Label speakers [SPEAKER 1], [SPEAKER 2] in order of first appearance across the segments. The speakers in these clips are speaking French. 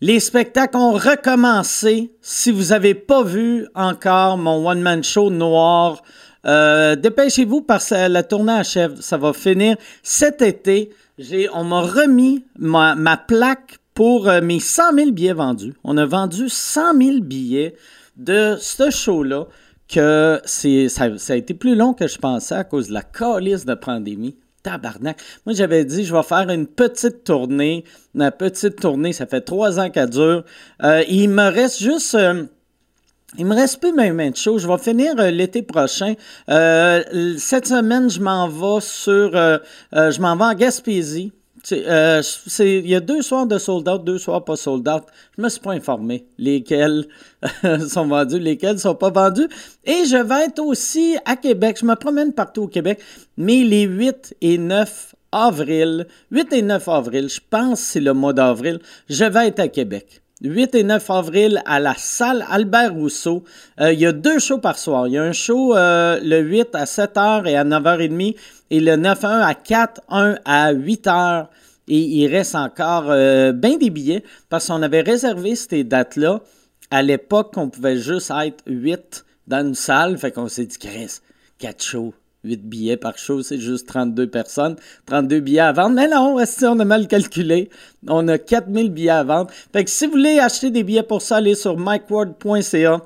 [SPEAKER 1] Les spectacles ont recommencé. Si vous n'avez pas vu encore mon one-man show noir, euh, dépêchez-vous parce que la tournée achève. Ça va finir cet été. J'ai, on m'a remis ma, ma plaque pour euh, mes 100 000 billets vendus. On a vendu 100 000 billets de ce show-là que c'est, ça, ça a été plus long que je pensais à cause de la calice de pandémie tabarnak. Moi, j'avais dit, je vais faire une petite tournée. Une petite tournée, ça fait trois ans qu'elle dure. Euh, il me reste juste... Euh, il me reste plus même de choses. Je vais finir euh, l'été prochain. Euh, cette semaine, je m'en vais sur... euh, je m'en vais en Gaspésie. Euh, il y a deux soirs de sold out, deux soirs pas sold out. Je me suis pas informé lesquels sont vendus, lesquels sont pas vendus. Et je vais être aussi à Québec. Je me promène partout au Québec. Mais les 8 et 9 avril, 8 et 9 avril, je pense que c'est le mois d'avril, je vais être à Québec. 8 et 9 avril à la salle Albert Rousseau. Euh, il y a deux shows par soir. Il y a un show euh, le 8 à 7h et à 9h30 et le 9-1 à 4, 1 à 8h. Et il reste encore euh, bien des billets parce qu'on avait réservé ces dates-là. À l'époque, on pouvait juste être 8 dans une salle. Fait qu'on s'est dit, Chris, 4 shows. 8 billets par show, c'est juste 32 personnes, 32 billets à vendre. Mais non, on a mal calculé. On a 4000 billets à vendre. Fait que si vous voulez acheter des billets pour ça, allez sur mikeward.ca.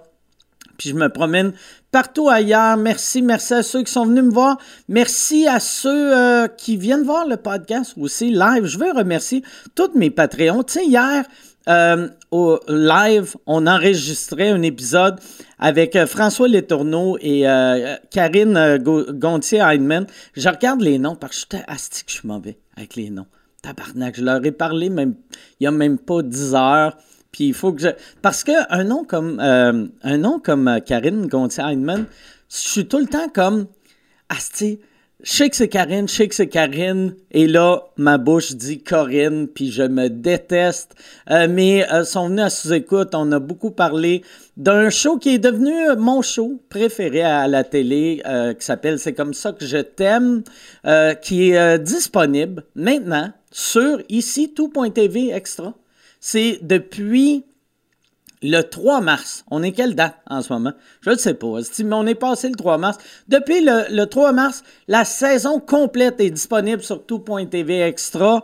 [SPEAKER 1] Puis je me promène partout ailleurs. Merci, merci à ceux qui sont venus me voir. Merci à ceux euh, qui viennent voir le podcast aussi live. Je veux remercier tous mes Patreons. Tu sais, hier, euh, au live, on enregistrait un épisode avec euh, François Letourneau et euh, Karine Gontier-Heinemann. Je regarde les noms parce que je suis astique, je suis mauvais avec les noms. Tabarnak, je leur ai parlé même, il n'y a même pas 10 heures. Puis il faut que je. Parce qu'un nom comme, euh, un nom comme Karine Gontier-Heinemann, je suis tout le temps comme Asti. Je sais que c'est Karine, je sais que c'est Karine. Et là, ma bouche dit Corinne, puis je me déteste. Euh, mais euh, sont venus à sous-écoute. On a beaucoup parlé d'un show qui est devenu euh, mon show préféré à la télé, euh, qui s'appelle C'est comme ça que je t'aime, euh, qui est disponible maintenant sur ici tout.tv extra. C'est depuis le 3 mars. On est quelle date en ce moment? Je ne sais pas. Mais on est passé le 3 mars. Depuis le, le 3 mars, la saison complète est disponible sur tout.tv extra.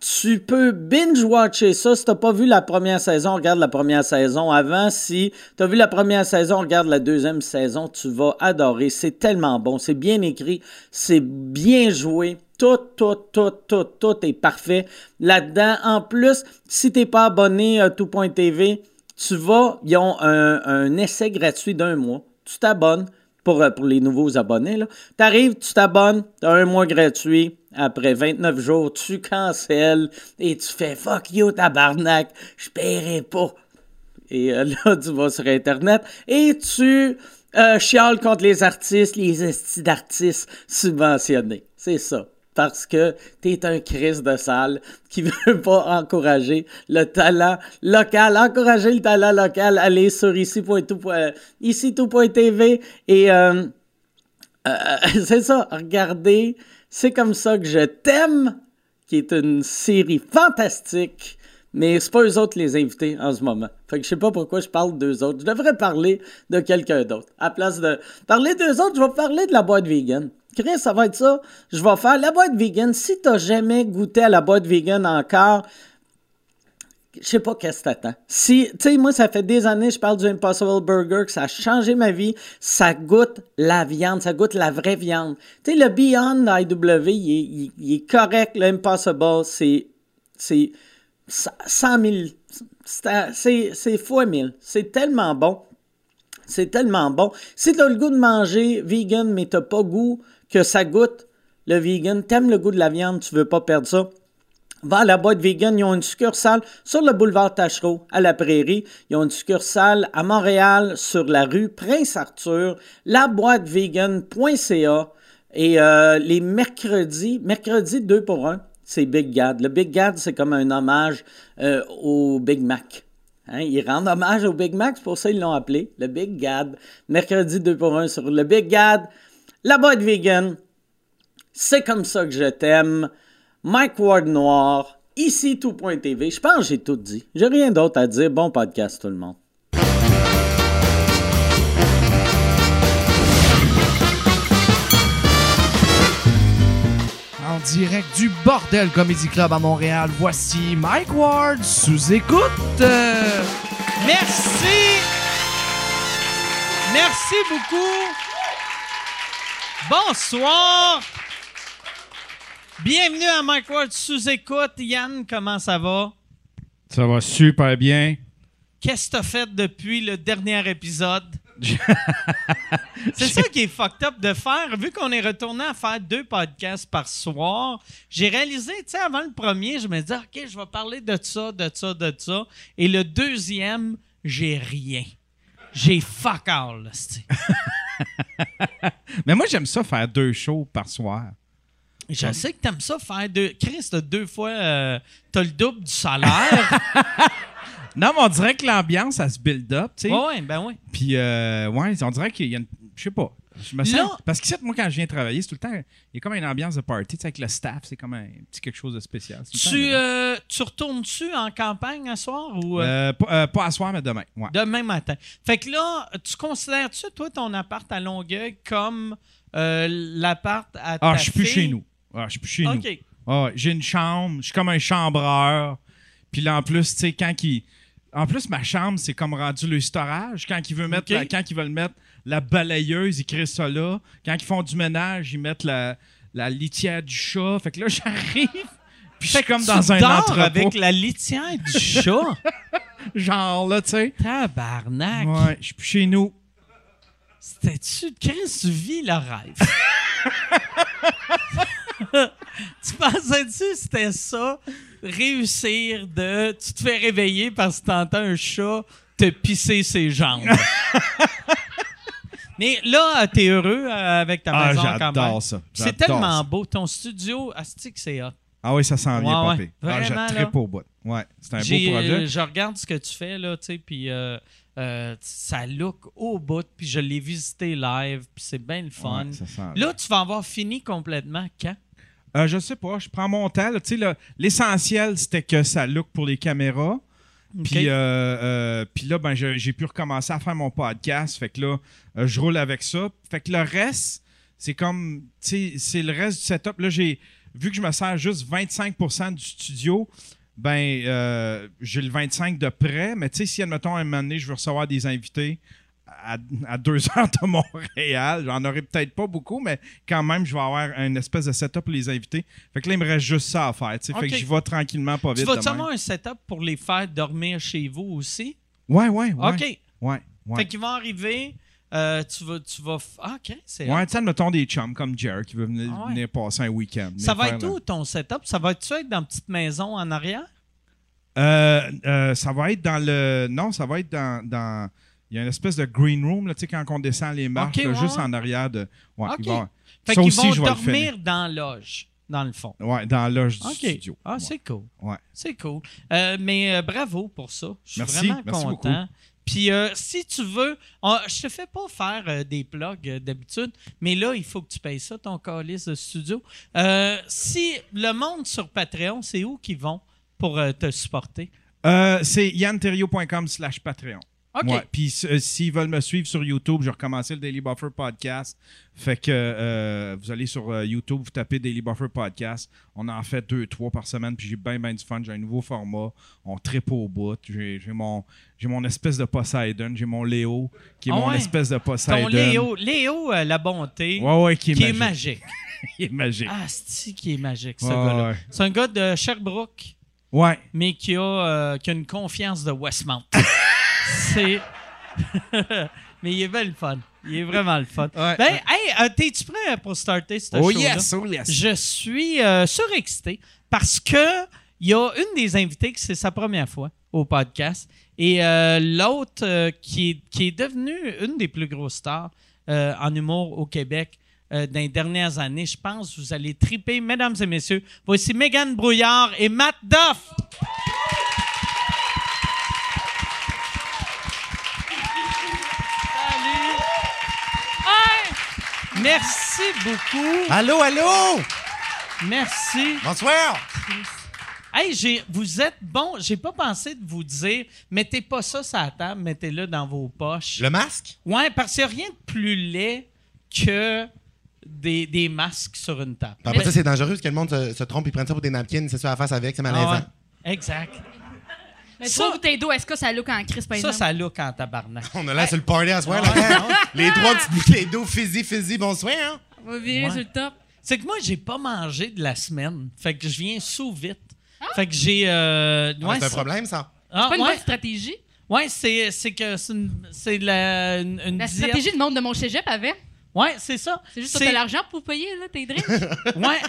[SPEAKER 1] Tu peux binge-watcher ça. Si t'as pas vu la première saison, regarde la première saison avant. Si t'as vu la première saison, regarde la deuxième saison. Tu vas adorer. C'est tellement bon. C'est bien écrit. C'est bien joué. Tout, tout, tout, tout, tout est parfait. Là-dedans, en plus, si t'es pas abonné euh, à tout.tv, tu vas, ils ont un, un essai gratuit d'un mois. Tu t'abonnes pour, euh, pour les nouveaux abonnés. Tu arrives, tu t'abonnes, tu as un mois gratuit. Après 29 jours, tu cancelles et tu fais fuck you, tabarnak, je paierai pas. Et euh, là, tu vas sur Internet et tu euh, chiales contre les artistes, les estis d'artistes subventionnés. C'est ça parce que tu es un Christ de salle qui veut pas encourager le talent local. Encourager le talent local, allez sur ici.tout.tv et euh, euh, c'est ça, regardez, c'est comme ça que je t'aime, qui est une série fantastique. Mais c'est pas eux autres les invités en ce moment. Fait que je sais pas pourquoi je parle d'eux autres. Je devrais parler de quelqu'un d'autre. À place de parler d'eux autres, je vais parler de la boîte vegan. Chris, ça va être ça. Je vais faire la boîte vegan. Si t'as jamais goûté à la boîte vegan encore, je sais pas qu'est-ce que t'attends. Si, tu sais, moi, ça fait des années que je parle du Impossible Burger, que ça a changé ma vie. Ça goûte la viande, ça goûte la vraie viande. Tu sais, le Beyond IW, il, il, il est correct. Le Impossible, c'est... c'est 100 000. C'est fois 1000. C'est tellement bon. C'est tellement bon. Si t'as le goût de manger vegan, mais t'as pas goût que ça goûte le vegan, t'aimes le goût de la viande, tu veux pas perdre ça. Va à la boîte vegan, ils ont une succursale sur le boulevard Tachereau, à la Prairie. Ils ont une succursale à Montréal, sur la rue Prince-Arthur, laboîtevegan.ca. Et euh, les mercredis, mercredi 2 pour 1, c'est Big Gad. Le Big Gad, c'est comme un hommage euh, au Big Mac. Hein, ils rendent hommage au Big Mac, c'est pour ça qu'ils l'ont appelé le Big Gad. Mercredi 2 pour 1 sur le Big Gad. La boîte vegan, c'est comme ça que je t'aime. Mike Ward Noir,
[SPEAKER 2] ici tout.tv. Je pense que j'ai tout dit. J'ai rien d'autre à dire. Bon podcast tout le monde.
[SPEAKER 3] En direct du Bordel Comedy Club à Montréal, voici Mike Ward sous écoute. Euh,
[SPEAKER 1] Merci. Merci beaucoup. Bonsoir. Bienvenue à Mike Ward sous écoute. Yann, comment ça va?
[SPEAKER 4] Ça va super bien.
[SPEAKER 1] Qu'est-ce que t'as fait depuis le dernier épisode? C'est ça qui est fucked up de faire. Vu qu'on est retourné à faire deux podcasts par soir, j'ai réalisé, tu sais, avant le premier, je me disais, OK, je vais parler de ça, de ça, de ça. Et le deuxième, j'ai rien. J'ai fuck all, là, c'ti.
[SPEAKER 4] Mais moi, j'aime ça faire deux shows par soir.
[SPEAKER 1] Je sais que t'aimes ça faire deux. Chris, t'as deux fois. euh, t'as le double du salaire.
[SPEAKER 4] Non, mais on dirait que l'ambiance, elle se build up, tu sais.
[SPEAKER 1] ouais, ouais, ben ouais.
[SPEAKER 4] Puis, euh, ouais, on dirait qu'il y a une. Je sais pas. Je me sens.
[SPEAKER 1] Là-
[SPEAKER 4] Parce que moi, quand je viens travailler, c'est tout le temps. Il y a comme une ambiance de party, tu sais, avec le staff, c'est comme un petit quelque chose de spécial. C'est tout le
[SPEAKER 1] Tu,
[SPEAKER 4] temps-
[SPEAKER 1] euh, tu retournes-tu en campagne à soir ou. euh,
[SPEAKER 4] Euh, pas, euh, pas à soir, mais demain. Ouais.
[SPEAKER 1] Demain matin. Fait que là, tu considères-tu, toi, ton appart à Longueuil comme euh, l'appart à ta
[SPEAKER 4] Ah, je suis plus
[SPEAKER 1] fille?
[SPEAKER 4] chez nous. Ah, je suis plus chez nous.
[SPEAKER 1] OK.
[SPEAKER 4] Ah, j'ai une chambre, je suis comme un chambreur. Puis là, en plus, tu sais, quand qui En plus, ma chambre, c'est comme rendu le storage. Quand ils veulent mettre,
[SPEAKER 1] Ok.
[SPEAKER 4] la- quand ils veulent mettre la balayeuse, ils créent ça là. Quand ils font du ménage, ils mettent la, la litière du chat. Fait que là, j'arrive, puis je suis comme
[SPEAKER 1] Tu
[SPEAKER 4] dans un
[SPEAKER 1] dors
[SPEAKER 4] entrepôt.
[SPEAKER 1] avec la litière du chat.
[SPEAKER 4] Genre là, tu sais.
[SPEAKER 1] Tabarnak.
[SPEAKER 4] Ouais, je suis plus chez nous.
[SPEAKER 1] C'était-tu... Chris, tu vis le rêve. tu pensais-tu que c'était ça? Réussir de... Tu te fais réveiller parce que t'entends un chat te pisser ses jambes. Mais là, t'es heureux euh, avec ta
[SPEAKER 4] Ah,
[SPEAKER 1] maison quand même.
[SPEAKER 4] j'adore ça.
[SPEAKER 1] C'est
[SPEAKER 4] J'adore
[SPEAKER 1] tellement
[SPEAKER 4] ça.
[SPEAKER 1] beau. Ton studio, Asti, que c'est hot.
[SPEAKER 4] Ah oui, ça s'en vient,
[SPEAKER 1] Ouais,
[SPEAKER 4] papy.
[SPEAKER 1] ouais.
[SPEAKER 4] Ah,
[SPEAKER 1] Vraiment,
[SPEAKER 4] je
[SPEAKER 1] là.
[SPEAKER 4] trippe au bout. Ouais, c'est un
[SPEAKER 1] J'ai-
[SPEAKER 4] beau projet.
[SPEAKER 1] euh, je regarde ce que tu fais, là, tu sais, puis euh, euh, ça look au bout, puis je l'ai visité live, puis c'est bien le fun.
[SPEAKER 4] Ouais, ça sent-
[SPEAKER 1] Là, tu vas avoir fini complètement quand?
[SPEAKER 4] Euh, je sais pas, je prends mon temps. là. Tu sais, là, l'essentiel, c'était que ça look pour les caméras.
[SPEAKER 1] Ok.
[SPEAKER 4] Puis, euh, euh, puis là, ben, je- j'ai pu recommencer à faire mon podcast. Fait que là, euh, je roule avec ça. Fait que le reste, c'est comme, tu sais, c'est le reste du setup. Là, j'ai, vu que je me sers juste 25 du studio, ben, euh, j'ai le 25 de près. Mais tu sais, si, admettons, un moment donné, je veux recevoir des invités à, à deux heures de Montréal, j'en aurais peut-être pas beaucoup, mais quand même, je vais avoir une espèce de setup pour les invités. Fait que là, il me reste juste ça à faire. tu sais. Fait
[SPEAKER 1] Ok.
[SPEAKER 4] que j'y vais tranquillement, pas
[SPEAKER 1] Tu
[SPEAKER 4] vite.
[SPEAKER 1] vas-tu
[SPEAKER 4] de même.
[SPEAKER 1] avoir un setup pour les faire dormir chez vous aussi?
[SPEAKER 4] Ouais, ouais, ouais.
[SPEAKER 1] OK.
[SPEAKER 4] Ouais, ouais.
[SPEAKER 1] Fait qu'ils vont arriver, euh, tu vas... Tu vas f- ah, OK, c'est
[SPEAKER 4] Ouais, tu sais, mettons des chums comme Jerry qui veut venir,
[SPEAKER 1] Ah ouais.
[SPEAKER 4] venir passer un week-end.
[SPEAKER 1] Ça
[SPEAKER 4] venir
[SPEAKER 1] va
[SPEAKER 4] faire
[SPEAKER 1] être
[SPEAKER 4] un-
[SPEAKER 1] où ton setup? Ça va être-tu être dans une petite maison en arrière?
[SPEAKER 4] Euh, euh, ça va être dans le. Non, ça va être dans. dans- Il y a une espèce de green room, là, tu sais, quand on descend les marches,
[SPEAKER 1] Ok,
[SPEAKER 4] là,
[SPEAKER 1] ouais,
[SPEAKER 4] juste
[SPEAKER 1] ouais.
[SPEAKER 4] en arrière de. Ouais,
[SPEAKER 1] Ok.
[SPEAKER 4] il va-
[SPEAKER 1] Fait
[SPEAKER 4] Ça
[SPEAKER 1] qu'ils
[SPEAKER 4] aussi,
[SPEAKER 1] vont
[SPEAKER 4] je vais le
[SPEAKER 1] dormir dans la loge, dans le fond.
[SPEAKER 4] Ouais, dans la loge du
[SPEAKER 1] OK.
[SPEAKER 4] studio.
[SPEAKER 1] Ah,
[SPEAKER 4] Ouais.
[SPEAKER 1] c'est cool.
[SPEAKER 4] Ouais.
[SPEAKER 1] C'est cool. Euh, mais euh, bravo pour ça. Je suis
[SPEAKER 4] Merci,
[SPEAKER 1] vraiment
[SPEAKER 4] merci
[SPEAKER 1] content. Puis euh, si tu veux, on- je te fais pas faire euh, des plugs euh, d'habitude, mais là, il faut que tu payes ça, ton calice de studio. Euh, si le monde sur Patreon, c'est où qu'ils vont pour euh, te supporter?
[SPEAKER 4] Euh, c'est yanterio.com slash Patreon.
[SPEAKER 1] OK.
[SPEAKER 4] Ouais, Puis euh, s'ils veulent me suivre sur YouTube, j'ai recommencé le Daily Buffer Podcast. Fait que euh, vous allez sur euh, YouTube, vous tapez Daily Buffer Podcast. On en fait deux, trois par semaine. Puis j'ai bien, bien du fun. J'ai un nouveau format. On tripe au bout. J'ai j'ai mon, j'ai mon espèce de Poseidon. J'ai mon Léo, qui est
[SPEAKER 1] Ah
[SPEAKER 4] mon
[SPEAKER 1] ouais?
[SPEAKER 4] espèce de
[SPEAKER 1] Ton
[SPEAKER 4] Poseidon.
[SPEAKER 1] Léo, Léo euh, la bonté,
[SPEAKER 4] Ouais, ouais, qui est
[SPEAKER 1] qui est
[SPEAKER 4] magique.
[SPEAKER 1] magique.
[SPEAKER 4] Qui est magique.
[SPEAKER 1] Ah, c'est qui est magique, ce
[SPEAKER 4] Ouais,
[SPEAKER 1] gars-là.
[SPEAKER 4] ouais.
[SPEAKER 1] C'est un gars de Sherbrooke.
[SPEAKER 4] Ouais.
[SPEAKER 1] mais qui a, euh, qui a une confiance de Westmount. C'est. mais il est bien le fun. Il est vraiment le fun.
[SPEAKER 4] Ouais.
[SPEAKER 1] ben, hey, euh, t'es-tu prêt pour starter cette
[SPEAKER 4] Oh
[SPEAKER 1] show-là?
[SPEAKER 4] yes, oh yes.
[SPEAKER 1] Je suis euh, surexcité parce que il y a une des invitées qui c'est sa première fois au podcast et euh, l'autre euh, qui, est, qui est devenue une des plus grosses stars euh, en humour au Québec euh, dans les dernières années. Je pense que vous allez triper, mesdames et messieurs. Voici Megan Brouillard et Matt Duff. Salut. Merci beaucoup.
[SPEAKER 5] Allô, allô!
[SPEAKER 1] Merci.
[SPEAKER 5] Bonsoir!
[SPEAKER 1] Hey, Hey, j'ai- vous êtes bon. J'ai pas pensé de vous dire, mettez pas ça sur la table, mettez-le dans vos poches.
[SPEAKER 5] Le masque?
[SPEAKER 1] Ouais, parce qu'il n'y a rien de plus laid que des, des masques sur une table.
[SPEAKER 5] Après ça, c'est dangereux parce que le monde se, se trompe, ils prennent ça pour des napkins, c'est ça à la face avec, c'est malaisant.
[SPEAKER 1] Ah ouais, Exact.
[SPEAKER 6] Mais
[SPEAKER 1] Ça-
[SPEAKER 6] trois bouteilles d'eau, est-ce que ça look en crisp, par
[SPEAKER 1] Ça,
[SPEAKER 6] exemple?
[SPEAKER 1] ça look en tabarnak.
[SPEAKER 5] On a l'air sur le party à soir,
[SPEAKER 1] Ah Ouais,
[SPEAKER 5] là. hein?
[SPEAKER 1] non.
[SPEAKER 5] Les trois petites bouteilles d'eau, fizzy, fizzy, bonsoir, hein?
[SPEAKER 6] On va virer
[SPEAKER 1] Ouais.
[SPEAKER 6] sur le top.
[SPEAKER 1] C'est que moi, j'ai pas mangé de la semaine. Fait que je viens sous vite. Fait que j'ai. euh,
[SPEAKER 5] Ah,
[SPEAKER 1] ouais,
[SPEAKER 5] c'est un
[SPEAKER 1] ça-
[SPEAKER 5] problème, ça.
[SPEAKER 1] Ah,
[SPEAKER 6] Ah. C'est pas une
[SPEAKER 1] ouais,
[SPEAKER 6] bonne stratégie.
[SPEAKER 1] ouais, c'est c'est que c'est une, c'est la, une, une
[SPEAKER 6] La
[SPEAKER 1] diète.
[SPEAKER 6] stratégie de monde de mon cégep avait.
[SPEAKER 1] Ouais, c'est ça.
[SPEAKER 6] C'est juste que t'as l'argent pour payer là, tes drinks.
[SPEAKER 1] Ouais.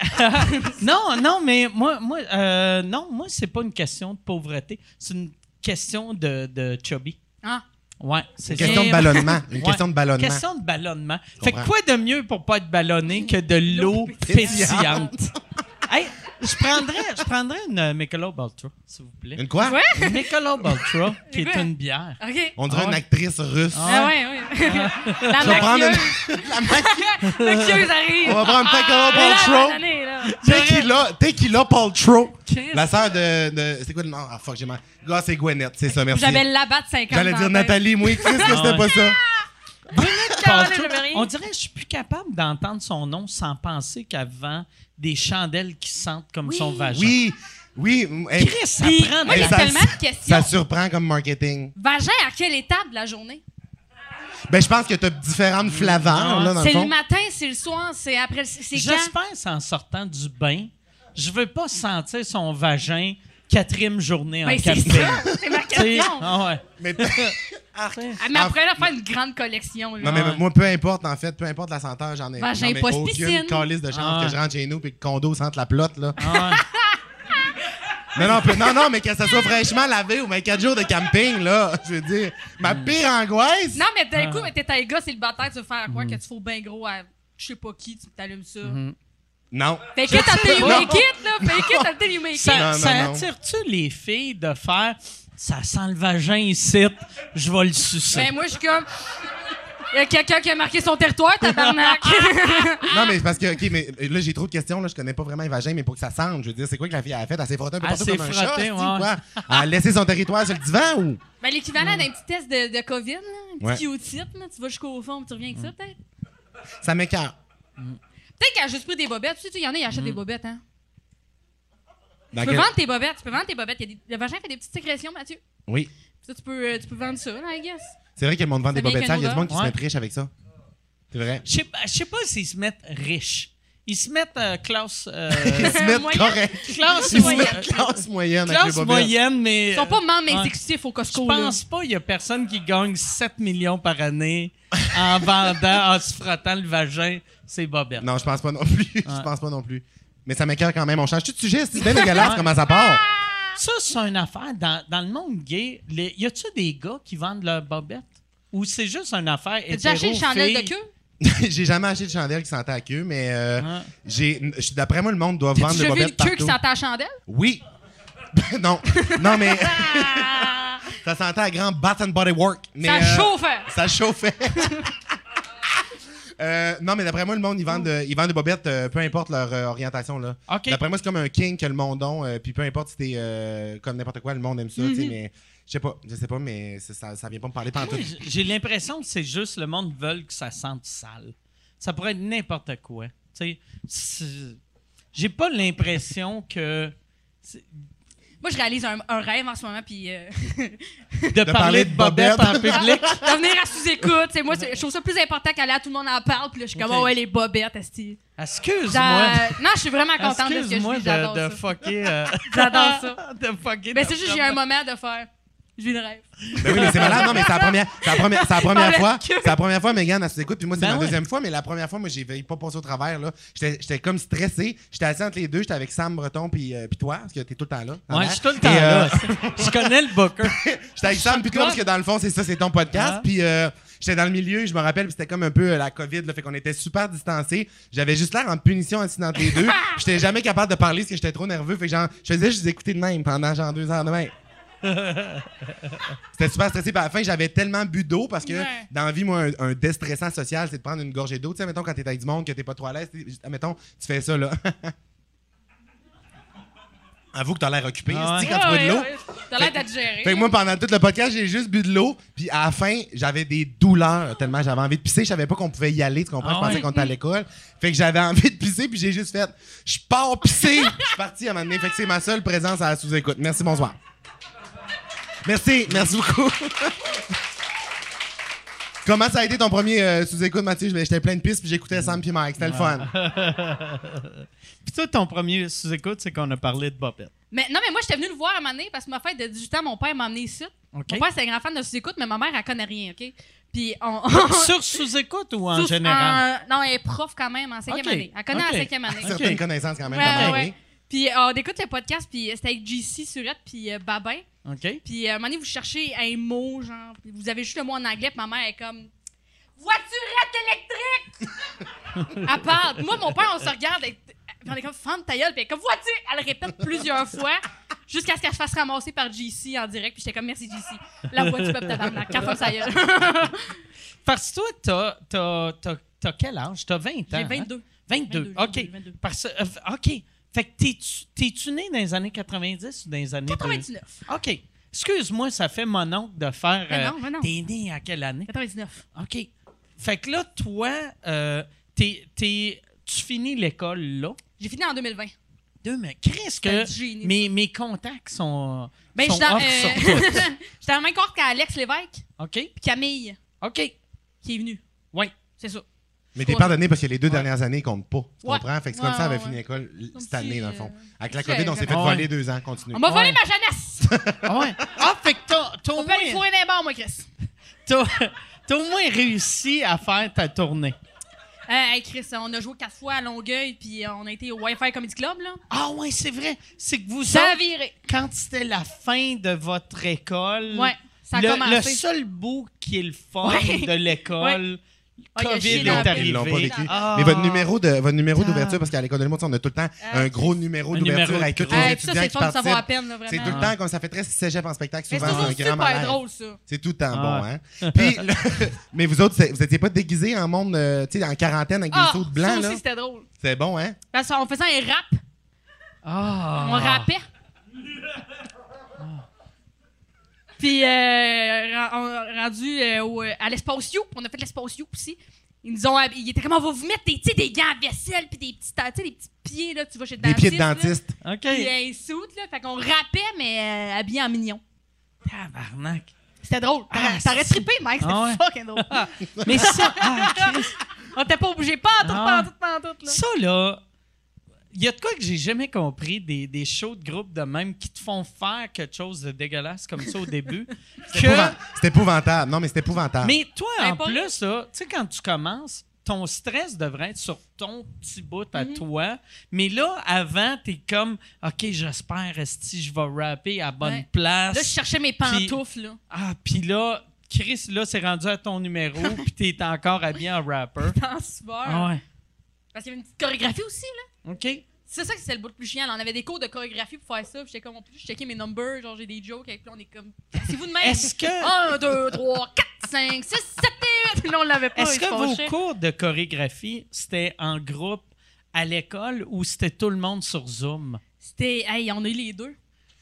[SPEAKER 1] non, non, mais moi, moi, euh, non, moi, c'est pas une question de pauvreté. C'est une question de, de chubby.
[SPEAKER 6] Ah.
[SPEAKER 1] Ouais, c'est
[SPEAKER 5] Une
[SPEAKER 1] ça.
[SPEAKER 5] question de ballonnement. Une
[SPEAKER 1] Ouais.
[SPEAKER 5] question de ballonnement.
[SPEAKER 1] Question de ballonnement. Fait que
[SPEAKER 5] comprends.
[SPEAKER 1] quoi de mieux pour pas être ballonné que de l'eau
[SPEAKER 5] pétillante.
[SPEAKER 1] pétillante? hey, je prendrais, je prendrais une euh, Michelob Ultra, s'il vous plaît.
[SPEAKER 5] Une quoi?
[SPEAKER 6] Ouais.
[SPEAKER 1] Une Michelob Ultra, qui est
[SPEAKER 6] quoi?
[SPEAKER 1] une bière.
[SPEAKER 6] OK.
[SPEAKER 5] On dirait
[SPEAKER 1] Ah ouais.
[SPEAKER 5] une actrice russe.
[SPEAKER 6] Ah ouais, ouais. La
[SPEAKER 5] Je vais prendre
[SPEAKER 6] maquilleuse.
[SPEAKER 5] une... la maquille-
[SPEAKER 6] La maquilleuse arrive.
[SPEAKER 5] On va prendre
[SPEAKER 1] Ah,
[SPEAKER 5] Pecora
[SPEAKER 6] Mais là,
[SPEAKER 5] Paltrow.
[SPEAKER 6] attendez, là.
[SPEAKER 5] Tequila, Tequila Paltrow.
[SPEAKER 6] Chris.
[SPEAKER 5] La sœur de, de- C'est quoi le nom? Ah, fuck, j'ai mal. Là, c'est Gwyneth, c'est ça, merci.
[SPEAKER 6] J'avais la batte 50
[SPEAKER 5] J'allais
[SPEAKER 6] dans
[SPEAKER 5] dire
[SPEAKER 6] la tête.
[SPEAKER 5] Nathalie, moi, Chris, que
[SPEAKER 1] Ah
[SPEAKER 5] c'était pas ça.
[SPEAKER 6] Caroline
[SPEAKER 1] Ultra.
[SPEAKER 6] Lemery.
[SPEAKER 1] On dirait que je suis plus capable d'entendre son nom sans penser qu'avant des chandelles qui sentent comme son vagin.
[SPEAKER 5] Oui, oui. mm, hey,
[SPEAKER 1] Chris, ça
[SPEAKER 6] Puis,
[SPEAKER 1] prend de
[SPEAKER 6] moi,
[SPEAKER 5] mais
[SPEAKER 6] j'ai
[SPEAKER 1] la-
[SPEAKER 5] ça-
[SPEAKER 6] tellement de questions.
[SPEAKER 5] Ça surprend comme marketing.
[SPEAKER 6] Vagin, à quelle étape de la journée?
[SPEAKER 5] Ben, je pense que t'as différentes flaveurs, là, dans le
[SPEAKER 6] C'est le
[SPEAKER 5] fond.
[SPEAKER 6] matin, c'est le soir, c'est après le... C'est quand?
[SPEAKER 1] J'espère, c'est en sortant du bain, je veux pas sentir son vagin quatrième journée
[SPEAKER 6] Ben,
[SPEAKER 1] en
[SPEAKER 6] c'est
[SPEAKER 1] camping.
[SPEAKER 6] ça, c'est ma
[SPEAKER 1] T'sais,
[SPEAKER 6] question.
[SPEAKER 5] hein.
[SPEAKER 1] ah ouais.
[SPEAKER 5] Mais-
[SPEAKER 6] Ah, mais après, là, faire une grande collection. Là.
[SPEAKER 5] non, mais moi, peu importe, en fait, peu importe la senteur, j'en ai
[SPEAKER 6] Ben,
[SPEAKER 5] j'en
[SPEAKER 6] j'ai
[SPEAKER 5] ai
[SPEAKER 6] pas de
[SPEAKER 5] aucune
[SPEAKER 6] piscine.
[SPEAKER 5] calice de chance
[SPEAKER 1] Ah ouais.
[SPEAKER 5] que je rentre chez nous puis que le condo sente la plotte, là.
[SPEAKER 1] Ah ouais.
[SPEAKER 5] Non, non, peu- non, non, mais que ça soit fraîchement lavé ou mais quatre jours de camping, là, je veux dire. Ma
[SPEAKER 1] Mm.
[SPEAKER 5] pire angoisse.
[SPEAKER 6] Non, mais
[SPEAKER 1] Ah.
[SPEAKER 6] d'un coup, t'es un gars célibataire, tu veux faire
[SPEAKER 1] Mm.
[SPEAKER 6] quoi? Que tu fous bien gros à je sais pas qui, tu t'allumes ça.
[SPEAKER 1] Mm-hmm.
[SPEAKER 5] Non.
[SPEAKER 6] Fake it until you make it, là. Fake it until you make
[SPEAKER 1] Ça,
[SPEAKER 6] it.
[SPEAKER 5] Non, non,
[SPEAKER 1] ça
[SPEAKER 5] non.
[SPEAKER 1] attire-tu les filles de faire ça sent le vagin ici, je vais le
[SPEAKER 6] Ben,
[SPEAKER 1] sucer?
[SPEAKER 6] moi, je suis comme. Il y a quelqu'un qui a marqué son territoire, tabarnak.
[SPEAKER 5] Non, mais c'est parce que, OK, mais là, j'ai trop de questions. Là, je connais pas vraiment les vagins, mais pour que ça sente, je veux dire, c'est quoi que la fille a fait? Elle s'est frottée un peu
[SPEAKER 1] Elle
[SPEAKER 5] partout
[SPEAKER 1] s'est
[SPEAKER 5] comme un
[SPEAKER 1] frottée,
[SPEAKER 5] chat, c'est-tu, ou
[SPEAKER 1] ouais.
[SPEAKER 5] quoi? Elle a laissé son territoire sur le divan ou?
[SPEAKER 6] ben, l'équivalent d'un petit test de, de COVID, là. Un
[SPEAKER 5] Ouais.
[SPEAKER 6] petit Q-tip, là. Tu vas jusqu'au fond, puis tu reviens avec ça, peut-être.
[SPEAKER 5] Ça m'écarte.
[SPEAKER 6] Peut-être qu'elle a juste pris des bobettes. Tu sais, tu sais, il y en a, ils achètent
[SPEAKER 1] Mm.
[SPEAKER 6] des bobettes, hein.
[SPEAKER 5] Dans
[SPEAKER 6] Tu peux
[SPEAKER 5] quel-
[SPEAKER 6] vendre tes bobettes, tu peux vendre tes bobettes. Il y a des- Le vagin fait des petites sécrétions, Mathieu.
[SPEAKER 5] Oui.
[SPEAKER 6] Ça, tu peux, euh, tu peux vendre ça, là, I guess.
[SPEAKER 5] C'est vrai que le monde vend des
[SPEAKER 6] vient
[SPEAKER 5] bobettes
[SPEAKER 6] qu'un
[SPEAKER 5] sales. Il y a du
[SPEAKER 6] odeur.
[SPEAKER 5] monde qui se
[SPEAKER 1] Ouais.
[SPEAKER 5] met riche avec ça. C'est vrai.
[SPEAKER 1] Je sais pas- je sais pas s'ils se mettent riches. Ils se mettent euh, classe. euh,
[SPEAKER 5] Ils se mettent
[SPEAKER 6] moyen.
[SPEAKER 5] correct.
[SPEAKER 1] classe
[SPEAKER 5] Ils se
[SPEAKER 1] moyenne.
[SPEAKER 5] mettent classe moyenne avec les
[SPEAKER 1] Classe
[SPEAKER 5] bobettes.
[SPEAKER 1] moyenne, mais.
[SPEAKER 6] Ils sont pas membres
[SPEAKER 1] ouais.
[SPEAKER 6] exécutifs au
[SPEAKER 1] Je
[SPEAKER 6] Costco, là.
[SPEAKER 1] pense pas qu'il y a personne qui gagne 7 millions par année en vendant, en se frottant le vagin, c'est bobette.
[SPEAKER 5] Non, je pense pas non plus. Je pense pas non plus. Mais ça m'écarte quand même. On change tout de sujet. C'est bien dégueulasse comment ça part.
[SPEAKER 1] Ça, c'est une affaire. Dans, dans le monde gay, les- y a-tu des gars qui vendent leur bobette? Ou c'est juste une affaire
[SPEAKER 6] T'as déjà acheté une chandelle de
[SPEAKER 1] queue?
[SPEAKER 6] queue?
[SPEAKER 5] j'ai jamais acheté de chandelle qui sentait à queue, mais euh,
[SPEAKER 1] Ah.
[SPEAKER 5] j'ai. je- D'après moi, le monde doit
[SPEAKER 6] T'as
[SPEAKER 5] vendre des
[SPEAKER 6] déjà vu une
[SPEAKER 5] bobettes
[SPEAKER 6] queue qui
[SPEAKER 5] partout.
[SPEAKER 6] sentait la chandelle?
[SPEAKER 5] Oui. non. Non, mais. ça sentait à grand Bath and Body Work. Mais,
[SPEAKER 6] ça
[SPEAKER 5] euh,
[SPEAKER 6] chauffe! hein.
[SPEAKER 5] Ça chauffait. Euh, non, mais d'après moi, le monde, ils vendent, de- ils vendent des bobettes, euh, peu importe leur euh, orientation. Là.
[SPEAKER 1] OK.
[SPEAKER 5] D'après moi, c'est comme un king que le monde a, euh, puis peu importe si t'es euh, comme n'importe quoi, le monde aime ça, tu
[SPEAKER 1] Mhm.
[SPEAKER 5] sais, mais je sais pas, je sais pas, mais c'est- ça, ça vient pas me parler pendant tout.
[SPEAKER 1] Moi, j- J'ai l'impression que c'est juste le monde veut que ça sente sale. Ça pourrait être n'importe quoi. Tu sais, c'est- j'ai pas l'impression que.
[SPEAKER 6] Moi, je réalise un, un rêve en ce moment, puis euh,
[SPEAKER 1] De, parler de bobette en public.
[SPEAKER 6] devenir à sous-écoute. c'est Moi, c'est- je trouve ça plus important qu'aller à tout le monde en parle, puis là, je suis comme,
[SPEAKER 1] Ok.
[SPEAKER 6] oh, ouais, les bobettes, esti.
[SPEAKER 1] Excuse-moi.
[SPEAKER 6] Ça- Non, je suis vraiment contente de ce que je
[SPEAKER 1] Excuse-moi
[SPEAKER 6] vis, j'adore
[SPEAKER 1] de, de
[SPEAKER 6] ça.
[SPEAKER 1] fucker. euh,
[SPEAKER 6] J'adore ça.
[SPEAKER 1] de fucker.
[SPEAKER 6] Ben,
[SPEAKER 1] ta
[SPEAKER 6] c'est juste,
[SPEAKER 1] femme.
[SPEAKER 6] j'ai eu un moment de faire. J'ai eu le rêve.
[SPEAKER 5] Ben oui, mais c'est malade, non, mais c'est la première, c'est la première, c'est la première
[SPEAKER 6] Avec
[SPEAKER 5] fois,
[SPEAKER 6] que-
[SPEAKER 5] c'est la première fois, Megan, elle s'écoute, puis moi, c'est
[SPEAKER 1] Ben
[SPEAKER 5] ma
[SPEAKER 1] ouais.
[SPEAKER 5] deuxième fois, mais la première fois, moi, j'ai veillé pas passer au travers, là. J'étais j'étais comme stressé, j'étais assis entre les deux, j'étais avec Sam Breton, puis euh, puis toi, parce que t'es tout le temps là. en
[SPEAKER 1] Ouais,
[SPEAKER 5] l'air.
[SPEAKER 1] je suis tout le temps
[SPEAKER 5] Et, euh,
[SPEAKER 1] là. Je connais le booker.
[SPEAKER 5] J'étais avec Sam, puis toi, parce que dans le fond, c'est ça, c'est ton podcast.
[SPEAKER 1] Ah.
[SPEAKER 5] Puis euh, j'étais dans le milieu, je me rappelle, puis c'était comme un peu euh, la COVID, là, fait qu'on était super distancés. J'avais juste l'air en punition assis entre les deux. J'étais jamais capable de parler parce que j'étais trop nerveux. Fait que genre, je faisais juste écouter de même pendant genre deux heures de même. C'était super stressé. Puis à la fin, j'avais tellement bu d'eau parce que
[SPEAKER 6] Ouais.
[SPEAKER 5] dans la vie, moi, un, un déstressant social, c'est de prendre une gorgée d'eau. Tu sais, mettons, quand t'es avec du monde, que t'es pas trop à l'aise, tu sais, mettons, tu fais ça, là. Avoue que t'as l'air occupé.
[SPEAKER 1] Ah ouais.
[SPEAKER 5] C'est-tu, quand tu bois de l'eau.
[SPEAKER 6] T'as l'air d'être géré.
[SPEAKER 5] Fait que moi, pendant tout le podcast, j'ai juste bu de l'eau. Puis à la fin, j'avais des douleurs tellement j'avais envie de pisser. Je savais pas qu'on pouvait y aller. Tu comprends?
[SPEAKER 1] Ah
[SPEAKER 5] je pensais
[SPEAKER 1] ouais.
[SPEAKER 5] qu'on était à l'école. Fait que j'avais envie de pisser. Puis j'ai juste fait Je pars pisser. je suis parti à un moment donné. Fait que c'est ma seule présence à la sous-écoute. Merci, bonsoir. Merci, merci beaucoup. Comment ça a été ton premier euh, sous-écoute, Mathieu? Je- J'étais plein de pistes. Puis j'écoutais Sam puis Mike.
[SPEAKER 1] Ah.
[SPEAKER 5] C'était le fun.
[SPEAKER 1] Puis toi, ton premier sous-écoute, c'est qu'on a parlé de Bopette.
[SPEAKER 6] Mais, non, mais moi, j'étais venue le voir à un moment donné parce que ma fête de 18 ans, mon père m'a amené ici.
[SPEAKER 1] OK.
[SPEAKER 6] Mon père, c'est un grand fan de sous-écoute, mais ma mère, elle connaît rien, OK? Puis on.
[SPEAKER 1] Sur sous-écoute ou en
[SPEAKER 6] Sauf
[SPEAKER 1] général?
[SPEAKER 6] en- non, elle est prof quand même en cinquième
[SPEAKER 1] OK.
[SPEAKER 6] année. Elle connaît
[SPEAKER 1] OK.
[SPEAKER 6] en cinquième année.
[SPEAKER 5] Certaines connaissances quand même.
[SPEAKER 6] Ouais,
[SPEAKER 5] quand même.
[SPEAKER 6] ouais, ouais. Puis euh, on écoute le podcast, puis euh, c'était avec JC, Surette, puis euh, Babin.
[SPEAKER 1] OK.
[SPEAKER 6] Puis euh, à un moment donné, vous cherchez un mot, genre, puis vous avez juste le mot en anglais, puis ma mère est comme Voiturette électrique! à part, moi, mon père, on se regarde, et, puis on est comme Femme ta gueule, puis elle est comme Voiture! Elle répète plusieurs fois jusqu'à ce qu'elle se fasse ramasser par JC en direct, puis j'étais comme Merci JC. La voiture peuple tabarnak, quand femme ta gueule.
[SPEAKER 1] Parce que toi, t'as, t'as, t'as, t'as quel âge? T'as 20 ans.
[SPEAKER 6] J'ai
[SPEAKER 1] hein?
[SPEAKER 6] 22.
[SPEAKER 1] 22,
[SPEAKER 6] 22,
[SPEAKER 1] OK.
[SPEAKER 6] 22.
[SPEAKER 1] Parce, euh, OK. Fait que t'es-tu, t'es-tu né dans les années 90 ou dans les années...
[SPEAKER 6] 99.
[SPEAKER 1] 2000? OK. Excuse-moi, ça fait mon oncle de faire... euh,
[SPEAKER 6] Mais non, mais non.
[SPEAKER 1] T'es né à quelle année?
[SPEAKER 6] 99.
[SPEAKER 1] OK. Fait que là, toi, euh, t'es, t'es- tu finis l'école là.
[SPEAKER 6] J'ai fini en 2020.
[SPEAKER 1] Deux, mais qu'est-ce
[SPEAKER 6] un
[SPEAKER 1] que...
[SPEAKER 6] génie,
[SPEAKER 1] Mes, mes contacts sont,
[SPEAKER 6] Ben, je
[SPEAKER 1] sont
[SPEAKER 6] suis dans,
[SPEAKER 1] off
[SPEAKER 6] euh,
[SPEAKER 1] sur toi.
[SPEAKER 6] J'étais dans le même corps qu'Alex Lévesque,
[SPEAKER 1] OK?
[SPEAKER 6] puis Camille,
[SPEAKER 1] OK.
[SPEAKER 6] qui est venue.
[SPEAKER 1] Oui.
[SPEAKER 6] C'est ça.
[SPEAKER 5] Mais t'es
[SPEAKER 6] Ouais.
[SPEAKER 5] pardonné parce que les deux dernières années comptent pas. Tu
[SPEAKER 6] Ouais.
[SPEAKER 5] comprends? Fait que c'est
[SPEAKER 6] Ouais,
[SPEAKER 5] comme ça, on avait
[SPEAKER 6] ouais,
[SPEAKER 5] fini
[SPEAKER 6] ouais.
[SPEAKER 5] l'école l-
[SPEAKER 6] Comme
[SPEAKER 5] cette année,
[SPEAKER 6] si,
[SPEAKER 5] dans le fond.
[SPEAKER 6] euh,
[SPEAKER 5] Avec la
[SPEAKER 6] j'avais-
[SPEAKER 5] COVID, on s'est fait
[SPEAKER 1] Ah ouais.
[SPEAKER 5] voler deux ans. Continue.
[SPEAKER 6] On m'a volé
[SPEAKER 1] Ouais.
[SPEAKER 6] ma jeunesse!
[SPEAKER 1] Ah ouais. Ah, fait que t'as, t'as au
[SPEAKER 6] On peut
[SPEAKER 1] moins-
[SPEAKER 6] aller fourrer des bords, moi, Chris.
[SPEAKER 1] T'as t'as au moins réussi à faire ta tournée.
[SPEAKER 6] Euh, hey, Chris, on a joué quatre fois à Longueuil, puis euh, on a été au Wi-Fi Comedy Club, là.
[SPEAKER 1] Ah ouais, c'est vrai. C'est que vous
[SPEAKER 6] Ça a
[SPEAKER 1] autres,
[SPEAKER 6] viré.
[SPEAKER 1] quand c'était la fin de votre école,
[SPEAKER 6] Ouais, ça a
[SPEAKER 1] le,
[SPEAKER 6] commencé.
[SPEAKER 1] le seul bout qui est le fun
[SPEAKER 6] Ouais.
[SPEAKER 1] de l'école,
[SPEAKER 6] Ah, il a
[SPEAKER 1] COVID
[SPEAKER 6] chié
[SPEAKER 1] est
[SPEAKER 6] dans la
[SPEAKER 5] l'ont-
[SPEAKER 6] paix.
[SPEAKER 1] arrivé.
[SPEAKER 5] ils l'ont pas vécu.
[SPEAKER 1] Ah.
[SPEAKER 5] Mais votre numéro de votre numéro
[SPEAKER 1] Ah.
[SPEAKER 5] d'ouverture, parce qu'à l'école de l'humour, tu sais, on a tout le temps
[SPEAKER 6] Ah,
[SPEAKER 5] un gros numéro
[SPEAKER 1] Un
[SPEAKER 5] d'ouverture
[SPEAKER 1] numéro
[SPEAKER 5] avec
[SPEAKER 1] de
[SPEAKER 5] tous
[SPEAKER 1] gros.
[SPEAKER 5] les
[SPEAKER 6] Hey, puis ça,
[SPEAKER 5] étudiants
[SPEAKER 6] c'est le
[SPEAKER 5] qui
[SPEAKER 6] fun de savoir à
[SPEAKER 5] participent.
[SPEAKER 6] peine, là, vraiment.
[SPEAKER 5] C'est tout le temps comme ça fait très cégep en spectacle,
[SPEAKER 6] Mais c'est
[SPEAKER 5] souvent
[SPEAKER 6] toujours
[SPEAKER 5] c'est un grand
[SPEAKER 6] super
[SPEAKER 5] malaise.
[SPEAKER 6] drôle, ça.
[SPEAKER 5] C'est tout le temps
[SPEAKER 1] Ah.
[SPEAKER 5] bon, hein? Puis, le- mais vous autres, c'est- vous étiez pas déguisés en monde, euh, tu sais, en quarantaine avec des
[SPEAKER 6] Ah,
[SPEAKER 5] sauts de blanc,
[SPEAKER 6] ça
[SPEAKER 5] là?
[SPEAKER 6] aussi, c'était drôle.
[SPEAKER 5] C'est bon, hein?
[SPEAKER 6] Parce qu'on faisait un rap,
[SPEAKER 1] Ah.
[SPEAKER 6] on rappait. Puis, euh, ren- on- rendu euh, au- à l'espace You, on a fait l'espace You aussi. Ils nous ont. hab- Ils étaient comme, on va vous mettre des, tu sais, des gants à vaisselle, puis des petits, ta- tu sais, des petits pieds, là, tu vas chez le
[SPEAKER 5] Des pieds de
[SPEAKER 6] là.
[SPEAKER 5] dentiste.
[SPEAKER 1] OK.
[SPEAKER 6] Puis un soute, là. Fait qu'on rappait, mais euh, habillé en mignon.
[SPEAKER 1] Tabarnak.
[SPEAKER 6] C'était drôle. T'aurais
[SPEAKER 1] Ah,
[SPEAKER 6] t'aurais
[SPEAKER 1] si.
[SPEAKER 6] trippé, Mike. C'était
[SPEAKER 1] Ah ouais.
[SPEAKER 6] fucking drôle.
[SPEAKER 1] Mais ça, ah, Chris,
[SPEAKER 6] On était pas obligés. Pas en
[SPEAKER 1] Ah
[SPEAKER 6] tout, pas en
[SPEAKER 1] ouais.
[SPEAKER 6] tout, pas en tout, là.
[SPEAKER 1] ça là, il y a de quoi que j'ai jamais compris des, des shows de groupe de même qui te font faire quelque chose de dégueulasse comme ça au début. que...
[SPEAKER 5] Épouvant- C'est épouvantable. Non, mais c'est épouvantable.
[SPEAKER 1] Mais toi,
[SPEAKER 6] Ben,
[SPEAKER 1] en
[SPEAKER 6] pas
[SPEAKER 1] plus, là, tu sais, quand tu commences, ton stress devrait être sur ton petit bout à
[SPEAKER 6] Mhm.
[SPEAKER 1] toi. Mais là, avant, t'es comme, OK, j'espère, si je vais rapper à la bonne
[SPEAKER 6] Ouais.
[SPEAKER 1] place.
[SPEAKER 6] Là, je cherchais mes pantoufles, là.
[SPEAKER 1] Ah, puis là, Chris, là, c'est rendu à ton numéro, puis t'es encore habillé en rapper.
[SPEAKER 6] En sueur.
[SPEAKER 1] Ah ouais.
[SPEAKER 6] Parce qu'il y avait une petite chorégraphie aussi, là.
[SPEAKER 1] OK.
[SPEAKER 6] C'est ça que c'était le bout le plus chiant. là. On avait des cours de chorégraphie pour faire ça. Puis j'étais comme, on peut juste checker mes numbers. Genre, j'ai des jokes. Et puis là, on est comme, c'est vous de même.
[SPEAKER 1] Est-ce que,
[SPEAKER 6] 1, 2, 3, 4, 5, 6, 7 et 8. Là, on l'avait pas.
[SPEAKER 1] est-ce
[SPEAKER 6] Ah, ils
[SPEAKER 1] que
[SPEAKER 6] se
[SPEAKER 1] vos
[SPEAKER 6] fâchaient.
[SPEAKER 1] cours de chorégraphie, c'était en groupe à l'école ou c'était tout le monde sur Zoom?
[SPEAKER 6] C'était, hey, on a eu les deux.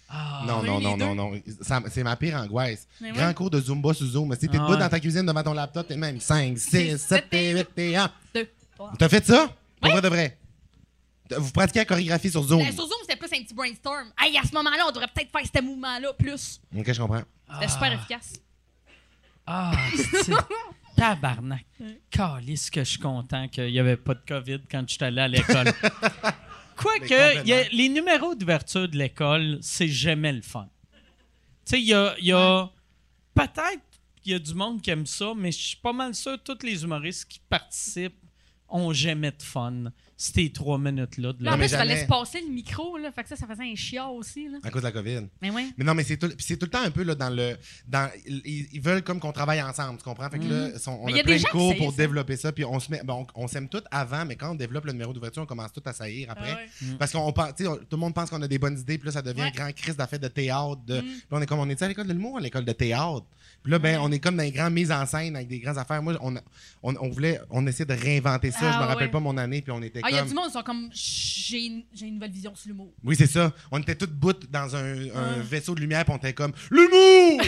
[SPEAKER 1] Ah.
[SPEAKER 5] Non,
[SPEAKER 6] on a
[SPEAKER 5] non,
[SPEAKER 6] eu
[SPEAKER 5] non,
[SPEAKER 6] les
[SPEAKER 5] non, non. Ça- C'est ma pire angoisse.
[SPEAKER 6] Mais ouais.
[SPEAKER 5] Grand cours de Zumba sous Zoom. Si t'es
[SPEAKER 1] Ah
[SPEAKER 5] debout
[SPEAKER 1] ouais.
[SPEAKER 5] dans ta cuisine devant ton laptop, t'es même 5, 6,
[SPEAKER 6] Six,
[SPEAKER 5] 7,
[SPEAKER 6] sept,
[SPEAKER 5] 8, 1.
[SPEAKER 6] Deux,
[SPEAKER 1] Oh.
[SPEAKER 6] trois.
[SPEAKER 5] T'as fait ça? Pour vrai
[SPEAKER 6] Ouais.
[SPEAKER 5] de vrai? T'as- Vous pratiquez la chorégraphie sur Zoom?
[SPEAKER 6] Euh, sur Zoom, c'était plus un petit brainstorm. Hey, à ce moment-là, on devrait peut-être faire ce mouvement-là plus.
[SPEAKER 5] Ok, je comprends.
[SPEAKER 6] C'était super efficace.
[SPEAKER 1] Ah, c'est tabarnak. Calisse que je suis content qu'il n'y avait pas de COVID quand je suis allé à l'école. Quoique,
[SPEAKER 5] complètement.
[SPEAKER 1] y a- les numéros d'ouverture de l'école, c'est jamais le fun. Tu sais, il y a, y a- peut-être qu'il y a du monde qui aime ça, mais je suis pas mal sûr que tous les humoristes qui participent ont jamais de fun. C'était trois minutes-là de
[SPEAKER 6] Là, en
[SPEAKER 5] Non, mais
[SPEAKER 6] plus, il fallait
[SPEAKER 5] jamais.
[SPEAKER 6] se passer le micro, là. Fait que ça, ça faisait un chiot aussi, là.
[SPEAKER 5] À cause de la COVID.
[SPEAKER 6] Mais ouais.
[SPEAKER 5] Mais non, mais c'est tout, puis c'est tout le temps un peu là, dans le. Dans, ils, ils veulent comme qu'on travaille ensemble, tu comprends? Fait que là, sont- on
[SPEAKER 6] Mhm. Mais il y
[SPEAKER 5] a
[SPEAKER 6] a
[SPEAKER 5] plein
[SPEAKER 6] des
[SPEAKER 5] de
[SPEAKER 6] gens qui
[SPEAKER 5] cours pour
[SPEAKER 6] saillissent, hein.
[SPEAKER 5] développer ça, puis on se met, bon, on, on s'aime tout avant, mais quand on développe le numéro d'ouverture, on commence tout à saillir après.
[SPEAKER 6] Ah ouais.
[SPEAKER 5] Parce qu'on pense, tu sais, on- tout le monde pense qu'on a des bonnes idées, puis là, ça devient
[SPEAKER 6] Ouais. Mhm.
[SPEAKER 5] un grand crise d'affaires de théâtre. de- Puis on est comme, on est à l'école de l'humour, à l'école de théâtre. Puis là, ben, on est comme dans les grandes mises en scène avec des grandes affaires. Moi, on, on, on voulait, on essayait de réinventer ça ça.
[SPEAKER 6] Ah,
[SPEAKER 5] je me rappelle
[SPEAKER 6] ouais.
[SPEAKER 5] pas mon année, puis on était
[SPEAKER 6] Ah, il y a
[SPEAKER 5] comme.
[SPEAKER 6] du monde qui sont comme j'ai une, j'ai une nouvelle vision sur l'humour.
[SPEAKER 5] Oui, c'est ça. On était toutes bout dans un, un vaisseau de lumière, puis on était comme l'humour.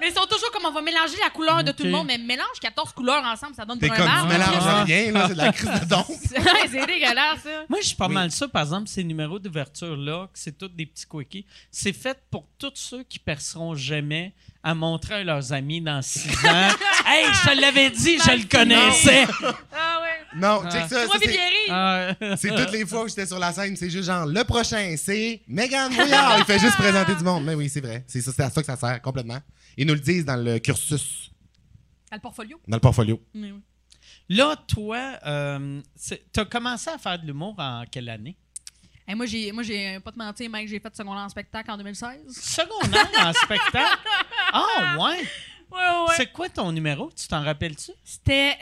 [SPEAKER 6] Mais ils sont toujours comme on va mélanger la couleur de tout le
[SPEAKER 1] Ok.
[SPEAKER 6] monde, mais mélange 14 couleurs ensemble, ça donne
[SPEAKER 5] T'es
[SPEAKER 6] pas
[SPEAKER 5] comme hein.
[SPEAKER 6] un
[SPEAKER 5] tu mélanges
[SPEAKER 6] arbre.
[SPEAKER 5] rien, là, c'est de la crise de don.
[SPEAKER 6] C'est c'est dégueulasse, ça.
[SPEAKER 1] Moi, je suis pas
[SPEAKER 5] Oui.
[SPEAKER 1] mal ça, par exemple, ces numéros d'ouverture-là, que c'est tous des petits quickies. C'est fait pour tous ceux qui perceront jamais à montrer à leurs amis dans six ans. hey, je te l'avais dit, je le connaissais.
[SPEAKER 6] Ah ouais.
[SPEAKER 5] Non,
[SPEAKER 1] Ah.
[SPEAKER 5] check ça.
[SPEAKER 6] Moi,
[SPEAKER 5] ça,
[SPEAKER 6] puis
[SPEAKER 5] c'est-
[SPEAKER 6] Pierre,
[SPEAKER 1] Ah,
[SPEAKER 5] c'est toutes les fois où j'étais sur la scène, c'est juste genre le prochain, c'est Megan Voyard. Il fait juste présenter du monde. Mais oui, c'est vrai. C'est ça, c'est à ça que ça sert complètement. Ils nous le disent dans le cursus,
[SPEAKER 6] Dans le portfolio.
[SPEAKER 5] dans le portfolio.
[SPEAKER 6] Mais oui.
[SPEAKER 1] Là, toi, euh, c'est- t'as commencé à faire de l'humour en quelle année?
[SPEAKER 6] Hey, moi, j'ai, moi, j'ai euh, pas te mentir, mec, j'ai fait secondaire en spectacle en 2016.
[SPEAKER 1] Secondaire en spectacle? Ah, ouais!
[SPEAKER 6] Ouais, ouais, ouais.
[SPEAKER 1] C'est quoi ton numéro? Tu t'en rappelles-tu?
[SPEAKER 6] C'était.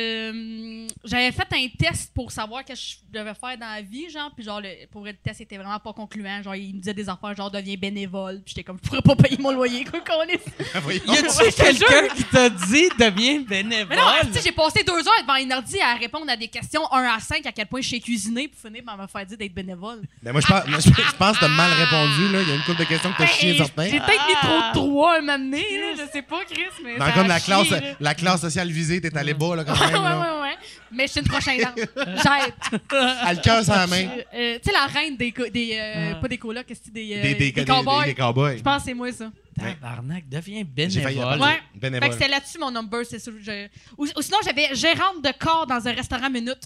[SPEAKER 6] euh, j'avais fait un test pour savoir ce que je devais faire dans la vie, genre. Puis, genre, le, pour vrai, le test était vraiment pas concluant. Genre, il me disait des affaires, genre, deviens bénévole. Puis, j'étais comme, je pourrais pas payer mon loyer, quoi qu'on est.
[SPEAKER 5] Ah,
[SPEAKER 1] Y a-tu quelqu'un qui t'a dit deviens
[SPEAKER 6] Mais non,
[SPEAKER 1] bénévole?
[SPEAKER 6] asti, j'ai passé deux heures devant une ordi à répondre à des questions 1 à 5 à quel point je sais cuisiner pour finir par me faire dire d'être bénévole.
[SPEAKER 5] Ben, moi, je pense, moi, je je pense que t'as mal répondu. Là. Il y a une couple de questions que t'as chié
[SPEAKER 6] Ben,
[SPEAKER 5] certains.
[SPEAKER 6] J'ai peut-être mis trop de trois un moment donné, là, je sais pas, Chris, mais.
[SPEAKER 5] Dans
[SPEAKER 6] ça
[SPEAKER 5] comme
[SPEAKER 6] a
[SPEAKER 5] la
[SPEAKER 6] chié,
[SPEAKER 5] classe,
[SPEAKER 6] là.
[SPEAKER 5] la classe sociale visée, t'es allé bas là, quand
[SPEAKER 6] ouais,
[SPEAKER 5] même. Là.
[SPEAKER 6] ouais, ouais, ouais. Mais je suis une prochaine dame. J'aide.
[SPEAKER 5] À le cœur sur la main.
[SPEAKER 6] Euh, euh, tu sais, la reine des. co- des euh,
[SPEAKER 1] Ah.
[SPEAKER 6] Pas des colocs, qu'est-ce que c'est, des, euh,
[SPEAKER 5] Des, des, des,
[SPEAKER 6] cowboys.
[SPEAKER 5] des cowboys.
[SPEAKER 6] Je pense que c'est moi, ça.
[SPEAKER 1] Tabarnak, deviens
[SPEAKER 5] J'ai failli
[SPEAKER 1] bénévole.
[SPEAKER 5] appeler.
[SPEAKER 6] Ouais. Fait
[SPEAKER 5] Bénévole.
[SPEAKER 6] que c'était là-dessus mon number, c'est sûr. je- Ou, ou sinon, j'avais gérante de corps dans un restaurant minute.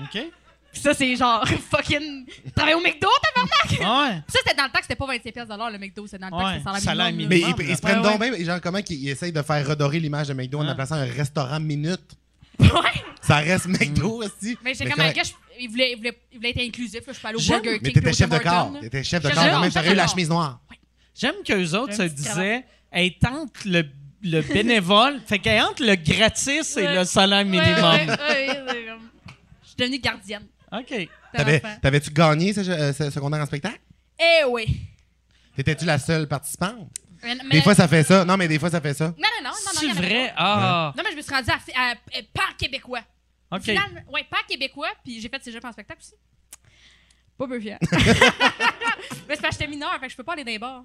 [SPEAKER 1] OK?
[SPEAKER 6] Puis ça, c'est genre fucking. Travailler au McDo, tabarnak!
[SPEAKER 1] Ouais.
[SPEAKER 6] Ça, c'était dans le temps que c'était pas 25$ piastres de l'heure, le McDo. C'était dans le
[SPEAKER 1] Ouais,
[SPEAKER 6] temps que c'était
[SPEAKER 1] salaire
[SPEAKER 6] salaire minimum.
[SPEAKER 5] Mais
[SPEAKER 6] là.
[SPEAKER 5] ils, ils se
[SPEAKER 1] Ouais,
[SPEAKER 5] prennent donc bien, genre comment qu'ils essayent de faire redorer l'image de McDo en
[SPEAKER 1] Hein?
[SPEAKER 5] appelant ça un restaurant minute.
[SPEAKER 6] Ouais.
[SPEAKER 5] Ça reste
[SPEAKER 1] Mm.
[SPEAKER 5] McDo aussi.
[SPEAKER 6] Mais j'ai comme un
[SPEAKER 5] correct.
[SPEAKER 6] gars, je- il voulait, il, voulait, il voulait être inclusif. là, Je suis allé au
[SPEAKER 1] J'aime-
[SPEAKER 6] Burger King.
[SPEAKER 5] Mais
[SPEAKER 6] puis
[SPEAKER 5] t'étais
[SPEAKER 6] au
[SPEAKER 5] chef de
[SPEAKER 6] Tim Hortons,
[SPEAKER 5] corps.
[SPEAKER 6] là.
[SPEAKER 5] T'étais chef de
[SPEAKER 6] Chef
[SPEAKER 5] corps
[SPEAKER 6] de
[SPEAKER 5] quand même.
[SPEAKER 6] corps,
[SPEAKER 5] T'aurais
[SPEAKER 6] chef
[SPEAKER 5] eu la
[SPEAKER 6] de corps.
[SPEAKER 5] chemise noire.
[SPEAKER 1] J'aime qu'eux autres se
[SPEAKER 6] J'ai un petit
[SPEAKER 1] disaient, hey, tente le, le bénévole. fait qu'elle entre le gratis et
[SPEAKER 6] Ouais.
[SPEAKER 1] le salaire
[SPEAKER 6] Ouais,
[SPEAKER 1] minimum.
[SPEAKER 6] ouais, ouais, ouais, ouais. Je suis devenue gardienne.
[SPEAKER 1] OK.
[SPEAKER 6] d'un
[SPEAKER 5] T'avais-
[SPEAKER 6] enfant.
[SPEAKER 5] T'avais-tu gagné ce, euh, ce secondaire en spectacle?
[SPEAKER 6] Eh oui.
[SPEAKER 5] T'étais-tu la seule participante?
[SPEAKER 6] Mais- mais-
[SPEAKER 5] Des fois, ça fait ça. Non, mais des fois, ça fait ça.
[SPEAKER 6] Non, non, non, non, non.
[SPEAKER 1] C'est
[SPEAKER 6] il y en avait
[SPEAKER 1] vrai?
[SPEAKER 6] pas.
[SPEAKER 1] Ah,
[SPEAKER 6] Non, mais je me suis rendue à, fi- à, à- par québécois.
[SPEAKER 1] OK.
[SPEAKER 6] Finalement, ouais, par québécois, puis j'ai fait cégep en spectacle aussi. Pas peu
[SPEAKER 1] hein.
[SPEAKER 6] fier. mais c'est parce que j'étais mineure, fait que je peux pas aller dans les bars.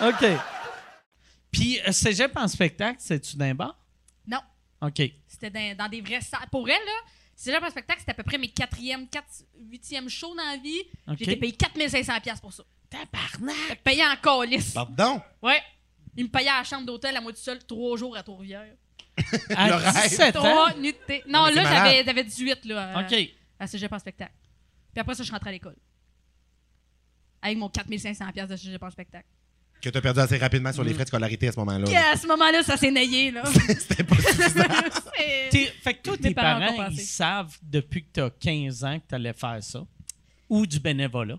[SPEAKER 1] ha! OK. Puis, euh, cégep en spectacle, c'est-tu d'un bar?
[SPEAKER 6] Non,
[SPEAKER 1] OK.
[SPEAKER 6] c'était dans, dans des vrais salles. Pour elle, là, cégep en spectacle, c'était à peu près mes quatrième, quatre, huitième shows dans la vie.
[SPEAKER 1] Ok.
[SPEAKER 6] J'étais payé 4500$ piastres pour ça.
[SPEAKER 1] Tabarnak!
[SPEAKER 6] Payé en calice.
[SPEAKER 5] Pardon?
[SPEAKER 6] Ouais. Il me payait à la chambre d'hôtel à moi tout seul trois jours à Trois-Rivières.
[SPEAKER 5] Le
[SPEAKER 1] À
[SPEAKER 5] rêve.
[SPEAKER 1] 17 ans?
[SPEAKER 6] Trois nuits de thé. Non,
[SPEAKER 5] mais c'est
[SPEAKER 6] là,
[SPEAKER 5] malade.
[SPEAKER 6] j'avais j'avais 18 là, à,
[SPEAKER 1] OK.
[SPEAKER 6] à Cégep en spectacle. Puis après ça, je suis rentrée à l'école. Avec mon 4500$ de Cégep en spectacle.
[SPEAKER 5] Que t'as perdu assez rapidement sur les frais de scolarité à ce moment-là.
[SPEAKER 6] Et à ce moment-là, ça s'est naillé, là.
[SPEAKER 5] C'était pas suffisant.
[SPEAKER 6] C'est-
[SPEAKER 1] T'es- fait que toi, tes
[SPEAKER 6] Mes parents ont
[SPEAKER 1] parents,
[SPEAKER 6] compensé.
[SPEAKER 1] ils savent depuis que t'as 15 ans que t'allais faire ça. Ou du bénévolat.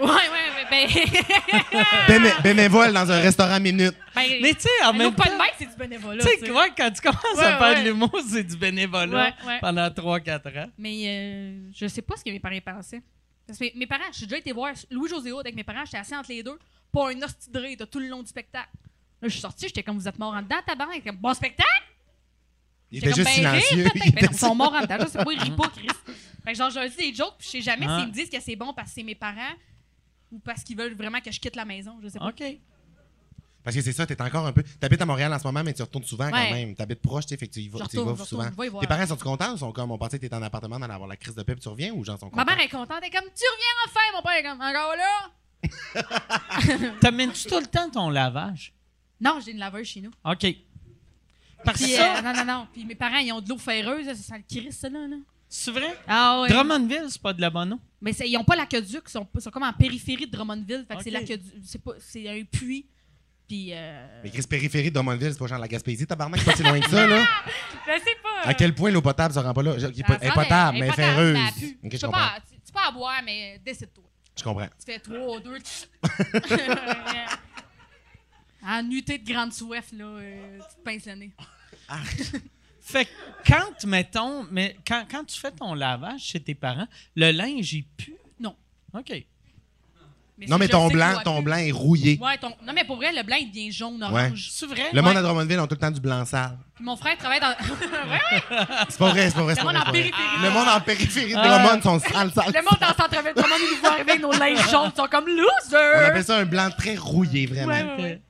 [SPEAKER 6] ouais, ouais, ouais, ben.
[SPEAKER 5] Béné- bénévole dans un restaurant minute.
[SPEAKER 6] ben
[SPEAKER 1] Mais tu sais, en
[SPEAKER 6] non,
[SPEAKER 1] même
[SPEAKER 6] pas
[SPEAKER 1] temps...
[SPEAKER 6] de mec, c'est du bénévolat.
[SPEAKER 1] Tu sais,
[SPEAKER 6] tu sais.
[SPEAKER 1] ouais, quand tu commences à
[SPEAKER 6] Ouais,
[SPEAKER 1] faire
[SPEAKER 6] ouais.
[SPEAKER 1] de l'humour, c'est du bénévolat
[SPEAKER 6] Ouais, ouais.
[SPEAKER 1] pendant 3-4 ans.
[SPEAKER 6] Mais euh, je sais pas ce que mes parents pensaient. Parce que mes- mes parents, j'ai déjà été voir Louis-José Hood avec mes parents, j'étais assis entre les deux, pas un hostie de rire de tout le long du spectacle. Là, je suis sortie, j'étais comme vous êtes morts en dedans, tabarnak. Comme, Bon spectacle!
[SPEAKER 5] Il
[SPEAKER 6] J'étais
[SPEAKER 5] était
[SPEAKER 6] comme,
[SPEAKER 5] juste
[SPEAKER 6] ben, rire,
[SPEAKER 5] silencieux.
[SPEAKER 6] peut-être.
[SPEAKER 5] Il
[SPEAKER 6] Ben non,
[SPEAKER 5] était-
[SPEAKER 6] ils sont morts en dedans, je sais pas, ils rient pas, Chris. Fait que genre, je leur dis des jokes, puis je sais jamais
[SPEAKER 1] Ah.
[SPEAKER 6] s'ils me disent que c'est bon parce que c'est mes parents ou parce qu'ils veulent vraiment que je quitte la maison, je sais
[SPEAKER 5] Ah,
[SPEAKER 6] pas.
[SPEAKER 1] OK.
[SPEAKER 5] Parce que c'est ça, t'es encore un peu. T'habites à Montréal en ce moment, mais tu retournes souvent
[SPEAKER 6] Ouais.
[SPEAKER 5] quand même. T'habites proche, tu sais, fait que tu y vas,
[SPEAKER 6] Je
[SPEAKER 5] tu y vas
[SPEAKER 6] retourne, je
[SPEAKER 5] souvent.
[SPEAKER 6] retourne, va y voir.
[SPEAKER 5] Tes parents sont-tu contents ou sont comme on pensait que t'étais en appartement d'aller avoir la crise de paix puis tu reviens ou j'en sont
[SPEAKER 6] Ma
[SPEAKER 5] contents?
[SPEAKER 6] mère est contente, elle est comme Tu reviens enfin, mon père est comme Encore là?
[SPEAKER 1] T'amènes-tu tout le temps ton lavage?
[SPEAKER 6] Non, j'ai une laveuse chez nous.
[SPEAKER 1] OK. Parce que
[SPEAKER 6] Puis,
[SPEAKER 1] ça,
[SPEAKER 6] euh, non, non, non. Puis mes parents, ils ont de l'eau ferreuse, là, ça sent le Chris, ça, là. là.
[SPEAKER 1] c'est vrai?
[SPEAKER 6] Ah ouais.
[SPEAKER 1] Drummondville, c'est pas de la bonne eau?
[SPEAKER 6] Mais c'est- ils n'ont pas l'aqueduc, ils sont, ils sont comme en périphérie de Drummondville. Fait que c'est
[SPEAKER 1] Ok.
[SPEAKER 6] l'aqueduc- c'est pas- c'est un puits Puis, euh,
[SPEAKER 5] Mais Chris Périphérie de Drummondville, c'est pas genre la Gaspésie, tabarnak, c'est pas si loin que ça, là.
[SPEAKER 6] je sais pas. euh,
[SPEAKER 5] À quel point l'eau potable se rend pas là? Je- qui est
[SPEAKER 6] Ça
[SPEAKER 5] pas-
[SPEAKER 6] sent
[SPEAKER 5] Elle est potable, mais elle est
[SPEAKER 6] potable,
[SPEAKER 5] ferreuse.
[SPEAKER 6] mais elle pue.
[SPEAKER 5] Ok,
[SPEAKER 6] Je
[SPEAKER 5] je
[SPEAKER 6] sais
[SPEAKER 5] comprends.
[SPEAKER 6] pas, tu, tu peux à boire, mais décide-toi.
[SPEAKER 5] Je comprends.
[SPEAKER 6] Tu fais 3, 2. en unité de grande soif, là, euh, tu te pinces le nez.
[SPEAKER 1] Fait que quand, mettons, mais quand, quand tu fais ton lavage chez tes parents, le linge, il pue?
[SPEAKER 6] Non.
[SPEAKER 1] OK.
[SPEAKER 5] Non, mais
[SPEAKER 6] je
[SPEAKER 5] ton
[SPEAKER 6] sais que
[SPEAKER 5] blanc,
[SPEAKER 6] toi,
[SPEAKER 5] ton
[SPEAKER 6] plus-
[SPEAKER 5] blanc est rouillé.
[SPEAKER 6] Ouais, ton... Non, mais pour vrai, le blanc, il devient jaune, orange.
[SPEAKER 1] C'est vrai?
[SPEAKER 5] Le monde
[SPEAKER 6] ouais.
[SPEAKER 5] à Drummondville ont tout le temps du blanc sale.
[SPEAKER 6] Puis Mon frère travaille dans. Ouais, ouais,
[SPEAKER 5] C'est pas vrai, c'est pas vrai. c'est pas vrai, c'est
[SPEAKER 6] le monde en
[SPEAKER 5] pas vrai.
[SPEAKER 6] périphérie.
[SPEAKER 5] Le monde en périphérie de Drummond sont sales, sales.
[SPEAKER 6] Le monde en centre-ville, tout le monde, ils nous voit arriver avec nos linges jaunes. Ils sont comme
[SPEAKER 5] On
[SPEAKER 6] losers!
[SPEAKER 5] appelle ça un blanc très rouillé,
[SPEAKER 6] Ouais,
[SPEAKER 5] vraiment.
[SPEAKER 6] ouais, ouais.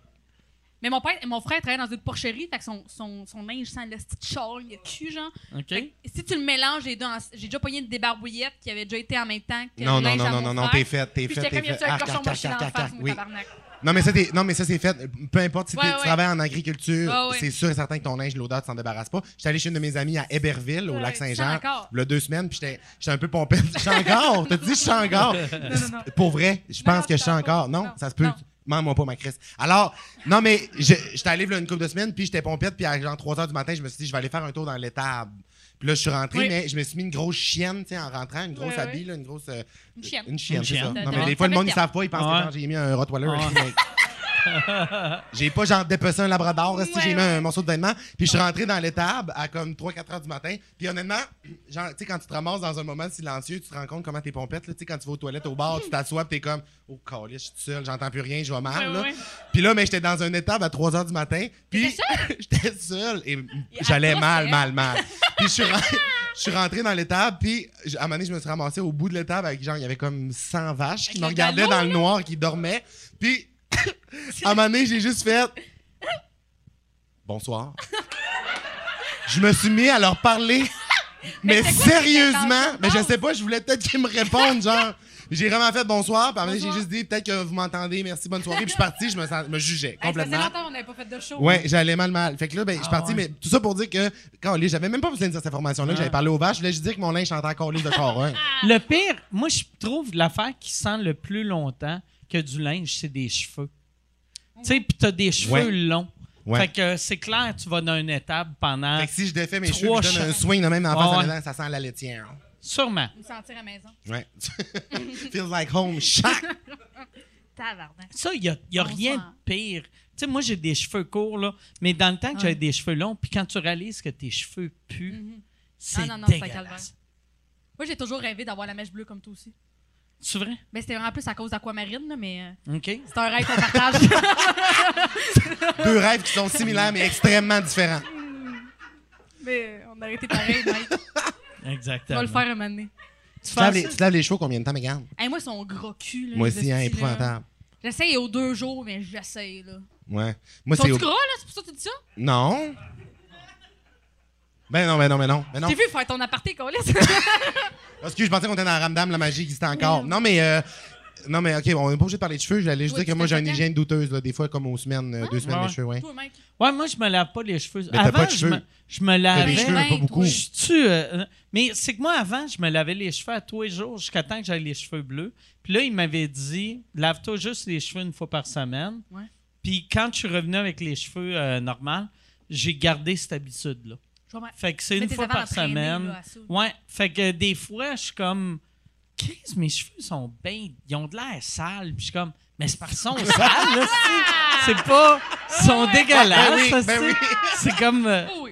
[SPEAKER 6] Mais mon, père, mon frère travaillait dans une porcherie, fait que son, son, son linge sent le petit chaul, le cul, genre.
[SPEAKER 1] OK.
[SPEAKER 6] Fait que euh, si tu le mélanges les deux, en- j'ai déjà pogné une débarbouillette qui avait déjà été en même temps que
[SPEAKER 5] Non,
[SPEAKER 6] le
[SPEAKER 5] non,
[SPEAKER 6] linge
[SPEAKER 5] non,
[SPEAKER 6] à
[SPEAKER 5] non,
[SPEAKER 6] mon
[SPEAKER 5] non, non,
[SPEAKER 6] frère.
[SPEAKER 5] t'es faite, t'es
[SPEAKER 6] Puis
[SPEAKER 5] faite,
[SPEAKER 6] j'étais
[SPEAKER 5] t'es Ah,
[SPEAKER 6] comme, y a
[SPEAKER 5] faite.
[SPEAKER 6] tu un
[SPEAKER 5] Arc,
[SPEAKER 6] cochon
[SPEAKER 5] arc,
[SPEAKER 6] mochi dans
[SPEAKER 5] arc,
[SPEAKER 6] la
[SPEAKER 5] arc,
[SPEAKER 6] face,
[SPEAKER 5] arc,
[SPEAKER 6] mon
[SPEAKER 5] oui. Ah,
[SPEAKER 6] tabarnak.
[SPEAKER 5] Non, mais ça, t'es- non, mais ça, c'est fait. Peu importe si t'es-
[SPEAKER 6] Ouais,
[SPEAKER 5] tu
[SPEAKER 6] ouais.
[SPEAKER 5] travailles en agriculture,
[SPEAKER 6] Ouais, ouais.
[SPEAKER 5] c'est sûr et certain que ton linge, l'odeur, tu t'en débarrasses pas. J'étais allé chez une de mes amies à Héberville, au
[SPEAKER 6] Ouais,
[SPEAKER 5] lac
[SPEAKER 6] tu
[SPEAKER 5] Saint-Jean,
[SPEAKER 6] sens encore.
[SPEAKER 5] il y a deux semaines, puis j'étais j'étais un peu pompé. Je suis encore! T'as dit, je suis encore!
[SPEAKER 6] non.
[SPEAKER 5] Pour vrai, je
[SPEAKER 6] Non,
[SPEAKER 5] pense que
[SPEAKER 6] je
[SPEAKER 5] je suis
[SPEAKER 6] sens pas.
[SPEAKER 5] encore. Non,
[SPEAKER 6] Non,
[SPEAKER 5] ça se peut.
[SPEAKER 6] non.
[SPEAKER 5] Mande-moi pas ma crise. Alors, non, mais je- j'étais allé là, une couple de semaines, puis j'étais pompette, puis à genre 3 h du matin, je me suis dit, je vais aller faire un tour dans l'étable. Puis là, je suis rentré,
[SPEAKER 6] Oui.
[SPEAKER 5] mais je me suis mis une grosse chienne, tu sais, en rentrant, une grosse
[SPEAKER 6] Ouais, ouais.
[SPEAKER 5] habille, là, une grosse. euh,
[SPEAKER 6] Une chienne.
[SPEAKER 5] Une chienne,
[SPEAKER 1] Une
[SPEAKER 5] c'est ça.
[SPEAKER 1] chienne.
[SPEAKER 5] Non,
[SPEAKER 6] Ça
[SPEAKER 5] mais des
[SPEAKER 6] fait
[SPEAKER 5] fois, le monde,
[SPEAKER 6] le
[SPEAKER 5] ils savent pas, ils pensent
[SPEAKER 1] Ouais.
[SPEAKER 5] que genre, j'ai mis un Rottweiler.
[SPEAKER 1] Ouais.
[SPEAKER 5] mais- j'ai pas, genre, dépecé un Labrador, si
[SPEAKER 6] Ouais,
[SPEAKER 5] j'ai mis
[SPEAKER 6] ouais.
[SPEAKER 5] un morceau de vêtement. Puis je suis rentré dans l'étable à comme 3-4 heures du matin. Puis honnêtement, genre, tu sais, quand tu te ramasses dans un moment silencieux, tu te rends compte comment t'es pompette, là. Tu sais, quand tu vas aux toilettes au bar, tu t'assois, puis t'es comme, oh, calais, je suis seul, j'entends plus rien, je vois mal,
[SPEAKER 6] Ouais,
[SPEAKER 5] là.
[SPEAKER 6] ouais.
[SPEAKER 5] Puis là, mais j'étais dans une étable à 3 heures du matin. Puis j'étais seul et j'allais
[SPEAKER 6] toi,
[SPEAKER 5] mal,
[SPEAKER 6] c'est-
[SPEAKER 5] mal, mal. Puis je suis rentré, je suis rentré dans l'étable, puis je- à un moment donné, je me suis ramassé au bout de l'étable avec genre, il y avait comme 100 vaches qui
[SPEAKER 6] Avec
[SPEAKER 5] me
[SPEAKER 6] le
[SPEAKER 5] regardaient
[SPEAKER 6] galop,
[SPEAKER 5] dans le noir, qui dormaient. Puis à un moment donné, j'ai juste fait Bonsoir. je me suis mis à leur parler. Mais,
[SPEAKER 6] Mais c'est quoi
[SPEAKER 5] sérieusement,
[SPEAKER 6] cette
[SPEAKER 5] mais je
[SPEAKER 6] intention?
[SPEAKER 5] sais pas, je voulais peut-être qu'ils me répondent, genre. J'ai vraiment fait bonsoir, puis à un moment donné, j'ai
[SPEAKER 6] Bonsoir.
[SPEAKER 5] juste dit peut-être que vous m'entendez, merci, bonne soirée, puis je suis parti, je me, sens- me jugeais
[SPEAKER 6] Hey, Ça faisait
[SPEAKER 5] complètement.
[SPEAKER 6] longtemps qu'on n'avait pas fait de show. hein,
[SPEAKER 5] Ouais, j'allais mal, mal. Fait que là, ben, je suis parti, mais tout ça pour dire que, quand j'avais même pas besoin de dire cette information-là, j'avais parlé aux vaches, là, je dis que mon linge chantait encore lisse de corps, hein.
[SPEAKER 1] Le pire, moi, je trouve l'affaire qui sent le plus longtemps que du linge, c'est des cheveux. Tu sais, puis t'as des cheveux
[SPEAKER 5] Ouais.
[SPEAKER 1] longs.
[SPEAKER 5] Ouais.
[SPEAKER 1] Fait que euh, c'est clair, tu vas dans une étable pendant...
[SPEAKER 5] Fait que si je défais mes
[SPEAKER 1] Trois
[SPEAKER 5] cheveux, je donne un
[SPEAKER 1] chats.
[SPEAKER 5] swing de même en face,
[SPEAKER 1] Ouais,
[SPEAKER 5] en
[SPEAKER 1] ouais.
[SPEAKER 5] dedans, ça sent la laitière.
[SPEAKER 1] Sûrement.
[SPEAKER 6] Me sentir à la maison.
[SPEAKER 5] Ouais. Feels like home, chat.
[SPEAKER 6] Tavardin.
[SPEAKER 1] Ça, il n'y a, y a
[SPEAKER 6] Bonsoir.
[SPEAKER 1] rien de pire. Tu sais, moi, j'ai des cheveux courts, là, mais dans le temps que j'avais des cheveux longs, puis quand tu réalises que tes cheveux puent, c'est
[SPEAKER 6] Mm-hmm. Ah, non, non, c'est un
[SPEAKER 1] dégueulasse.
[SPEAKER 6] Moi, j'ai toujours rêvé d'avoir la mèche bleue comme toi aussi.
[SPEAKER 1] C'est vrai?
[SPEAKER 6] Mais c'était vraiment plus à cause d'Aquamarine, là, mais euh,
[SPEAKER 1] OK.
[SPEAKER 6] c'est un rêve qu'on partage.
[SPEAKER 5] Deux rêves qui sont similaires, mais extrêmement différents.
[SPEAKER 6] mais euh, on a arrêté pareil, mec. On
[SPEAKER 1] Exactement.
[SPEAKER 6] va le faire un moment donné.
[SPEAKER 1] Tu
[SPEAKER 5] Tu te laves
[SPEAKER 1] penses-
[SPEAKER 5] les, tu te laves les cheveux combien de temps, Mégane?
[SPEAKER 6] Hey, moi, son gros cul. Là,
[SPEAKER 5] Moi
[SPEAKER 6] les
[SPEAKER 5] aussi, hein,
[SPEAKER 6] hosties, là.
[SPEAKER 5] épouvantable.
[SPEAKER 6] J'essaye aux deux jours, mais j'essaye, là.
[SPEAKER 5] Ouais. Moi, c'est.
[SPEAKER 6] Sont-tu
[SPEAKER 5] au-
[SPEAKER 6] gras, là? C'est pour ça que tu dis ça?
[SPEAKER 5] Non. Ben non, ben non, ben non. Ben non.
[SPEAKER 6] T'es vu faire ton aparté, Colis?
[SPEAKER 5] Parce que je pensais qu'on était dans Ramdam, la magie existait encore. Non, mais. euh, non, mais OK, on n'est pas obligé de parler de cheveux. J'allais juste
[SPEAKER 6] Ouais,
[SPEAKER 5] dire que
[SPEAKER 6] tu
[SPEAKER 5] moi,
[SPEAKER 6] fais
[SPEAKER 5] j'ai
[SPEAKER 6] ça
[SPEAKER 5] une
[SPEAKER 6] quand?
[SPEAKER 5] hygiène douteuse, là, des fois, comme aux semaines, euh, deux semaines,
[SPEAKER 1] Ouais.
[SPEAKER 5] les cheveux, ouais.
[SPEAKER 6] Toi, mec.
[SPEAKER 1] Ouais, moi, je me lave pas les cheveux.
[SPEAKER 5] Mais t'as
[SPEAKER 1] avant,
[SPEAKER 5] pas de
[SPEAKER 1] je
[SPEAKER 5] cheveux.
[SPEAKER 1] me, je me
[SPEAKER 5] T'as
[SPEAKER 1] lavais.
[SPEAKER 5] des cheveux, pas
[SPEAKER 6] vingt,
[SPEAKER 5] beaucoup.
[SPEAKER 6] oui.
[SPEAKER 1] Ah, ben, Je tue, euh, mais c'est que moi, avant, je me lavais les cheveux à tous les jours jusqu'à temps que j'avais les cheveux bleus. Puis là, il m'avait dit lave-toi juste les cheveux une fois par semaine.
[SPEAKER 6] Ouais.
[SPEAKER 1] Puis quand je suis revenu avec les cheveux euh, normaux, j'ai gardé cette habitude-là.
[SPEAKER 6] Je vois,
[SPEAKER 1] Fait que c'est
[SPEAKER 6] Mais
[SPEAKER 1] une
[SPEAKER 6] tes
[SPEAKER 1] fois
[SPEAKER 6] affaires
[SPEAKER 1] par
[SPEAKER 6] à traîner,
[SPEAKER 1] semaine.
[SPEAKER 6] là, à ça.
[SPEAKER 1] ouais. Fait que des fois, je suis comme Chris, mes cheveux sont bien. Ils ont de l'air sales. Puis je suis comme Mais c'est parce qu'ils sont sales, là, c'est- C'est pas. Ils sont dégueulasses.
[SPEAKER 5] Ben oui,
[SPEAKER 1] ça,
[SPEAKER 5] ben
[SPEAKER 1] c'est-
[SPEAKER 5] oui.
[SPEAKER 1] C'est comme. euh,
[SPEAKER 6] Oh, oui.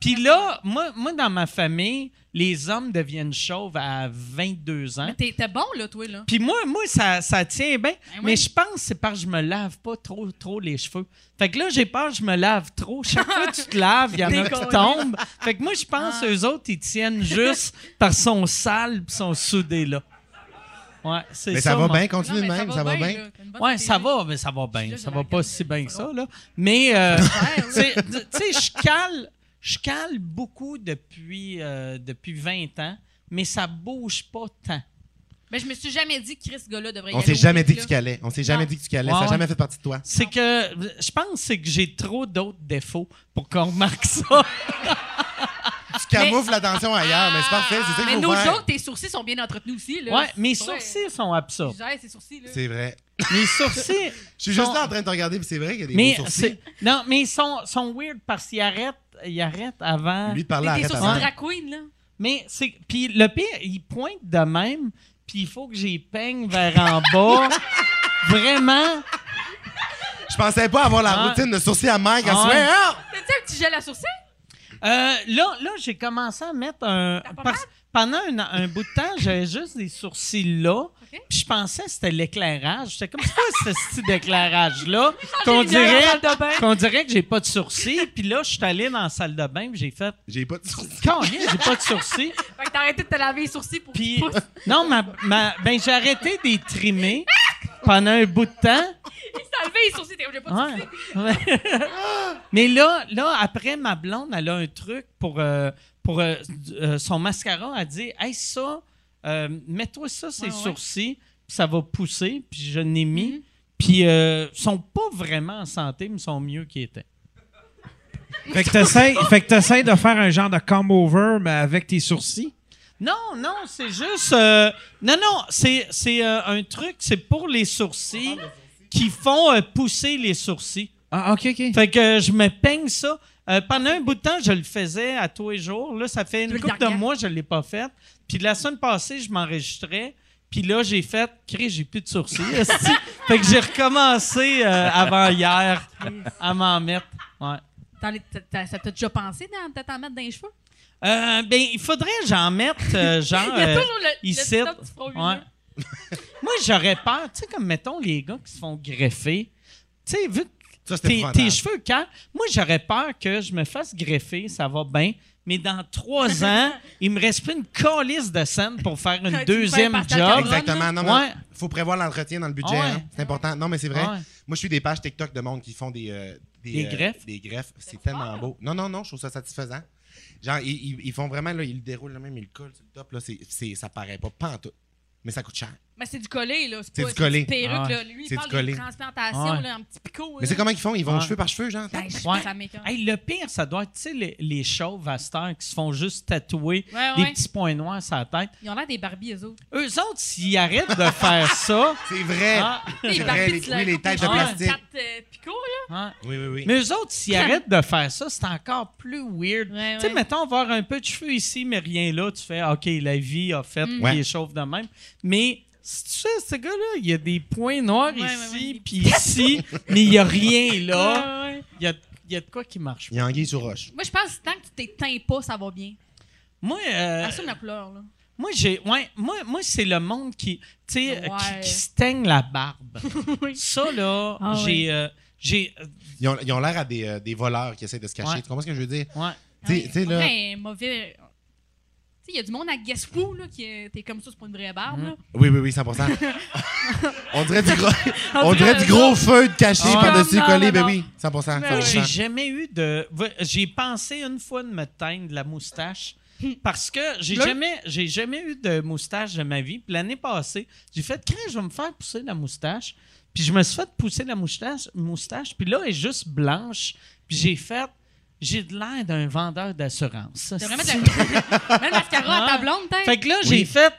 [SPEAKER 1] puis là, moi, moi, dans ma famille, les hommes deviennent chauves à 22 ans.
[SPEAKER 6] Mais t'es t'es bon, là, toi, là.
[SPEAKER 1] Puis moi, moi ça, ça tient bien.
[SPEAKER 6] oui.
[SPEAKER 1] Mais je pense que c'est parce que je me lave pas trop, trop les cheveux. Fait que là, j'ai peur que je me lave trop. Chaque fois que tu te laves, il y en a qui
[SPEAKER 6] Décolle.
[SPEAKER 1] tombent. Fait que moi, je
[SPEAKER 6] Ah.
[SPEAKER 1] pense qu'eux autres, ils tiennent juste par son sale pis son soudé là. Ouais, c'est
[SPEAKER 5] Mais
[SPEAKER 1] ça.
[SPEAKER 5] ça va
[SPEAKER 1] mon-
[SPEAKER 5] bien, continue
[SPEAKER 6] Non,
[SPEAKER 5] de
[SPEAKER 6] mais
[SPEAKER 5] même, ça va bien.
[SPEAKER 6] là. T'as une bonne
[SPEAKER 1] Ouais, ça
[SPEAKER 6] stratégie.
[SPEAKER 1] va, mais ça va bien. Ça
[SPEAKER 6] là, je
[SPEAKER 1] va
[SPEAKER 6] la
[SPEAKER 1] pas
[SPEAKER 6] regarde,
[SPEAKER 1] si
[SPEAKER 6] mais
[SPEAKER 1] bien que
[SPEAKER 6] c'est
[SPEAKER 1] ça,
[SPEAKER 6] bon.
[SPEAKER 1] là. Mais, euh,
[SPEAKER 6] Ouais,
[SPEAKER 1] tu
[SPEAKER 6] oui.
[SPEAKER 1] sais, tu sais, je cale, je cale beaucoup depuis, euh, depuis 20 ans, mais ça bouge pas tant.
[SPEAKER 6] Mais je me suis jamais dit que Chris, ce gars-là, devrait y
[SPEAKER 5] On
[SPEAKER 6] aller
[SPEAKER 5] s'est
[SPEAKER 6] au
[SPEAKER 5] jamais
[SPEAKER 6] Québec,
[SPEAKER 5] dit que tu
[SPEAKER 6] là.
[SPEAKER 5] calais. On s'est jamais
[SPEAKER 6] Non.
[SPEAKER 5] dit que tu calais.
[SPEAKER 1] Ouais,
[SPEAKER 5] Ça n'a
[SPEAKER 1] ouais.
[SPEAKER 5] jamais fait partie de toi.
[SPEAKER 1] C'est que je pense c'est que j'ai trop d'autres défauts pour qu'on remarque ça.
[SPEAKER 5] Tu camoufles l'attention ailleurs, mais c'est parfait, c'est ça
[SPEAKER 6] Mais
[SPEAKER 5] qu'il faut
[SPEAKER 6] nos
[SPEAKER 5] faire.
[SPEAKER 6] jokes, tes sourcils sont bien entretenus aussi. Là.
[SPEAKER 1] Ouais, mes
[SPEAKER 6] C'est vrai.
[SPEAKER 1] sourcils sont
[SPEAKER 6] Je
[SPEAKER 1] absurdes.
[SPEAKER 6] gère ces sourcils. Là.
[SPEAKER 5] C'est vrai.
[SPEAKER 1] Mes sourcils.
[SPEAKER 5] Je suis
[SPEAKER 1] sont-
[SPEAKER 5] juste là en train de te regarder, puis c'est vrai qu'il y a des
[SPEAKER 1] Mais
[SPEAKER 5] beaux sourcils.
[SPEAKER 1] c'est- non, mais ils sont, sont weird parce qu'ils arrêtent, ils arrêtent avant.
[SPEAKER 5] Lui, de parler
[SPEAKER 6] Mais
[SPEAKER 5] arrête
[SPEAKER 6] tes sourcils
[SPEAKER 5] avant.
[SPEAKER 6] drag queen, là.
[SPEAKER 1] Mais c'est puis le pire, ils pointent de même, puis il faut que j'y peigne vers en bas. Vraiment,
[SPEAKER 5] Je pensais pas avoir la
[SPEAKER 1] Ah.
[SPEAKER 5] routine de sourcils à Mike à
[SPEAKER 1] Ah.
[SPEAKER 5] soi. Ah!
[SPEAKER 6] T'as-tu un petit gel à sourcils?
[SPEAKER 1] Euh, là, là j'ai commencé à mettre un.
[SPEAKER 6] T'as pas
[SPEAKER 1] parce- pendant un, un bout de temps, j'avais juste des sourcils là. Puis je pensais que c'était l'éclairage. J'étais comme, c'est quoi ce style d'éclairage-là? Qu'on
[SPEAKER 6] les lumières
[SPEAKER 1] dirait,
[SPEAKER 6] dans la salle de bain.
[SPEAKER 1] qu'on dirait que j'ai pas de sourcils. Puis là, je suis allé dans la salle de bain, puis j'ai fait,
[SPEAKER 5] J'ai pas de sourcils.
[SPEAKER 1] quand j'ai pas de sourcils.
[SPEAKER 6] Fait que t'as arrêté de te laver les sourcils pour
[SPEAKER 1] Puis,
[SPEAKER 6] pour-
[SPEAKER 1] non, ma, ma- ben, j'ai arrêté de les trimer pendant un bout de temps.
[SPEAKER 6] t'enlever les sourcils. T'es obligé pas de
[SPEAKER 1] Ouais.
[SPEAKER 6] sourcils.
[SPEAKER 1] Ouais. Mais là, là, après, ma blonde, elle a un truc pour, euh, pour euh, d- euh, son mascara. Elle dit Hey, ça, euh, mets-toi ça, ses
[SPEAKER 6] Ouais, Mm-hmm. ouais.
[SPEAKER 1] sourcils, puis ça va pousser. Puis je l'ai mis. Puis euh, ils sont pas vraiment en santé, mais ils sont mieux qu'ils étaient.
[SPEAKER 4] Fait que t'essayes fait que t'essayes de faire un genre de come over, mais avec tes sourcils.
[SPEAKER 1] Non, non, c'est juste. euh, non, non, c'est c'est, euh, un truc, c'est pour les sourcils qui font euh, pousser les sourcils.
[SPEAKER 4] Ah, ok, ok.
[SPEAKER 1] Fait que je me peigne ça. Euh, pendant un bout de temps, je le faisais à tous les jours. Là, ça fait une
[SPEAKER 6] Le
[SPEAKER 1] couple de
[SPEAKER 6] gargant.
[SPEAKER 1] mois, je ne l'ai pas fait. Puis la semaine passée, je m'enregistrais. Puis là, j'ai fait, crée, j'ai plus de sourcils. esti. fait que j'ai recommencé euh, avant hier à m'en mettre. Ouais.
[SPEAKER 6] T'en es- t'as- t'as- Ça t'a déjà pensé d'en- de t'en mettre dans les cheveux?
[SPEAKER 1] Euh, ben, il faudrait que j'en mette, euh, genre.
[SPEAKER 6] Il y a
[SPEAKER 1] euh,
[SPEAKER 6] toujours le, le
[SPEAKER 1] ici.
[SPEAKER 6] petit top du front
[SPEAKER 1] Ouais.
[SPEAKER 6] huileux.
[SPEAKER 1] Moi, j'aurais peur, tu sais, comme mettons les gars qui se font greffer. Tu sais, vu que
[SPEAKER 5] Ça, c'est
[SPEAKER 1] tes,
[SPEAKER 5] épouvantable.
[SPEAKER 1] tes cheveux, quand. Moi, j'aurais peur que je me fasse greffer, ça va bien. Mais dans trois ans, il me reste plus une calice de scène pour faire
[SPEAKER 6] Tu
[SPEAKER 1] une
[SPEAKER 6] fais
[SPEAKER 1] deuxième
[SPEAKER 6] un partage
[SPEAKER 1] job.
[SPEAKER 6] Pardonne,
[SPEAKER 5] Exactement. Non,
[SPEAKER 1] Ah, Ouais.
[SPEAKER 5] mais faut prévoir l'entretien dans le budget.
[SPEAKER 1] Ouais.
[SPEAKER 5] hein. C'est important. Non, mais c'est vrai.
[SPEAKER 1] Ouais.
[SPEAKER 5] Moi, je suis des pages TikTok de monde qui font des, euh,
[SPEAKER 1] Des greffes?
[SPEAKER 5] Des greffes. C'est tellement beau. Non, non, non, je trouve ça satisfaisant. Genre, ils, ils- ils font vraiment, là, ils le déroulent, là, même ils le collent sur le top. Là, c'est, c'est- ça paraît pas, pas en tout. Mais ça coûte cher.
[SPEAKER 6] Mais c'est du collé, là.
[SPEAKER 5] C'est
[SPEAKER 6] pas-
[SPEAKER 5] du collé.
[SPEAKER 6] C'est perruque,
[SPEAKER 1] Ah ouais.
[SPEAKER 6] là. Lui,
[SPEAKER 5] C'est
[SPEAKER 6] il
[SPEAKER 5] du
[SPEAKER 6] parle
[SPEAKER 5] collé.
[SPEAKER 6] de transplantation,
[SPEAKER 1] Ouais.
[SPEAKER 6] là, Ben, un petit picot.
[SPEAKER 5] Mais c'est
[SPEAKER 6] comme
[SPEAKER 5] comment ils font? Ils vont
[SPEAKER 1] Ouais.
[SPEAKER 5] cheveux par cheveux, genre.
[SPEAKER 1] Ouais.
[SPEAKER 6] Ça m'écoeure.
[SPEAKER 1] Hey, le pire, ça doit être, tu sais, les, les chauves à cette heure qui se font juste tatouer
[SPEAKER 6] Ouais,
[SPEAKER 1] des
[SPEAKER 6] ouais.
[SPEAKER 1] petits points noirs sur la tête.
[SPEAKER 6] Ils ont l'air des Barbies, eux autres.
[SPEAKER 1] Eux autres, s'ils arrêtent de faire ça.
[SPEAKER 5] C'est vrai.
[SPEAKER 1] hein,
[SPEAKER 5] C'est
[SPEAKER 6] Les
[SPEAKER 5] vrai,
[SPEAKER 6] Barbies,
[SPEAKER 5] les-
[SPEAKER 6] tu
[SPEAKER 5] oui,
[SPEAKER 6] l'as-
[SPEAKER 5] les têtes
[SPEAKER 1] de
[SPEAKER 6] Ouais.
[SPEAKER 5] plastique.
[SPEAKER 6] Quatre euh, picots, là.
[SPEAKER 1] hein.
[SPEAKER 5] Oui, oui, oui.
[SPEAKER 1] Mais eux autres, s'ils arrêtent de faire ça, c'est encore plus weird.
[SPEAKER 6] Ouais,
[SPEAKER 1] Tu sais,
[SPEAKER 6] ouais.
[SPEAKER 1] mettons, avoir un peu de cheveux ici, mais rien là, tu fais, OK, la vie a
[SPEAKER 6] Mm.
[SPEAKER 1] fait qu'il
[SPEAKER 5] Ouais.
[SPEAKER 1] est chauve de même. Mais si tu sais, ce gars-là, il y a des points noirs
[SPEAKER 6] Ouais, ouais,
[SPEAKER 1] ici,
[SPEAKER 6] ouais.
[SPEAKER 1] puis ici, mais il n'y a rien là.
[SPEAKER 6] Ouais, ouais.
[SPEAKER 1] Il y a, il y a de quoi qui marche.
[SPEAKER 5] Il y a Anguille sur roche.
[SPEAKER 6] Moi, je pense que tant que tu t'éteins pas, ça va bien.
[SPEAKER 1] Moi, euh,
[SPEAKER 6] Assume la couleur, là.
[SPEAKER 1] moi, j'ai, ouais, moi, moi c'est le monde qui, tu sais, euh,
[SPEAKER 6] Ouais.
[SPEAKER 1] qui, qui se teigne la barbe. Ça, là,
[SPEAKER 6] Ah,
[SPEAKER 1] j'ai.
[SPEAKER 6] ouais.
[SPEAKER 1] euh, j'ai euh,
[SPEAKER 5] Ils ont, ils ont l'air à des, euh, des voleurs qui essaient de se cacher.
[SPEAKER 1] Ouais.
[SPEAKER 5] Tu comprends ce que je veux dire?
[SPEAKER 1] ouais.
[SPEAKER 5] Tu sais- tu sais, là-
[SPEAKER 6] Ouais, un mauvais... Tu sais, il y a du monde à Guess Who, là, qui est- t'es comme ça, c'est pas une vraie barbe, là.
[SPEAKER 5] Oui, oui, oui, 100%. on dirait du gros, on
[SPEAKER 6] dirait
[SPEAKER 5] dirait
[SPEAKER 6] eux
[SPEAKER 5] du gros
[SPEAKER 6] autres.
[SPEAKER 5] feu de caché
[SPEAKER 1] Ah.
[SPEAKER 5] par-dessus
[SPEAKER 6] Non,
[SPEAKER 5] collé.
[SPEAKER 6] non,
[SPEAKER 5] Ben
[SPEAKER 6] non.
[SPEAKER 5] oui, 100%.
[SPEAKER 6] Mais
[SPEAKER 1] Moi,
[SPEAKER 6] oui.
[SPEAKER 5] 100%.
[SPEAKER 1] J'ai jamais eu de. va- J'ai pensé une fois de me teindre la moustache parce que j'ai
[SPEAKER 6] Bleu?
[SPEAKER 1] jamais, j'ai jamais eu de moustache de ma vie. Puis l'année passée, j'ai fait crée, je vais me faire pousser la moustache. Puis je me suis fait pousser la moustache, moustache. Puis là, elle est juste blanche. Puis j'ai fait, j'ai de l'air d'un vendeur d'assurance.
[SPEAKER 6] T'as vraiment de la... Même mascara à ta blonde, peut-être.
[SPEAKER 1] Ah. Fait que là, j'ai fait.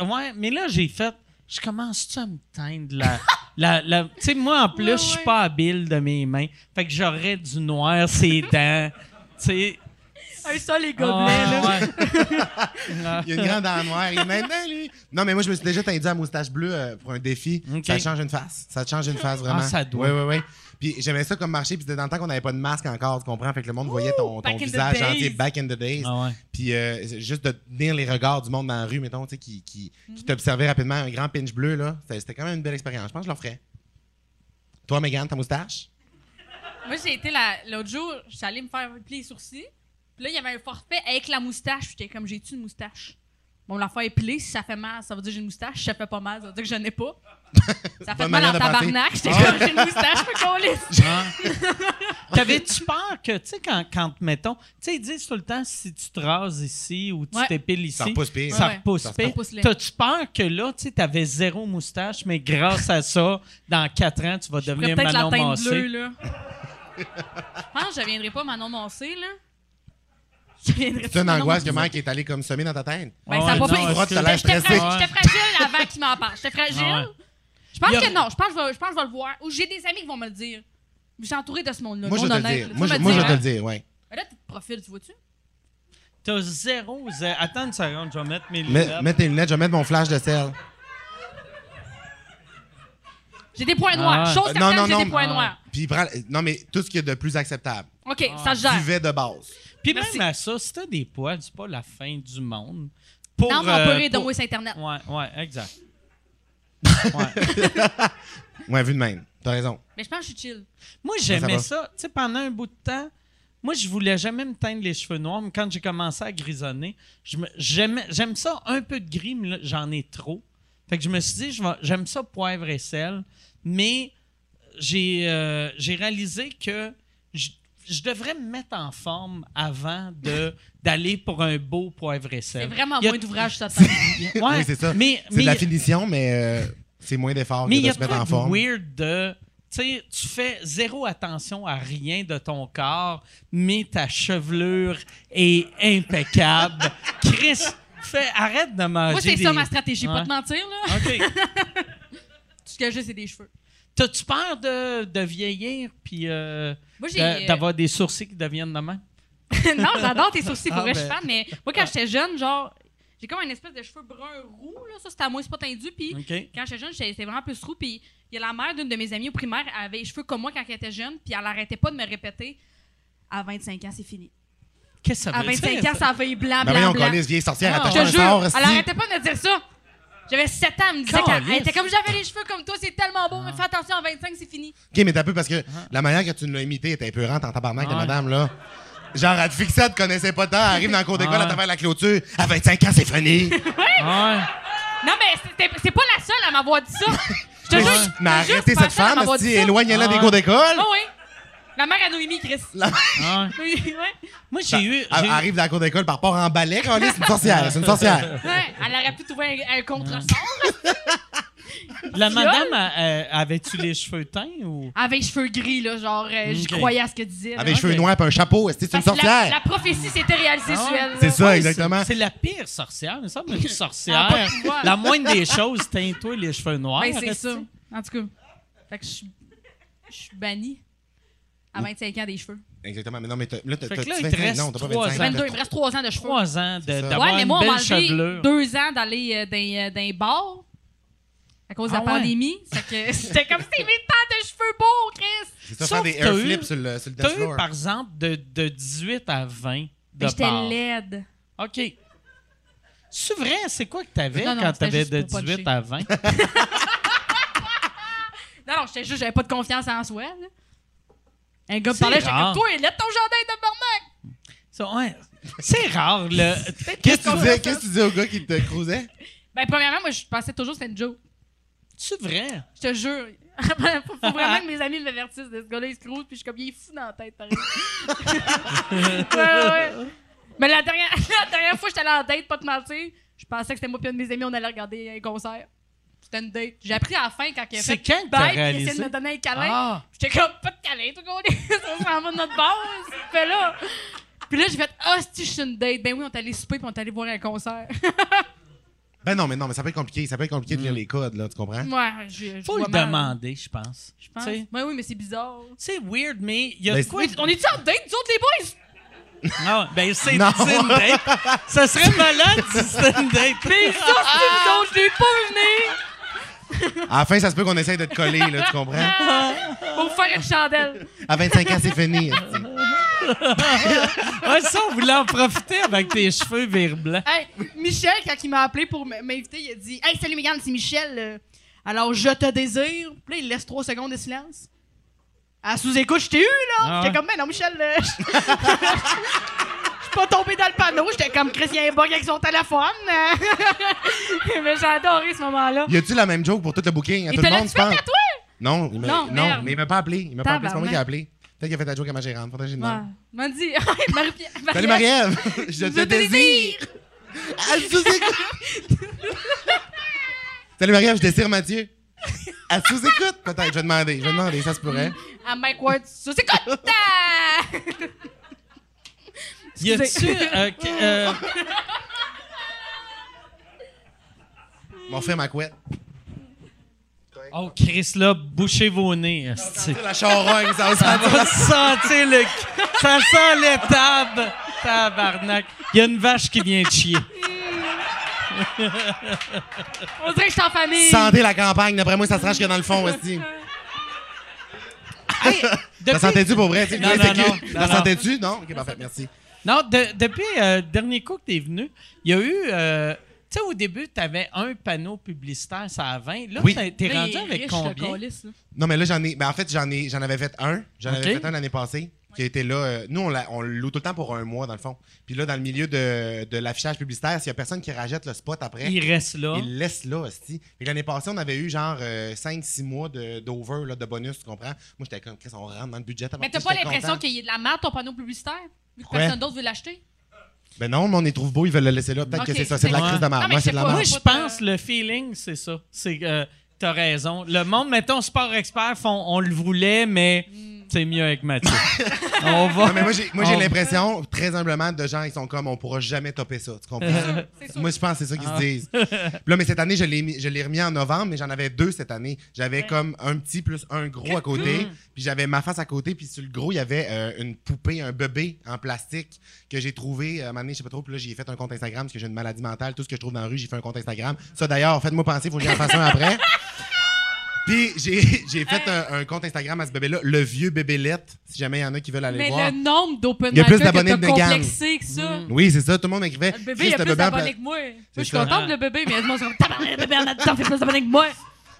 [SPEAKER 1] euh, ouais, mais là, j'ai fait. Je commence-tu à me teindre la. la, la- tu sais, moi, en plus,
[SPEAKER 6] Ouais,
[SPEAKER 1] je suis
[SPEAKER 6] ouais.
[SPEAKER 1] pas habile de mes mains. Fait que j'aurais du noir, ses dents. Tu sais.
[SPEAKER 6] Un seul, les gobelets, là.
[SPEAKER 1] Ah, ouais.
[SPEAKER 5] Il y a une grande dent noire. Il est maintenant, lui. Non, mais moi, je me suis déjà tendu à moustache bleue euh, pour un défi.
[SPEAKER 1] Ok.
[SPEAKER 5] Ça te change une face. Ça te change une face, vraiment.
[SPEAKER 1] Ah, ça doit.
[SPEAKER 5] Oui, oui, oui. Puis j'aimais ça comme marcher. Puis c'était dans le temps qu'on n'avait pas de masque encore, tu comprends? Fait que le monde voyait ton,
[SPEAKER 6] back
[SPEAKER 5] ton
[SPEAKER 6] in the
[SPEAKER 5] visage
[SPEAKER 6] days.
[SPEAKER 5] entier back in the days.
[SPEAKER 1] Ah ouais.
[SPEAKER 5] Puis euh, c'est juste de tenir les regards du monde dans la rue, mettons, tu sais, qui, qui,
[SPEAKER 1] Mm-hmm.
[SPEAKER 5] qui t'observait rapidement. Un grand pinch bleu, là. C'était c'était quand même une belle expérience. Je pense que je le ferais. Toi, Megan, ta moustache?
[SPEAKER 6] Moi, j'ai été la- l'autre jour, je suis allée me faire plier les sourcils. Puis là, il y avait un forfait avec la moustache. J'étais comme, j'ai-tu une moustache? Bon, la faire épiler, si ça fait mal, ça veut dire que j'ai une moustache. Si ça fait pas mal, ça veut dire que je n'en ai pas. Ça fait
[SPEAKER 5] Bonne
[SPEAKER 6] mal
[SPEAKER 5] manière
[SPEAKER 6] en
[SPEAKER 5] de penser. Ah
[SPEAKER 6] tabarnak. J'étais comme, j'ai une moustache, faut qu'on lisse.
[SPEAKER 1] T'avais-tu peur que, tu sais, quand, quand, mettons, tu sais, ils disent tout le temps si tu te rases ici ou tu
[SPEAKER 6] Ouais.
[SPEAKER 1] t'épiles ici,
[SPEAKER 5] Ça repousse pire.
[SPEAKER 1] ça
[SPEAKER 6] Ouais.
[SPEAKER 1] repousse
[SPEAKER 5] Ça
[SPEAKER 1] pire.
[SPEAKER 6] repousse laid.
[SPEAKER 1] T'as-tu peur que là, tu sais, t'avais zéro moustache, mais grâce à ça, dans quatre ans, tu vas devenir
[SPEAKER 6] Peut-être la
[SPEAKER 1] Manon
[SPEAKER 6] teinte
[SPEAKER 1] Massé?
[SPEAKER 6] bleue, là. Je pense que je viendrai pas Manon Mancé, là. qui viendrait
[SPEAKER 5] C'est une
[SPEAKER 6] Non,
[SPEAKER 5] angoisse que
[SPEAKER 6] non.
[SPEAKER 5] Mike est allé comme semer dans ta tête.
[SPEAKER 1] Ouais,
[SPEAKER 6] Ben, ça va
[SPEAKER 1] non,
[SPEAKER 6] pas
[SPEAKER 5] Tu
[SPEAKER 1] est-ce
[SPEAKER 5] crois que
[SPEAKER 1] que-
[SPEAKER 5] t'as l'air
[SPEAKER 6] J'étais
[SPEAKER 5] stressé.
[SPEAKER 6] fra- j'étais fragile avant qu'il m'en parle. J'étais fragile.
[SPEAKER 1] Ah ouais.
[SPEAKER 6] Je pense
[SPEAKER 1] Il y a-
[SPEAKER 6] que non. Je pense que je vais, je pense que je vais le voir. Ou j'ai des amis qui vont me le dire. Je suis entourée de ce monde-là.
[SPEAKER 5] Moi, je
[SPEAKER 6] monde
[SPEAKER 5] vais te
[SPEAKER 6] honnête,
[SPEAKER 5] le
[SPEAKER 6] là.
[SPEAKER 5] dis.
[SPEAKER 6] Tu
[SPEAKER 5] Moi, je
[SPEAKER 6] vas
[SPEAKER 5] moi, je
[SPEAKER 6] me
[SPEAKER 5] vais te le
[SPEAKER 6] dire,
[SPEAKER 5] dire, ouais.
[SPEAKER 6] hein? Là, t'es de profil, tu vois-tu?
[SPEAKER 1] T'as zéro, zé- Attends une seconde, je vais mettre mes
[SPEAKER 5] Mets,
[SPEAKER 1] lunettes.
[SPEAKER 5] mets tes lunettes, je vais mettre mon flash de sel.
[SPEAKER 6] J'ai des points noirs.
[SPEAKER 1] ouais.
[SPEAKER 6] Chose
[SPEAKER 5] Euh, non,
[SPEAKER 6] certaine,
[SPEAKER 5] non,
[SPEAKER 6] j'ai
[SPEAKER 5] non.
[SPEAKER 6] des points
[SPEAKER 5] Ah.
[SPEAKER 6] noirs.
[SPEAKER 5] Puis prends- non, mais tout ce qu'il y a de plus acceptable.
[SPEAKER 6] OK, ça se gère.
[SPEAKER 5] Duvet de base.
[SPEAKER 1] Puis
[SPEAKER 6] Merci.
[SPEAKER 1] même à ça, si t'as des poils, c'est pas la fin du monde. Pour,
[SPEAKER 6] Non, mais on
[SPEAKER 1] euh,
[SPEAKER 6] peut rire de
[SPEAKER 1] pour-
[SPEAKER 6] moi sur Internet.
[SPEAKER 1] Ouais, ouais, exact.
[SPEAKER 5] Ouais, vu de même. T'as raison.
[SPEAKER 6] Mais je pense que je suis chill.
[SPEAKER 1] Moi,
[SPEAKER 5] Ça, ça
[SPEAKER 1] j'aimais
[SPEAKER 5] va.
[SPEAKER 1] ça. Tu sais, pendant un bout de temps, moi, je voulais jamais me teindre les cheveux noirs, mais quand j'ai commencé à grisonner, je me- j'aimais- j'aime ça un peu de gris, mais là, j'en ai trop. Fait que je me suis dit, je vais- j'aime ça poivre et sel, mais j'ai euh, j'ai réalisé que je, je devrais me mettre en forme avant de d'aller pour un beau poivre et sel.
[SPEAKER 6] C'est vraiment
[SPEAKER 1] Il y a-
[SPEAKER 6] moins d'ouvrage sur ta tête.
[SPEAKER 1] Ouais,
[SPEAKER 5] Oui, c'est ça.
[SPEAKER 1] Mais,
[SPEAKER 5] C'est
[SPEAKER 1] mais-
[SPEAKER 5] de la finition, mais euh, c'est moins d'efforts que
[SPEAKER 1] mais il y
[SPEAKER 5] de
[SPEAKER 1] a
[SPEAKER 5] se
[SPEAKER 1] pas
[SPEAKER 5] mettre en
[SPEAKER 1] de
[SPEAKER 5] forme.
[SPEAKER 1] weird de... Tu sais, tu fais zéro attention à rien de ton corps, mais ta chevelure est impeccable. Chris, fais, arrête de manger
[SPEAKER 6] Moi, c'est
[SPEAKER 1] Ah, des-
[SPEAKER 6] ça ma stratégie, pas
[SPEAKER 1] Ouais.
[SPEAKER 6] te mentir. Là.
[SPEAKER 1] OK.
[SPEAKER 6] Ce que j'ai, c'est des cheveux.
[SPEAKER 1] T'as-tu peur de, de vieillir puis euh,
[SPEAKER 6] Moi, j'ai.
[SPEAKER 1] d'a- d'avoir des sourcils qui deviennent de même?
[SPEAKER 6] non, j'adore tes sourcils, pour
[SPEAKER 1] Ah,
[SPEAKER 6] vrai, je suis
[SPEAKER 1] ben.
[SPEAKER 6] fan, mais moi, quand j'étais jeune, genre, j'ai comme une espèce de cheveux brun roux, là, ça, c'était à moi, c'est pas tendu, puis
[SPEAKER 1] OK.
[SPEAKER 6] quand j'étais jeune, j'étais c'était vraiment plus roux, puis il y a la mère d'une de mes amies au primaire, elle avait les cheveux comme moi quand elle était jeune, puis elle arrêtait pas de me répéter « À 25 ans, c'est fini.
[SPEAKER 1] Qu'est-ce que ça
[SPEAKER 6] À
[SPEAKER 1] veut dire?
[SPEAKER 6] 25 ans, ça va être blanc,
[SPEAKER 5] Ah, Ben
[SPEAKER 6] blanc,
[SPEAKER 5] voyons,
[SPEAKER 6] blanc.
[SPEAKER 5] Colis, vieille sorcière,
[SPEAKER 1] Ah,
[SPEAKER 5] attache
[SPEAKER 6] Je te
[SPEAKER 5] un
[SPEAKER 6] jure,
[SPEAKER 5] sort,
[SPEAKER 6] elle
[SPEAKER 5] esti.
[SPEAKER 6] arrêtait pas de me dire ça. J'avais 7 ans, elle me disait
[SPEAKER 1] Calisse.
[SPEAKER 6] qu'elle elle était comme j'avais les cheveux comme toi, c'est tellement beau, mais fais attention, à 25, c'est fini.
[SPEAKER 5] OK, mais t'as peu parce que la manière que tu l'as imité était épeurante en tabarnak de
[SPEAKER 1] Ouais.
[SPEAKER 5] madame, là. Genre, elle te fixait, elle te connaissait pas tant, elle arrive dans le cours d'école,
[SPEAKER 1] Ouais.
[SPEAKER 5] à travers la clôture. À 25 ans, c'est fini.
[SPEAKER 1] Ouais.
[SPEAKER 6] Non, mais c'était- c'est pas la seule à m'avoir dit ça. Je te
[SPEAKER 5] mais
[SPEAKER 6] jure,
[SPEAKER 5] mais
[SPEAKER 6] je- je te jure,
[SPEAKER 5] arrêtez
[SPEAKER 6] c'est pas
[SPEAKER 5] cette
[SPEAKER 6] la seule à
[SPEAKER 5] femme,
[SPEAKER 6] m'avoir
[SPEAKER 5] esti,
[SPEAKER 6] dit ça.
[SPEAKER 5] éloignez-la des
[SPEAKER 1] Ouais.
[SPEAKER 5] cours d'école.
[SPEAKER 1] Oh,
[SPEAKER 6] Ah oui. La mère à Noémie, Chris.
[SPEAKER 5] La-
[SPEAKER 1] ouais.
[SPEAKER 6] Oui, ouais.
[SPEAKER 1] Moi, j'ai eu...
[SPEAKER 5] Elle
[SPEAKER 1] j'ai-
[SPEAKER 5] Ben, arrive dans la cour d'école, par part en balai, Colis, c'est une sorcière, c'est une sorcière.
[SPEAKER 6] Ouais, Elle aurait pu trouver un, un contre-sort.
[SPEAKER 1] La madame, euh, avais-tu les cheveux teints ou...
[SPEAKER 6] Avec cheveux gris, là, genre, euh, je
[SPEAKER 1] Ok.
[SPEAKER 6] croyais à ce que disait. là.
[SPEAKER 5] Avec les cheveux
[SPEAKER 1] Ok.
[SPEAKER 5] noirs et un chapeau, esti, c'est une
[SPEAKER 6] Parce que la, la
[SPEAKER 5] sorcière.
[SPEAKER 6] prophétie s'était réalisée
[SPEAKER 1] Ah
[SPEAKER 6] sur
[SPEAKER 1] ouais?
[SPEAKER 6] elle. là.
[SPEAKER 5] C'est ça,
[SPEAKER 1] Ouais,
[SPEAKER 5] exactement. Ah,
[SPEAKER 1] c'est- C'est la pire sorcière, mais ça, mais une sorcière.
[SPEAKER 6] Elle a pas de pouvoir.
[SPEAKER 1] la moindre des choses, teins-toi les cheveux noirs.
[SPEAKER 6] Ben, c'est
[SPEAKER 1] reste-
[SPEAKER 6] ça. En tout cas. Fait que je suis- je suis bannie
[SPEAKER 5] Mm.
[SPEAKER 6] à 25 ans des cheveux.
[SPEAKER 5] Exactement, mais non, mais t'as- là, t'as
[SPEAKER 1] Fait
[SPEAKER 5] t'as-
[SPEAKER 1] que là,
[SPEAKER 5] tu
[SPEAKER 1] il te
[SPEAKER 5] 25,
[SPEAKER 1] reste
[SPEAKER 5] non, t'as pas
[SPEAKER 1] trois
[SPEAKER 5] 25.
[SPEAKER 1] ans.
[SPEAKER 5] t'as-
[SPEAKER 6] 22, il me reste 3 ans de cheveux.
[SPEAKER 1] Trois ans de-
[SPEAKER 5] C'est ça.
[SPEAKER 1] d'avoir
[SPEAKER 6] Ouais, mais
[SPEAKER 1] une
[SPEAKER 6] moi, on m'a
[SPEAKER 1] belle
[SPEAKER 6] enlevé
[SPEAKER 1] chevelure.
[SPEAKER 6] deux ans d'aller euh, dans, euh, dans les bars à cause de
[SPEAKER 1] Ah
[SPEAKER 6] la
[SPEAKER 1] ouais?
[SPEAKER 6] pandémie. Fait que c'était comme si t'es mis tant de cheveux beaux, Chris.
[SPEAKER 5] C'est ça,
[SPEAKER 1] Sauf
[SPEAKER 5] faire des
[SPEAKER 1] que t'as
[SPEAKER 5] air
[SPEAKER 1] eu-
[SPEAKER 5] flips sur le, sur le dance
[SPEAKER 1] T'as eu,
[SPEAKER 5] floor.
[SPEAKER 1] par exemple, de, de 18 à 20 de
[SPEAKER 6] Mais Ben, J'étais
[SPEAKER 1] part.
[SPEAKER 6] laide.
[SPEAKER 1] OK. C'est vrai, c'est quoi que t'avais
[SPEAKER 6] Non, non,
[SPEAKER 1] quand
[SPEAKER 6] c'était
[SPEAKER 1] t'avais
[SPEAKER 6] juste
[SPEAKER 1] de
[SPEAKER 6] pour
[SPEAKER 1] 18
[SPEAKER 6] puncher.
[SPEAKER 1] à 20?
[SPEAKER 6] Non, non, j'étais juste, j'avais pas de confiance en soi. là. Un gars me parlait,
[SPEAKER 1] C'est
[SPEAKER 6] j'étais
[SPEAKER 1] rare.
[SPEAKER 6] comme toi, lève ton jardin de barnac!
[SPEAKER 1] Ça, ouais. C'est rare, le...
[SPEAKER 5] Qu'est-ce que tu disais- qu'est-ce que tu disais au gars qui te cruisait?
[SPEAKER 6] Ben, premièrement, moi, je pensais toujours que c'était une joke.
[SPEAKER 1] C'est vrai.
[SPEAKER 6] Je te jure. faut, faut vraiment que mes amis m'avertissent de ce gars-là, il se crouse, puis je suis comme, il est fou dans la tête, pareil. ouais, ouais. Mais la dernière, la dernière fois, j'étais allée en date, pas te mentir, je pensais que c'était moi, puis un de mes amis, on allait regarder un concert. C'était une date. J'ai appris à la fin quand il a
[SPEAKER 1] C'est
[SPEAKER 6] fait
[SPEAKER 1] quand que t'as
[SPEAKER 6] bye, puis il a essayé
[SPEAKER 1] réalisé?
[SPEAKER 6] de me donner un câlin.
[SPEAKER 1] Ah,
[SPEAKER 6] J'étais comme, pas de câlin, tout gros, on s'en va de notre bar, c'est fait là. Puis là, j'ai fait, ah, si je suis une date, ben oui, on est allé souper puis on est allé voir un concert.
[SPEAKER 5] Ben non, mais non, mais ça peut être compliqué. Ça peut être compliqué de
[SPEAKER 1] Mm.
[SPEAKER 5] lire les codes, là, tu comprends?
[SPEAKER 6] ouais, je. je
[SPEAKER 1] faut
[SPEAKER 6] vois
[SPEAKER 1] le
[SPEAKER 6] mal,
[SPEAKER 1] demander, je pense.
[SPEAKER 6] Je pense.
[SPEAKER 1] Tu sais,
[SPEAKER 6] Ouais, oui, mais c'est bizarre.
[SPEAKER 1] C'est weird, mais il y a
[SPEAKER 5] Ben,
[SPEAKER 1] de quoi...
[SPEAKER 6] Oui, on est-tu en date, nous autres, les boys?
[SPEAKER 1] Ah, ben c'est c'est une
[SPEAKER 5] Non.
[SPEAKER 1] date. Ça serait malade si c'était une date.
[SPEAKER 6] Mais ça, c'est vous autres, je l'ai pas vu venir!
[SPEAKER 5] À la fin, ça se peut qu'on essaye de te coller, là, tu comprends?
[SPEAKER 6] Pour vous faire une chandelle.
[SPEAKER 5] À 25 ans, c'est fini. esti.
[SPEAKER 1] Ouais, ça, on voulait en profiter avec tes cheveux vire blanc.
[SPEAKER 6] Hey, Michel, quand il m'a appelé pour m- m'inviter, il a dit Hey, salut Mégane, c'est Michel. euh, alors, je te désire. Puis là, il laisse trois secondes de silence. À sous-écoute, je t'ai eu, là.
[SPEAKER 1] Ah ouais.
[SPEAKER 6] J'étais comme, mais non, Michel, euh, je je suis pas tombé dans le panneau. J'étais comme Christian Bog avec son téléphone. mais j'ai adoré ce moment-là.
[SPEAKER 5] Y a-tu la même joke pour tout le booking? À
[SPEAKER 6] Il
[SPEAKER 5] tout
[SPEAKER 6] te
[SPEAKER 5] le
[SPEAKER 6] l'a
[SPEAKER 5] monde,
[SPEAKER 6] tu
[SPEAKER 5] tu
[SPEAKER 6] fait à
[SPEAKER 5] penses?
[SPEAKER 6] toi?
[SPEAKER 5] Non, il m'a-
[SPEAKER 6] Non,
[SPEAKER 5] non,
[SPEAKER 6] merde.
[SPEAKER 5] mais il m'a pas appelé. Il m'a pas appelé. C'est pas moi
[SPEAKER 6] Tabarnak.
[SPEAKER 5] qui ai appelé. Peut-être qu'il a fait la joke à ma gérante. Faudrait que j'ai
[SPEAKER 6] Ouais.
[SPEAKER 5] demandé.
[SPEAKER 6] M'a dit, Hey, Marie-
[SPEAKER 5] Salut Marie-Ève! Je
[SPEAKER 6] Je
[SPEAKER 5] te désire! À sous-écoute! Salut Marie-Ève, je désire Mathieu. À sous-écoute, peut-être. Je vais demander. Je vais demander, ça se pourrait.
[SPEAKER 6] À Mike Ward, ça c'est quoi?
[SPEAKER 1] Y a-tu. euh, que- euh,
[SPEAKER 5] Mon frère ma couette.
[SPEAKER 1] oh, Chris, là, bouchez vos nez. esti.
[SPEAKER 5] La charogne, ça va se
[SPEAKER 1] Ça
[SPEAKER 5] sentir.
[SPEAKER 1] va sentir le. Ça sent l'étable. Tabarnak. Il y a une vache qui vient de chier.
[SPEAKER 6] On dirait que je suis en famille.
[SPEAKER 5] Sentez la campagne, d'après moi, ça se rache que dans le fond aussi.
[SPEAKER 1] Depuis-
[SPEAKER 5] La sentais-tu pour vrai? tu sais,
[SPEAKER 1] Non,
[SPEAKER 5] le
[SPEAKER 1] non,
[SPEAKER 5] gars,
[SPEAKER 1] non,
[SPEAKER 5] c'est que-
[SPEAKER 1] non,
[SPEAKER 5] La
[SPEAKER 1] non.
[SPEAKER 5] sentais-tu? Non? Ok, parfait, merci.
[SPEAKER 1] Non, de- depuis le dernier coup que tu es venu, il y a eu. euh, tu sais, au début, tu avais un panneau publicitaire, ça à 20. Là,
[SPEAKER 5] Oui.
[SPEAKER 1] t'as- t'es rendu avec combien?
[SPEAKER 5] Non, mais là, j'en ai. Ben, en fait, j'en ai, j'en avais fait un. J'en
[SPEAKER 1] Ok.
[SPEAKER 5] avais fait un l'année passée. Qui était là. euh, nous, on, l'a- on le loue tout le temps pour un mois, dans le fond. Puis là, dans le milieu de, de l'affichage publicitaire, s'il y a personne qui rajette le spot après,
[SPEAKER 1] Il reste là.
[SPEAKER 5] Il laisse là, hostie. Fait que L'année passée, on avait eu genre 5-6 mois de- d'over, là, de bonus, tu comprends? Moi, j'étais comme, Chris, on rentre dans le budget.
[SPEAKER 6] Mais t'as pas l'impression qu'il y ait de la merde ton panneau publicitaire? Vu que
[SPEAKER 5] Ouais.
[SPEAKER 6] personne d'autre veut l'acheter?
[SPEAKER 5] Ben non, mais on les trouve beaux, ils veulent le laisser là. Peut-être
[SPEAKER 6] Ok.
[SPEAKER 5] que c'est ça, c'est de la
[SPEAKER 1] Ouais.
[SPEAKER 5] crise de
[SPEAKER 6] Non,
[SPEAKER 5] merde.
[SPEAKER 6] mais
[SPEAKER 5] Moi,
[SPEAKER 6] je
[SPEAKER 5] c'est de
[SPEAKER 6] sais
[SPEAKER 5] la
[SPEAKER 6] pas.
[SPEAKER 1] Moi,
[SPEAKER 5] merde.
[SPEAKER 1] je pense le feeling, c'est ça. C'est euh, T'as raison. Le monde, mettons, sport expert, font, on le voulait, mais
[SPEAKER 6] Hmm.
[SPEAKER 1] c'est mieux avec Mathieu. on va.
[SPEAKER 5] Non, mais moi, j'ai moi, j'ai
[SPEAKER 6] Oh.
[SPEAKER 1] on-
[SPEAKER 5] l'impression, très humblement, de gens, ils sont comme, on pourra jamais topper ça, tu comprends?
[SPEAKER 6] C'est sûr.
[SPEAKER 5] Moi, je pense que c'est ça qu'ils se disent. Puis là, mais cette année, je l'ai mis- je l'ai remis en novembre, mais j'en avais deux cette année. J'avais comme un petit plus un gros à côté,
[SPEAKER 6] Mm.
[SPEAKER 5] puis j'avais ma face à côté, puis sur le gros, il y avait euh, une poupée, un bébé en plastique que j'ai trouvé euh, à un moment donné, je sais pas trop, puis là, j'ai fait un compte Instagram parce que j'ai une maladie mentale. Tout ce que je trouve dans la rue, j'ai fait un compte Instagram. Ça, d'ailleurs, faites-moi penser, faut que j'en fasse un après. Puis j'ai j'ai fait un, un compte Instagram à ce bébé-là, le vieux bébélette, si jamais il y en a qui veulent aller
[SPEAKER 6] Mais
[SPEAKER 5] voir.
[SPEAKER 6] le nombre d'open
[SPEAKER 5] Il y a plus
[SPEAKER 6] micers
[SPEAKER 5] d'abonnés
[SPEAKER 6] que
[SPEAKER 5] de
[SPEAKER 6] t'as
[SPEAKER 5] Megan.
[SPEAKER 6] complexé que ça.
[SPEAKER 5] Oui, c'est ça, tout le monde m'écrivait.
[SPEAKER 6] Le bébé,
[SPEAKER 5] Chris,
[SPEAKER 6] il y a
[SPEAKER 5] le
[SPEAKER 6] plus
[SPEAKER 5] en pla-
[SPEAKER 6] d'abonnés que moi. Moi, je suis
[SPEAKER 5] ça.
[SPEAKER 6] contente de le bébé, mais le monde se dit Tabarnak, le bébé en dedans, fait plus d'abonnés que moi.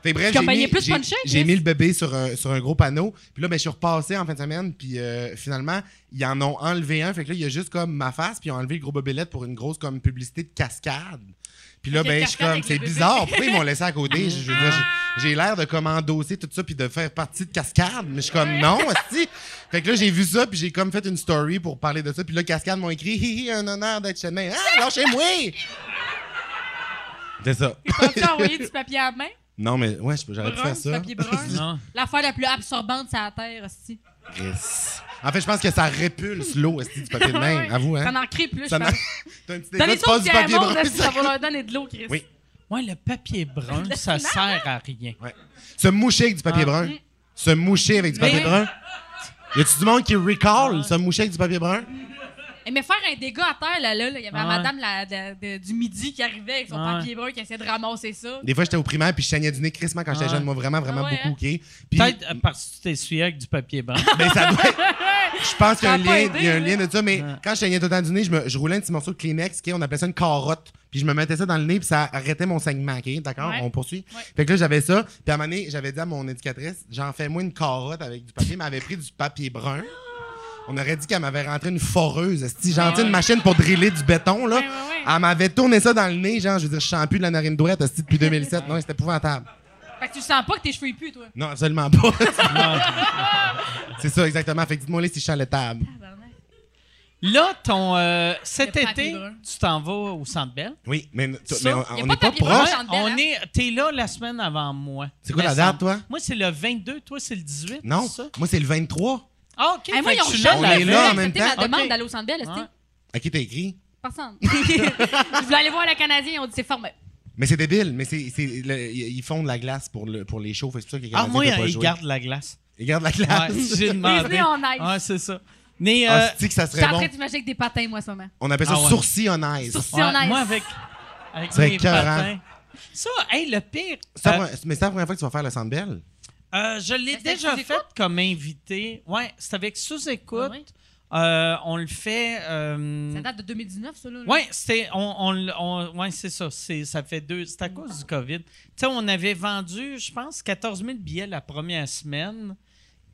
[SPEAKER 5] Fait que bref,
[SPEAKER 6] Puis
[SPEAKER 5] j'ai
[SPEAKER 6] on payait
[SPEAKER 5] mis,
[SPEAKER 6] plus
[SPEAKER 5] j'ai-
[SPEAKER 6] puncher,
[SPEAKER 5] j'ai
[SPEAKER 6] Chris.
[SPEAKER 5] mis le bébé sur un, sur un gros panneau. Puis là, ben, je suis repassé en fin de semaine. Puis euh, finalement, ils en ont enlevé un. Fait que là, il y a juste comme ma face. Puis ils ont enlevé le gros bobelette pour une grosse comme publicité de cascade. Puis là,
[SPEAKER 6] Fait qu'il y a
[SPEAKER 5] ben, je suis
[SPEAKER 6] cascade
[SPEAKER 5] comme,
[SPEAKER 6] avec
[SPEAKER 5] c'est
[SPEAKER 6] le bébé. Ah.
[SPEAKER 5] bizarre. Pourquoi ils m'ont laissé à côté? Je- je veux dire, j'ai- j'ai l'air de comme endosser tout ça puis de faire partie de cascade. Mais je suis comme, non, aussi. Fait que là, j'ai vu ça. Puis j'ai comme fait une story pour parler de ça. Puis là, cascade m'ont écrit, hi hi, un honneur d'être chez nous. Ah, lâchez-moi! C'est ça.
[SPEAKER 6] T'as-tu envoyé du papier à la main?
[SPEAKER 5] Non, mais ouais, je- j'aurais dû
[SPEAKER 6] Brun,
[SPEAKER 5] faire
[SPEAKER 6] du
[SPEAKER 5] ça.
[SPEAKER 6] papier brun.
[SPEAKER 1] Non.
[SPEAKER 6] L'affaire la plus absorbante, c'est la terre, aussi.
[SPEAKER 5] Yes. En fait, je pense que ça répulse l'eau esti, du papier de main, avoue,
[SPEAKER 6] Ça
[SPEAKER 5] hein?
[SPEAKER 6] en crée plus.
[SPEAKER 5] Ça
[SPEAKER 6] je
[SPEAKER 5] n'en-
[SPEAKER 6] pense.
[SPEAKER 5] T'as un petit
[SPEAKER 6] Dans
[SPEAKER 5] dégât,
[SPEAKER 6] les
[SPEAKER 5] tu passes
[SPEAKER 6] autres
[SPEAKER 5] du papier
[SPEAKER 6] tiers-mondes,
[SPEAKER 5] brun.
[SPEAKER 6] là, ça va leur donner de l'eau, Chris.
[SPEAKER 5] Oui.
[SPEAKER 1] Ouais, le papier brun, ça sert à rien.
[SPEAKER 5] Ouais. Se moucher avec du papier
[SPEAKER 1] Ah.
[SPEAKER 6] mm.
[SPEAKER 5] brun. Se moucher avec du
[SPEAKER 1] Mais-
[SPEAKER 5] papier brun. Y a-tu du monde qui
[SPEAKER 6] Ah.
[SPEAKER 5] recall se moucher avec du papier brun?
[SPEAKER 6] Eh, Mais faire un dégât à terre, là, là, là, il y avait la
[SPEAKER 1] Ouais.
[SPEAKER 6] madame la- de- de- du midi qui arrivait avec son
[SPEAKER 1] Ouais.
[SPEAKER 6] papier brun qui essayait de ramasser ça.
[SPEAKER 5] Des fois, j'étais au primaire puis je saignais du nez crissement quand j'étais
[SPEAKER 1] Ah.
[SPEAKER 5] jeune. Moi, vraiment, vraiment
[SPEAKER 6] Ah ouais,
[SPEAKER 5] beaucoup, OK? Puis,
[SPEAKER 1] Peut-être euh, parce que tu t'essuyais avec du papier brun.
[SPEAKER 5] ben, ça doit être- Je pense qu'il y a
[SPEAKER 6] Ça
[SPEAKER 5] un
[SPEAKER 6] a pas
[SPEAKER 5] lien,
[SPEAKER 6] aidé,
[SPEAKER 5] il y a un
[SPEAKER 6] là.
[SPEAKER 5] lien de ça, mais quand je saignais tout le temps du nez, je, me- je roulais un petit morceau de Kleenex, OK? On appelait ça une carotte. Puis je me mettais ça dans le nez, puis ça arrêtait mon saignement, OK? D'accord?
[SPEAKER 6] Ouais.
[SPEAKER 5] On poursuit.
[SPEAKER 6] Ouais.
[SPEAKER 5] Fait que là, j'avais ça. Puis à un moment donné, j'avais dit à mon éducatrice, j'en fais moi une carotte avec du papier, mais elle avait pris du papier brun. On aurait dit qu'elle m'avait rentré une foreuse, esti, genre, tu sais, une machine pour driller du béton, là.
[SPEAKER 6] Ouais, ouais, ouais.
[SPEAKER 5] Elle m'avait tourné ça dans le nez, genre, je veux dire, je sens plus de la narine droite, esti, depuis 2007. Non, c'était épouvantable.
[SPEAKER 6] Fait que tu sens pas que tes cheveux puent, toi.
[SPEAKER 5] Non, absolument pas. C'est ça, exactement. Fait que dites-moi là si je sens le table.
[SPEAKER 1] Là, ton euh, cet
[SPEAKER 6] Le papier
[SPEAKER 1] été,
[SPEAKER 6] brun.
[SPEAKER 1] tu t'en vas au Centre Bell.
[SPEAKER 5] Oui, mais, tu-
[SPEAKER 1] Ça,
[SPEAKER 5] mais on-
[SPEAKER 1] y a
[SPEAKER 5] on
[SPEAKER 6] pas
[SPEAKER 5] n'est
[SPEAKER 6] de
[SPEAKER 5] pas
[SPEAKER 6] papier
[SPEAKER 5] proche.
[SPEAKER 6] brun. Centre Bell,
[SPEAKER 1] on
[SPEAKER 6] hein?
[SPEAKER 1] est, t'es là la semaine avant moi.
[SPEAKER 5] C'est quoi
[SPEAKER 1] Me
[SPEAKER 5] la date,
[SPEAKER 1] semble.
[SPEAKER 5] toi?
[SPEAKER 1] Moi, c'est le 22, toi, c'est le 18.
[SPEAKER 5] Non,
[SPEAKER 1] c'est ça?
[SPEAKER 5] moi c'est le 23.
[SPEAKER 1] Ah, ok.
[SPEAKER 6] Eh, moi,
[SPEAKER 1] fait
[SPEAKER 6] ils
[SPEAKER 1] que
[SPEAKER 6] ont
[SPEAKER 1] je suis là
[SPEAKER 5] On
[SPEAKER 6] jamais
[SPEAKER 1] la
[SPEAKER 5] est
[SPEAKER 1] veille.
[SPEAKER 5] là en même
[SPEAKER 6] accepté ma
[SPEAKER 5] temps.
[SPEAKER 6] demande
[SPEAKER 1] Ok.
[SPEAKER 6] d'aller au centre belle,
[SPEAKER 1] Ouais.
[SPEAKER 5] À qui t'as écrit?
[SPEAKER 6] personne. je voulais aller voir le Canadien, ils ont dit c'est formé.
[SPEAKER 5] Mais c'est débile, mais c'est, c'est le- ils font de la glace pour, le, pour les shows. fait que C'est pour ça que les
[SPEAKER 1] Ah,
[SPEAKER 5] Canadiens
[SPEAKER 1] moi,
[SPEAKER 5] peuvent pas
[SPEAKER 1] ils
[SPEAKER 5] jouer.
[SPEAKER 1] gardent la glace.
[SPEAKER 5] Ils gardent la
[SPEAKER 1] Ouais,
[SPEAKER 5] glace.
[SPEAKER 1] j'ai demandé.
[SPEAKER 6] Disney on ice.
[SPEAKER 1] Ouais, c'est ça. Mais, euh,
[SPEAKER 5] Ah, c'est-tu que ça
[SPEAKER 6] Je suis
[SPEAKER 5] serait
[SPEAKER 6] en train
[SPEAKER 5] bon.
[SPEAKER 6] de t'imaginer avec des patins, moi, en ce moment.
[SPEAKER 5] On appelle ça
[SPEAKER 1] Ah ouais.
[SPEAKER 5] sourcil en ice.
[SPEAKER 6] Sourcil.
[SPEAKER 1] ouais,
[SPEAKER 6] on ice.
[SPEAKER 1] moi, avec, avec
[SPEAKER 5] C'est
[SPEAKER 1] mes
[SPEAKER 5] écœurant.
[SPEAKER 1] patins. Ça, hey, le pire,
[SPEAKER 5] C'est la
[SPEAKER 1] euh,
[SPEAKER 5] première- mais c'est la première fois que tu vas faire le Sandbell?
[SPEAKER 1] euh, je l'ai
[SPEAKER 6] C'était
[SPEAKER 1] déjà
[SPEAKER 6] sous
[SPEAKER 1] fait comme invité. Ouais, c'est avec sous-écoute.
[SPEAKER 6] Ah oui?
[SPEAKER 1] Euh, on le fait... euh,
[SPEAKER 6] Ça date de 2019, ça, là. là.
[SPEAKER 1] Oui, c'était. On, on l- on- ouais, c'est ça. C'est, ça fait deux. C'est à cause du COVID. Tu sais, on avait vendu, je pense, 14 000 billets la première semaine.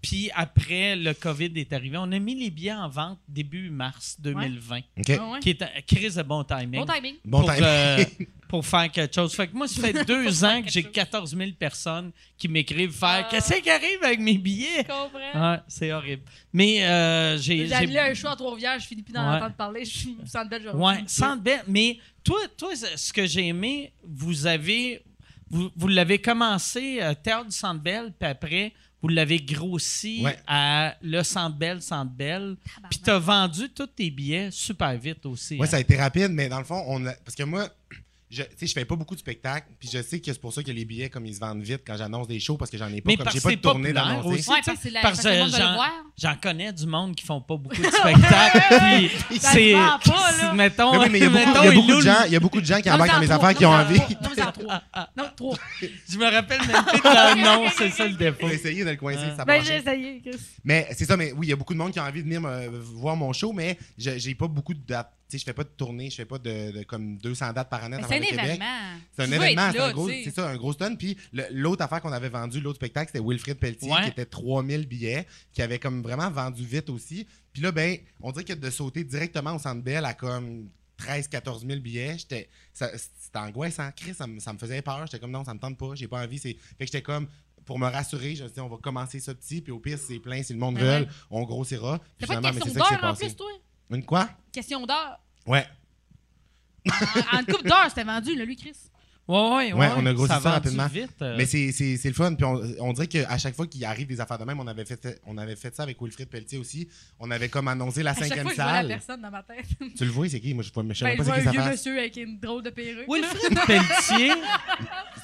[SPEAKER 1] Puis après, le COVID est arrivé. On a mis les billets en vente début mars 2020,
[SPEAKER 5] OK.
[SPEAKER 6] Ah ouais.
[SPEAKER 1] qui est une crise de bon timing.
[SPEAKER 6] Bon timing.
[SPEAKER 5] Bon
[SPEAKER 1] pour,
[SPEAKER 5] timing.
[SPEAKER 1] euh, pour faire quelque chose. Fait que moi, ça fait deux ans que j'ai
[SPEAKER 6] quelque chose.
[SPEAKER 1] 14 000 personnes qui m'écrivent faire
[SPEAKER 6] Ah.
[SPEAKER 1] Qu'est-ce qui arrive avec mes billets?
[SPEAKER 6] Je comprends.
[SPEAKER 1] Ah, c'est horrible. Mais euh, j'ai.
[SPEAKER 6] J'ai
[SPEAKER 1] j'ai-
[SPEAKER 6] annulé un show à Trois-Rivières, je finis plus d'en
[SPEAKER 1] Ouais.
[SPEAKER 6] entendre parler, je suis au centre belle, je vais-
[SPEAKER 1] Ouais, sans bête. Mais toi, toi, ce ce que j'ai aimé, vous avez, vous, vous l'avez commencé euh, Théâtre du Centre Bell, puis après, vous l'avez grossi
[SPEAKER 5] Ouais.
[SPEAKER 1] à le Centre Bell, Centre Bell.
[SPEAKER 6] Tabarnak.
[SPEAKER 1] Puis t'as vendu tous tes billets super vite aussi.
[SPEAKER 5] Ouais,
[SPEAKER 1] hein.
[SPEAKER 5] ça a été rapide, mais dans le fond, on a- parce que moi, je, tu sais, je fais pas beaucoup de spectacles, puis je sais que c'est pour ça que les billets, comme ils se vendent vite quand j'annonce des shows, parce que j'en ai pas,
[SPEAKER 1] Mais
[SPEAKER 5] comme
[SPEAKER 1] parce
[SPEAKER 5] j'ai
[SPEAKER 1] que
[SPEAKER 5] pas
[SPEAKER 1] c'est
[SPEAKER 5] de tournée
[SPEAKER 1] populaire
[SPEAKER 5] d'annoncer.
[SPEAKER 1] aussi.
[SPEAKER 6] Ouais, parce que c'est la-
[SPEAKER 1] Parce
[SPEAKER 6] parce que le monde va le
[SPEAKER 1] j'en-
[SPEAKER 6] voir.
[SPEAKER 1] J'en connais du monde qui font pas beaucoup de spectacles. puis
[SPEAKER 6] Ça se
[SPEAKER 1] c'est.
[SPEAKER 6] vend pas, là.
[SPEAKER 1] Mettons,
[SPEAKER 5] Mais oui, mais il y a beaucoup,
[SPEAKER 1] mettons,
[SPEAKER 5] il y a
[SPEAKER 1] ils
[SPEAKER 5] beaucoup de
[SPEAKER 1] louent-
[SPEAKER 5] gens, il y a beaucoup de gens qui
[SPEAKER 6] Nomme-en
[SPEAKER 5] embarquent dans mes
[SPEAKER 6] trois,
[SPEAKER 5] affaires qui ont
[SPEAKER 6] nomme-en
[SPEAKER 5] envie.
[SPEAKER 6] trois, nomme-en trois. Non, trois.
[SPEAKER 1] Je me rappelle même plus de leur nom, c'est ça le défaut.
[SPEAKER 5] J'ai essayé de le coincer, ça a pas
[SPEAKER 6] Ben,
[SPEAKER 5] marché.
[SPEAKER 6] j'ai essayé, Chris.
[SPEAKER 5] Mais c'est ça, mais oui, il y a beaucoup de monde qui a envie de venir me- voir mon show, mais je- j'ai pas beaucoup de dates. Tu sais, je fais pas de tournée, je fais pas de, de- comme 200 dates par année à
[SPEAKER 6] Ben, C'est
[SPEAKER 5] travers
[SPEAKER 6] un
[SPEAKER 5] le Québec.
[SPEAKER 6] événement.
[SPEAKER 5] C'est un
[SPEAKER 6] Tu veux
[SPEAKER 5] événement,
[SPEAKER 6] être
[SPEAKER 5] c'est
[SPEAKER 6] là,
[SPEAKER 5] un gros,
[SPEAKER 6] tu sais.
[SPEAKER 5] c'est ça, un gros stun. Puis le- l'autre affaire qu'on avait vendue, l'autre spectacle, c'était Wilfrid Pelletier,
[SPEAKER 1] Ouais.
[SPEAKER 5] qui était 3000 billets, qui avait comme vraiment vendu vite aussi. Puis là, ben, on dirait que de sauter directement au Centre Bell à comme 13 14 000 billets, j'étais, ça- c'était angoissant. Chris, ça, me- ça me faisait peur. J'étais comme, non, ça me tente pas, j'ai pas envie. C'est... Fait que j'étais comme, pour me rassurer, je me suis dit, on va commencer ça petit, puis au pire, si c'est plein, si le monde
[SPEAKER 6] Ben Ouais.
[SPEAKER 5] veut, on grossira. Puis
[SPEAKER 6] T'as pas
[SPEAKER 5] finalement,
[SPEAKER 6] de
[SPEAKER 5] mais c'est
[SPEAKER 6] question
[SPEAKER 5] ça qui s'est
[SPEAKER 6] d'heure en
[SPEAKER 5] passé.
[SPEAKER 6] plus, toi?
[SPEAKER 5] Une quoi?
[SPEAKER 6] Question d'heure.
[SPEAKER 5] Ouais.
[SPEAKER 6] En, en une couple d'heure, c'était vendu, là, lui, Chris.
[SPEAKER 1] Ouais, ouais, ouais.
[SPEAKER 5] Ouais, on a grossi ça
[SPEAKER 1] va
[SPEAKER 5] rapidement.
[SPEAKER 1] Vite, euh.
[SPEAKER 5] Mais c'est c'est- c'est le fun. Puis on, on dirait qu'à chaque fois qu'il arrive des affaires de même, on avait, fait, on avait fait ça avec Wilfrid Pelletier aussi. On avait comme annoncé la
[SPEAKER 6] À chaque
[SPEAKER 5] cinquième
[SPEAKER 6] fois, je vois la
[SPEAKER 5] salle.
[SPEAKER 6] personne dans ma tête.
[SPEAKER 5] Tu le vois, c'est qui? Moi, je ne sais
[SPEAKER 6] Ben, je
[SPEAKER 5] même pas
[SPEAKER 6] vois
[SPEAKER 5] c'est
[SPEAKER 6] un
[SPEAKER 5] qui ça
[SPEAKER 6] vieux
[SPEAKER 5] passe.
[SPEAKER 6] monsieur avec une drôle de perruque.
[SPEAKER 1] Wilfrid Pelletier,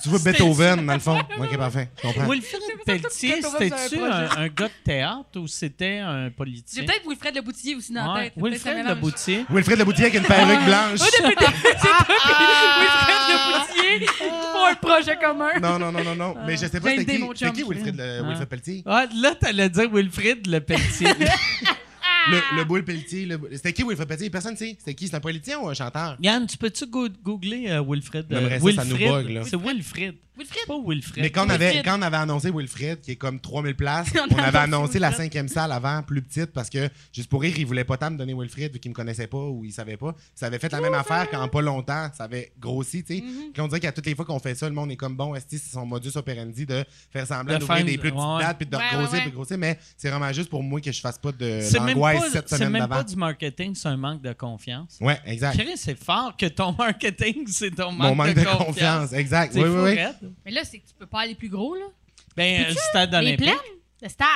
[SPEAKER 5] Tu vois
[SPEAKER 1] C'était-
[SPEAKER 5] Beethoven, dans le fond. ok, parfait. Je comprends.
[SPEAKER 1] Wilfrid
[SPEAKER 6] pour ça que
[SPEAKER 1] Pelletier,
[SPEAKER 6] tu fais comme
[SPEAKER 1] c'était-tu
[SPEAKER 6] ça, un
[SPEAKER 1] un,
[SPEAKER 6] projet.
[SPEAKER 1] un gars de théâtre ou c'était un
[SPEAKER 6] J'ai
[SPEAKER 1] politicien?
[SPEAKER 6] peut-être Wilfred Le Boutier aussi dans la
[SPEAKER 1] Ouais,
[SPEAKER 6] tête.
[SPEAKER 1] Wilfred Le Boutier.
[SPEAKER 5] Wilfrid Le Boutier avec une perruque blanche.
[SPEAKER 6] Ah. Au début, c'est toi puis Wilfred Le Boutier pour un projet commun.
[SPEAKER 5] Non, non, non, non, non. Mais je sais pas
[SPEAKER 6] J'ai
[SPEAKER 5] c'est
[SPEAKER 6] aidé
[SPEAKER 5] qui.
[SPEAKER 6] mon
[SPEAKER 5] C'est
[SPEAKER 6] chum,
[SPEAKER 5] qui
[SPEAKER 6] je
[SPEAKER 5] Wilfrid, le,
[SPEAKER 1] Ah.
[SPEAKER 5] Wilfrid Pelletier?
[SPEAKER 1] Ah, là, t'allais dire Wilfrid Le Pelletier.
[SPEAKER 5] Le, le boule Pelletier. le- C'était qui Wilfrid Pelletier? Personne ne sait. C'était qui? C'est un politicien ou un chanteur?
[SPEAKER 1] Yann, tu peux-tu go- googler euh, Wilfrid?
[SPEAKER 5] J'aimerais ça, ça
[SPEAKER 1] Wilfred,
[SPEAKER 5] nous bug, là.
[SPEAKER 1] C'est Wilfrid. C'est
[SPEAKER 6] Wilfred,
[SPEAKER 1] pas Wilfred.
[SPEAKER 5] Mais quand on, avait,
[SPEAKER 6] Wilfrid.
[SPEAKER 5] quand on avait annoncé Wilfred, qui est comme 3000 places,
[SPEAKER 6] On
[SPEAKER 5] on
[SPEAKER 6] a
[SPEAKER 5] avait
[SPEAKER 6] annoncé
[SPEAKER 5] annoncé la
[SPEAKER 6] Wilfred.
[SPEAKER 5] cinquième salle avant, plus petite, parce que, juste pour rire, il voulait pas tant me donner Wilfred, vu qu'il me connaissait pas ou il savait pas. Ça avait fait la même affaire qu'en pas longtemps, ça avait grossi, tu sais.
[SPEAKER 1] Mm-hmm.
[SPEAKER 5] Puis on dirait qu'à toutes les fois qu'on fait ça, le monde est comme bon, esti, c'est son modus operandi de faire semblant
[SPEAKER 1] De
[SPEAKER 5] d'ouvrir
[SPEAKER 1] faire-
[SPEAKER 5] des plus petites
[SPEAKER 1] ouais.
[SPEAKER 5] dates, puis de
[SPEAKER 6] Ouais,
[SPEAKER 5] grossir,
[SPEAKER 6] ouais, ouais.
[SPEAKER 5] puis de grossir, mais c'est vraiment juste pour moi que je fasse pas de
[SPEAKER 1] C'est même, pas,
[SPEAKER 5] l'angoisse cette
[SPEAKER 1] c'est
[SPEAKER 5] semaine
[SPEAKER 1] même
[SPEAKER 5] d'avant.
[SPEAKER 1] pas du marketing, c'est un manque de confiance.
[SPEAKER 5] Ouais, exact.
[SPEAKER 1] Chris, c'est fort que ton marketing, c'est ton manque,
[SPEAKER 5] Mon manque de, confiance, exact.
[SPEAKER 1] C'est
[SPEAKER 5] Oui, oui, oui.
[SPEAKER 1] raide.
[SPEAKER 6] Mais là, c'est que tu peux pas aller plus gros, là.
[SPEAKER 5] Euh,
[SPEAKER 1] Ben, le stade
[SPEAKER 6] Les
[SPEAKER 1] olympique.
[SPEAKER 6] plaines, le stade.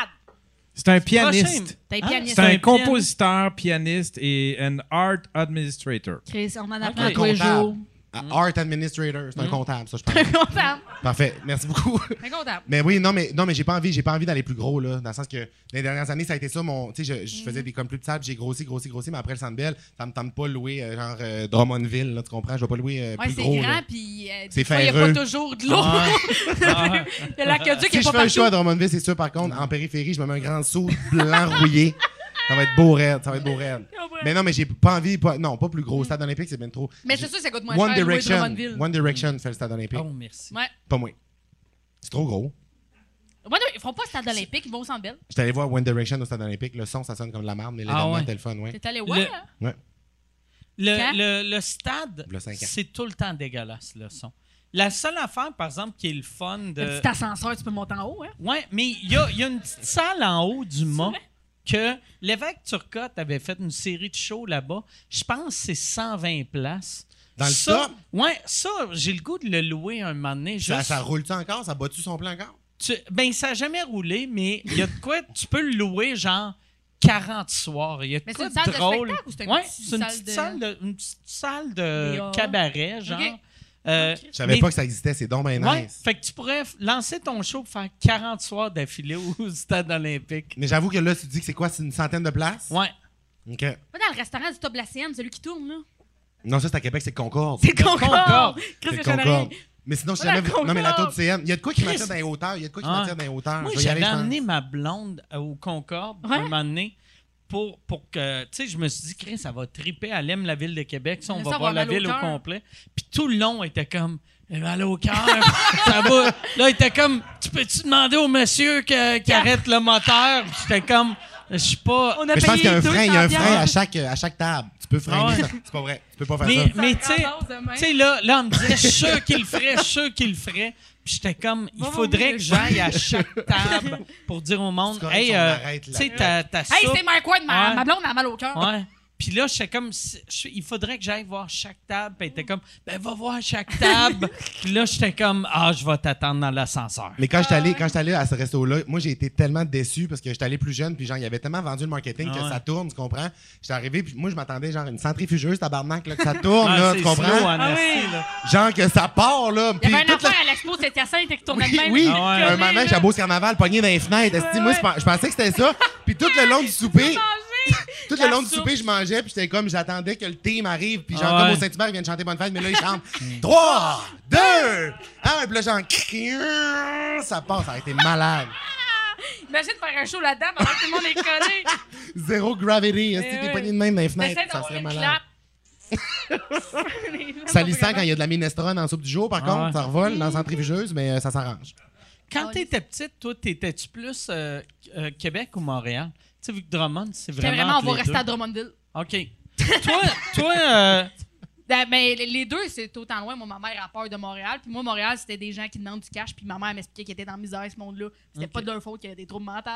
[SPEAKER 4] C'est un
[SPEAKER 1] Prochain.
[SPEAKER 4] pianiste.
[SPEAKER 6] T'as les
[SPEAKER 1] Ah,
[SPEAKER 6] pianistes.
[SPEAKER 4] C'est un
[SPEAKER 1] un pianiste.
[SPEAKER 4] compositeur, pianiste et un art administrator.
[SPEAKER 6] Chris, on en apprend
[SPEAKER 5] Un
[SPEAKER 6] tous les
[SPEAKER 5] comptable.
[SPEAKER 6] jours.
[SPEAKER 5] Un Art administrator,
[SPEAKER 1] Mm.
[SPEAKER 5] c'est un comptable, ça, je pense.
[SPEAKER 6] Un comptable.
[SPEAKER 5] Parfait, merci beaucoup.
[SPEAKER 6] Un comptable.
[SPEAKER 5] Mais oui, non, mais non, mais j'ai pas envie, j'ai pas envie d'aller plus gros là, dans le sens que dans les dernières années, ça a été ça mon, tu sais, je, je
[SPEAKER 6] Mm.
[SPEAKER 5] faisais des comme plus de sable, j'ai grossi, grossi, grossi, mais après le Centre Bell, ça me tente pas de louer euh, genre euh, Drummondville, là, tu comprends, je vais pas louer euh,
[SPEAKER 6] Ouais,
[SPEAKER 5] plus
[SPEAKER 6] c'est
[SPEAKER 5] gros. là.
[SPEAKER 6] grand, puis euh,
[SPEAKER 5] C'est
[SPEAKER 6] des fois, il n'y a
[SPEAKER 5] ferreux.
[SPEAKER 6] pas toujours de l'eau. Il y a l'aqueduc qui
[SPEAKER 5] Si
[SPEAKER 6] est
[SPEAKER 5] je
[SPEAKER 6] pas
[SPEAKER 5] fais un show à
[SPEAKER 6] partout.
[SPEAKER 5] Drummondville, c'est sûr par contre, en périphérie, je me mets un grand seau blanc rouillé. Ça va être beau raide, ça va être beau raide.
[SPEAKER 6] Oh,
[SPEAKER 5] Mais non, mais j'ai pas envie, pas- non, pas plus gros, stade olympique, c'est bien trop.
[SPEAKER 6] Mm. Mais c'est sûr que ça coûte moins
[SPEAKER 5] One
[SPEAKER 6] cher de louer
[SPEAKER 5] Direction,
[SPEAKER 6] Drummondville. Mm.
[SPEAKER 5] One Direction fait le stade olympique,
[SPEAKER 1] Oh, merci.
[SPEAKER 6] Ouais.
[SPEAKER 5] pas moi. C'est trop gros.
[SPEAKER 6] One Dire- Ils feront pas le stade olympique, ils vont au Centre Bell.
[SPEAKER 5] J'étais allé voir One Direction au stade olympique, le son ça sonne comme de la merde, mais
[SPEAKER 1] Ah
[SPEAKER 5] l'événement
[SPEAKER 1] ouais.
[SPEAKER 5] était le fun, ouais.
[SPEAKER 6] T'es allé où? Ouais.
[SPEAKER 5] Ouais.
[SPEAKER 1] Le,
[SPEAKER 6] Quand?
[SPEAKER 1] le- le stade,
[SPEAKER 5] Le cinq ans.
[SPEAKER 1] c'est tout le temps dégueulasse, le son. La seule affaire, par exemple, qui est le fun
[SPEAKER 6] Un
[SPEAKER 1] de.
[SPEAKER 6] petit ascenseur, tu peux monter en haut, hein?
[SPEAKER 1] Ouais, mais il y a, il y a une petite salle en haut du mât que l'évêque Turcotte avait fait une série de shows là-bas. Je pense que c'est 120 places.
[SPEAKER 5] Dans le
[SPEAKER 1] ça,
[SPEAKER 5] top?
[SPEAKER 1] Ouais, ça, j'ai le goût de le louer un moment donné.
[SPEAKER 5] Ça,
[SPEAKER 1] juste-
[SPEAKER 5] ça roule-tu encore? Ça bat-tu son plan encore?
[SPEAKER 1] tu- ben, ça n'a jamais roulé, mais il y a de quoi. tu peux le louer genre 40 soirs. Il y a de
[SPEAKER 6] Mais
[SPEAKER 1] quoi
[SPEAKER 6] c'est une salle de
[SPEAKER 1] drôle.
[SPEAKER 6] spectacle ou c'est une
[SPEAKER 1] Ouais,
[SPEAKER 6] petite
[SPEAKER 1] c'est une
[SPEAKER 6] salle
[SPEAKER 1] petite
[SPEAKER 6] de-
[SPEAKER 1] salle de, une petite salle de
[SPEAKER 6] Léa.
[SPEAKER 1] cabaret, genre.
[SPEAKER 6] Ok.
[SPEAKER 1] Euh,
[SPEAKER 5] Je savais
[SPEAKER 1] mais-
[SPEAKER 5] pas que ça existait, c'est donc ben
[SPEAKER 1] Ouais,
[SPEAKER 5] nice.
[SPEAKER 1] fait que tu pourrais f- lancer ton show pour faire 40 soirs d'affilée au stade olympique.
[SPEAKER 5] Mais j'avoue que là, tu dis que c'est quoi? C'est une centaine de places?
[SPEAKER 1] Ouais.
[SPEAKER 5] OK.
[SPEAKER 6] Pas dans le restaurant du Top de la Sienne, celui qui tourne, là.
[SPEAKER 5] Non, ça, c'est à Québec, c'est Concorde.
[SPEAKER 6] C'est Concorde!
[SPEAKER 1] Concorde.
[SPEAKER 6] Chris,
[SPEAKER 5] C'est
[SPEAKER 6] que j'en ai rien.
[SPEAKER 5] Mais sinon, je sais
[SPEAKER 6] Voilà,
[SPEAKER 5] jamais... Non, mais la tour
[SPEAKER 6] Concorde.
[SPEAKER 5] du CN. Il y a de quoi qui
[SPEAKER 1] Chris.
[SPEAKER 5] m'attire dans les hauteurs? Il y a de quoi qui
[SPEAKER 1] Ah.
[SPEAKER 5] m'attire dans les hauteurs?
[SPEAKER 1] Moi,
[SPEAKER 5] je vais y aller,
[SPEAKER 1] j'avais
[SPEAKER 5] je pense.
[SPEAKER 1] amené ma blonde euh, au Concorde
[SPEAKER 6] Ouais.
[SPEAKER 1] un moment donné pour, pour que, tu sais, je me suis dit, Chris, ça va triper, elle aime la ville de Québec, ça, on
[SPEAKER 6] Mais
[SPEAKER 1] va
[SPEAKER 6] ça va
[SPEAKER 1] voir la
[SPEAKER 6] mal au
[SPEAKER 1] ville au
[SPEAKER 6] cœur.
[SPEAKER 1] complet. Puis tout le long, elle était comme, elle a mal au cœur, ça va. Là, elle était comme, tu peux-tu demander au monsieur que- qui arrête le moteur? Puis J'étais comme, je suis pas...
[SPEAKER 6] On a
[SPEAKER 5] Mais je pense qu'il y a un frein, il y a un
[SPEAKER 6] 200
[SPEAKER 5] frein à chaque, à chaque table. Tu peux freiner.
[SPEAKER 1] Ah ouais.
[SPEAKER 5] ça. C'est pas vrai. Tu peux pas faire
[SPEAKER 1] Mais,
[SPEAKER 5] ça.
[SPEAKER 1] mais tu
[SPEAKER 6] Ça
[SPEAKER 1] sais,
[SPEAKER 6] ramasse demain.
[SPEAKER 1] tu sais, là, là, on me disait, je suis sûr qu'il le ferait, je suis sûr qu'il le ferait. Puis j'étais comme, il
[SPEAKER 6] Va
[SPEAKER 1] faudrait
[SPEAKER 6] vomir.
[SPEAKER 1] que j'aille à chaque table pour dire au monde,
[SPEAKER 5] C'est correct,
[SPEAKER 1] hey,
[SPEAKER 5] on
[SPEAKER 1] euh,
[SPEAKER 5] arrête
[SPEAKER 1] tu
[SPEAKER 5] là.
[SPEAKER 1] sais, ta, ta
[SPEAKER 6] Hey,
[SPEAKER 1] soupe-
[SPEAKER 6] c'est Mike Ward, ma,
[SPEAKER 1] Ouais.
[SPEAKER 6] ma blonde a mal au cœur.
[SPEAKER 1] Ouais. Puis Puis là, j'étais comme, si- je- il faudrait que j'aille voir chaque table. Puis elle était comme, ben va voir chaque table. puis là, j'étais comme, ah, je vais t'attendre dans l'ascenseur.
[SPEAKER 5] Mais quand j'étais
[SPEAKER 6] Ah.
[SPEAKER 5] allé, quand j'étais allé à ce resto-là, moi j'ai été tellement déçu parce que j'étais allé plus jeune, puis genre, il avait tellement vendu le marketing
[SPEAKER 1] Ah
[SPEAKER 5] que
[SPEAKER 1] ouais.
[SPEAKER 5] ça tourne, tu comprends? J'étais arrivé, puis moi je m'attendais genre une centrifugeuse, tabarnak, là, que ça tourne,
[SPEAKER 1] Ah,
[SPEAKER 5] là,
[SPEAKER 1] c'est
[SPEAKER 5] tu comprends?
[SPEAKER 1] slow en
[SPEAKER 6] Ah
[SPEAKER 1] esti,
[SPEAKER 6] oui.
[SPEAKER 1] là.
[SPEAKER 5] Genre que ça part, là.
[SPEAKER 6] Il y
[SPEAKER 5] puis
[SPEAKER 6] avait un
[SPEAKER 5] toute la-
[SPEAKER 6] affaire à l'expo de Saint-Hyacinthe qui tournait
[SPEAKER 5] Oui,
[SPEAKER 6] de même.
[SPEAKER 5] oui.
[SPEAKER 6] puis
[SPEAKER 1] Ah ouais.
[SPEAKER 6] le
[SPEAKER 5] Un moment,
[SPEAKER 6] là,
[SPEAKER 5] j'ai à Beauce Carnaval, pogné dans les fenêtres. esti, moi, je pens- je pensais que c'était ça. Puis tout le long du souper,
[SPEAKER 6] manger.
[SPEAKER 5] tout
[SPEAKER 6] La
[SPEAKER 5] le long du
[SPEAKER 6] soupe.
[SPEAKER 5] souper, je mangeais, puis j'étais comme, j'attendais que le team arrive, puis genre,
[SPEAKER 1] Ah ouais. Hmm.
[SPEAKER 5] comme au Saint-Hubert, ils viennent chanter Bonne Fête, mais là, ils chantent 3, 2, 1, puis là, genre, crieur, ça passe, ça a été malade.
[SPEAKER 6] Imagine faire un show là-dedans pendant que tout le monde est collé.
[SPEAKER 5] Zéro gravity,
[SPEAKER 6] Eh
[SPEAKER 5] esti, des
[SPEAKER 6] oui.
[SPEAKER 5] poignées de même dans les fenêtres,
[SPEAKER 6] T'essaies
[SPEAKER 5] ça
[SPEAKER 6] d'avoir
[SPEAKER 5] serait
[SPEAKER 6] une
[SPEAKER 5] malade.
[SPEAKER 6] clap. Les gens
[SPEAKER 5] Salissant
[SPEAKER 6] sont
[SPEAKER 5] quand il y a de la minestrone en soupe du jour, par
[SPEAKER 1] Ah
[SPEAKER 5] contre,
[SPEAKER 1] ouais.
[SPEAKER 5] ça revole dans la centrifugeuse, mais euh, ça s'arrange.
[SPEAKER 1] Quand
[SPEAKER 6] Ah,
[SPEAKER 1] t'étais petite, toi, t'étais-tu plus euh, euh, Québec ou Montréal? Tu sais, vu que Drummond, c'est
[SPEAKER 6] J'étais
[SPEAKER 1] vraiment.
[SPEAKER 6] vraiment, on
[SPEAKER 1] entre
[SPEAKER 6] va
[SPEAKER 1] les
[SPEAKER 6] rester
[SPEAKER 1] deux.
[SPEAKER 6] à Drummondville.
[SPEAKER 1] OK. toi, toi euh,
[SPEAKER 6] Ben, mais les- les deux, c'est autant loin. Moi, ma mère a peur de Montréal. Puis moi, Montréal, c'était des gens qui demandent du cash. Puis ma mère m'expliquait qu'ils étaient dans la misère, ce monde-là. C'était pas de leur faute qu'il y avait des troubles mentaux.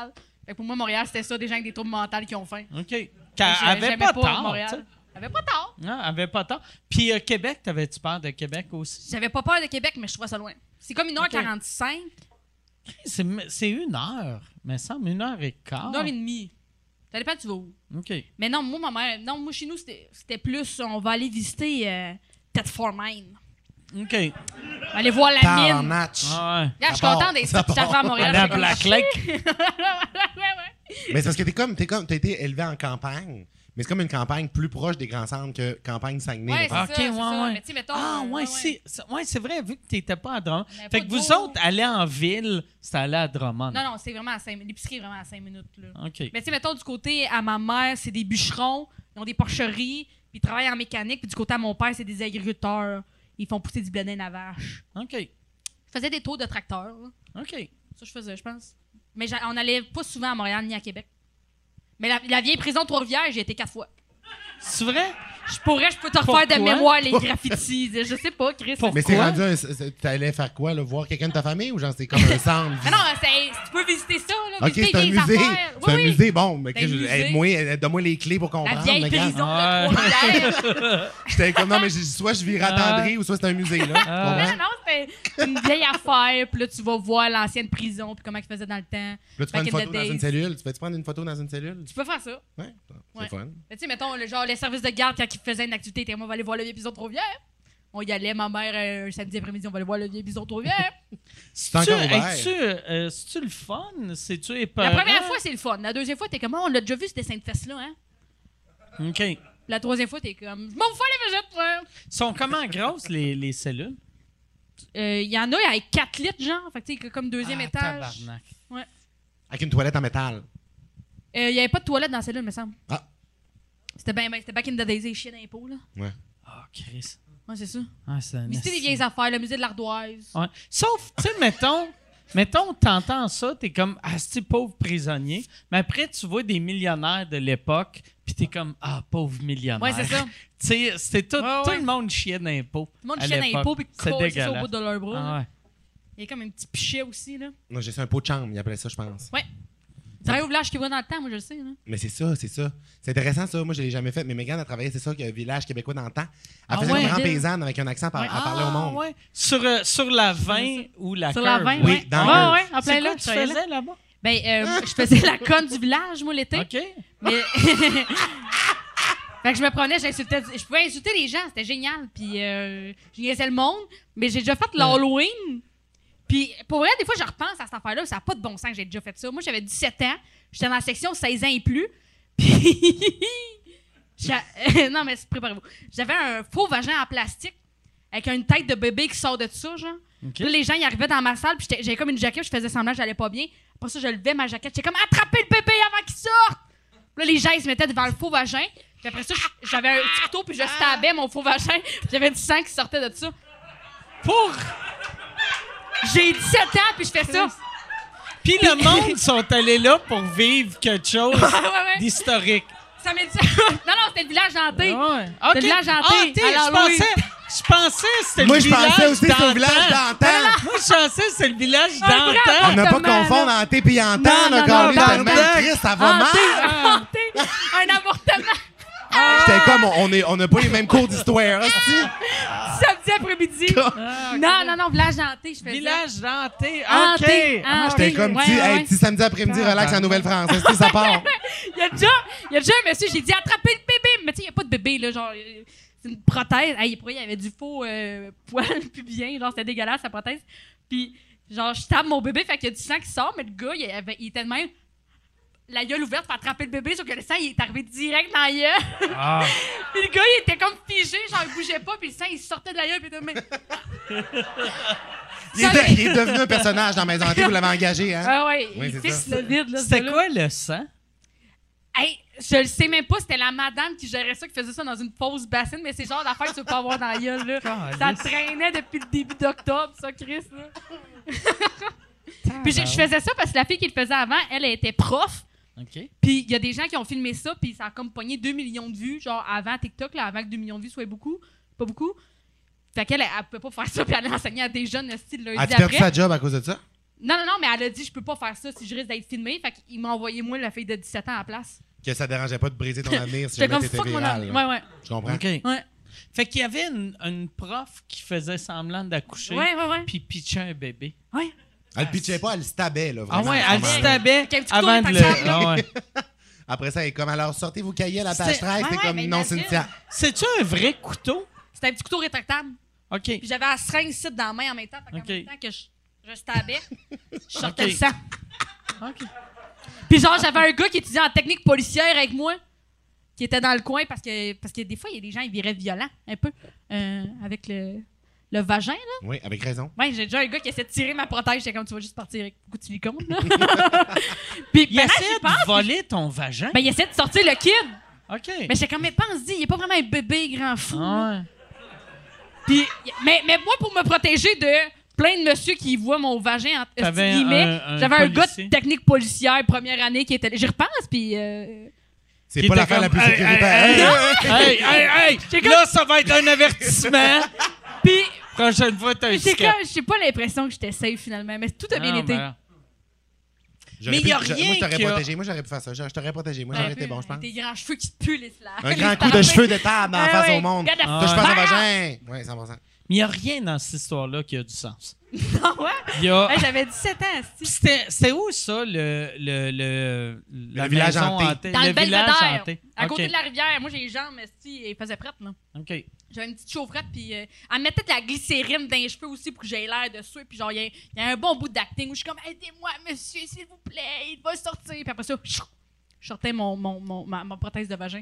[SPEAKER 6] Fait que pour moi, Montréal, c'était ça, des gens avec des troubles mentaux qui ont faim.
[SPEAKER 1] OK.
[SPEAKER 6] J'ai-
[SPEAKER 1] T'avais
[SPEAKER 6] j'aimais
[SPEAKER 1] pas tort.
[SPEAKER 6] Montréal.
[SPEAKER 1] tu sais.
[SPEAKER 6] J'avais pas tort.
[SPEAKER 1] Non, avait pas tort. Puis euh, Québec, t'avais-tu peur de Québec aussi?
[SPEAKER 6] J'avais pas peur de Québec, mais je trouvais ça loin. C'est comme 1h45,
[SPEAKER 1] C'est c'est une heure, mais semble une heure et quart.
[SPEAKER 6] 1h30. Ça dépend tu vas où.
[SPEAKER 1] OK.
[SPEAKER 6] Mais non, moi, ma mère, non, moi, chez nous, c'était c'était plus, on va aller visiter euh, Tetford Mine.
[SPEAKER 1] OK.
[SPEAKER 6] On va aller voir la
[SPEAKER 5] Par
[SPEAKER 6] mine.
[SPEAKER 5] match.
[SPEAKER 1] Ah ouais.
[SPEAKER 6] Regarde, je suis
[SPEAKER 5] Ça part.
[SPEAKER 6] contente d'être ici,
[SPEAKER 5] Ça
[SPEAKER 6] puis j'arrive à Montréal.
[SPEAKER 1] La
[SPEAKER 6] je suis
[SPEAKER 1] Black
[SPEAKER 6] comme,
[SPEAKER 1] Lake.
[SPEAKER 6] Ouais, ouais, ouais.
[SPEAKER 5] Mais c'est parce que t'es comme, t'es comme, t'as été élevé en campagne, mais c'est comme une campagne plus proche des grands centres que campagne Saguenay.
[SPEAKER 6] Ouais,
[SPEAKER 5] mettons.
[SPEAKER 6] c'est
[SPEAKER 1] OK, ouais,
[SPEAKER 6] ça, c'est ça.
[SPEAKER 1] ouais.
[SPEAKER 6] Mais tu sais, mettons,
[SPEAKER 1] Ah,
[SPEAKER 6] euh,
[SPEAKER 1] ouais,
[SPEAKER 6] ouais,
[SPEAKER 1] c'est c'est- ouais, c'est vrai, vu que t'étais pas à Drummond.
[SPEAKER 6] Mais
[SPEAKER 1] Fait
[SPEAKER 6] pas
[SPEAKER 1] que
[SPEAKER 6] de
[SPEAKER 1] vous
[SPEAKER 6] beau.
[SPEAKER 1] autres, aller en ville, c'est aller à Drummond.
[SPEAKER 6] Non, non, c'est vraiment à 5 minutes. L'épicerie est vraiment à 5 minutes. Là.
[SPEAKER 1] OK.
[SPEAKER 6] Mais tu sais, mettons, du côté à ma mère, c'est des bûcherons, ils ont des porcheries, puis ils travaillent en mécanique. Puis du côté à mon père, c'est des agriculteurs. Ils font pousser du blé dans la vache.
[SPEAKER 1] OK.
[SPEAKER 6] Je faisais des tours de tracteur. là.
[SPEAKER 1] OK.
[SPEAKER 6] Ça, je faisais, je pense. Mais j'a- on allait pas souvent à Montréal ni à Québec. Mais la, la vieille prison de Trois-Rivières, j'y étais quatre fois.
[SPEAKER 1] C'est vrai?
[SPEAKER 6] Je pourrais, je peux te
[SPEAKER 1] Pourquoi?
[SPEAKER 6] refaire de mémoire les graffitis. Je sais pas, Chris.
[SPEAKER 5] Mais c'est
[SPEAKER 1] Quoi?
[SPEAKER 5] rendu un. c'est- c'est- T'allais faire quoi, là? Voir quelqu'un de ta famille ou genre c'est comme un centre?
[SPEAKER 6] Mais Ah non, c'est- tu peux visiter ça, là.
[SPEAKER 5] ok,
[SPEAKER 6] visiter
[SPEAKER 5] c'est un
[SPEAKER 6] les
[SPEAKER 5] musée.
[SPEAKER 6] affaires.
[SPEAKER 5] C'est un
[SPEAKER 6] Oui, oui.
[SPEAKER 5] musée, bon. Mais
[SPEAKER 6] C'est
[SPEAKER 5] que
[SPEAKER 6] un
[SPEAKER 5] je-
[SPEAKER 6] musée.
[SPEAKER 5] aide-moi, aide- donne-moi les clés pour comprendre.
[SPEAKER 6] La vieille
[SPEAKER 5] mais gars.
[SPEAKER 6] prison
[SPEAKER 1] Ah,
[SPEAKER 6] de Trois-Rivières.
[SPEAKER 5] J'étais comme, non, mais j'ai- soit je virais à
[SPEAKER 6] Ah.
[SPEAKER 5] Tendry ou soit c'est un musée, là.
[SPEAKER 1] Ah.
[SPEAKER 5] Tu
[SPEAKER 6] Non, non, c'était une vieille affaire. Puis là, tu vas voir l'ancienne prison, puis comment ils faisaient dans le temps.
[SPEAKER 5] peux tu prends
[SPEAKER 6] Back
[SPEAKER 5] une
[SPEAKER 6] in the
[SPEAKER 5] photo dans
[SPEAKER 6] days.
[SPEAKER 5] une cellule? Tu peux-tu prendre une photo dans une cellule?
[SPEAKER 6] Tu peux faire ça.
[SPEAKER 5] Ouais,
[SPEAKER 6] Ouais.
[SPEAKER 5] c'est fun.
[SPEAKER 6] Mais tu sais, mettons, le, genre, les services de garde, quand ils faisaient une activité, t'es moi, on va aller voir le vieux bison de Trois-Rivières. On y allait, ma mère, euh, un samedi après-midi, on va aller voir le vieux bison de Trois-Rivières.
[SPEAKER 5] C'est encore ouvert.
[SPEAKER 1] Es-tu euh, c'est-tu le fun? C'est-tu
[SPEAKER 6] La
[SPEAKER 1] épeurant?
[SPEAKER 6] première fois, c'est le fun. La deuxième fois, t'es comme, Ah, on l'a déjà vu, c'était sainte fesse là hein.
[SPEAKER 1] OK.
[SPEAKER 6] La troisième fois, t'es comme, je m'en fous les végètes, hein.
[SPEAKER 1] Sont comment grosses les, les cellules?
[SPEAKER 6] Euh, Il y en a avec 4 litres, genre. Fait que tu sais, comme deuxième
[SPEAKER 1] Ah,
[SPEAKER 6] étage.
[SPEAKER 1] tabarnak.
[SPEAKER 5] Avec une toilette en métal.
[SPEAKER 6] Euh, Il y avait pas de toilette dans celle-là, me semble.
[SPEAKER 5] Ah.
[SPEAKER 6] C'était bien, ben, c'était back in the days, les chiens d'impôts, là.
[SPEAKER 1] Ah, Chris.
[SPEAKER 6] Ouais, c'est ça.
[SPEAKER 1] Ah, c'est un
[SPEAKER 6] Visiter des
[SPEAKER 1] esti.
[SPEAKER 6] vieilles affaires, le musée de l'ardoise.
[SPEAKER 1] Ouais. Sauf, tu sais, mettons, mettons, t'entends ça, t'es comme, ah, c'est pauvre prisonnier. Mais après, tu vois des millionnaires de l'époque, puis t'es comme, ah, pauvre millionnaire.
[SPEAKER 6] Ouais, c'est ça. Tout
[SPEAKER 1] Tu sais, c'était tout,
[SPEAKER 6] Ouais,
[SPEAKER 1] tout
[SPEAKER 6] ouais.
[SPEAKER 1] le monde chiait d'impôts.
[SPEAKER 6] le monde
[SPEAKER 1] à
[SPEAKER 6] chien
[SPEAKER 1] l'époque.
[SPEAKER 6] d'impôts puis
[SPEAKER 1] C'est
[SPEAKER 6] colle ça au
[SPEAKER 1] dégueulasse.
[SPEAKER 6] bout de leur bras.
[SPEAKER 1] Ah,
[SPEAKER 6] là.
[SPEAKER 1] ouais.
[SPEAKER 6] Il y a comme un petit pichet aussi, là.
[SPEAKER 5] Non, j'ai ça un pot de chambre, il appelait ça, je pense.
[SPEAKER 6] Ça arrive au village qui voit dans le temps, moi, je le sais, là.
[SPEAKER 5] Mais c'est ça, c'est ça. C'est intéressant, ça. Moi, je l'ai jamais fait. Mais Megan a travaillé, c'est ça, qu'il y a un village québécois dans le temps. Elle
[SPEAKER 1] Ah
[SPEAKER 5] faisait
[SPEAKER 1] ouais,
[SPEAKER 5] une grande
[SPEAKER 6] Bill.
[SPEAKER 5] paysanne avec un accent par- à parler au
[SPEAKER 1] Ah,
[SPEAKER 5] monde.
[SPEAKER 1] ouais. Sur, euh, sur la 20 ou la
[SPEAKER 6] Sur la
[SPEAKER 1] curve,
[SPEAKER 6] 20,
[SPEAKER 1] là.
[SPEAKER 5] Oui,
[SPEAKER 6] ouais.
[SPEAKER 5] dans
[SPEAKER 6] ouais,
[SPEAKER 5] le-
[SPEAKER 6] ouais, en plein
[SPEAKER 1] C'est quoi
[SPEAKER 6] là.
[SPEAKER 1] que tu
[SPEAKER 6] en plein là.
[SPEAKER 1] faisais là-bas?
[SPEAKER 6] Ben, euh, je faisais la conne du village, moi, l'été.
[SPEAKER 1] OK.
[SPEAKER 6] Mais. fait que je me prenais, j'insultais. Je pouvais insulter les gens, c'était génial. Puis, euh, je niaisais le monde. Mais j'ai déjà fait l'Halloween. Puis, pour vrai, des fois, je repense à cette affaire-là. Ça n'a pas de bon sens que j'ai déjà fait ça. Moi, j'avais 17 ans. J'étais dans la section 16 ans et plus. Puis. j'a- non, mais préparez-vous. J'avais un faux vagin en plastique avec une tête de bébé qui sort de ça, genre. Puis là, les gens, ils arrivaient dans ma salle, puis j'étais- j'avais comme une jaquette, puis je faisais semblant que j'allais pas bien. Après ça, je levais ma jaquette, j'étais comme attraper le bébé avant qu'il sorte. Puis là, les gens, ils se mettaient devant le faux vagin. Puis après ça, j'avais un petit couteau, puis je stabais mon faux vagin. puis J'avais du sang qui sortait de ça. Pour! J'ai 17 ans, puis je fais ça.
[SPEAKER 1] Puis le monde sont allés là pour vivre quelque chose
[SPEAKER 6] Ouais, ouais, ouais.
[SPEAKER 1] d'historique.
[SPEAKER 6] Ça m'a dit Non, non, c'était le village hanté.
[SPEAKER 1] Ah,
[SPEAKER 6] C'était le village hanté.
[SPEAKER 1] Ah, t'es-
[SPEAKER 6] Alors,
[SPEAKER 1] je pensais,
[SPEAKER 6] oui.
[SPEAKER 1] je pensais que c'était
[SPEAKER 5] Moi,
[SPEAKER 1] le
[SPEAKER 5] je
[SPEAKER 1] village
[SPEAKER 5] pensais aussi que c'est au village
[SPEAKER 1] d'antan.
[SPEAKER 5] d'antan.
[SPEAKER 1] Moi, je pensais que c'est le village
[SPEAKER 6] Ah, bravo.
[SPEAKER 5] On
[SPEAKER 1] d'antan.
[SPEAKER 5] n'a pas
[SPEAKER 6] Exactement,
[SPEAKER 5] confondre en thé pis en temps,
[SPEAKER 6] non,
[SPEAKER 5] là,
[SPEAKER 6] non,
[SPEAKER 5] quand on est
[SPEAKER 6] dans
[SPEAKER 5] dans
[SPEAKER 6] le
[SPEAKER 5] le même
[SPEAKER 1] temps.
[SPEAKER 5] Christ, ça va mal.
[SPEAKER 6] Hanté, hanté, un avortement.
[SPEAKER 5] J'étais comme, on n'a on n'a pas les mêmes cours d'histoire. hostie.
[SPEAKER 6] Samedi après-midi. Non, non, non, village hanté, je faisais.
[SPEAKER 1] Village hanté. OK.
[SPEAKER 6] Hanté, hanté.
[SPEAKER 5] J'étais comme,
[SPEAKER 6] Ouais,
[SPEAKER 5] dit,
[SPEAKER 6] ouais,
[SPEAKER 5] hey,
[SPEAKER 6] ouais.
[SPEAKER 5] petit samedi après-midi, relax en Nouvelle-France. hostie, ça part.
[SPEAKER 6] Il y, a déjà, il y a déjà un monsieur, j'ai dit attrapez le bébé. Mais tu sais, il n'y a pas de bébé, là. Genre, euh, c'est une prothèse. Hey, pour vrai, il y avait du faux euh, poil pubien. Genre, c'était dégueulasse, sa prothèse. Puis, genre, je tape mon bébé, fait qu'il y a du sang qui sort, mais le gars, il, avait, il était de même. La gueule ouverte pour attraper le bébé, sauf que le sang, il est arrivé direct dans la gueule. puis le gars, il était comme figé, genre, il bougeait pas, puis le sang, il sortait de la gueule, puis il était de même.
[SPEAKER 5] Il est, de- il est devenu un personnage dans Maison Hantée, vous l'avez engagé, hein?
[SPEAKER 6] Ah ouais,
[SPEAKER 5] Oui,
[SPEAKER 6] il
[SPEAKER 5] c'est
[SPEAKER 6] fixe
[SPEAKER 5] ça.
[SPEAKER 6] le vide, là. ce
[SPEAKER 1] C'était
[SPEAKER 6] gars-là.
[SPEAKER 1] quoi le sang?
[SPEAKER 6] Hey, je le sais même pas, c'était la madame qui gérait ça, qui faisait ça dans une fausse bassine, mais c'est le genre d'affaire que tu veux pas avoir dans la gueule, là. Ça
[SPEAKER 1] Caliste.
[SPEAKER 6] traînait depuis le début d'octobre, ça, Chris, là.
[SPEAKER 1] Ah,
[SPEAKER 6] puis
[SPEAKER 1] ben
[SPEAKER 6] je, je faisais ça parce que la fille qui le faisait avant, elle, elle était prof.
[SPEAKER 1] OK.
[SPEAKER 6] Puis il y a des gens qui ont filmé ça, puis ça a comme pogné 2 millions de vues, genre avant TikTok, là, avant que 2 millions de vues soient beaucoup, pas beaucoup. Fait qu'elle, elle, elle pouvait pas faire ça, puis aller enseigner à des jeunes, le style lundi
[SPEAKER 5] As-tu perdu
[SPEAKER 6] après.
[SPEAKER 5] sa job à cause de ça?
[SPEAKER 6] Non, non, non, mais elle a dit, je peux pas faire ça si je risque d'être filmée. Fait qu'il m'a envoyé, moi, la fille de 17 ans à la place.
[SPEAKER 5] Que ça dérangeait pas de briser ton avenir si
[SPEAKER 6] J'étais
[SPEAKER 5] jamais
[SPEAKER 6] comme,
[SPEAKER 5] t'étais
[SPEAKER 6] fuck mon
[SPEAKER 5] viral.
[SPEAKER 6] ami. Ouais, ouais.
[SPEAKER 5] Je comprends.
[SPEAKER 1] OK.
[SPEAKER 6] Ouais.
[SPEAKER 1] Fait qu'il y avait une, une prof qui faisait semblant d'accoucher
[SPEAKER 6] Ouais, ouais, ouais.
[SPEAKER 1] puis pitchait un bébé.
[SPEAKER 6] Ouais.
[SPEAKER 5] Elle le pitchait pas, elle se tabait, là.
[SPEAKER 1] Ah
[SPEAKER 5] vraiment,
[SPEAKER 1] ouais, elle
[SPEAKER 5] vraiment,
[SPEAKER 1] se
[SPEAKER 5] là.
[SPEAKER 1] tabait
[SPEAKER 6] Fait qu'un petit
[SPEAKER 1] avant de
[SPEAKER 6] coup,
[SPEAKER 1] le...
[SPEAKER 6] il est parti en
[SPEAKER 1] Ah ouais.
[SPEAKER 5] Après ça, elle est comme, alors sortez vos cahiers à la page
[SPEAKER 1] C'est-
[SPEAKER 5] 13.
[SPEAKER 6] Ah
[SPEAKER 5] T'es
[SPEAKER 6] ouais,
[SPEAKER 5] comme,
[SPEAKER 6] mais
[SPEAKER 5] non,
[SPEAKER 6] imagine.
[SPEAKER 5] Cynthia.
[SPEAKER 1] C'est-tu un vrai couteau?
[SPEAKER 6] C'était un petit couteau rétractable.
[SPEAKER 1] OK.
[SPEAKER 6] Puis j'avais la seringue ici dans la main en même temps. Fait qu'en
[SPEAKER 1] Ok.
[SPEAKER 6] même temps que je, je stabais, je sortais
[SPEAKER 1] Ok.
[SPEAKER 6] le sang.
[SPEAKER 1] OK.
[SPEAKER 6] Puis genre, j'avais un gars qui étudiait en technique policière avec moi, qui était dans le coin parce que, parce que des fois, il y a des gens, ils viraient violents un peu euh, avec le, le vagin. Là.
[SPEAKER 5] Oui, avec raison.
[SPEAKER 6] Ouais, j'ai déjà un gars qui essaie de tirer ma protège. J'étais comme, tu vas juste partir avec beaucoup de silicone. Là. Puis
[SPEAKER 1] Il
[SPEAKER 6] pendant que
[SPEAKER 1] essaie
[SPEAKER 6] j'y pense,
[SPEAKER 1] de voler ton vagin?
[SPEAKER 6] ben, il essaie de sortir le kid.
[SPEAKER 1] OK.
[SPEAKER 6] Mais j'étais comme, mais pense-y, il est pas vraiment un bébé grand fou. là.
[SPEAKER 1] Ah ouais.
[SPEAKER 6] Puis, mais, mais moi, pour me protéger de plein de monsieur qui voient mon vagin en euh,
[SPEAKER 1] T'avais
[SPEAKER 6] guillemets,
[SPEAKER 1] un- un
[SPEAKER 6] j'avais un gars
[SPEAKER 1] policier.
[SPEAKER 6] de technique policière première année qui était. J'y repense, puis. euh,
[SPEAKER 5] C'est
[SPEAKER 1] Qui
[SPEAKER 5] pas
[SPEAKER 1] était
[SPEAKER 5] l'affaire la
[SPEAKER 1] comme,
[SPEAKER 5] plus
[SPEAKER 1] Hey,
[SPEAKER 5] sécuritaire.
[SPEAKER 1] hey, hey, hey, hey, hey, Là, ça va être un avertissement.
[SPEAKER 6] Puis,
[SPEAKER 1] Prochaine fois, t'as un
[SPEAKER 6] c'est
[SPEAKER 1] skate.
[SPEAKER 6] comme, j'ai pas l'impression que j'étais safe finalement, mais tout a bien
[SPEAKER 1] Non,
[SPEAKER 6] été.
[SPEAKER 1] ben,
[SPEAKER 5] J'aurais
[SPEAKER 1] Mais
[SPEAKER 5] pu-
[SPEAKER 1] y a
[SPEAKER 5] j'a-
[SPEAKER 1] rien
[SPEAKER 5] Moi, je t'aurais
[SPEAKER 1] qui a-
[SPEAKER 5] protégé. Moi, j'aurais pu faire ça. J'aurais- Je t'aurais protégé. Moi, j'aurais été bon, je pense.
[SPEAKER 6] Tes grands cheveux qui te puent les fleurs.
[SPEAKER 5] Un grand coup de cheveux de table en
[SPEAKER 6] Ah
[SPEAKER 5] face
[SPEAKER 6] ouais,
[SPEAKER 5] au monde.
[SPEAKER 6] regarde la-
[SPEAKER 5] Touche pas à
[SPEAKER 6] Ah!
[SPEAKER 5] ton vagin. Oui, 100%.
[SPEAKER 1] Mais il n'y a rien dans cette histoire-là qui a du sens.
[SPEAKER 6] Ah ouais?
[SPEAKER 1] Il y a...
[SPEAKER 6] Hey, J'avais 17 ans, c'est
[SPEAKER 1] C'était c'était où ça, le, le, le, la
[SPEAKER 5] Le village
[SPEAKER 1] maison
[SPEAKER 5] hanté.
[SPEAKER 1] hantée?
[SPEAKER 6] Dans le,
[SPEAKER 1] village
[SPEAKER 6] Belvedere,
[SPEAKER 1] hanté.
[SPEAKER 6] à côté
[SPEAKER 1] OK.
[SPEAKER 6] de la rivière. Moi, j'ai les jambes, esti, et faisait prête, là.
[SPEAKER 1] OK.
[SPEAKER 6] J'avais une petite chaufferette, puis euh, elle me mettait de la glycérine dans les cheveux aussi pour que j'ai l'air de suer. Puis genre, il y, a- il y a un bon bout d'acting où je suis comme, aidez-moi, monsieur, s'il vous plaît, il va sortir. Puis après ça, chou, je sortais mon, mon, mon- ma, ma prothèse de vagin.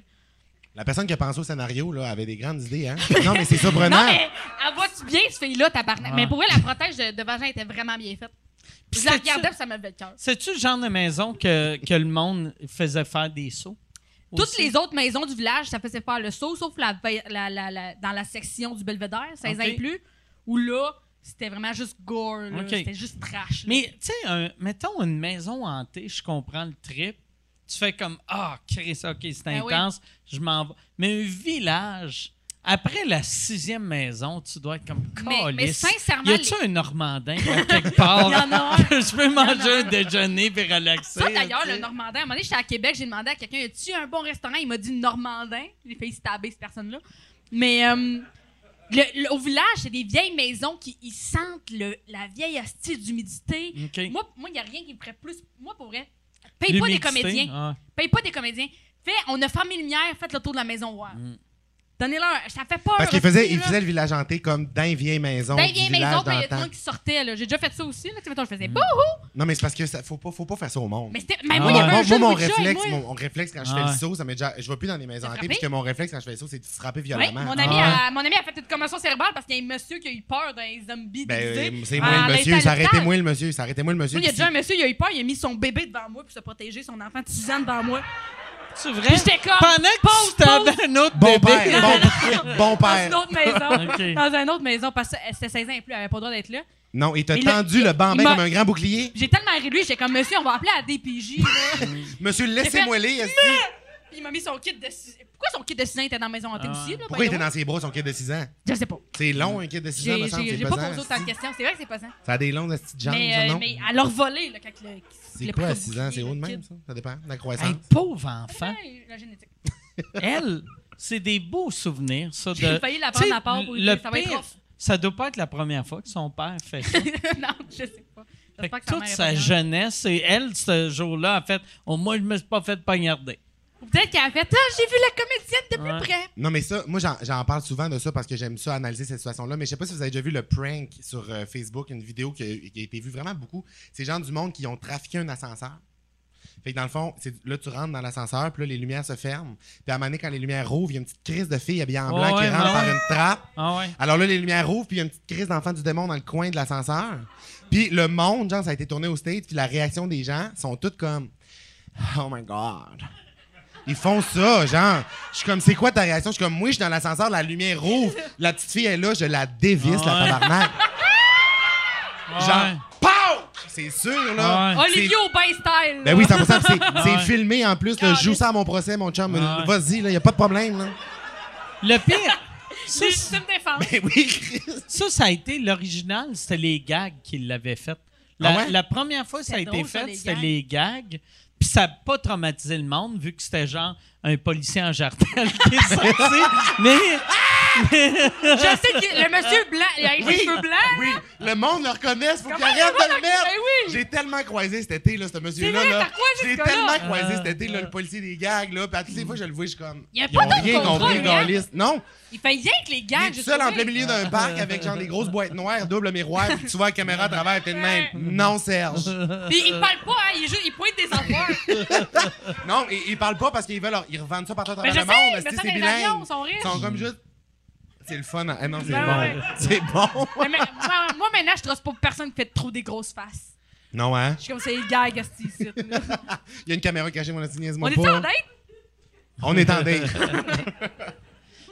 [SPEAKER 5] La personne qui a pensé au scénario là, avait des grandes idées. Hein? Non, mais c'est surprenant.
[SPEAKER 6] Non, mais elle va-tu bien, ce fille-là, tabarnak?
[SPEAKER 1] Ah.
[SPEAKER 6] Mais pour vrai, la prothèse de, de vagin était vraiment bien faite. Puis je la
[SPEAKER 1] c'est-tu-
[SPEAKER 6] regardais, puis ça m'avait le cœur.
[SPEAKER 1] C'est-tu le genre de maison que, que le monde faisait faire des sauts?
[SPEAKER 6] Toutes les autres maisons du village, ça faisait faire le saut, sauf la, ve- la- la- la- dans la section du belvédère, 16 ans
[SPEAKER 1] Ok.
[SPEAKER 6] et plus, où là, c'était vraiment juste gore, là.
[SPEAKER 1] Ok.
[SPEAKER 6] c'était juste trash. là.
[SPEAKER 1] Mais, tu sais, un- mettons une maison hantée, je comprends le trip. Tu fais comme, ah, Chris, OK, c'est
[SPEAKER 6] Ben oui.
[SPEAKER 1] intense, je m'en vais. Mais un village, après la sixième maison, tu dois être comme,
[SPEAKER 6] Mais- mais
[SPEAKER 1] calisse,
[SPEAKER 6] sincèrement,
[SPEAKER 1] Y a-tu un Normandin à quelque part?
[SPEAKER 6] Il y en a un.
[SPEAKER 1] que je peux
[SPEAKER 6] Il y en a
[SPEAKER 1] manger
[SPEAKER 6] un.
[SPEAKER 1] un déjeuner puis relaxer.
[SPEAKER 6] Ça, d'ailleurs,
[SPEAKER 1] tu sais?
[SPEAKER 6] le Normandin, à un moment donné, j'étais à Québec, j'ai demandé à quelqu'un, y tu un bon restaurant? Il m'a dit Normandin. J'ai failli stabber cette personne-là. Mais euh, le- le- au village, c'est des vieilles maisons qui ils sentent le- la vieille hostie d'humidité.
[SPEAKER 1] OK.
[SPEAKER 6] Moi, il n'y a rien qui me ferait plus. Moi, pour vrai, paye pas des
[SPEAKER 1] L'humidité,
[SPEAKER 6] comédiens.
[SPEAKER 1] ah.
[SPEAKER 6] Paye pas des comédiens. Fais, on a fermé les lumières, faites le tour de la maison voir.
[SPEAKER 1] Mm.
[SPEAKER 6] Donnez-leur, un- ça fait peur.
[SPEAKER 5] Parce qu'il faisait,
[SPEAKER 6] hostie,
[SPEAKER 5] il
[SPEAKER 6] là.
[SPEAKER 5] faisait le village hanté comme dans une vieille maison.
[SPEAKER 6] Dans les
[SPEAKER 5] du
[SPEAKER 6] vieilles
[SPEAKER 5] village
[SPEAKER 6] maisons, puis il y a des
[SPEAKER 5] d'antan.
[SPEAKER 6] gens qui sortaient. là. J'ai déjà fait ça aussi. Là, Tu sais, mettons, je faisais bouhou!
[SPEAKER 5] Non, mais c'est parce que ça, faut pas, faut pas faire ça au monde.
[SPEAKER 6] Mais c'était.
[SPEAKER 1] Mm.
[SPEAKER 6] Mais
[SPEAKER 1] Ah,
[SPEAKER 6] moi, il y
[SPEAKER 5] Moi,
[SPEAKER 6] avait un
[SPEAKER 5] moi,
[SPEAKER 6] jeu de
[SPEAKER 5] mon
[SPEAKER 6] Ouija, et
[SPEAKER 5] réflexe,
[SPEAKER 6] moi-
[SPEAKER 5] mon, mon réflexe quand je
[SPEAKER 1] Ah
[SPEAKER 5] fais
[SPEAKER 1] ouais.
[SPEAKER 5] le saut, ça m'est déjà. Je vais plus dans les maisons hantées,
[SPEAKER 6] frappé?
[SPEAKER 5] puisque mon réflexe quand je fais le saut, c'est de frapper
[SPEAKER 6] Oui,
[SPEAKER 5] violemment.
[SPEAKER 6] mon ami,
[SPEAKER 1] Ah
[SPEAKER 6] a, mon ami a fait une commotion cérébrale parce qu'il y a un monsieur qui a eu peur d'un zombie
[SPEAKER 5] Ben,
[SPEAKER 6] déguisé.
[SPEAKER 5] euh,
[SPEAKER 6] Ah,
[SPEAKER 5] c'est
[SPEAKER 6] à
[SPEAKER 5] moi le monsieur,
[SPEAKER 6] l'hôpital.
[SPEAKER 5] s'arrêtez-moi le monsieur, s'arrêtez-moi le monsieur.
[SPEAKER 6] Il y a
[SPEAKER 5] Puis
[SPEAKER 6] déjà un monsieur, il a eu peur, il a mis son bébé devant moi pour se protéger, son enfant de 6 ans devant moi.
[SPEAKER 1] C'est vrai?
[SPEAKER 6] Puis j'étais comme,
[SPEAKER 1] Hein? Pendant que
[SPEAKER 6] pause,
[SPEAKER 1] tu tabais un autre
[SPEAKER 5] Bon
[SPEAKER 1] bébé.
[SPEAKER 5] père, bon, bon
[SPEAKER 6] Dans une
[SPEAKER 5] père.
[SPEAKER 6] autre maison.
[SPEAKER 1] Ok.
[SPEAKER 6] Dans une autre maison, parce que elle, c'était 16 ans et plus, elle avait pas le droit d'être là.
[SPEAKER 5] Non, il t'a
[SPEAKER 6] Il
[SPEAKER 5] tendu le bambin
[SPEAKER 6] il m'a-
[SPEAKER 5] comme un grand bouclier.
[SPEAKER 6] J'ai tellement ri de lui, j'étais comme, monsieur, on va appeler à DPJ. là.
[SPEAKER 5] Monsieur, laissez-moi les. est-ce que-
[SPEAKER 6] Puis il m'a mis son kit de 6 Pourquoi son kit de 6 ans était dans la maison hantée
[SPEAKER 1] Ah
[SPEAKER 6] aussi?
[SPEAKER 1] ouais.
[SPEAKER 6] Là,
[SPEAKER 5] Pourquoi il
[SPEAKER 6] by the
[SPEAKER 5] était
[SPEAKER 6] way?
[SPEAKER 5] dans ses bras son kid de 6 ans?
[SPEAKER 6] Je sais pas.
[SPEAKER 5] C'est long, un kid de 6 ans, me
[SPEAKER 6] J'ai-
[SPEAKER 5] semble.
[SPEAKER 6] J'ai
[SPEAKER 5] c'est
[SPEAKER 6] j'ai pas
[SPEAKER 5] pesant,
[SPEAKER 6] posé autant de
[SPEAKER 5] esti.
[SPEAKER 6] questions. C'est vrai que c'est pesant.
[SPEAKER 5] Ça a des longues petites jambes,
[SPEAKER 6] Mais,
[SPEAKER 5] ça,
[SPEAKER 6] euh,
[SPEAKER 5] non?
[SPEAKER 6] mais à leur voler, là, quand le.
[SPEAKER 5] C'est
[SPEAKER 6] le
[SPEAKER 5] quoi à
[SPEAKER 6] petit
[SPEAKER 5] 6 ans? C'est
[SPEAKER 6] bouclier,
[SPEAKER 5] haut de
[SPEAKER 6] le
[SPEAKER 5] même,
[SPEAKER 6] kid.
[SPEAKER 5] ça? Ça dépend de la croissance.
[SPEAKER 1] Hey, pauvre enfant.
[SPEAKER 6] Ouais, La génétique.
[SPEAKER 1] elle, c'est des beaux souvenirs, ça. de-
[SPEAKER 6] J'ai failli la
[SPEAKER 1] Tu sais,
[SPEAKER 6] prendre à part pour lui
[SPEAKER 1] le
[SPEAKER 6] dire, ça va être
[SPEAKER 1] pire,
[SPEAKER 6] rough.
[SPEAKER 1] ça doit pas être la première fois que son père fait ça.
[SPEAKER 6] non, je sais pas.
[SPEAKER 1] Fait que
[SPEAKER 6] J'espère que
[SPEAKER 1] toute
[SPEAKER 6] mère est hein.
[SPEAKER 1] sa
[SPEAKER 6] pas
[SPEAKER 1] jeunesse, et elle, ce jour-là, en fait, au moins, je me suis pas fait poignarder.
[SPEAKER 6] grave. Ou Peut-être qu'elle a fait Ah, j'ai vu la comédienne de plus
[SPEAKER 1] Ouais.
[SPEAKER 6] près.
[SPEAKER 5] Non, mais ça, moi, j'en- j'en parle souvent de ça parce que j'aime ça analyser cette situation-là. Mais je sais pas si vous avez déjà vu le prank sur euh, Facebook, une vidéo qui a, qui a été vue vraiment beaucoup. C'est gens du monde qui ont trafiqué un ascenseur. Fait que dans le fond, c'est- là, tu rentres dans l'ascenseur, puis là, les lumières se ferment. Puis à un moment donné, quand les lumières rouvrent, il y a une petite crise de fille habillée en blanc
[SPEAKER 1] Ouais,
[SPEAKER 5] qui rentre
[SPEAKER 1] ouais.
[SPEAKER 5] par une trappe.
[SPEAKER 1] Ah ouais.
[SPEAKER 5] Alors là, les lumières rouvrent, puis il y a une petite crise d'enfant du démon dans le coin de l'ascenseur. Puis le monde, genre, ça a été tourné au stage, puis la réaction des gens sont toutes comme Oh my God. Ils font ça, genre. Je suis comme, c'est quoi ta réaction? Je suis comme, moi, je suis dans l'ascenseur, la lumière rouvre. La petite fille est là, je la dévisse, la
[SPEAKER 1] Ouais.
[SPEAKER 5] tabarnak.
[SPEAKER 1] Ouais.
[SPEAKER 6] Ah
[SPEAKER 5] Genre, POW! C'est sûr, là.
[SPEAKER 1] Ouais.
[SPEAKER 5] C'est-
[SPEAKER 6] Olivier Aubin style.
[SPEAKER 5] Ben oui, 100%, c'est c'est
[SPEAKER 1] Ouais.
[SPEAKER 5] filmé en plus. là.
[SPEAKER 6] Ah,
[SPEAKER 5] joue
[SPEAKER 6] mais-
[SPEAKER 5] ça à mon procès, mon chum.
[SPEAKER 1] Ouais.
[SPEAKER 5] Vas-y, là, y a pas de problème, là.
[SPEAKER 1] Le pire, ça,
[SPEAKER 6] c'est
[SPEAKER 1] c'est-
[SPEAKER 6] une défense.
[SPEAKER 5] Ben oui, Chris.
[SPEAKER 1] ça, ça a été l'original, c'était les gags qui l'avaient fait. La,
[SPEAKER 5] Ah ouais?
[SPEAKER 1] la première fois que ça a
[SPEAKER 6] C'était
[SPEAKER 1] été
[SPEAKER 6] drôle, ça,
[SPEAKER 1] fait,
[SPEAKER 6] les
[SPEAKER 1] c'était
[SPEAKER 6] gags.
[SPEAKER 1] les gags. Puis ça n'a pas traumatisé le monde, vu que c'était genre un policier en jartel qui est sorti. Mais
[SPEAKER 6] Je sais que le monsieur blanc, il a les cheveux blancs.
[SPEAKER 5] Oui, le monde le reconnaît, faut qu'il
[SPEAKER 6] Comment
[SPEAKER 5] arrête
[SPEAKER 6] le monde
[SPEAKER 5] de le
[SPEAKER 6] le-
[SPEAKER 5] mettre.
[SPEAKER 6] Ben oui.
[SPEAKER 5] J'ai tellement croisé cet été, là, ce monsieur-là.
[SPEAKER 6] vrai,
[SPEAKER 5] là.
[SPEAKER 6] t'as croisé ce
[SPEAKER 5] J'ai
[SPEAKER 6] gars-là.
[SPEAKER 5] tellement croisé
[SPEAKER 1] Euh,
[SPEAKER 5] cet été, là, le policier des gags, là. Puis à toutes les fois, je le vois, je suis comme.
[SPEAKER 6] Il y a
[SPEAKER 5] Ils
[SPEAKER 6] pas
[SPEAKER 5] ont
[SPEAKER 6] d'autre
[SPEAKER 5] rien
[SPEAKER 6] contrôle,
[SPEAKER 5] compris,
[SPEAKER 6] hein.
[SPEAKER 5] Gaulis. Non,
[SPEAKER 6] Il fait rien que les
[SPEAKER 5] il
[SPEAKER 6] gars.
[SPEAKER 5] est tout seul en plein milieu d'un parc avec genre des grosses boîtes noires, double miroir, puis tu vois la caméra à travers, t'es de même. Non, Serge.
[SPEAKER 6] Puis il parle pas, hein, il, est juste, il pointe des enfants.
[SPEAKER 5] Non, ils, ils parlent pas parce qu'ils veulent. leur- Ils revendent ça partout à
[SPEAKER 6] Mais
[SPEAKER 5] travers le
[SPEAKER 6] je
[SPEAKER 5] monde.
[SPEAKER 6] sais,
[SPEAKER 5] parce
[SPEAKER 6] mais
[SPEAKER 5] que
[SPEAKER 6] ça,
[SPEAKER 5] c'est
[SPEAKER 6] les
[SPEAKER 5] bilingue.
[SPEAKER 6] avions sont riches.
[SPEAKER 5] Ils sont comme juste. C'est le fun. hein. Ah non, c'est
[SPEAKER 6] Ben
[SPEAKER 5] bon.
[SPEAKER 6] ouais.
[SPEAKER 5] C'est bon.
[SPEAKER 6] Mais- mais- moi, moi, maintenant, je trosse pas personne qui fait trop des grosses faces.
[SPEAKER 5] Non, hein?
[SPEAKER 6] Je suis comme, c'est les gars, Gasti, ici. là.
[SPEAKER 5] Il y a une caméra cachée, mon assis,
[SPEAKER 6] On
[SPEAKER 5] niaise-moi
[SPEAKER 6] est en
[SPEAKER 5] pas.
[SPEAKER 6] date?
[SPEAKER 5] On est en date.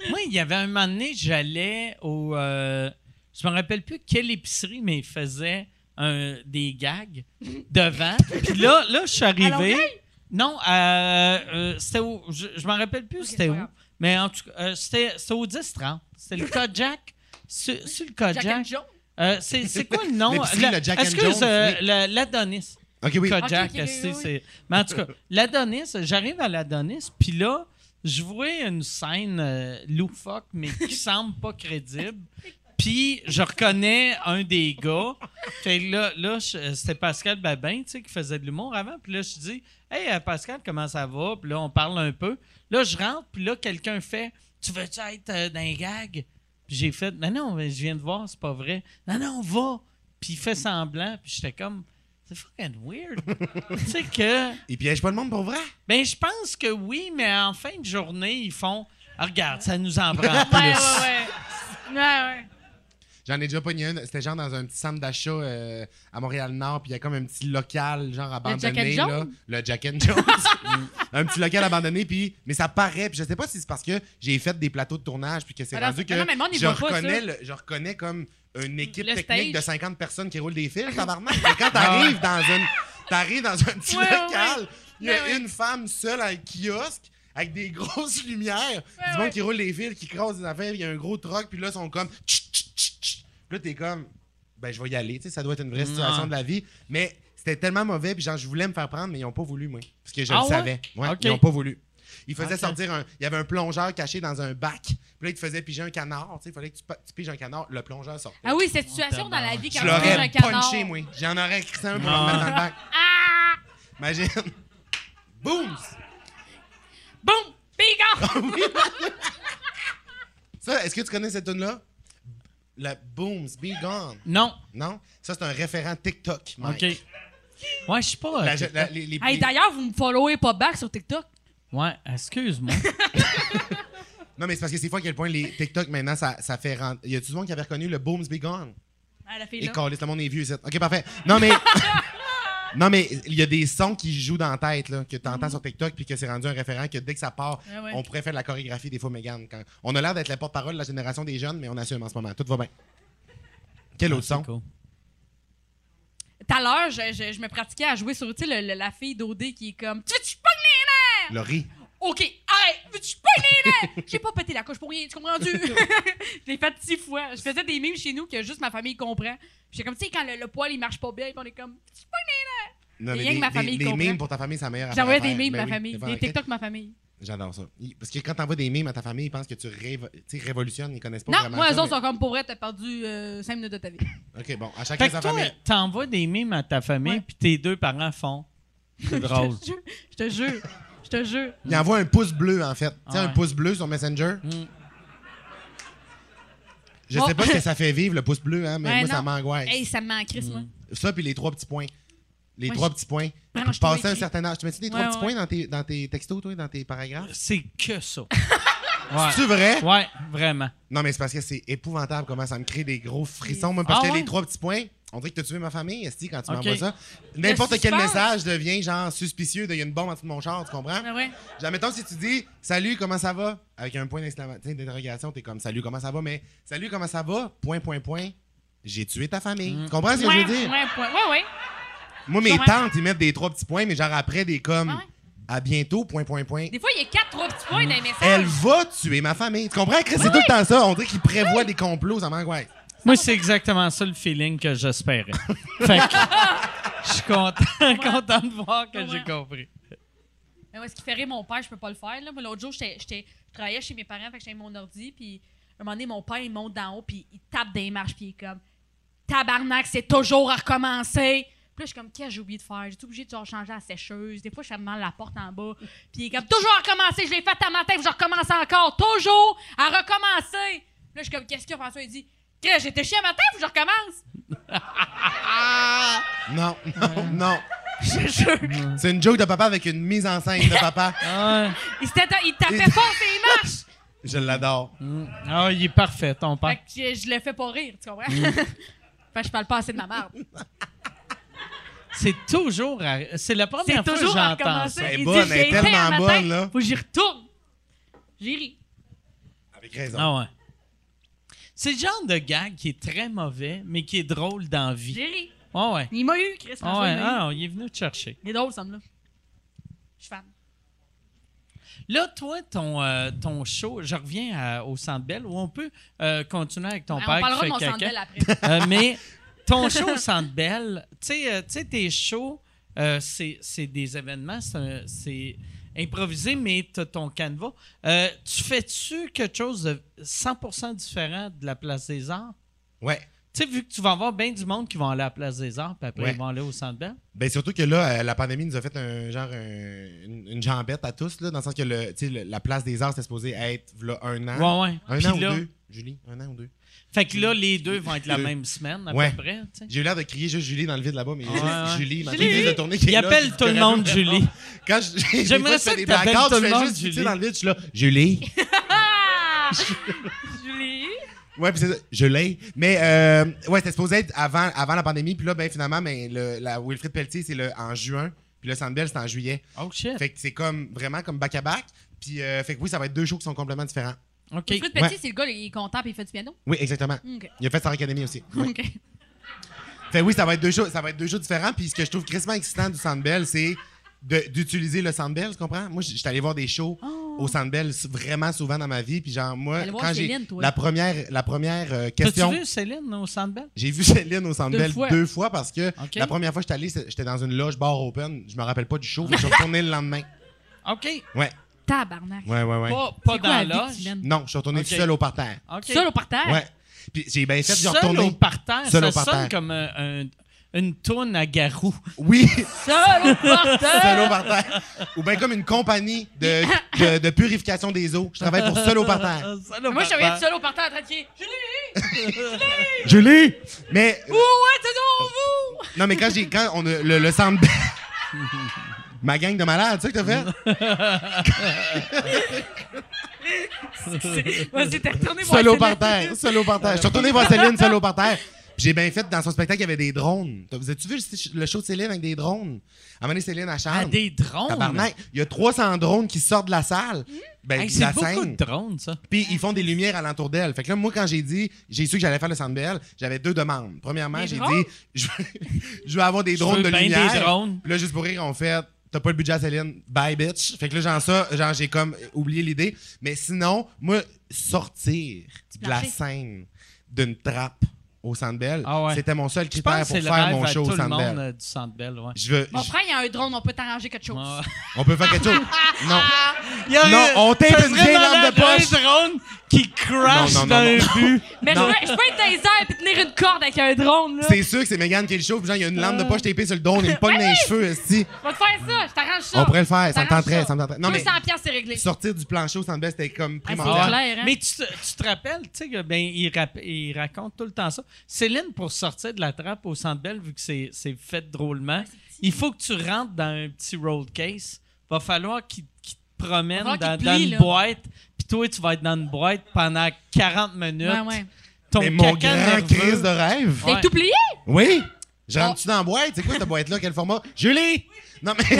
[SPEAKER 1] Moi, il y avait un moment donné, j'allais au. euh, je me rappelle plus quelle épicerie, mais ils faisaient un- des gags devant. Puis là, là, je suis arrivé.
[SPEAKER 6] Longueuil?
[SPEAKER 1] Non, euh, euh, c'était où Je, je me rappelle plus
[SPEAKER 6] Ok, c'est
[SPEAKER 1] c'était
[SPEAKER 6] pas
[SPEAKER 1] où.
[SPEAKER 6] grave.
[SPEAKER 1] Mais en tout cas, euh, c'était c'était au 10-30. C'était le Kojak. Sur, sur le
[SPEAKER 6] Jack and
[SPEAKER 1] Kojak.
[SPEAKER 6] Joe?
[SPEAKER 1] Euh, c'est c'est quoi le nom
[SPEAKER 5] L'épicerie,
[SPEAKER 1] La-
[SPEAKER 5] le Jack and
[SPEAKER 1] Excuse,
[SPEAKER 5] Jones,
[SPEAKER 1] euh,
[SPEAKER 5] oui.
[SPEAKER 1] la- l'Adonis.
[SPEAKER 5] OK, oui.
[SPEAKER 1] Kojak,
[SPEAKER 6] Ok, ok,
[SPEAKER 1] esti,
[SPEAKER 6] oui, oui.
[SPEAKER 1] c'est- Mais en tout cas, l'Adonis, j'arrive à l'Adonis, puis là, je vois une scène euh, loufoque, mais qui semble pas crédible. Puis je reconnais un des gars. Fait que là, là je- c'était Pascal Babin, tu sais, qui faisait de l'humour avant. Puis là, je dis Hey, euh, Pascal, comment ça va? Puis là, on parle un peu. Là, je rentre, puis là, quelqu'un fait Tu veux-tu être euh, dans les gags? Puis j'ai fait Non, non, mais je viens de voir, c'est pas vrai. Non, non, va. Puis il fait semblant, puis j'étais comme C'est fucking weird. tu sais que.
[SPEAKER 5] Ils piègent pas le monde pour vrai?
[SPEAKER 1] Ben, je pense que oui, mais en fin de journée, ils font Ah, Regarde, ça nous en prend
[SPEAKER 6] Ouais,
[SPEAKER 1] plus.
[SPEAKER 6] ouais, ouais. Ouais, ouais.
[SPEAKER 5] J'en ai déjà pogné une. C'était genre dans un petit centre d'achat euh, à Montréal-Nord, puis il y a comme un petit local, genre abandonné.
[SPEAKER 6] Jack and
[SPEAKER 5] là.
[SPEAKER 6] Jones?
[SPEAKER 5] Le Jack and Jones. un petit local abandonné, puis. Mais ça paraît, puis je sais pas si c'est parce que j'ai fait des plateaux de tournage, puis que c'est
[SPEAKER 6] Alors,
[SPEAKER 5] rendu que.
[SPEAKER 6] non, mais le monde, il
[SPEAKER 5] je,
[SPEAKER 6] voit pas
[SPEAKER 5] reconnais
[SPEAKER 6] ça.
[SPEAKER 5] le- je reconnais comme une équipe
[SPEAKER 6] Le
[SPEAKER 5] technique de
[SPEAKER 6] stage.
[SPEAKER 5] 50 personnes qui roulent des fils, tabarnak. Mais quand t'arrives dans une. T'arrives dans un petit
[SPEAKER 6] Ouais, ouais,
[SPEAKER 5] local, il y
[SPEAKER 6] Ouais,
[SPEAKER 5] a
[SPEAKER 6] ouais.
[SPEAKER 5] une femme seule à un kiosque. Avec des grosses lumières, du monde
[SPEAKER 6] ouais.
[SPEAKER 5] qui roule des fils, qui croise des affaires, il y a un gros troc, puis là, ils sont comme. tch, tch, tch, tch. Puis là, t'es comme, ben, je vais y aller. Tu sais, ça doit être une vraie situation
[SPEAKER 1] Ouais.
[SPEAKER 5] de la vie. Mais c'était tellement mauvais. Puis genre, je voulais me faire prendre, mais ils n'ont pas voulu, moi. Parce que je
[SPEAKER 1] Ah
[SPEAKER 5] le
[SPEAKER 1] ouais?
[SPEAKER 5] savais. Ouais,
[SPEAKER 1] Ok.
[SPEAKER 5] Ils n'ont pas voulu. Ils faisaient
[SPEAKER 1] Ok.
[SPEAKER 5] sortir un. Il y avait un plongeur caché dans un bac. Puis là, ils te faisaient piger un canard. Tu sais, il fallait que tu, pa- tu piges un canard. Le plongeur sortait.
[SPEAKER 6] Ah oui, cette situation dans la vie quand
[SPEAKER 5] je
[SPEAKER 6] on mange un
[SPEAKER 5] l'aurais
[SPEAKER 6] canard. Ah!
[SPEAKER 5] punché, moi. J'en aurais crissé un pour
[SPEAKER 1] Ah.
[SPEAKER 5] le mettre dans le bac. Imagine. Boum!
[SPEAKER 6] Boum! Pigon!
[SPEAKER 5] Ça, est-ce que tu connais cette tune-là? La Booms, Be Gone.
[SPEAKER 1] Non.
[SPEAKER 5] Non? Ça, c'est un référent TikTok, Mike.
[SPEAKER 1] OK. Ouais, je sais pas.
[SPEAKER 5] La- la- les- les-
[SPEAKER 6] hey,
[SPEAKER 5] les-
[SPEAKER 6] d'ailleurs, vous me followez pas back sur TikTok.
[SPEAKER 1] Ouais, excuse-moi.
[SPEAKER 5] Non, mais c'est parce que c'est fois à quel point les TikTok maintenant, ça, ça fait rentrer. Y a tout le monde qui avait reconnu le Booms Be Gone?
[SPEAKER 6] Ah, la fille
[SPEAKER 5] Et
[SPEAKER 6] là.
[SPEAKER 5] câlisse, le monde est vieux, ici. Ok, parfait. Non, mais. Non, mais il y a des sons qui jouent dans la tête, là, que tu entends sur TikTok, puis que c'est rendu un référent, que dès que ça part,
[SPEAKER 6] Mm-hmm. Ah ouais.
[SPEAKER 5] on pourrait faire de la chorégraphie des fois, Megan. Quand... On a l'air d'être la porte-parole de la génération des jeunes, mais on assume en ce moment. Tout va bien. Quel autre son?
[SPEAKER 1] Ah, Cool.
[SPEAKER 6] Tout à l'heure, je, je- je me pratiquais à jouer sur tu sais, le- le- la fille d'OD qui est comme Tu veux-tu que je pogne les nerfs?
[SPEAKER 5] Laurie.
[SPEAKER 6] Ok, arrête! Veux-tu que je pogne les nerfs? J'ai pas pété la coche pour rien, tu comprends-tu? je l'ai fait six fois. Je faisais des mimes chez nous que juste ma famille comprend. Puis J'étais comme, tu sais, quand le, le poil il marche pas bien, puis on est comme Tu veux que je pogne les nerfs?
[SPEAKER 5] Non,
[SPEAKER 6] Rien
[SPEAKER 5] mais
[SPEAKER 6] que
[SPEAKER 5] les,
[SPEAKER 6] ma famille
[SPEAKER 5] les- les
[SPEAKER 6] comprend.
[SPEAKER 5] mimes pour ta famille, c'est la meilleure
[SPEAKER 6] J'envoyais
[SPEAKER 5] affaire à
[SPEAKER 6] des
[SPEAKER 5] faire.
[SPEAKER 6] mimes à
[SPEAKER 5] Ben
[SPEAKER 6] ma
[SPEAKER 5] oui,
[SPEAKER 6] famille,
[SPEAKER 5] devant
[SPEAKER 6] des
[SPEAKER 5] la-
[SPEAKER 6] TikTok de ma famille.
[SPEAKER 5] J'adore ça. Il- Parce que quand t'envoies des mimes à ta famille, ils pensent que tu révo- tu sais, révolutionnes, ils connaissent pas
[SPEAKER 6] Non,
[SPEAKER 5] vraiment
[SPEAKER 6] moi, eux
[SPEAKER 5] ça,
[SPEAKER 6] autres sont comme pour être, t'as perdu 5 minutes de ta vie.
[SPEAKER 5] mais- OK, bon, à chacun
[SPEAKER 1] Fait que
[SPEAKER 5] sa
[SPEAKER 1] toi,
[SPEAKER 5] famille.
[SPEAKER 1] t'envoies des mimes à ta famille,
[SPEAKER 6] Ouais.
[SPEAKER 1] puis tes deux parents font. C'est drôle.
[SPEAKER 6] Je te jure, je te jure, je te jure.
[SPEAKER 5] Il envoie un pouce bleu, en fait. Tu sais,
[SPEAKER 1] Ah
[SPEAKER 5] un
[SPEAKER 1] ouais.
[SPEAKER 5] pouce bleu sur Messenger. Je
[SPEAKER 6] Mm. Bon.
[SPEAKER 5] sais pas ce que ça fait vivre, le pouce bleu, hein, mais
[SPEAKER 6] Ouais,
[SPEAKER 5] moi, ça
[SPEAKER 6] non.
[SPEAKER 5] m'angoisse.
[SPEAKER 6] Hey, ça me manque, Chris, moi.
[SPEAKER 5] Ça, puis les trois petits points. Les
[SPEAKER 6] Moi,
[SPEAKER 5] trois
[SPEAKER 6] je-
[SPEAKER 5] petits points.
[SPEAKER 6] Branche-toi
[SPEAKER 5] Passer un
[SPEAKER 6] écrit.
[SPEAKER 5] certain âge. Tu mets-tu des
[SPEAKER 6] Ouais,
[SPEAKER 5] trois petits
[SPEAKER 6] ouais.
[SPEAKER 5] points dans tes, dans tes textos, toi, dans tes paragraphes?
[SPEAKER 1] C'est que ça.
[SPEAKER 5] C'est vrai?
[SPEAKER 1] Ouais. Ouais, vraiment.
[SPEAKER 5] Non, mais c'est parce que c'est épouvantable comment ça me crée des gros frissons. Moi, parce
[SPEAKER 1] Ah
[SPEAKER 5] que
[SPEAKER 1] ouais?
[SPEAKER 5] les trois petits points, on dirait que tu tué ma famille, Esti, quand tu
[SPEAKER 1] Ok.
[SPEAKER 5] m'envoies ça. N'importe
[SPEAKER 6] Le
[SPEAKER 5] quel
[SPEAKER 6] suspense.
[SPEAKER 5] message devient genre suspicieux de il y a une bombe en dessous de mon char, tu comprends?
[SPEAKER 6] Ah ouais.
[SPEAKER 5] Genre, mettons, si tu dis Salut, comment ça va? Avec un point d'exclama- tu sais, d'interrogation, t'es comme Salut, comment ça va? Mais Salut, comment ça va? Point, point, point. J'ai tué ta famille. Tu comprends ce que
[SPEAKER 6] Mm. Ouais,
[SPEAKER 5] je veux dire?
[SPEAKER 6] ouais, ouais, ouais, ouais.
[SPEAKER 5] Moi, mes
[SPEAKER 6] Ouais.
[SPEAKER 5] tantes, ils mettent des trois petits points, mais genre après des comme
[SPEAKER 6] Ouais.
[SPEAKER 5] à bientôt, point, point, point.
[SPEAKER 6] Des fois, il y a quatre, trois petits points dans les messages.
[SPEAKER 5] Elle va tuer ma famille. Tu comprends? Chris, C'est tout le temps ça. On dirait qu'ils prévoient des complots, ça m'angoisse.
[SPEAKER 1] Moi, c'est exactement ça le feeling que j'espérais. fait que je suis content, content de voir que
[SPEAKER 6] Ouais.
[SPEAKER 1] j'ai compris.
[SPEAKER 6] Mais ouais, ce qui fait rire mon père, je peux pas le faire. Là. Moi, l'autre jour, j'étais- j'étais- je travaillais chez mes parents, fait que j'avais mon ordi, puis à un moment donné, mon père, il monte d'en haut, puis il tape des marches, puis il est comme « Tabarnak, c'est toujours à recommencer! » Puis là, je suis comme « Qu'est-ce que j'ai oublié de faire? » J'étais obligée de genre, changer la sécheuse. Des fois, je ferme la porte en bas. Puis il est comme « Toujours à recommencer! Je l'ai fait à matin, puis je recommence encore! Toujours à recommencer! » Puis Là, je suis comme « Qu'est-ce qu'il y a, François? » Il dit « Chris, J'étais chier à matin, puis je recommence!
[SPEAKER 5] Non, non, non. C'est une joke de papa avec une mise en scène de papa.
[SPEAKER 1] Ah,
[SPEAKER 6] Il, s'était- il tapait fort ses marches!
[SPEAKER 5] Je l'adore.
[SPEAKER 1] ah, il est parfait, ton
[SPEAKER 6] Fait
[SPEAKER 1] père.
[SPEAKER 6] que je, je le fais pas rire, tu comprends?
[SPEAKER 1] Mm.
[SPEAKER 6] fait que je parle pas assez de ma merde.
[SPEAKER 1] C'est toujours. à- C'est la première
[SPEAKER 6] C'est
[SPEAKER 1] fois que
[SPEAKER 6] toujours à
[SPEAKER 1] j'entends
[SPEAKER 6] recommencer.
[SPEAKER 1] ça.
[SPEAKER 5] Elle est
[SPEAKER 6] Il dit,
[SPEAKER 5] bonne, elle est
[SPEAKER 6] j'ai été un
[SPEAKER 5] tellement
[SPEAKER 6] matin,
[SPEAKER 5] bonne, là.
[SPEAKER 6] Faut que j'y retourne. J'ai ri.
[SPEAKER 5] Avec raison.
[SPEAKER 1] Ah ouais. C'est le genre de gag qui est très mauvais, mais qui est drôle dans la vie.
[SPEAKER 6] J'ai ri.
[SPEAKER 1] Ah ouais.
[SPEAKER 6] Il m'a eu, Chris.
[SPEAKER 1] Ah
[SPEAKER 6] François,
[SPEAKER 1] ouais,
[SPEAKER 6] il m'a eu.
[SPEAKER 1] ah, il est venu te chercher.
[SPEAKER 6] Il est drôle, ce homme-là. Je suis fan.
[SPEAKER 1] Là, toi, ton, euh, ton show, je reviens à- au Centre Bell, où on peut euh, continuer avec ton
[SPEAKER 6] Ouais, on
[SPEAKER 1] père
[SPEAKER 6] parlera
[SPEAKER 1] qui
[SPEAKER 6] de mon
[SPEAKER 1] fait
[SPEAKER 6] centre
[SPEAKER 1] caca.
[SPEAKER 6] Bell après.
[SPEAKER 1] Euh, mais ton show au Centre Bell, tu sais, euh, tu sais, tes shows, euh, c'est c'est des événements, c'est un- c'est improvisé, mais tu ton canevas. Euh, tu fais-tu quelque chose de 100% différent de la Place des Arts?
[SPEAKER 5] Ouais.
[SPEAKER 1] Tu sais, vu que tu vas avoir bien du monde qui vont aller à la Place des Arts, puis après
[SPEAKER 5] Ouais.
[SPEAKER 1] ils vont aller au Centre Bell.
[SPEAKER 5] Ben surtout que là, euh, la pandémie nous a fait un genre un- une, une jambette à tous, là, dans le sens que le, tu sais, le- la place des arts, c'était supposé être là, un
[SPEAKER 1] Ouais,
[SPEAKER 5] an.
[SPEAKER 1] ouais.
[SPEAKER 5] Hein? Un
[SPEAKER 1] Puis
[SPEAKER 5] an
[SPEAKER 1] là-
[SPEAKER 5] ou deux, Julie. Un an ou deux.
[SPEAKER 1] Fait que là, les deux vont être la même semaine, à
[SPEAKER 5] Ouais.
[SPEAKER 1] peu près. tu sais.
[SPEAKER 5] J'ai eu l'air de crier juste Julie dans le vide là-bas, mais
[SPEAKER 1] Ah Ouais, ouais.
[SPEAKER 5] Julie, ma
[SPEAKER 6] Julie!
[SPEAKER 5] de tournée qui est
[SPEAKER 1] Ils
[SPEAKER 5] là,
[SPEAKER 1] appellent
[SPEAKER 5] qui-
[SPEAKER 1] tout le monde Julie.
[SPEAKER 5] Quand je- des
[SPEAKER 1] J'aimerais
[SPEAKER 5] fois, je
[SPEAKER 1] ça
[SPEAKER 5] fais
[SPEAKER 1] que
[SPEAKER 5] des
[SPEAKER 1] t'appelles
[SPEAKER 5] blackouts,
[SPEAKER 1] tout
[SPEAKER 5] je
[SPEAKER 1] le
[SPEAKER 5] fais
[SPEAKER 1] monde
[SPEAKER 5] juste tu sais,
[SPEAKER 1] Julie.
[SPEAKER 5] dans le vide, je suis là, Julie.
[SPEAKER 6] Ah! Julie.
[SPEAKER 5] Ouais, puis c'est ça, je l'ai. Mais euh, ouais, c'était supposé être avant, avant la pandémie, puis là, ben finalement, ben, le, la Wilfrid Pelletier, c'est le- en juin, puis le Sandbell, c'est en juillet.
[SPEAKER 1] Oh
[SPEAKER 6] Ah.
[SPEAKER 1] shit.
[SPEAKER 5] Fait que c'est comme vraiment comme back à back. Puis euh, fait que oui, ça va être deux shows qui sont complètement différents.
[SPEAKER 1] OK.
[SPEAKER 6] Fred Petit,
[SPEAKER 5] Ouais.
[SPEAKER 6] c'est le gars, il est content puis il fait du piano.
[SPEAKER 5] Oui, exactement.
[SPEAKER 6] OK.
[SPEAKER 5] Il a fait sa académie aussi. Oui.
[SPEAKER 6] OK.
[SPEAKER 5] fait oui, ça va être deux shows, ça va être deux shows différents. Puis ce que je trouve crissement excitant du Sandbell, c'est de- d'utiliser le Sandbell, tu comprends? Moi, j'étais allé voir des shows au Sandbell vraiment souvent dans ma vie. Puis genre, moi,
[SPEAKER 6] Oh. Allez voir
[SPEAKER 5] quand j'ai
[SPEAKER 6] Céline, toi.
[SPEAKER 5] la première, la première euh,
[SPEAKER 1] T'as-tu
[SPEAKER 5] question...
[SPEAKER 1] vu Céline au Centre Bell?
[SPEAKER 5] J'ai vu Céline au Centre
[SPEAKER 6] Deux
[SPEAKER 5] Bell
[SPEAKER 6] fois.
[SPEAKER 5] deux fois parce que
[SPEAKER 1] Ok.
[SPEAKER 5] la première fois que j'étais allé, c'est- j'étais dans une loge bar open. Je me rappelle pas du show, mais je suis retourné le lendemain.
[SPEAKER 1] OK.
[SPEAKER 5] Ouais,
[SPEAKER 6] Tabarnak.
[SPEAKER 5] ouais, ouais, ouais.
[SPEAKER 1] Pas,
[SPEAKER 6] C'est
[SPEAKER 1] pas
[SPEAKER 6] quoi
[SPEAKER 1] dans
[SPEAKER 6] la vie
[SPEAKER 1] l'âge.
[SPEAKER 6] que tu mènes?
[SPEAKER 5] Non, je suis retourné
[SPEAKER 1] Ok.
[SPEAKER 5] tout seul au parterre.
[SPEAKER 1] OK.
[SPEAKER 6] Seul au parterre?
[SPEAKER 5] Ouais. Puis j'ai bien fait d'y
[SPEAKER 1] Seul
[SPEAKER 5] retourner.
[SPEAKER 1] au parterre,
[SPEAKER 5] Seul
[SPEAKER 1] ça
[SPEAKER 5] au parterre.
[SPEAKER 1] sonne comme euh, un- un- une toune à garou.
[SPEAKER 5] Oui,
[SPEAKER 6] Seul au parterre!
[SPEAKER 5] seul au parterre. Ou bien comme une compagnie de, de, de purification des eaux. Je travaille pour seul au parterre.
[SPEAKER 1] Seul au
[SPEAKER 6] Moi, je
[SPEAKER 1] parterre.
[SPEAKER 6] travaillais seul au parterre en train de crier Julie!
[SPEAKER 5] Julie! Mais
[SPEAKER 6] Où êtes-vous?
[SPEAKER 5] non, mais quand j'ai quand on a le, le Centre Bell. Ma gang de malades, tu sais que t'as fait?
[SPEAKER 6] C'est- Vas-y, t'es retourné voir
[SPEAKER 5] Seul au
[SPEAKER 6] Céline.
[SPEAKER 5] parterre, seul au parterre. Je suis retourné voir Céline, seul au parterre. Puis J'ai bien fait, dans son spectacle, il y avait des drones. T'as- Vous avez-tu vu le- le show de Céline avec des drones? À un moment donné, Céline, à
[SPEAKER 1] Ah,
[SPEAKER 5] chante.
[SPEAKER 1] des drones. Hmm?
[SPEAKER 5] Tabarnak, il y a 300 drones qui sortent de la salle. Ben,
[SPEAKER 1] Hey,
[SPEAKER 5] de
[SPEAKER 1] c'est
[SPEAKER 5] la
[SPEAKER 1] beaucoup
[SPEAKER 5] scène.
[SPEAKER 1] de drones, ça.
[SPEAKER 5] Puis ils font des lumières alentour d'elle. Fait que là, moi, quand j'ai dit, j'ai su que j'allais faire le Sandbell, j'avais deux demandes. Premièrement,
[SPEAKER 6] Des
[SPEAKER 5] j'ai
[SPEAKER 6] drones?
[SPEAKER 5] dit, je veux, je veux avoir des drones
[SPEAKER 1] veux
[SPEAKER 5] de
[SPEAKER 1] ben des
[SPEAKER 5] lumière.
[SPEAKER 1] drones.
[SPEAKER 5] Puis là, juste pour rire, on fait, t'as pas le budget à Céline, bye bitch. Fait que là, genre ça, genre j'ai comme oublié l'idée. Mais sinon, moi, sortir de la
[SPEAKER 6] plancher.
[SPEAKER 5] scène d'une trappe au Centre Bell.
[SPEAKER 1] Ah ouais.
[SPEAKER 5] C'était mon seul
[SPEAKER 1] Je pense
[SPEAKER 5] critère
[SPEAKER 1] que
[SPEAKER 5] pour
[SPEAKER 1] c'est le
[SPEAKER 5] faire
[SPEAKER 1] rêve
[SPEAKER 5] mon
[SPEAKER 1] à
[SPEAKER 5] show
[SPEAKER 1] tout
[SPEAKER 5] au
[SPEAKER 1] le
[SPEAKER 5] Centre
[SPEAKER 1] monde
[SPEAKER 5] Bell.
[SPEAKER 1] euh, du Centre Bell, ouais.
[SPEAKER 5] Je veux,
[SPEAKER 6] Mon
[SPEAKER 5] je-
[SPEAKER 6] frère, il a un drone, on peut t'arranger quelque chose. Ah,
[SPEAKER 1] Ouais.
[SPEAKER 5] on peut faire quelque chose. Non.
[SPEAKER 1] Il y a
[SPEAKER 5] Non,
[SPEAKER 1] un-
[SPEAKER 5] on tape
[SPEAKER 1] ça
[SPEAKER 5] une
[SPEAKER 1] serait
[SPEAKER 5] vieille lampe de
[SPEAKER 1] malade,
[SPEAKER 5] poche.
[SPEAKER 1] Un drone qui crash
[SPEAKER 5] Non, non, non,
[SPEAKER 1] dans
[SPEAKER 5] non.
[SPEAKER 1] un but.
[SPEAKER 6] Mais je
[SPEAKER 5] Non.
[SPEAKER 6] peux, je peux être taser et puis tenir une corde avec un drone, là.
[SPEAKER 5] C'est sûr que c'est Mégane qui est le show. puis Genre, il y a une lampe de poche tapée sur le dos, il me pogne dans les cheveux. esti.
[SPEAKER 6] Je vais te faire ça, je t'arrange ça.
[SPEAKER 5] On pourrait le faire, ça me
[SPEAKER 6] T'arranges
[SPEAKER 5] tenterait, ça me tenterait. Non, mais
[SPEAKER 6] 200 piastres, c'est réglé.
[SPEAKER 5] sortir du plancher au Centre Bell, c'était comme
[SPEAKER 6] Ah, c'est
[SPEAKER 5] primordial.
[SPEAKER 6] clair, hein?
[SPEAKER 1] Mais tu, te- tu te rappelles, tu sais, que, ben, il, rap- il raconte tout le temps ça. Céline, pour sortir de la trappe au Centre Bell, vu que c'est c'est fait drôlement,
[SPEAKER 6] Ah,
[SPEAKER 1] il faut que tu rentres dans un petit roll case. Va falloir qu'il qu'il te promène
[SPEAKER 6] Va
[SPEAKER 1] dans,
[SPEAKER 6] falloir qu'il
[SPEAKER 1] dans
[SPEAKER 6] plie,
[SPEAKER 1] une
[SPEAKER 6] là.
[SPEAKER 1] boîte. Puis toi, tu vas être dans une boîte pendant 40 minutes.
[SPEAKER 6] Ouais, Ben ouais.
[SPEAKER 1] Ton
[SPEAKER 5] Mais mon
[SPEAKER 1] caca
[SPEAKER 5] grand
[SPEAKER 1] nerveux.
[SPEAKER 5] crise de rêve.
[SPEAKER 6] T'es
[SPEAKER 1] Ouais.
[SPEAKER 6] tout plié?
[SPEAKER 5] Oui? Je rentre-tu dans la boîte? C'est quoi cette boîte-là? Quel format? Julie! Non, mais.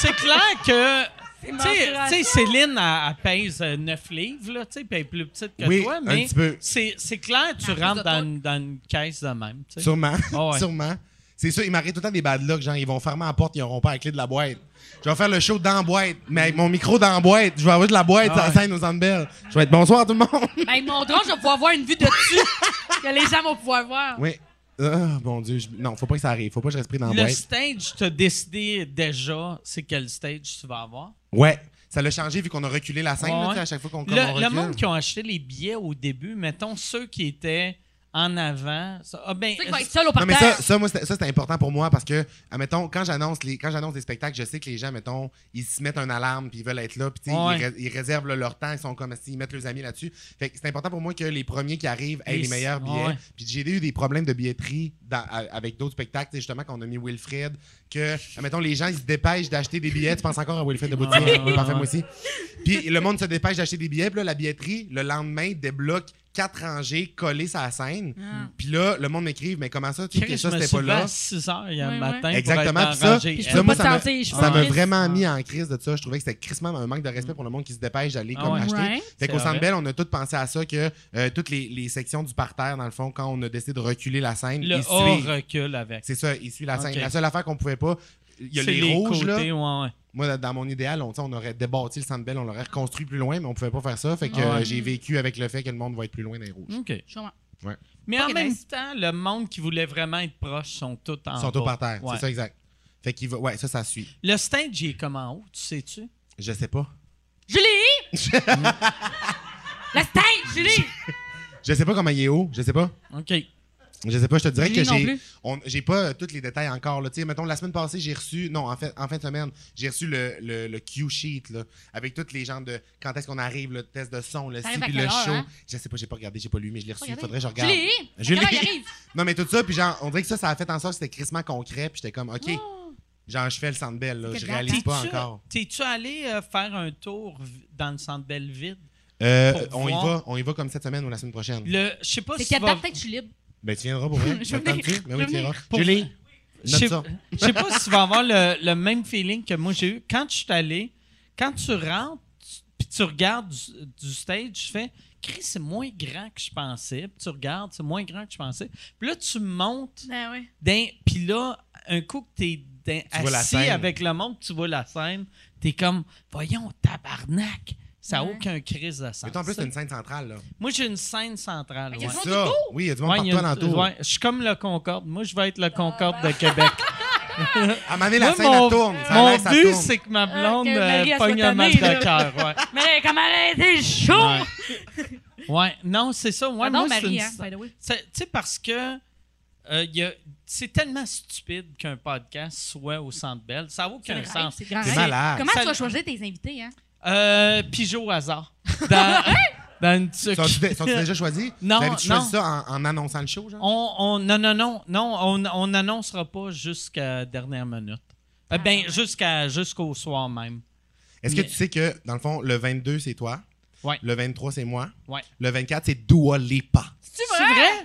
[SPEAKER 1] C'est clair que. Tu sais-
[SPEAKER 6] mensuration.
[SPEAKER 1] tu sais, Céline, elle, elle pèse 9 livres, là, tu sais, puis elle est plus petite que
[SPEAKER 5] Oui,
[SPEAKER 1] toi,
[SPEAKER 5] un
[SPEAKER 1] mais
[SPEAKER 5] petit peu.
[SPEAKER 1] c'est c'est clair, tu
[SPEAKER 6] Dans la
[SPEAKER 1] rentres
[SPEAKER 6] prise de
[SPEAKER 1] dans, une- dans une caisse de même. tu sais.
[SPEAKER 5] Sûrement.
[SPEAKER 1] Ah ouais.
[SPEAKER 5] Sûrement. C'est sûr, il m'arrive tout le temps des bad luck. Genre, ils vont fermer la porte, ils n'auront pas la clé de la boîte. Je vais faire le show dans la boîte, mais avec mon micro dans la boîte. Je vais avoir de la
[SPEAKER 1] Ah
[SPEAKER 5] boîte sur la scène aux Zambelles. Je vais être bonsoir tout le monde.
[SPEAKER 6] Ben, avec mon drone, je vais pouvoir voir une vue de dessus que les gens vont pouvoir voir.
[SPEAKER 5] Oui. Ah, mon Dieu. je- Non, faut pas que ça arrive. Faut pas que je reste pris dans la
[SPEAKER 1] Le
[SPEAKER 5] boîte.
[SPEAKER 1] stage, tu as décidé déjà c'est quel stage tu vas avoir.
[SPEAKER 5] Ouais. Ça l'a changé vu qu'on a reculé la scène,
[SPEAKER 1] Ouais,
[SPEAKER 5] là, tu
[SPEAKER 1] ouais.
[SPEAKER 5] sais, à chaque fois qu'on comme on
[SPEAKER 1] Le, le
[SPEAKER 5] recule.
[SPEAKER 1] monde qui ont acheté les billets au début, mettons ceux qui étaient en avant. ça- ah ben,
[SPEAKER 6] Tu sais qu'ils vont être seuls au
[SPEAKER 5] Non, mais
[SPEAKER 6] parterre.
[SPEAKER 5] ça, ça, moi, c'était- ça, c'est important pour moi parce que, admettons, quand j'annonce les, quand j'annonce des spectacles, je sais que les gens, mettons, ils se mettent un alarme puis ils veulent être là, puis tu sais,
[SPEAKER 1] Ouais.
[SPEAKER 5] ils, ré- ils réservent là, leur temps, ils sont comme s'ils mettent leurs amis là-dessus. Fait que c'est important pour moi que les premiers qui arrivent aient
[SPEAKER 1] Les-
[SPEAKER 5] les, meilleurs billets.
[SPEAKER 1] ouais.
[SPEAKER 5] Puis j'ai eu des problèmes de billetterie dans- à- avec d'autres spectacles, tu sais, justement, qu'on a mis Wilfred, que, admettons, les gens, ils se dépêchent d'acheter des billets. Tu penses encore à Wilfred de Boutier?
[SPEAKER 1] Ouais, ouais,
[SPEAKER 5] Oui, parfait,
[SPEAKER 1] ouais.
[SPEAKER 5] moi aussi. Puis le monde se dépêche d'acheter des billets. Puis là, la billetterie, le lendemain, débloque quatre rangées collées sur la scène.
[SPEAKER 6] Ah.
[SPEAKER 5] Puis là, le monde m'écrit, mais comment ça, tu sais que
[SPEAKER 1] Chris, je
[SPEAKER 5] ça,
[SPEAKER 1] me
[SPEAKER 5] c'était
[SPEAKER 1] suis
[SPEAKER 5] pas
[SPEAKER 1] levé
[SPEAKER 5] là?
[SPEAKER 1] à 6 heures hier
[SPEAKER 6] Ouais,
[SPEAKER 1] matin.
[SPEAKER 5] Exactement,
[SPEAKER 1] Pour
[SPEAKER 5] puis
[SPEAKER 1] être
[SPEAKER 5] ça,
[SPEAKER 1] en rangée.
[SPEAKER 6] Puis je
[SPEAKER 5] Ça,
[SPEAKER 6] peux
[SPEAKER 5] moi,
[SPEAKER 6] pas
[SPEAKER 5] ça me-
[SPEAKER 6] tenter, je suis
[SPEAKER 5] Ça m'a
[SPEAKER 6] triste.
[SPEAKER 1] Ah.
[SPEAKER 5] vraiment mis en crise de ça. Je trouvais que c'était crissement un manque de respect pour le monde qui se dépêche d'aller
[SPEAKER 1] Ah
[SPEAKER 5] comme
[SPEAKER 1] ouais.
[SPEAKER 5] acheter.
[SPEAKER 6] Ouais.
[SPEAKER 5] Fait qu'au
[SPEAKER 1] C'est
[SPEAKER 5] Centre
[SPEAKER 1] vrai.
[SPEAKER 5] Bell, on a tous pensé à ça, que euh, toutes les, les sections du parterre, dans le fond, quand on a décidé de reculer la scène,
[SPEAKER 1] Le
[SPEAKER 5] ils
[SPEAKER 1] haut
[SPEAKER 5] suivent.
[SPEAKER 1] recul avec.
[SPEAKER 5] C'est ça, ils suivent la scène.
[SPEAKER 1] Ok.
[SPEAKER 5] La seule affaire qu'on pouvait pas, il y a
[SPEAKER 1] C'est
[SPEAKER 5] les, rouges, là.
[SPEAKER 1] côtés, ouais, ouais.
[SPEAKER 5] Moi, dans mon idéal, on, tu sais, on aurait débâti le Centre Bell, on l'aurait reconstruit plus loin, mais on pouvait pas faire ça. Fait que
[SPEAKER 1] Ah ouais.
[SPEAKER 5] euh, j'ai vécu avec le fait que le monde va être plus loin des rouges.
[SPEAKER 1] OK.
[SPEAKER 6] Je comprends.
[SPEAKER 1] Mais en
[SPEAKER 6] Ok,
[SPEAKER 1] même
[SPEAKER 6] nice.
[SPEAKER 1] temps, le monde qui voulait vraiment être proche sont tous en
[SPEAKER 6] Ah,
[SPEAKER 5] Ils sont au
[SPEAKER 1] bas.
[SPEAKER 5] parterre,
[SPEAKER 1] Ouais.
[SPEAKER 5] c'est ça exact. Fait qu'il va, ouais, ça, ça suit.
[SPEAKER 1] Le stage, il est comment haut, tu sais-tu?
[SPEAKER 5] Je sais pas.
[SPEAKER 6] Julie! La stage, Julie!
[SPEAKER 5] Je sais pas comment il est haut, je sais pas.
[SPEAKER 1] OK.
[SPEAKER 5] Je sais pas, je te dirais
[SPEAKER 6] Lui
[SPEAKER 5] que
[SPEAKER 6] non
[SPEAKER 5] j'ai
[SPEAKER 6] plus.
[SPEAKER 5] on- j'ai pas euh, tous les détails encore là, tu sais, mettons la semaine passée, j'ai reçu non, en fait en fin de semaine, j'ai reçu le, le, le cue sheet là, avec toutes les gens de quand est-ce qu'on arrive, le test de son, le ci
[SPEAKER 6] T'arrives à
[SPEAKER 5] puis le
[SPEAKER 6] quelle heure,
[SPEAKER 5] show.
[SPEAKER 6] hein?
[SPEAKER 5] Je sais pas, j'ai pas regardé, j'ai pas lu mais je l'ai reçu,
[SPEAKER 6] Regardez.
[SPEAKER 5] faudrait que je regarde.
[SPEAKER 6] Julie!
[SPEAKER 5] Julie!
[SPEAKER 6] Comment il arrive?
[SPEAKER 5] Non mais tout ça puis genre on dirait que ça ça a fait en sorte que c'était crissement concret puis j'étais comme OK.
[SPEAKER 6] Oh.
[SPEAKER 5] Genre je fais le centre belle là,
[SPEAKER 6] T'es
[SPEAKER 5] je
[SPEAKER 6] dedans.
[SPEAKER 5] réalise pas
[SPEAKER 1] T'es-tu-
[SPEAKER 5] encore.
[SPEAKER 1] T'es-tu allé euh, faire un tour v- dans le centre belle vide?
[SPEAKER 5] Euh,
[SPEAKER 1] Pour
[SPEAKER 5] on y
[SPEAKER 1] voir.
[SPEAKER 5] va, on y va comme cette semaine ou la semaine prochaine.
[SPEAKER 1] Le, je sais pas
[SPEAKER 6] C'est
[SPEAKER 1] si tu
[SPEAKER 6] qu'à
[SPEAKER 1] vas...
[SPEAKER 6] date, peut-être que je suis libre.
[SPEAKER 5] Ben tu viendras pour vrai?
[SPEAKER 6] Je
[SPEAKER 5] Ça
[SPEAKER 6] vais
[SPEAKER 5] te tente-tu?
[SPEAKER 6] venir.
[SPEAKER 5] Ben oui,
[SPEAKER 6] Je
[SPEAKER 5] tu
[SPEAKER 6] vais
[SPEAKER 5] viendras.
[SPEAKER 1] Pour-
[SPEAKER 5] Julie,
[SPEAKER 1] Je
[SPEAKER 5] note
[SPEAKER 1] sais-
[SPEAKER 5] ça.
[SPEAKER 1] je sais pas si tu vas avoir le, le même feeling que moi j'ai eu. Quand je suis allé, quand tu rentres, tu- puis tu regardes du, du stage, tu fais Chris, c'est moins grand que je pensais. Puis tu regardes, c'est moins grand que je pensais. Puis là, tu montes,
[SPEAKER 6] Ben ouais.
[SPEAKER 1] d'un- puis là, un coup que t'es d'un-
[SPEAKER 5] Tu vois la
[SPEAKER 1] assis
[SPEAKER 5] scène.
[SPEAKER 1] avec le monde, tu vois la scène, t'es comme Voyons, tabarnak! Ça n'a
[SPEAKER 6] Ouais.
[SPEAKER 1] aucun crise de sens.
[SPEAKER 5] Mais toi, en plus, c'est une scène centrale, là.
[SPEAKER 1] Moi, j'ai une scène centrale.
[SPEAKER 6] Mais qu'est-ce
[SPEAKER 1] ouais.
[SPEAKER 6] Ils sont
[SPEAKER 5] Ça, oui, il y a du monde
[SPEAKER 1] Ouais, il y a
[SPEAKER 5] partout
[SPEAKER 1] une-
[SPEAKER 5] alentour.
[SPEAKER 1] ouais, je suis comme le Concorde. Moi, je vais être
[SPEAKER 6] Ah.
[SPEAKER 1] le Concorde de Québec.
[SPEAKER 5] À un moment donné, la
[SPEAKER 1] Moi,
[SPEAKER 5] scène, elle tourne. Ça a
[SPEAKER 1] mon
[SPEAKER 5] l'air que ça
[SPEAKER 1] but,
[SPEAKER 5] tourne.
[SPEAKER 1] c'est que ma blonde
[SPEAKER 6] Euh, que Marie,
[SPEAKER 1] euh,
[SPEAKER 6] elle
[SPEAKER 1] pogne
[SPEAKER 6] soit
[SPEAKER 1] un mal de
[SPEAKER 6] tannée, là.
[SPEAKER 1] cœur. Ouais.
[SPEAKER 6] Mais comment elle a été chaud!
[SPEAKER 1] Ouais. Ouais. Non, c'est ça. Ouais,
[SPEAKER 6] Pardon,
[SPEAKER 1] moi, c'est
[SPEAKER 6] Marie,
[SPEAKER 1] une-
[SPEAKER 6] hein, by the way.
[SPEAKER 1] c'est- Tu sais, parce que euh, il y a- c'est tellement stupide qu'un podcast soit au Centre Bell. Ça n'a
[SPEAKER 6] C'est
[SPEAKER 1] aucun
[SPEAKER 6] le rêve,
[SPEAKER 1] sens.
[SPEAKER 6] c'est le grand
[SPEAKER 5] C'est
[SPEAKER 6] rêve.
[SPEAKER 5] malade.
[SPEAKER 6] Comment
[SPEAKER 1] Ça-
[SPEAKER 6] tu vas choisir tes invités, hein?
[SPEAKER 1] Euh, Pigeot au hasard. Dans, dans une tuque.
[SPEAKER 5] Sont-tu dé- sont-tu déjà choisis?
[SPEAKER 1] Non,
[SPEAKER 5] T'avais-tu
[SPEAKER 1] non.
[SPEAKER 5] choisi ça en, en annonçant le show, genre?
[SPEAKER 1] On, on- non, non, non, non, on- on n'annoncera pas jusqu'à dernière minute. Euh, ben,
[SPEAKER 6] Ah, ouais.
[SPEAKER 1] jusqu'à jusqu'au soir même.
[SPEAKER 5] Est-ce que
[SPEAKER 1] Mais-
[SPEAKER 5] tu sais que, dans le fond, le 22, c'est toi?
[SPEAKER 1] Ouais.
[SPEAKER 5] Le 23, c'est moi?
[SPEAKER 1] Ouais.
[SPEAKER 5] Le 24, c'est Dua Lipa.
[SPEAKER 6] C'est
[SPEAKER 5] Une
[SPEAKER 6] vrai?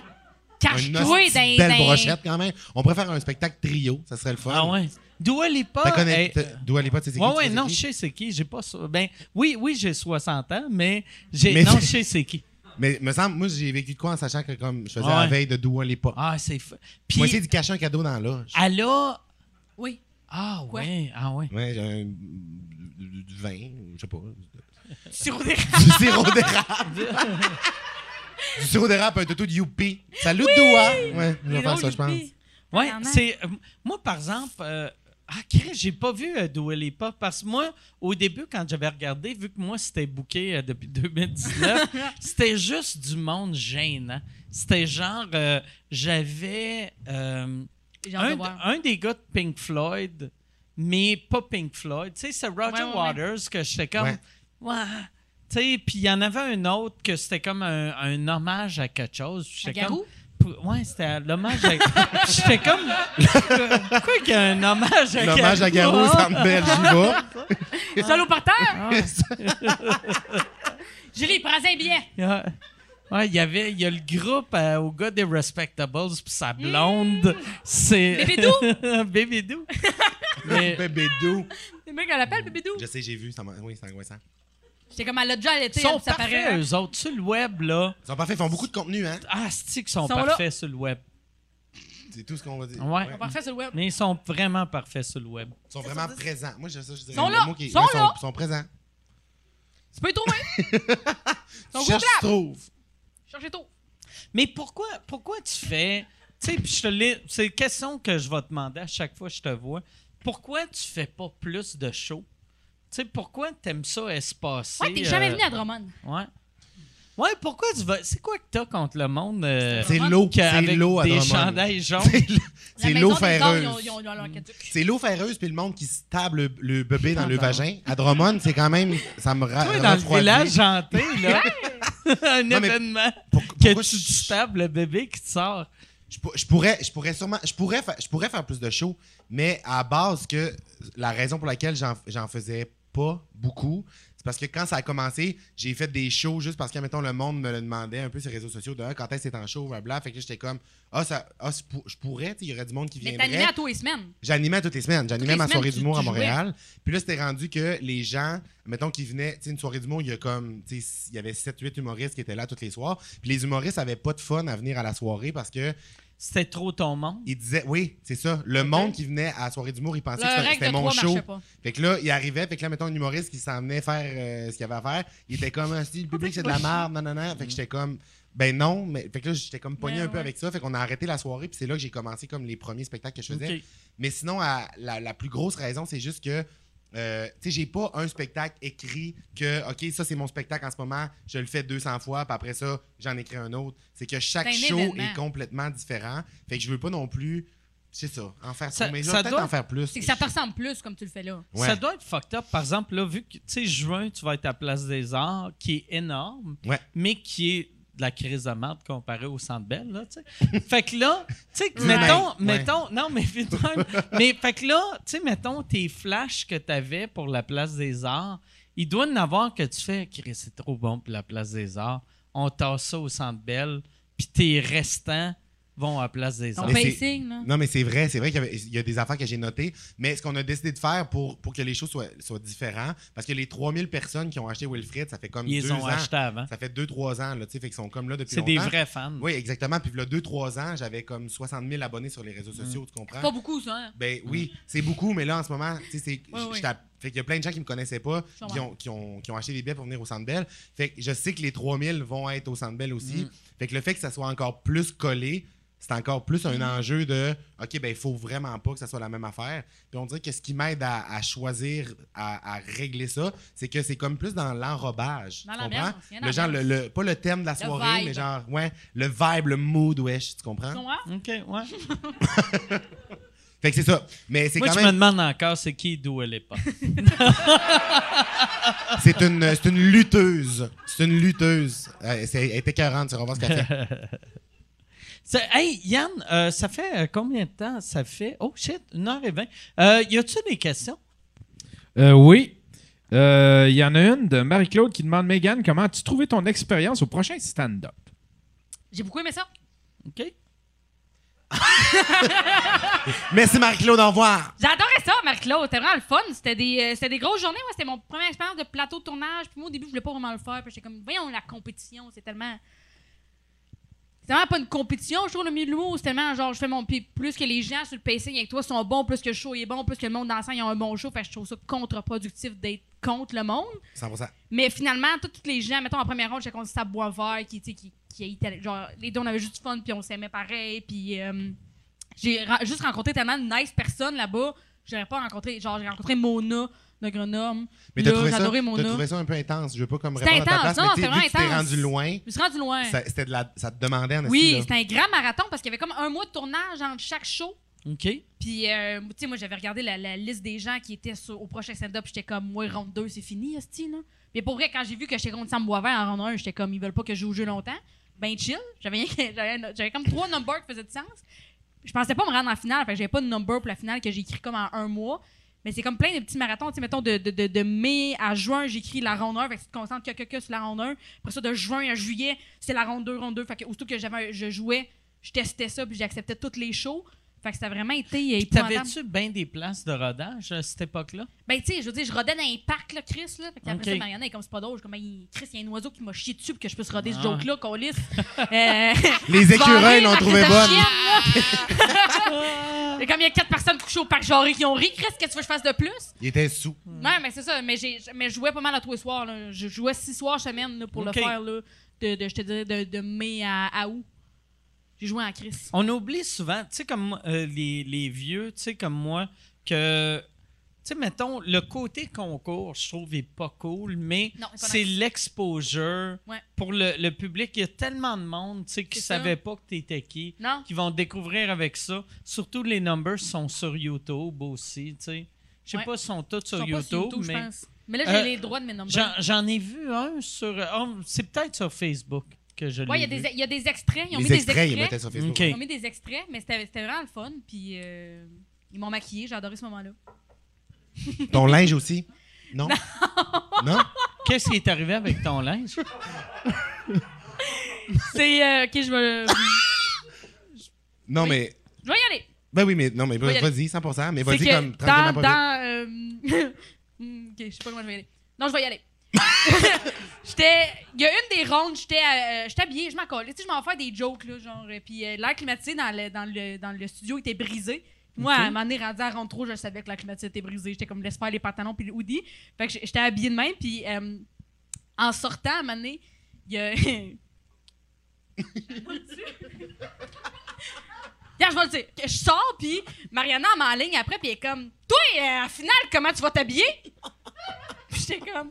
[SPEAKER 6] Cache-toi
[SPEAKER 5] hostie
[SPEAKER 6] d'un.
[SPEAKER 5] de belle brochette, quand même. On préfère un spectacle trio. Ça serait le fun.
[SPEAKER 1] Ah ouais. D'où elle est pas.
[SPEAKER 5] T'as connais,
[SPEAKER 1] elle-
[SPEAKER 5] t'as- Dua Lipa, tu sais c'est qui?
[SPEAKER 1] Ouais,
[SPEAKER 5] tu
[SPEAKER 1] ouais,
[SPEAKER 5] sais
[SPEAKER 1] non,
[SPEAKER 5] c'est
[SPEAKER 1] je
[SPEAKER 5] qui?
[SPEAKER 1] sais c'est qui. J'ai pas. so- Ben, oui, oui, j'ai 60 ans, mais, j'ai,
[SPEAKER 5] Mais
[SPEAKER 1] non,
[SPEAKER 5] c'est-
[SPEAKER 1] je sais c'est qui.
[SPEAKER 5] Mais me semble, moi, j'ai vécu de quoi en sachant que, comme, je faisais
[SPEAKER 1] Ah ouais.
[SPEAKER 5] la veille de Dua Lipa.
[SPEAKER 1] Ah, c'est. f-
[SPEAKER 5] Puis... Moi,
[SPEAKER 1] Puis,
[SPEAKER 5] j'ai
[SPEAKER 1] Ah.
[SPEAKER 5] de cacher un cadeau dans la loge.
[SPEAKER 1] elle a.
[SPEAKER 6] Oui.
[SPEAKER 1] Ah,
[SPEAKER 6] Quoi?
[SPEAKER 1] ouais, ah, ouais.
[SPEAKER 5] Ouais, j'ai un. du du vin, je sais pas.
[SPEAKER 6] Sirop d'érable.
[SPEAKER 5] Du sirop d'érable. du sirop d'érable, un toutou de youpi. Salut, doigt. Ouais, je vais faire ça, je pense.
[SPEAKER 1] Ouais,
[SPEAKER 6] Clairement.
[SPEAKER 1] c'est. euh, moi, par exemple, euh, ah, Chris, j'ai pas vu euh, Dua Lipa parce que moi, au début, quand j'avais regardé, vu que moi, c'était booké euh, depuis 2019, c'était juste du monde gênant. C'était genre, euh, j'avais euh,
[SPEAKER 6] J'ai hâte de
[SPEAKER 1] un,
[SPEAKER 6] voir.
[SPEAKER 1] un des gars de Pink Floyd, mais pas Pink Floyd. Tu sais, c'est Roger
[SPEAKER 6] Ouais, ouais, ouais.
[SPEAKER 1] Waters que j'étais comme.
[SPEAKER 5] Ouais.
[SPEAKER 1] Ouais. Tu sais, puis il y en avait un autre que c'était comme un, un hommage à quelque chose. Puis
[SPEAKER 6] Un
[SPEAKER 1] j'étais comme-
[SPEAKER 6] garou?
[SPEAKER 1] Pou- Ouais, c'était à l'hommage à. J'étais comme. Pourquoi qu'il y a un hommage à hein?
[SPEAKER 5] L'hommage à Garou, ça me belle, j'y vais.
[SPEAKER 6] Salopardeur! Julie, prends un billet.
[SPEAKER 1] Il y a- Ouais, il y avait. Il y a le groupe euh, au gars des Respectables, puis sa blonde. C'est.
[SPEAKER 6] Mmh. Bébédou?
[SPEAKER 1] Bébédou. Mais.
[SPEAKER 5] Bébé doux.
[SPEAKER 6] C'est le mec qu'on l'appelle, bébé doux.
[SPEAKER 5] Je sais, j'ai vu. Ça m'a- oui, c'est angoissant.
[SPEAKER 6] J'étais comme, elle l'a déjà allaité,
[SPEAKER 1] Ils sont
[SPEAKER 6] elle, ça paraît.
[SPEAKER 1] parfaits, eux autres. Sur le web, là.
[SPEAKER 5] Ils sont parfaits. Ils font beaucoup de contenu, hein.
[SPEAKER 1] Ah, cest qu'ils sont,
[SPEAKER 6] Ils sont là.
[SPEAKER 1] parfaits sur le web?
[SPEAKER 5] C'est tout ce qu'on va dire.
[SPEAKER 1] Ouais.
[SPEAKER 6] Ils sont parfaits sur le web.
[SPEAKER 1] Mais ils sont vraiment parfaits sur le web.
[SPEAKER 5] Ils sont vraiment présents. Moi, je, ça, je dirais
[SPEAKER 6] Sont
[SPEAKER 5] le
[SPEAKER 6] là.
[SPEAKER 5] mot qui-
[SPEAKER 6] Sont
[SPEAKER 5] ouais,
[SPEAKER 6] là.
[SPEAKER 5] Ils sont présents.
[SPEAKER 6] Tu peux y trouver.
[SPEAKER 5] Tu
[SPEAKER 6] Donc,
[SPEAKER 5] cherches, tu trouves.
[SPEAKER 6] Cherchez tout.
[SPEAKER 1] Mais pourquoi, pourquoi tu fais. Tu sais, puis je te l'ai- C'est une question que je vais te demander à chaque fois que je te vois. Pourquoi tu fais pas plus de shows? Tu sais, pourquoi t'aimes ça espacer?
[SPEAKER 6] Ouais, t'es jamais
[SPEAKER 1] euh,
[SPEAKER 6] venu à Drummond.
[SPEAKER 1] Ouais. Ouais, pourquoi tu vas. C'est quoi que t'as contre le monde? euh,
[SPEAKER 5] C'est l'eau. C'est
[SPEAKER 1] qu'avec
[SPEAKER 5] l'eau à
[SPEAKER 1] Des
[SPEAKER 5] Drummond.
[SPEAKER 1] chandails jaunes.
[SPEAKER 5] C'est l'eau-
[SPEAKER 6] La
[SPEAKER 5] C'est l'eau
[SPEAKER 6] maison des Arts,
[SPEAKER 5] ferreuse.
[SPEAKER 6] ils ont- Ils ont ils ont leur caduc.
[SPEAKER 5] C'est l'eau ferreuse puis le monde qui se table le, le bébé dans le
[SPEAKER 1] Pardon.
[SPEAKER 5] vagin. À Drummond, c'est quand même. Ça me ra
[SPEAKER 1] Toi, dans le
[SPEAKER 5] refroidit.
[SPEAKER 1] village hanté, là. un
[SPEAKER 5] Non, mais
[SPEAKER 1] événement.
[SPEAKER 5] Pour-
[SPEAKER 1] Que
[SPEAKER 5] pourquoi
[SPEAKER 1] tu
[SPEAKER 5] je-
[SPEAKER 1] te tapes le bébé qui te sort.
[SPEAKER 5] Je, pour- je pourrais, je pourrais sûrement, je pourrais, fa- je pourrais faire plus de shows, mais à base que la raison pour laquelle j'en- j'en faisais pas beaucoup, c'est parce que quand ça a commencé, j'ai fait des shows juste parce que, mettons, le monde me le demandait un peu sur les réseaux sociaux, de Ah, quand est-ce que c'est en show, blablabla. Fait que là, j'étais comme, ah, ça, ah, c'est pour- je pourrais, tu sais, il y aurait du monde qui
[SPEAKER 6] Mais
[SPEAKER 5] viendrait.
[SPEAKER 6] t'animais à tous les semaines.
[SPEAKER 5] J'animais à toutes les semaines. J'animais
[SPEAKER 6] les
[SPEAKER 5] ma
[SPEAKER 6] semaines,
[SPEAKER 5] soirée
[SPEAKER 6] tu-
[SPEAKER 5] d'humour
[SPEAKER 6] tu
[SPEAKER 5] à Montréal. Puis là, c'était rendu que les gens, mettons qu'ils venaient, tu sais, une soirée d'humour, il y a comme, tu sais, il y avait 7-8 humoristes qui étaient là tous les soirs. Puis les humoristes avaient pas de fun à venir à la soirée parce que
[SPEAKER 1] C'était trop ton monde.
[SPEAKER 5] ils disaient, oui, c'est ça. Le monde qui venait à la soirée d'humour, il pensait
[SPEAKER 6] Leur
[SPEAKER 5] que
[SPEAKER 6] règle
[SPEAKER 5] c'était
[SPEAKER 6] de
[SPEAKER 5] mon
[SPEAKER 6] trois
[SPEAKER 5] show.
[SPEAKER 6] marchait pas.
[SPEAKER 5] Fait que là, il arrivait, fait que là, mettons, un humoriste qui s'en venait faire euh, ce qu'il avait à faire, il était comme, Ah, si, le public, c'est de la merde, non, non, non. Fait que j'étais comme, ben non, mais fait que là, j'étais comme pogné
[SPEAKER 6] Ben
[SPEAKER 5] un peu
[SPEAKER 6] ouais.
[SPEAKER 5] avec ça. Fait qu'on a arrêté la soirée, puis c'est là que j'ai commencé comme les premiers spectacles que je faisais.
[SPEAKER 1] Ok.
[SPEAKER 5] Mais sinon, à- la, la plus grosse raison, c'est juste que. euh, tu sais, j'ai pas un spectacle écrit que, OK, ça c'est mon spectacle en ce moment, je le fais 200 fois, puis après ça, j'en écris un autre. C'est que chaque
[SPEAKER 6] C'est un
[SPEAKER 5] show
[SPEAKER 6] événement.
[SPEAKER 5] est complètement différent. Fait que je veux pas non plus, c'est ça, en faire ça.
[SPEAKER 1] Ça-
[SPEAKER 5] Mais je
[SPEAKER 1] ça
[SPEAKER 5] vais peut-être
[SPEAKER 1] doit-
[SPEAKER 5] en faire plus.
[SPEAKER 6] C'est que ça te ressemble plus comme tu le fais là.
[SPEAKER 5] Ouais.
[SPEAKER 1] Ça doit être fucked up. Par exemple, là, vu que, tu sais, juin, tu vas être à Place des Arts, qui est énorme,
[SPEAKER 5] Ouais.
[SPEAKER 1] mais qui est de la crise de merde comparée au Centre Bell, là, tu sais. fait que là, tu sais, que
[SPEAKER 5] Ouais.
[SPEAKER 1] mettons,
[SPEAKER 5] Ouais.
[SPEAKER 1] mettons, non, mais vite même, mais fait que là, tu sais, mettons, tes flashs que t'avais pour la Place des Arts, il doit en avoir que tu fais, Chris, c'est trop bon pour la Place des Arts, on tasse ça au Centre Bell, puis tes restants vont à la Place des Arts.
[SPEAKER 6] Ton
[SPEAKER 5] Mais c'est-
[SPEAKER 6] pacing, là.
[SPEAKER 5] Non, mais c'est vrai, c'est vrai qu'il y avait- il y, a des affaires que j'ai notées. Mais ce qu'on a décidé de faire pour, pour que les choses soient, soient différentes, parce que les 3000 personnes qui ont acheté Wilfred, ça fait comme
[SPEAKER 1] Ils les
[SPEAKER 5] deux
[SPEAKER 1] ont
[SPEAKER 5] ans.
[SPEAKER 1] achetés avant.
[SPEAKER 5] Ça fait 2-3 ans, là, tu sais, fait qu'ils sont comme là depuis
[SPEAKER 1] C'est des
[SPEAKER 5] longtemps.
[SPEAKER 1] vrais fans.
[SPEAKER 5] Oui, exactement. Puis là, 2-3 ans, j'avais comme 60 000 abonnés sur les réseaux sociaux, tu comprends?
[SPEAKER 6] Pas beaucoup, ça. hein.
[SPEAKER 5] Ben oui, c'est beaucoup, mais là, en ce moment, tu sais, c'est.
[SPEAKER 6] Ouais,
[SPEAKER 5] j-
[SPEAKER 6] ouais.
[SPEAKER 5] j'étais à- Fait qu'il y a plein de gens qui me connaissaient pas,
[SPEAKER 6] Je
[SPEAKER 5] qui ont, qui, ont, qui ont acheté des billets pour venir au Centre Bell. Fait que je sais que les 3000 vont être au Centre Bell
[SPEAKER 6] Mm.
[SPEAKER 5] aussi. Fait que le fait que ça soit encore plus collé, c'est encore plus un
[SPEAKER 6] Mm.
[SPEAKER 5] enjeu de OK, ben il faut vraiment pas que ça soit la même affaire. Puis on dirait que ce qui m'aide à, à choisir, à, à régler ça, c'est que c'est comme plus dans l'enrobage.
[SPEAKER 6] Dans
[SPEAKER 5] tu
[SPEAKER 6] l'ambiance,
[SPEAKER 5] comprends?
[SPEAKER 6] il y a
[SPEAKER 5] Le genre, le,
[SPEAKER 6] l'ambiance.
[SPEAKER 5] le- pas le thème de la soirée,
[SPEAKER 6] vibe.
[SPEAKER 5] mais genre, ouais, le vibe, le mood, wesh, tu comprends?
[SPEAKER 6] Tu comprends?
[SPEAKER 1] OK, ouais.
[SPEAKER 5] Fait que c'est ça. Mais c'est
[SPEAKER 1] Moi,
[SPEAKER 5] quand
[SPEAKER 1] je
[SPEAKER 5] même.
[SPEAKER 1] me demande encore c'est qui d'où elle est pas.
[SPEAKER 5] C'est une, euh, c'est une lutteuse. C'est une lutteuse. Euh, c'est- Elle était 40, tu vas voir ce qu'elle fait.
[SPEAKER 1] C'est- hey, Yann, euh, ça fait euh, combien de temps? Ça fait. Oh shit, 1h20. y a-tu des questions?
[SPEAKER 4] Euh, oui. Euh, Il y en a une de Marie-Claude qui demande Megan, comment as-tu trouvé ton expérience au prochain stand-up
[SPEAKER 6] J'ai beaucoup aimé ça.
[SPEAKER 1] OK?
[SPEAKER 5] Merci Marie-Claude, au revoir.
[SPEAKER 6] J'adorais ça, Marc-Claude. C'était vraiment le fun. C'était des, euh, c'était des grosses journées. Moi, c'était mon première expérience de plateau de tournage. Puis moi, au début, je voulais pas vraiment le faire. Puis j'étais comme, voyons, la compétition, c'est tellement. C'est vraiment pas une compétition. Je trouve le milieu de l'humour, c'est tellement genre, je fais mon. Puis plus que les gens sur le pacing avec toi sont bons, plus que le show est bon, plus que le monde dans la scène, ils ont un bon show. Fait que je trouve ça contre-productif d'être contre le monde.
[SPEAKER 5] 100%.
[SPEAKER 6] Mais finalement, tout- toutes les gens, mettons en première ronde, j'étais contre ça bois vert, qui, tu sais, qui, qui haïtait- genre, les deux, on avait juste du fun, puis on s'aimait pareil, puis euh, j'ai ra- juste rencontré tellement de nice personnes là-bas, j'aurais pas rencontré, genre, j'ai rencontré Mona de Grenoble.
[SPEAKER 5] Mais t'as
[SPEAKER 6] là,
[SPEAKER 5] trouvé, ça-
[SPEAKER 6] j'adorais
[SPEAKER 5] t'as
[SPEAKER 6] Mona.
[SPEAKER 5] trouvé ça un peu intense. Je veux pas comme
[SPEAKER 6] C'était
[SPEAKER 5] répondre à ta
[SPEAKER 6] intense.
[SPEAKER 5] place,
[SPEAKER 6] Non,
[SPEAKER 5] mais
[SPEAKER 6] c'était
[SPEAKER 5] t'sais, vu que tu t'es
[SPEAKER 6] vraiment
[SPEAKER 5] rendu
[SPEAKER 6] intense.
[SPEAKER 5] loin,
[SPEAKER 6] Je me suis rendu loin.
[SPEAKER 5] ça, c'était de la, ça te demandait en
[SPEAKER 6] Oui,
[SPEAKER 5] esti, là.
[SPEAKER 6] c'était un grand marathon parce qu'il y avait comme un mois de tournage entre chaque show.
[SPEAKER 1] OK.
[SPEAKER 6] Puis, euh, tu sais, moi, j'avais regardé la, la liste des gens qui étaient sur- au prochain stand-up. J'étais comme, moi, ronde 2, c'est fini, Esti, là. Mais pour vrai, quand j'ai vu que j'étais contre Sam Boisvert en ronde 1, j'étais comme, ils veulent pas que je joue au jeu longtemps. Ben, chill. J'avais j'avais- j'avais comme trois numbers qui faisaient du sens. Je pensais pas me rendre en finale. Fait que j'avais pas de number pour la finale que j'ai écrit comme en un mois. Mais c'est comme plein de petits marathons. Tu sais, mettons, de, de, de, de mai à juin, j'écris la ronde 1. Fait que tu te concentres que, que, que sur la ronde 1. Après ça, de juin à juillet, c'est la ronde 2, ronde 2. Fait que aussitôt que j'avais, je jouais, je testais ça, puis j'acceptais toutes les shows. Fait que ça a vraiment été euh, épouvantable.
[SPEAKER 1] T'avais-tu bien des places de rodage à cette époque-là?
[SPEAKER 6] Ben, tu sais, je veux dire, je rodais dans un parc, là, Chris, là. Fait que après
[SPEAKER 1] Ok.
[SPEAKER 6] ça, Mariana est comme, c'est pas drôle. Je suis comme, Hey, Chris, il y a un oiseau qui m'a chié dessus pour que je puisse roder ce
[SPEAKER 1] Ah.
[SPEAKER 6] joke-là, qu'on lisse. Euh,
[SPEAKER 5] Les écureuils
[SPEAKER 6] barré,
[SPEAKER 5] l'ont
[SPEAKER 6] la
[SPEAKER 5] trouvé
[SPEAKER 6] crise de
[SPEAKER 5] bonne.
[SPEAKER 6] chienne, là. Et comme il y a quatre personnes couchées au parc Jarry qui ont ri, Chris, qu'est-ce que tu veux que je fasse de plus?
[SPEAKER 5] Il était sous.
[SPEAKER 1] Hmm.
[SPEAKER 6] Non, mais c'est ça. Mais, j'ai, mais je jouais pas mal à tous les soirs. là. Je jouais six soirs semaine là, pour
[SPEAKER 1] Ok.
[SPEAKER 6] le faire, là, de, de- je te dirais, de, de mai à, à août. J'ai joué en Chris.
[SPEAKER 1] On oublie souvent, tu sais, comme euh, les, les vieux, tu sais, comme moi, que, tu sais, mettons, le côté concours, je trouve, est pas cool, mais
[SPEAKER 6] Non, il est pas
[SPEAKER 1] c'est
[SPEAKER 6] nice.
[SPEAKER 1] l'exposure
[SPEAKER 6] Ouais.
[SPEAKER 1] pour le, le public. Il y a tellement de monde, tu sais, qui
[SPEAKER 6] C'est ça.
[SPEAKER 1] savait pas que t'étais qui,
[SPEAKER 6] Non?
[SPEAKER 1] qui vont découvrir avec ça. Surtout les numbers sont sur YouTube aussi, tu sais. Je sais
[SPEAKER 6] Ouais.
[SPEAKER 1] pas, ils sont tous
[SPEAKER 6] Ils
[SPEAKER 1] sur
[SPEAKER 6] sont pas
[SPEAKER 1] YouTube,
[SPEAKER 6] sur YouTube,
[SPEAKER 1] mais
[SPEAKER 6] je pense. Mais là, j'ai
[SPEAKER 1] Euh,
[SPEAKER 6] les droits de mes nombres.
[SPEAKER 1] j'en j'en ai vu un sur. oh, c'est peut-être sur Facebook que je l'ai
[SPEAKER 6] Ouais, il y, a
[SPEAKER 1] vu.
[SPEAKER 6] des- il y a des extraits. Ils ont mis
[SPEAKER 5] Les
[SPEAKER 6] des
[SPEAKER 5] extraits, ils
[SPEAKER 6] extraits.
[SPEAKER 5] mettaient sur Facebook.
[SPEAKER 1] Ok.
[SPEAKER 6] Ils ont mis des extraits, mais c'était c'était vraiment le fun. Puis euh, ils m'ont maquillée, j'ai adoré ce moment-là.
[SPEAKER 5] Ton linge aussi? Non? Non?
[SPEAKER 1] Qu'est-ce qui est arrivé avec ton linge?
[SPEAKER 6] C'est. euh, ok, je vais.
[SPEAKER 5] Non,
[SPEAKER 6] Oui.
[SPEAKER 5] mais.
[SPEAKER 6] Je vais y aller.
[SPEAKER 5] Ben oui, mais non, mais
[SPEAKER 6] Voyons.
[SPEAKER 5] vas-y, 100%, mais
[SPEAKER 6] C'est
[SPEAKER 5] vas-y comme
[SPEAKER 6] que dans.
[SPEAKER 5] tranquillement pas vite.
[SPEAKER 6] dans euh, hmm, ok, je sais pas comment je vais y aller. Non, je vais y aller. j'étais. Il y a une des rondes, j'étais euh, j'étais habillée, je m'en collais. Tu sais, je m'en fais des jokes, là, genre. euh, Puis euh, l'air climatisé dans le, dans, le, dans le studio était brisé. Moi, à un moment donné, rendu à la ronde 3, je savais que l'air climatisé était brisé. J'étais comme, laisse faire les pantalons puis le hoodie. Fait que j'- j'étais habillée de même, puis euh, en sortant, à un moment donné, il y a. Regarde, je vais le dire. Je sors, puis Mariana elle m'enligne après, puis elle est comme Toi, euh, au final, comment tu vas t'habiller Puis j'étais comme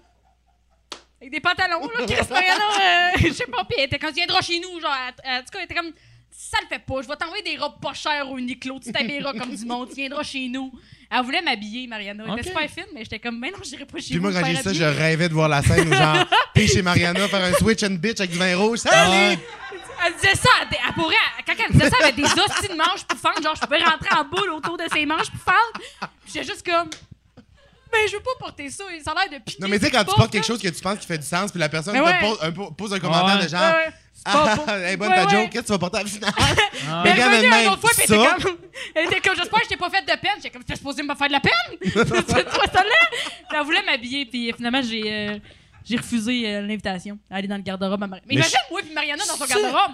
[SPEAKER 6] Avec des pantalons, là, Chris Mariana, euh, je sais pas, puis elle était comme Tu viendras chez nous, genre. elle- elle- En tout cas, elle était comme Ça le fait pas, je vais t'envoyer des robes pas chères au Uniqlo, tu t'habilleras comme du monde, tu viendras chez nous. Elle voulait m'habiller, Mariana. Elle était
[SPEAKER 1] Ok.
[SPEAKER 6] super fine, mais j'étais comme Mais non, j'irai pas chez
[SPEAKER 5] Puis
[SPEAKER 6] nous.
[SPEAKER 5] moi, quand
[SPEAKER 6] me
[SPEAKER 5] j'ai
[SPEAKER 6] faire
[SPEAKER 5] vu ça, je
[SPEAKER 6] habiller.
[SPEAKER 5] rêvais de voir la scène où genre, t'es chez Mariana, faire un switch and bitch avec du vin rouge.
[SPEAKER 6] Ah
[SPEAKER 5] Salut!
[SPEAKER 6] Elle disait ça, elle, elle pourrait, quand elle disait ça, elle avait des hosties de manches pouffantes, genre je pouvais rentrer en boule autour de ses manches pouffantes. J'étais juste comme, ben je veux pas porter ça, ça a l'air de piquer.
[SPEAKER 5] Non, mais tu sais, quand tu
[SPEAKER 6] Porte,
[SPEAKER 5] portes quelque
[SPEAKER 6] là.
[SPEAKER 5] chose que tu penses qui fait du sens, puis la personne
[SPEAKER 6] Mais
[SPEAKER 5] te
[SPEAKER 6] ouais.
[SPEAKER 5] pose, un po- pose un commentaire
[SPEAKER 1] Ouais.
[SPEAKER 5] de genre,
[SPEAKER 6] Ouais, ouais. C'est pas
[SPEAKER 5] ah,
[SPEAKER 6] pour-
[SPEAKER 5] ah, elle est bonne
[SPEAKER 6] Ouais,
[SPEAKER 5] ta
[SPEAKER 6] ouais. Ben,
[SPEAKER 5] joke, qu'est-ce que tu vas porter à la finale?
[SPEAKER 6] Mais elle
[SPEAKER 5] Regarde
[SPEAKER 6] est venue
[SPEAKER 5] elle-même,
[SPEAKER 6] un autre fois, puis elle
[SPEAKER 5] ça.
[SPEAKER 6] était comme, elle était comme, j'espère que je t'ai pas fait de peine. J'étais comme, t'es supposé me faire de la peine? C'est toi, ça là? Puis Elle voulait m'habiller, puis finalement, j'ai euh, j'ai refusé euh, l'invitation à aller dans le garde-robe à Mariana. Mais,
[SPEAKER 5] Mais
[SPEAKER 6] imagine, moi puis Mariana dans son
[SPEAKER 1] C'est-
[SPEAKER 6] garde-robe.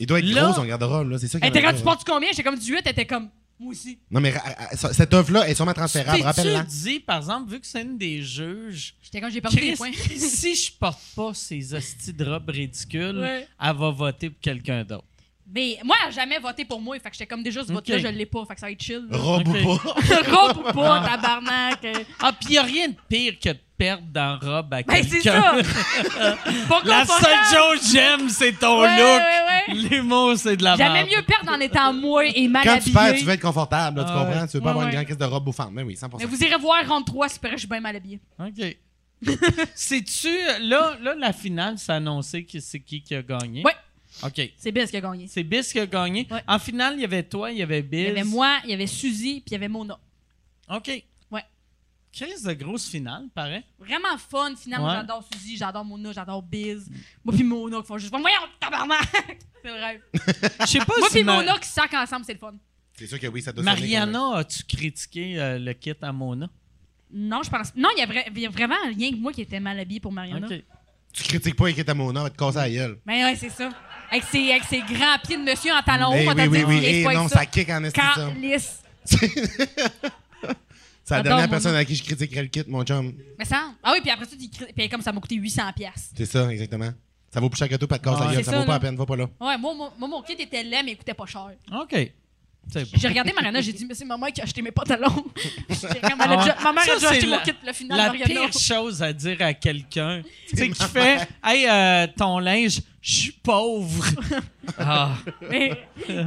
[SPEAKER 5] Il doit être
[SPEAKER 1] Là-
[SPEAKER 5] gros son garde-robe, là, c'est ça
[SPEAKER 6] Elle
[SPEAKER 5] qu'il
[SPEAKER 6] était
[SPEAKER 5] y en a
[SPEAKER 6] comme, tu
[SPEAKER 5] pas,
[SPEAKER 6] portes combien? J'étais comme, du 8, elle était comme, moi aussi.
[SPEAKER 5] Non, mais ra- ra- ça- cette offre-là est sûrement transférable,
[SPEAKER 1] T'es-tu
[SPEAKER 5] rappelle-la.
[SPEAKER 1] dit, par exemple, vu que c'est une des juges,
[SPEAKER 6] J'étais comme, j'ai perdu des
[SPEAKER 1] Chris,
[SPEAKER 6] points.
[SPEAKER 1] si je porte pas ces hosties de robes ridicules,
[SPEAKER 6] Ouais.
[SPEAKER 1] elle va voter pour quelqu'un d'autre.
[SPEAKER 6] Mais moi, elle a jamais voté pour moi. Fait que j'étais comme déjà, ce
[SPEAKER 1] Ok.
[SPEAKER 6] vote-là, je l'ai pas. Fait que ça va être chill. là.
[SPEAKER 5] Robe ou
[SPEAKER 1] Ok.
[SPEAKER 5] pas?
[SPEAKER 6] Robe ou pas, tabarnak. euh.
[SPEAKER 1] Ah, puis y a rien de pire que de perdre dans robe à
[SPEAKER 6] Ben, c'est ça.
[SPEAKER 1] quelqu'un.
[SPEAKER 6] Pas
[SPEAKER 1] La seule
[SPEAKER 6] confortable.
[SPEAKER 1] chose que j'aime, c'est ton
[SPEAKER 6] Ouais,
[SPEAKER 1] look.
[SPEAKER 6] ouais, ouais.
[SPEAKER 1] L'humour, c'est de la
[SPEAKER 6] J'aimais
[SPEAKER 1] merde.
[SPEAKER 6] mieux perdre en étant moi et mal
[SPEAKER 5] Quand tu
[SPEAKER 6] habillée.
[SPEAKER 5] perds, tu veux être confortable, là, tu
[SPEAKER 1] Ah ouais.
[SPEAKER 5] comprends? Tu veux
[SPEAKER 6] Ouais,
[SPEAKER 5] pas avoir une
[SPEAKER 6] ouais.
[SPEAKER 5] grande caisse de robe bouffante. Mais oui, 100%.
[SPEAKER 6] Mais vous irez voir rentre 3 si je suis bien mal habillée.
[SPEAKER 1] OK. Sais-tu, là, là, la finale, c'est annoncé que c'est qui qui a gagné.
[SPEAKER 6] Ouais.
[SPEAKER 1] OK.
[SPEAKER 6] C'est Biz qui a gagné.
[SPEAKER 1] C'est Biz qui a gagné.
[SPEAKER 6] Ouais.
[SPEAKER 1] En finale, il y avait toi, il y avait Biz.
[SPEAKER 6] Il y avait moi, il y avait Suzy, puis il y avait Mona.
[SPEAKER 1] OK.
[SPEAKER 6] Ouais.
[SPEAKER 1] Crise de grosse finale, pareil.
[SPEAKER 6] Vraiment fun, finalement.
[SPEAKER 1] Ouais.
[SPEAKER 6] J'adore Suzy, j'adore Mona, j'adore Biz. Moi puis Mona qui font juste. Voyons, tabarnak! C'est le rêve.
[SPEAKER 1] Je sais pas
[SPEAKER 6] Moi
[SPEAKER 1] si
[SPEAKER 6] puis
[SPEAKER 1] ma-
[SPEAKER 6] Mona qui sac ensemble, c'est le fun.
[SPEAKER 5] C'est sûr que oui, ça doit sonner comme-
[SPEAKER 1] Mariana, as-tu critiqué euh, le kit à Mona?
[SPEAKER 6] Non, je pense. Non, il y, a vra- il y a vraiment rien que moi qui était mal habillé pour Mariana.
[SPEAKER 1] OK.
[SPEAKER 5] Tu critiques euh, pas Équipe Mona, on va te casser la gueule.
[SPEAKER 6] Mais ouais, c'est ça. Avec ses, avec ses grands pieds de monsieur en talons
[SPEAKER 5] Eh
[SPEAKER 6] hauts, on t'a
[SPEAKER 5] oui, oui,
[SPEAKER 6] dit
[SPEAKER 5] oui.
[SPEAKER 6] qu'il est
[SPEAKER 5] Eh
[SPEAKER 6] pas
[SPEAKER 5] non,
[SPEAKER 6] avec
[SPEAKER 5] ça kick en esti, ça.
[SPEAKER 6] Calisse.
[SPEAKER 5] C'est la
[SPEAKER 6] Attends,
[SPEAKER 5] dernière
[SPEAKER 6] moi-
[SPEAKER 5] personne à qui je critiquerais le kit, mon chum.
[SPEAKER 6] Mais ça. Ah oui, puis après ça, tu cri- puis comme ça m'a coûté 800$. piastres.
[SPEAKER 5] C'est ça, exactement. Ça vaut plus cher que tout, pas de casse
[SPEAKER 1] Ouais.
[SPEAKER 5] la gueule.
[SPEAKER 6] C'est
[SPEAKER 5] Ça,
[SPEAKER 6] ça,
[SPEAKER 5] vaut pas
[SPEAKER 6] là.
[SPEAKER 5] la peine, va pas là.
[SPEAKER 6] Ouais, moi, moi, moi, mon kit était laid, mais il coûtait pas cher.
[SPEAKER 1] OK. C'est bon.
[SPEAKER 6] J'ai regardé Mariana, j'ai dit, mais c'est maman qui a acheté mes pantalons. J'étais comme, elle a
[SPEAKER 1] Ah.
[SPEAKER 6] déjà- ma mère
[SPEAKER 1] Ça,
[SPEAKER 6] a déjà acheté
[SPEAKER 1] c'est
[SPEAKER 6] mon
[SPEAKER 1] la-
[SPEAKER 6] kit, le final,
[SPEAKER 1] La
[SPEAKER 6] Mariana.
[SPEAKER 1] pire chose à dire à quelqu'un, c'est qui fait Hey, euh, ton linge, je suis pauvre. ah,
[SPEAKER 6] Mais-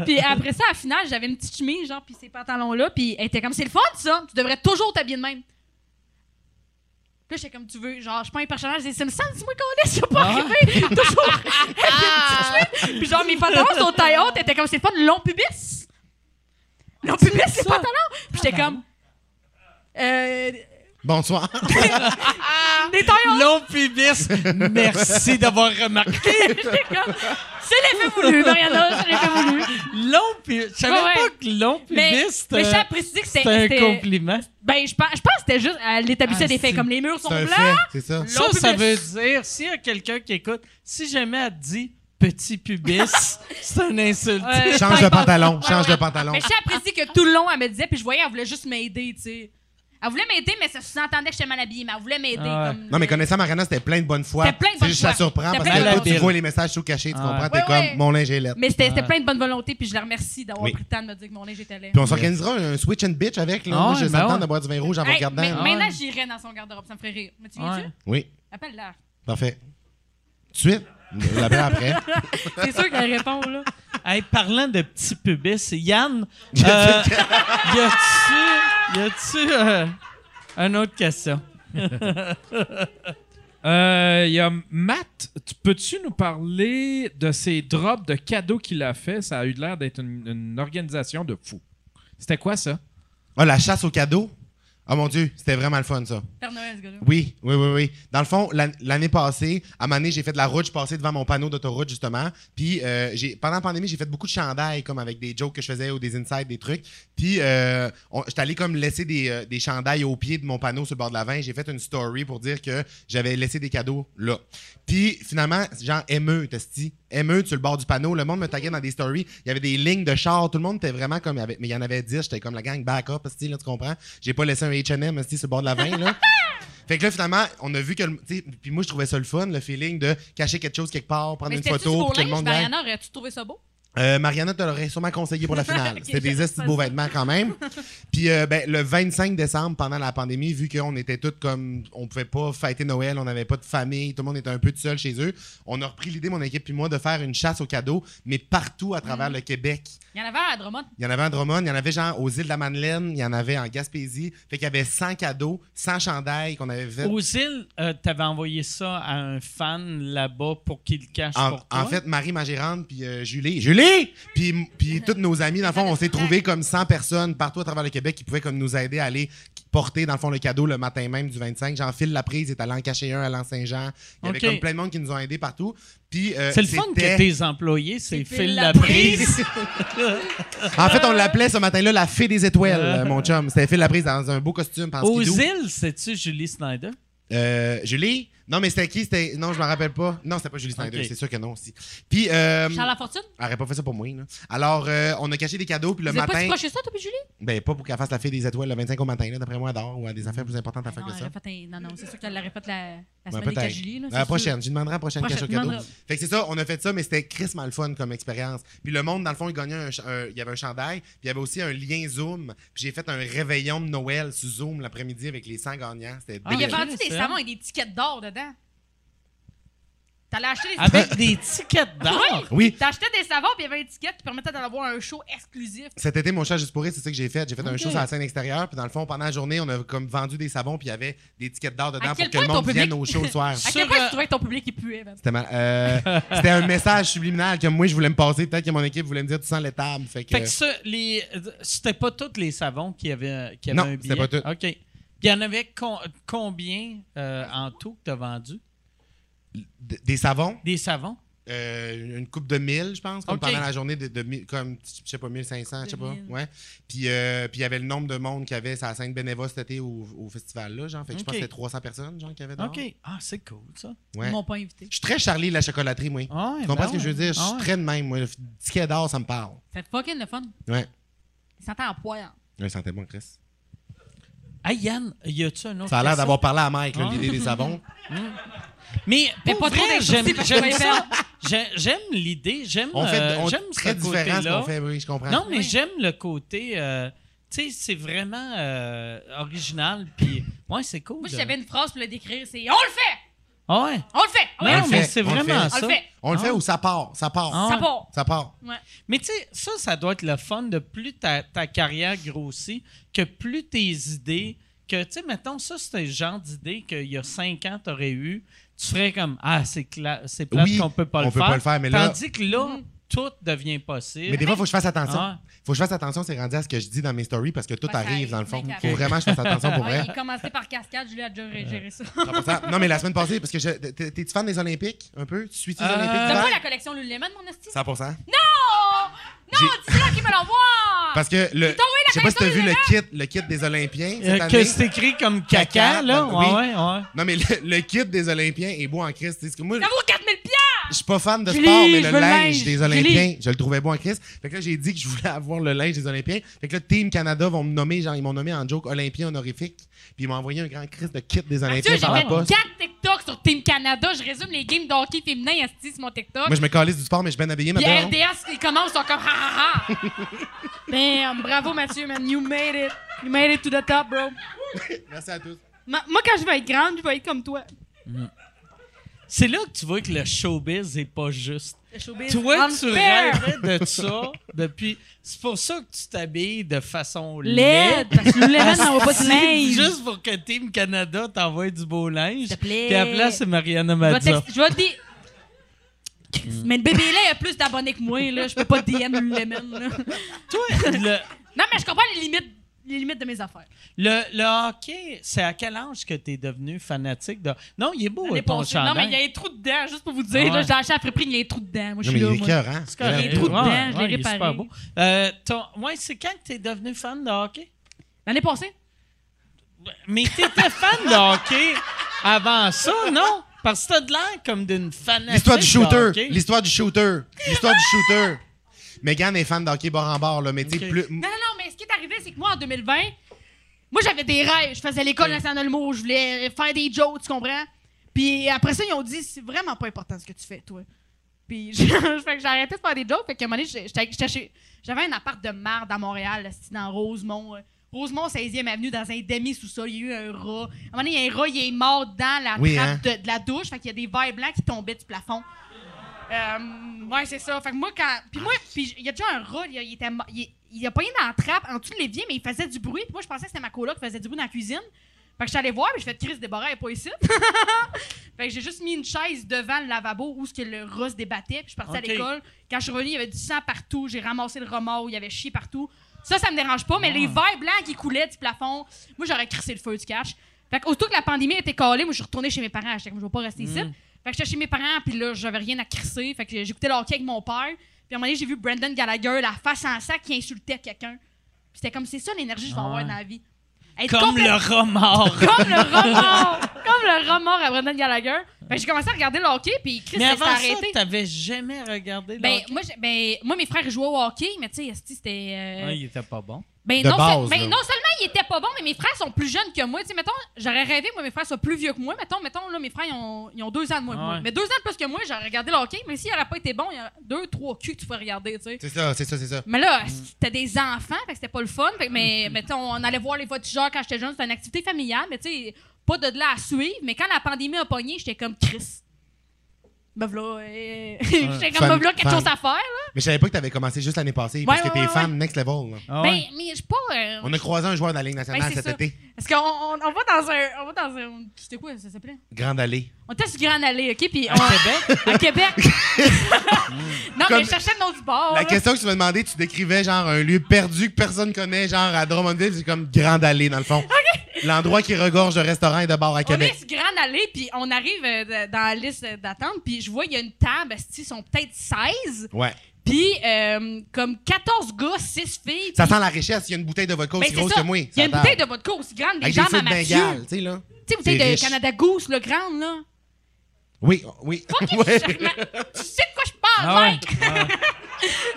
[SPEAKER 6] puis après ça, à la finale, j'avais une petite chemise, genre, puis ces pantalons-là, puis elle était comme, c'est le fun, ça, tu devrais toujours t'habiller de même. Puis là, j'étais comme, tu veux, genre, je suis pas un personnage, c'est me semble, dis-moi qu'on laisse, je suis pas
[SPEAKER 1] Ah.
[SPEAKER 6] arrivé. toujours habillée de petite chemise. Puis genre, mes pantalons sont taille haute, elle était comme, c'est le fun, long pubis. Long pubis,
[SPEAKER 1] ça?
[SPEAKER 6] c'est pantalons. Puis j'étais comme, euh,
[SPEAKER 5] Bonsoir.
[SPEAKER 6] des tailles hautes.
[SPEAKER 1] long pubis, merci d'avoir remarqué.
[SPEAKER 6] J'étais comme, c'est l'effet voulu, Mariana, c'est l'effet voulu.
[SPEAKER 1] Long pubis, je savais
[SPEAKER 6] Ouais, ouais.
[SPEAKER 1] pas que long pubis,
[SPEAKER 6] Mais, mais je tiens à
[SPEAKER 1] c'était
[SPEAKER 6] préciser que
[SPEAKER 1] c'était un
[SPEAKER 6] c'était.
[SPEAKER 1] compliment.
[SPEAKER 6] Ben, je pense, je pense que c'était juste. Elle établissait
[SPEAKER 1] Ah,
[SPEAKER 6] des faits
[SPEAKER 1] si.
[SPEAKER 6] comme les murs sont
[SPEAKER 5] C'est un
[SPEAKER 6] blancs.
[SPEAKER 5] fait, c'est ça.
[SPEAKER 1] Ça,
[SPEAKER 6] Long
[SPEAKER 1] ça veut
[SPEAKER 6] pubis.
[SPEAKER 1] dire, s'il y a quelqu'un qui écoute, si jamais elle te dit petit pubis, c'est un insulte.
[SPEAKER 6] Ouais.
[SPEAKER 5] Change de pantalon, change de pantalon.
[SPEAKER 6] Mais je sais apprécié que tout le long, elle me disait, puis je voyais, elle voulait juste m'aider, tu sais. Elle voulait m'aider, mais ça sous-entendait que j'étais mal habillée, mais elle voulait m'aider.
[SPEAKER 1] Ah ouais.
[SPEAKER 6] comme- euh,
[SPEAKER 5] Non, mais connaissant Mariana, c'était plein de bonnes fois.
[SPEAKER 6] C'était plein de
[SPEAKER 5] C'est
[SPEAKER 6] bonnes
[SPEAKER 5] juste
[SPEAKER 6] fois.
[SPEAKER 5] ça surprend
[SPEAKER 6] C'était
[SPEAKER 5] parce
[SPEAKER 1] plein de
[SPEAKER 5] que toi,
[SPEAKER 1] bonnes
[SPEAKER 5] tu
[SPEAKER 1] fois.
[SPEAKER 5] vois les messages sous cachés, tu
[SPEAKER 1] Ah.
[SPEAKER 5] comprends, t'es
[SPEAKER 6] Ouais, ouais.
[SPEAKER 5] comme mon linge est lettre.
[SPEAKER 6] Mais c'était c'était
[SPEAKER 1] Ouais.
[SPEAKER 6] plein de bonne volonté, puis je la remercie d'avoir
[SPEAKER 5] Oui.
[SPEAKER 6] pris le temps de me dire que mon linge était laid.
[SPEAKER 5] Puis on s'organisera un switch and bitch avec, là.
[SPEAKER 1] Ah
[SPEAKER 5] Moi,
[SPEAKER 1] ouais,
[SPEAKER 5] je
[SPEAKER 1] ben
[SPEAKER 5] s'entends
[SPEAKER 1] ouais.
[SPEAKER 5] de boire du vin rouge en vous
[SPEAKER 6] Hey,
[SPEAKER 5] regardant.
[SPEAKER 6] mais-
[SPEAKER 5] là.
[SPEAKER 6] maintenant, j'irai dans son garde-robe, ça me ferait rire. Mais tu
[SPEAKER 1] Ah
[SPEAKER 6] viens-tu?
[SPEAKER 1] Ouais.
[SPEAKER 5] Oui,
[SPEAKER 6] Appelle-la.
[SPEAKER 5] parfait. Tout de suite, je l'appelle après.
[SPEAKER 6] C'est sûr qu'elle répond, là.
[SPEAKER 1] Hey, parlant de petit pubis, Yann, euh, y a-tu, y a-tu euh, une autre question?
[SPEAKER 4] Euh, Il y a Matt, tu- peux-tu nous parler de ces drops de cadeaux qu'il a fait? Ça a eu l'air d'être une, une organisation de fou. C'était quoi ça?
[SPEAKER 5] Ah, la chasse aux cadeaux? Ah mon Dieu, c'était vraiment le fun, ça.
[SPEAKER 6] Père Noël, ce gars-là.
[SPEAKER 5] Oui, oui, oui, oui. Dans le fond, l'an- l'année passée, à ma année, j'ai fait de la route, je passais devant mon panneau d'autoroute, justement. Puis, euh, j'ai- pendant la pandémie, j'ai fait beaucoup de chandails, comme avec des jokes que je faisais ou des insides, des trucs. Puis, euh, on- j'étais allé comme laisser des, euh, des chandails au pied de mon panneau sur le bord de la vin. J'ai fait une story pour dire que j'avais laissé des cadeaux là. Puis, finalement, genre, ME, Testi, ME sur le bord du panneau, le monde me taguait dans des stories. Il y avait des lignes de char, tout le monde était vraiment comme. avec- Mais il y en avait 10, j'étais comme la gang back up, esti, là, tu comprends? J'ai pas laissé un HM, esti, sur le bord de la vin, là. Fait que là, finalement, on a vu que. le- tu sais, Puis moi, je trouvais ça le fun, le feeling de cacher quelque chose quelque part, prendre
[SPEAKER 6] Mais
[SPEAKER 5] une
[SPEAKER 6] c'était-tu du
[SPEAKER 5] photo,
[SPEAKER 6] beau
[SPEAKER 5] puis que le
[SPEAKER 6] linge,
[SPEAKER 5] monde aille.
[SPEAKER 6] Mariana, aurais-tu trouvé ça beau?
[SPEAKER 5] Euh, Mariana te l'aurait sûrement conseillé pour la finale.
[SPEAKER 6] Ok,
[SPEAKER 5] C'était des
[SPEAKER 6] j'avais
[SPEAKER 5] estis de
[SPEAKER 6] pas
[SPEAKER 5] beaux
[SPEAKER 6] ça.
[SPEAKER 5] vêtements quand même. Puis euh, ben, le 25 décembre, pendant la pandémie, vu qu'on était tous comme. On pouvait pas fêter Noël, on n'avait pas de famille, tout le monde était un peu tout seul chez eux. On a repris l'idée, mon équipe puis moi, de faire une chasse aux cadeaux, mais partout à
[SPEAKER 6] Mm.
[SPEAKER 5] travers le Québec.
[SPEAKER 6] Il y en avait un à Drummond.
[SPEAKER 5] Il y en avait en Drummond, il y en avait genre aux îles de la Madeleine, il y en avait en Gaspésie. Fait qu'il y avait 100 cadeaux, 100 chandails qu'on avait fait.
[SPEAKER 1] Aux îles, euh, t'avais envoyé ça à un fan là-bas pour qu'il le cache
[SPEAKER 5] En,
[SPEAKER 1] pour toi.
[SPEAKER 5] en fait, Marie, ma gérante, puis euh, Julie. Julie! Puis, m- puis toutes nos amis, dans le fond, on s'est trouvé comme 100 personnes partout à travers le Québec qui pouvaient comme nous aider à aller porter, dans le fond, le cadeau le matin même du 25. J'enfile la prise, est allé en cacher un à l'an Saint-Jean. Il y avait
[SPEAKER 1] Ok.
[SPEAKER 5] comme plein de monde qui nous ont aidés partout. Puis, euh,
[SPEAKER 1] c'est le fun que
[SPEAKER 5] c'était-
[SPEAKER 1] tes employés, c'est
[SPEAKER 6] C'est
[SPEAKER 1] Phil
[SPEAKER 6] Phil
[SPEAKER 1] la
[SPEAKER 6] Laprise.
[SPEAKER 1] prise.
[SPEAKER 5] En fait, on l'appelait ce matin-là la fée des étoiles, euh, mon chum. C'était Phil la prise dans un beau costume, en
[SPEAKER 1] Aux
[SPEAKER 5] skidoo.
[SPEAKER 1] îles, c'est-tu Julie Snyder?
[SPEAKER 5] Euh, Julie? Non, mais c'était qui? C'était... Non, je me rappelle pas. Non, c'était pas Julie Snyder,
[SPEAKER 1] Ok.
[SPEAKER 5] c'est sûr que non aussi. Puis, euh,
[SPEAKER 6] Charles Lafortune?
[SPEAKER 5] elle aurait pas fait ça pour moi. là. Alors, euh, on a caché des cadeaux, puis le
[SPEAKER 6] Vous êtes pas si
[SPEAKER 5] matin.
[SPEAKER 6] proche que ça, toi, puis Julie?
[SPEAKER 5] Ben, pas pour qu'elle fasse la fille des étoiles le 25 au matin, là, d'après moi, elle dort, ou elle a des affaires plus importantes à
[SPEAKER 6] Ah
[SPEAKER 5] faire
[SPEAKER 6] non,
[SPEAKER 5] que
[SPEAKER 6] elle
[SPEAKER 5] ça.
[SPEAKER 6] aurait fait un- non, non, c'est sûr qu'elle l'aurait fait la, la
[SPEAKER 5] Ouais,
[SPEAKER 6] semaine des
[SPEAKER 5] peut-être.
[SPEAKER 6] Cajulis, là,
[SPEAKER 5] À
[SPEAKER 6] c'est
[SPEAKER 5] la
[SPEAKER 6] sûr.
[SPEAKER 5] prochaine, je lui demanderai à la prochaine
[SPEAKER 6] Prochaine,
[SPEAKER 5] cache au
[SPEAKER 6] je
[SPEAKER 5] cadeau.
[SPEAKER 6] demanderai.
[SPEAKER 5] Fait que c'est ça, on a fait ça, mais c'était crissement le fun comme expérience. Puis le monde, dans le fond, il gagnait un, ch- un- il y avait un chandail, puis il y avait aussi un lien Zoom. Puis j'ai fait un réveillon de Noël sur Zoom l'après-midi avec les 100 gagnants. C'était
[SPEAKER 1] Ah,
[SPEAKER 6] Il a
[SPEAKER 5] délicieux.
[SPEAKER 1] avait-
[SPEAKER 6] vendu des
[SPEAKER 1] ça.
[SPEAKER 6] savons et des tickets d'or dedans. T'allais acheter des
[SPEAKER 1] Avec des tickets d'or.
[SPEAKER 5] Oui,
[SPEAKER 6] T'achetais des savons puis il y avait une étiquette qui permettait d'aller voir un show exclusif.
[SPEAKER 5] cet été, mon chat juste pour rire, c'est ça que j'ai fait. J'ai fait un
[SPEAKER 1] Ok.
[SPEAKER 5] show sur la scène extérieure, puis dans le fond, pendant la journée, on a comme vendu des savons, puis il y avait des tickets d'or dedans
[SPEAKER 6] À
[SPEAKER 5] pour
[SPEAKER 6] quel
[SPEAKER 5] que le
[SPEAKER 6] point ton
[SPEAKER 5] monde vienne
[SPEAKER 6] public-
[SPEAKER 5] au show le soir.
[SPEAKER 6] À
[SPEAKER 1] Sur,
[SPEAKER 6] quel point
[SPEAKER 1] euh,
[SPEAKER 6] tu trouvais que ton public il puait, man?
[SPEAKER 5] C'était mal- euh, c'était un message subliminal que moi, je voulais me passer. Peut-être que mon équipe voulait me dire, tu sens l'étable. Fait que, euh,
[SPEAKER 1] Fait que ça, les, c'était pas tous les savons qui avaient, qui avaient
[SPEAKER 5] Non,
[SPEAKER 1] un billet.
[SPEAKER 5] c'était pas tous.
[SPEAKER 1] OK. Puis il y en avait con- combien euh, en tout que t'as vendu?
[SPEAKER 5] d- des savons,
[SPEAKER 1] Des savons?
[SPEAKER 5] euh, une coupe de 1000, je pense, comme
[SPEAKER 1] Ok.
[SPEAKER 5] pendant la journée, de, de mi- comme, je sais pas, 1500, je sais pas.
[SPEAKER 6] 2000.
[SPEAKER 5] Ouais. Puis euh, puis il y avait le nombre de monde qu'il y avait sur la scène bénévole cet été au, au festival, là, genre. Fait que je pense
[SPEAKER 1] Ok.
[SPEAKER 5] que c'était 300 personnes, genre, qu'il y avait dehors.
[SPEAKER 1] OK. Ah, c'est cool, ça.
[SPEAKER 5] Ouais.
[SPEAKER 6] Ils m'ont pas invité.
[SPEAKER 5] Je suis très Charlie la chocolaterie, moi.
[SPEAKER 1] Ah ouais,
[SPEAKER 5] tu comprends
[SPEAKER 1] ben
[SPEAKER 5] ce que je veux
[SPEAKER 1] ouais.
[SPEAKER 5] dire? Je suis
[SPEAKER 1] Ah ouais.
[SPEAKER 5] très de même, moi. Le ticket d'or, ça me parle.
[SPEAKER 6] C'était fucking le fun.
[SPEAKER 5] Ouais.
[SPEAKER 6] Ils sentaient en poil.
[SPEAKER 5] Ouais, sentez bon, Chris.
[SPEAKER 1] Hey Yann, y a-tu un autre?
[SPEAKER 5] Ça a l'air
[SPEAKER 1] question?
[SPEAKER 5] d'avoir parlé à Mike, là,
[SPEAKER 1] Ah.
[SPEAKER 5] l'idée des savons.
[SPEAKER 1] Mais,
[SPEAKER 6] Mais
[SPEAKER 1] pour
[SPEAKER 6] pas
[SPEAKER 1] vrai,
[SPEAKER 6] trop d'insultes,
[SPEAKER 1] j'aime,
[SPEAKER 6] c'est parce
[SPEAKER 1] j'aime
[SPEAKER 6] qu'on les
[SPEAKER 1] ça. J'ai- J'aime l'idée, j'aime,
[SPEAKER 5] On fait
[SPEAKER 1] euh,
[SPEAKER 5] on,
[SPEAKER 1] j'aime ce
[SPEAKER 5] très différent ce
[SPEAKER 1] côté-là.
[SPEAKER 5] qu'on fait, Ben oui, je comprends.
[SPEAKER 1] Non, mais j'aime le côté. euh, tu sais, c'est vraiment euh, original. Puis, ouais, c'est cool.
[SPEAKER 6] Moi, si j'avais une phrase pour le décrire, c'est on le fait!
[SPEAKER 1] Ah ouais.
[SPEAKER 6] On le fait! On le
[SPEAKER 1] Non,
[SPEAKER 5] le
[SPEAKER 1] mais
[SPEAKER 5] fait,
[SPEAKER 1] c'est
[SPEAKER 5] on le
[SPEAKER 1] vraiment
[SPEAKER 5] fait.
[SPEAKER 1] ça.
[SPEAKER 6] On le fait!
[SPEAKER 5] On le
[SPEAKER 1] Ah.
[SPEAKER 5] fait ou ça part? Ça part.
[SPEAKER 1] Ah.
[SPEAKER 6] Ça part!
[SPEAKER 5] Ça part.
[SPEAKER 1] Mais tu sais, ça, ça doit être le fun de plus ta, ta carrière grossit, que plus tes idées, que tu sais, mettons, ça, c'est le genre d'idée qu'il y a cinq ans, tu aurais eu, tu ferais comme Ah, c'est, cla- c'est plate
[SPEAKER 5] Oui,
[SPEAKER 1] qu'on peut pas
[SPEAKER 5] on
[SPEAKER 1] le
[SPEAKER 5] peut
[SPEAKER 1] faire.
[SPEAKER 5] pas le faire, mais là-
[SPEAKER 1] Tandis que là,
[SPEAKER 6] Mm.
[SPEAKER 1] tout devient possible.
[SPEAKER 5] Mais des fois, il faut que je fasse attention.
[SPEAKER 1] Ah.
[SPEAKER 5] faut que je fasse attention, c'est rendu à ce que je dis dans mes stories parce que tout
[SPEAKER 6] Ouais, ça
[SPEAKER 5] arrive, dans le fond.
[SPEAKER 6] arrive, ça
[SPEAKER 5] faut
[SPEAKER 6] arrive.
[SPEAKER 5] vraiment que je fasse attention pour vrai. Euh.
[SPEAKER 6] Ouais, il commençait par cascade, Julie a déjà géré ça.
[SPEAKER 5] 100%. Non, mais la semaine passée, parce que je- t'es- t'es-tu fan des Olympiques un peu? Tu suis les
[SPEAKER 1] Euh,
[SPEAKER 5] Olympiques?
[SPEAKER 6] T'as
[SPEAKER 5] d'hiver?
[SPEAKER 6] pas la collection Lululemon, mon esti?
[SPEAKER 5] 100%.
[SPEAKER 6] Oh! Non, dis-leur qu'ils me l'envoient!
[SPEAKER 5] Parce que le. Je sais pas si t'as vu le kit, le kit des Olympiens.
[SPEAKER 1] Euh,
[SPEAKER 5] cette
[SPEAKER 1] que
[SPEAKER 5] année.
[SPEAKER 1] c'est écrit comme caca,
[SPEAKER 5] Caca,
[SPEAKER 1] là.
[SPEAKER 5] ben
[SPEAKER 1] ouais,
[SPEAKER 5] oui.
[SPEAKER 1] ouais, ouais.
[SPEAKER 5] Non, mais le, le kit des Olympiens est beau en Christ. C'est ce que moi,
[SPEAKER 6] Ça vaut 4000 piastres!
[SPEAKER 5] je suis pas fan de
[SPEAKER 6] Julie,
[SPEAKER 5] sport, mais
[SPEAKER 6] je
[SPEAKER 5] le
[SPEAKER 6] veux le
[SPEAKER 5] linge
[SPEAKER 6] linge.
[SPEAKER 5] des Olympiens, je le trouvais beau en Christ. Fait que là, j'ai dit que je voulais avoir le linge des Olympiens. Fait que là, Team Canada vont me nommer, genre, ils m'ont nommé en joke Olympien honorifique. Puis ils m'ont envoyé un grand Christ de kit des
[SPEAKER 6] Mathieu,
[SPEAKER 5] Olympiens
[SPEAKER 6] j'ai
[SPEAKER 5] par la
[SPEAKER 6] fait
[SPEAKER 5] poste.
[SPEAKER 6] 4 TikTok sur Team Canada. Je résume les games d'hockey féminin esti sur mon TikTok.
[SPEAKER 5] Moi, je me calisse du sport, mais je suis bien habillé
[SPEAKER 6] Puis
[SPEAKER 5] maintenant.
[SPEAKER 6] RDS, ils commencent, ils sont comme ha ha ha. Damn, bravo Mathieu, man. You made it. You made it to the top, bro.
[SPEAKER 5] Merci à tous.
[SPEAKER 6] Ma- moi, quand je vais être grande, je vais être comme toi.
[SPEAKER 1] C'est là que tu vois que le showbiz est pas juste.
[SPEAKER 6] Le showbiz
[SPEAKER 1] Toi, tu
[SPEAKER 6] unfair.
[SPEAKER 1] rêvais de ça depuis. C'est pour ça que tu t'habilles de façon laide.
[SPEAKER 6] Laide, parce que Lululemon n'envoie pas de
[SPEAKER 1] C'est
[SPEAKER 6] linge.
[SPEAKER 1] Juste pour que Team Canada t'envoie du beau linge.
[SPEAKER 6] S'il te plaît.
[SPEAKER 1] Puis après, là, c'est Mariana
[SPEAKER 6] Je vais
[SPEAKER 1] Mazza.
[SPEAKER 6] texter- je vais dire. Mais le bébé là, il a plus d'abonnés que moi, là. Je peux pas DM Lululemon, là.
[SPEAKER 1] Toi, le,
[SPEAKER 6] Non, mais je comprends les limites, les limites de mes affaires.
[SPEAKER 1] le, le hockey, c'est à quel âge que t'es devenu fanatique de. Non, il est beau,
[SPEAKER 6] L'année
[SPEAKER 1] ton
[SPEAKER 6] passée. Non, mais
[SPEAKER 1] chandail.
[SPEAKER 6] il y a un trou dedans, juste pour vous dire.
[SPEAKER 1] Ah ouais.
[SPEAKER 6] là, J'ai acheté à Friperie, il y a un trou dedans. Moi,
[SPEAKER 5] Non,
[SPEAKER 6] je suis
[SPEAKER 5] mais il
[SPEAKER 6] là,
[SPEAKER 5] est
[SPEAKER 6] moi.
[SPEAKER 5] cœur, hein?
[SPEAKER 1] C'est correct.
[SPEAKER 6] les trous dedans,
[SPEAKER 1] Ouais,
[SPEAKER 6] je
[SPEAKER 1] ouais, il
[SPEAKER 6] l'ai
[SPEAKER 1] est super
[SPEAKER 6] réparé.
[SPEAKER 1] beau. Euh, ton- ouais, c'est quand que t'es devenu fan de hockey?
[SPEAKER 6] L'année passée?
[SPEAKER 1] Mais t'étais fan de hockey avant ça, non? Parce que t'as de l'air comme d'une fanatique.
[SPEAKER 5] L'histoire du
[SPEAKER 1] de
[SPEAKER 5] shooter.
[SPEAKER 1] hockey.
[SPEAKER 5] L'histoire du shooter. L'histoire du shooter. Megan est fan d'hockey bord en bord, là, mais tu sais,
[SPEAKER 1] Ok.
[SPEAKER 5] plus.
[SPEAKER 6] Non, non, non, mais ce qui est arrivé, c'est que moi, en 2020, moi, j'avais des rêves. Je faisais l'école nationale mot, je voulais faire des jokes, tu comprends? Puis après ça, ils ont dit, c'est vraiment pas important ce que tu fais, toi. Puis je- fait que j'ai arrêté de faire des jokes. Fait qu'à un moment donné, j'étais- j'étais- j'étais chez- j'avais un appart de merde à Montréal, là, c'était dans Rosemont. euh, Rosemont, 16e avenue, dans un demi-sous-sol, il y a eu un rat. À un moment donné, il y a un rat, il est mort dans la
[SPEAKER 5] Oui,
[SPEAKER 6] trappe
[SPEAKER 5] hein?
[SPEAKER 6] de, de la douche. Fait qu'il y a des verres blancs qui tombaient du plafond. Euh, ouais, c'est ça. Fait que moi, quand. Puis moi, puis il y a déjà un rat, il a- il était. mo- Il, il a pas dans la trappe, en dessous de l'évier, mais il faisait du bruit. Puis moi, je pensais que c'était ma coloc qui faisait du bruit dans la cuisine. Fait que j'allais voir, puis je fais Chris Déborah, elle est pas ici. fait que j'ai juste mis une chaise devant le lavabo où ce que le rat se débattait, puis je suis
[SPEAKER 1] Ok.
[SPEAKER 6] partie à l'école. Quand je suis revenue, il y avait du sang partout, j'ai ramassé le remords, il y avait chier partout. Ça, ça me dérange pas,
[SPEAKER 1] Ah.
[SPEAKER 6] mais les verres blancs qui coulaient du plafond, moi, j'aurais crissé le feu du cash. Fait que, aussitôt que la pandémie était calée, moi, je suis retournée chez mes parents. J'étais comme, je vais pas rester
[SPEAKER 1] Mm.
[SPEAKER 6] ici. Fait que j'étais chez mes parents, puis là, j'avais rien à crisser. Fait que j'écoutais le hockey avec mon père. Puis à un moment donné, j'ai vu Brandon Gallagher, la face en sac, qui insultait quelqu'un. Puis c'était comme, c'est ça l'énergie que je vais avoir dans la vie. Être
[SPEAKER 1] Ah. Comme
[SPEAKER 6] complètement-
[SPEAKER 1] le remords.
[SPEAKER 6] comme le remords! comme le remords à Brendan Gallagher. Fait que j'ai commencé à regarder le hockey, puis Chris
[SPEAKER 1] Mais
[SPEAKER 6] s'est
[SPEAKER 1] avant ça,
[SPEAKER 6] arrêté.
[SPEAKER 1] t'avais jamais regardé le
[SPEAKER 6] ben,
[SPEAKER 1] hockey?
[SPEAKER 6] moi, j'ai- ben, moi, mes frères jouaient au hockey, mais tu sais, esti, c'était. euh,
[SPEAKER 1] Ah, il était pas bon.
[SPEAKER 6] ben,
[SPEAKER 5] De
[SPEAKER 6] non,
[SPEAKER 5] base,
[SPEAKER 6] se- ben,
[SPEAKER 5] là.
[SPEAKER 6] non seulement ils étaient pas bons, mais mes frères sont plus jeunes que moi. Tu sais, mettons, j'aurais rêvé, moi, mes frères soient plus vieux que moi. Mettons, mettons, là, mes frères, ils ont, ils ont deux ans de moins que
[SPEAKER 1] Ouais.
[SPEAKER 6] moi. Mais deux ans de plus que moi, j'aurais regardé le hockey, mais s'ils n'auraient pas été bons, il y a deux, trois culs que tu pourrais regarder, tu sais.
[SPEAKER 5] C'est ça, c'est ça, c'est ça.
[SPEAKER 6] Mais là, c'était des enfants, fait que c'était pas le fun. Fait que,
[SPEAKER 5] Mm.
[SPEAKER 6] mais mettons, on allait voir les voltigeurs quand j'étais jeune, c'était une activité familiale, mais tu sais, pas de là à suivre. Mais quand la pandémie a pogné, j'étais comme Chris. Me v'là, euh, j'étais comme
[SPEAKER 5] Fan-
[SPEAKER 6] me v'là quelque
[SPEAKER 5] fan.
[SPEAKER 6] chose à faire, là.
[SPEAKER 5] Mais je savais pas que t'avais commencé juste l'année passée parce que
[SPEAKER 6] ouais,
[SPEAKER 5] t'es
[SPEAKER 6] ouais,
[SPEAKER 5] fan next level. là.
[SPEAKER 1] Ah
[SPEAKER 6] Ben,
[SPEAKER 1] ouais.
[SPEAKER 6] mais je suis pas. euh,
[SPEAKER 5] On a croisé un joueur de la Ligue
[SPEAKER 6] ben,
[SPEAKER 5] nationale
[SPEAKER 6] c'est
[SPEAKER 5] cet
[SPEAKER 6] ça.
[SPEAKER 5] été.
[SPEAKER 6] Parce qu'on on, on va dans un. On va dans un. C'était quoi, ça s'appelait?
[SPEAKER 5] Grande allée.
[SPEAKER 6] On était sur Grand Allée, OK? Puis
[SPEAKER 1] À
[SPEAKER 6] on-
[SPEAKER 1] Québec?
[SPEAKER 6] à Québec. non,
[SPEAKER 5] Comme-
[SPEAKER 6] mais je cherchais le nom du bar.
[SPEAKER 5] La
[SPEAKER 6] là.
[SPEAKER 5] question que tu m'as demandé, tu décrivais genre un lieu perdu que personne connaît, genre à Drummondville, c'est comme Grande allée dans le fond. L'endroit qui regorge de restaurants et de bars à
[SPEAKER 6] On
[SPEAKER 5] Québec.
[SPEAKER 6] est sur Grande Allée, puis on arrive euh, de- dans la liste euh, d'attente, puis je vois, il y a une table, esti, ils sont peut-être 16,
[SPEAKER 5] Ouais.
[SPEAKER 6] puis euh, comme 14 gars, 6 filles.
[SPEAKER 5] Ça
[SPEAKER 6] puis-
[SPEAKER 5] sent la richesse. Il y a une bouteille de vodka
[SPEAKER 6] Ben,
[SPEAKER 5] aussi
[SPEAKER 6] c'est
[SPEAKER 5] grosse
[SPEAKER 6] ça.
[SPEAKER 5] que moi.
[SPEAKER 6] Il y a une bouteille de vodka aussi grande, des
[SPEAKER 5] Avec des
[SPEAKER 6] jambes
[SPEAKER 5] feux
[SPEAKER 6] à
[SPEAKER 5] de
[SPEAKER 6] Mathieu.
[SPEAKER 5] Bengale, tu sais, là.
[SPEAKER 6] Tu sais, bouteille
[SPEAKER 5] C'est
[SPEAKER 6] de
[SPEAKER 5] riche.
[SPEAKER 6] Canada Goose, le grande, là.
[SPEAKER 5] Oui, oui.
[SPEAKER 6] Fuck it,
[SPEAKER 5] Ouais.
[SPEAKER 6] Charmant. Tu sais de quoi je parle,
[SPEAKER 1] Ah ouais.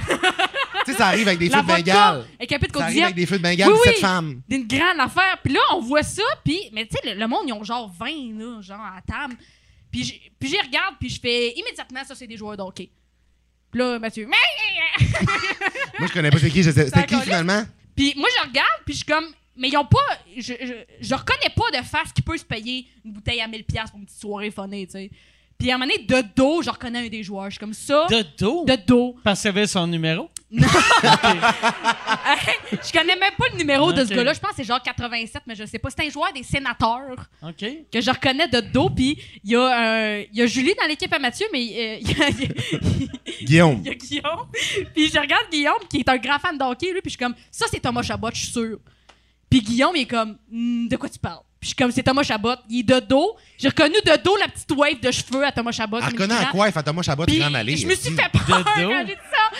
[SPEAKER 6] Mike?
[SPEAKER 5] Tu sais, ça arrive avec des feux
[SPEAKER 6] La
[SPEAKER 5] de
[SPEAKER 6] vodka
[SPEAKER 5] Bengale.
[SPEAKER 6] avec un peu de
[SPEAKER 5] Ça
[SPEAKER 6] côte
[SPEAKER 5] arrive avec des feux de Bengale
[SPEAKER 6] Oui,
[SPEAKER 5] cette
[SPEAKER 6] oui.
[SPEAKER 5] femme.
[SPEAKER 6] d'une grande affaire. Puis là, on voit ça, puis... Mais tu sais, le, le monde, ils ont genre 20, là, genre, à la table. Puis j'- puis j'y regarde, puis je fais immédiatement, ça, c'est des joueurs de hockey. Puis là, Mathieu... Mais!
[SPEAKER 5] Moi, je connais pas c'est qui. je sais-
[SPEAKER 6] Ça
[SPEAKER 5] C'est qui
[SPEAKER 6] colle.
[SPEAKER 5] finalement?
[SPEAKER 6] Puis moi, je regarde, puis je suis comme... Mais ils ont pas... Je, je, je reconnais pas de face qui peut se payer une bouteille à 1000$ piastres pour une petite soirée funnée, tu sais. Puis à un moment donné, de dos, je reconnais un des joueurs. Je suis comme ça,
[SPEAKER 1] De dos?
[SPEAKER 6] de dos.
[SPEAKER 1] Parce qu'il avait son numéro.
[SPEAKER 6] je connais même pas le numéro de ce
[SPEAKER 1] Ok.
[SPEAKER 6] gars-là. Je pense que c'est genre 87, mais je sais pas. C'est un joueur des sénateurs
[SPEAKER 1] OK.
[SPEAKER 6] que je reconnais de dos. Puis il y, a, euh, il y a Julie dans l'équipe à Mathieu, mais euh, il y a- il y, a-
[SPEAKER 5] Guillaume.
[SPEAKER 6] il y a Guillaume. Puis je regarde Guillaume, qui est un grand fan de hockey, lui. Puis je suis comme, ça, c'est Thomas Chabot, je suis sûr. Puis Guillaume, il est comme, Hmm, de quoi tu parles? Puis je suis comme, c'est Thomas Chabot. Il est de dos. J'ai reconnu de dos la petite wave de cheveux à Thomas Chabot.
[SPEAKER 5] Elle
[SPEAKER 6] comme
[SPEAKER 5] reconnaît à
[SPEAKER 6] immigrant.
[SPEAKER 5] quoi? Fantôme Chabot,
[SPEAKER 6] ah, Puis,
[SPEAKER 5] Grand Allée.
[SPEAKER 6] je me suis
[SPEAKER 5] Esti.
[SPEAKER 6] fait peur
[SPEAKER 1] De dos.
[SPEAKER 6] quand j'ai dit ça.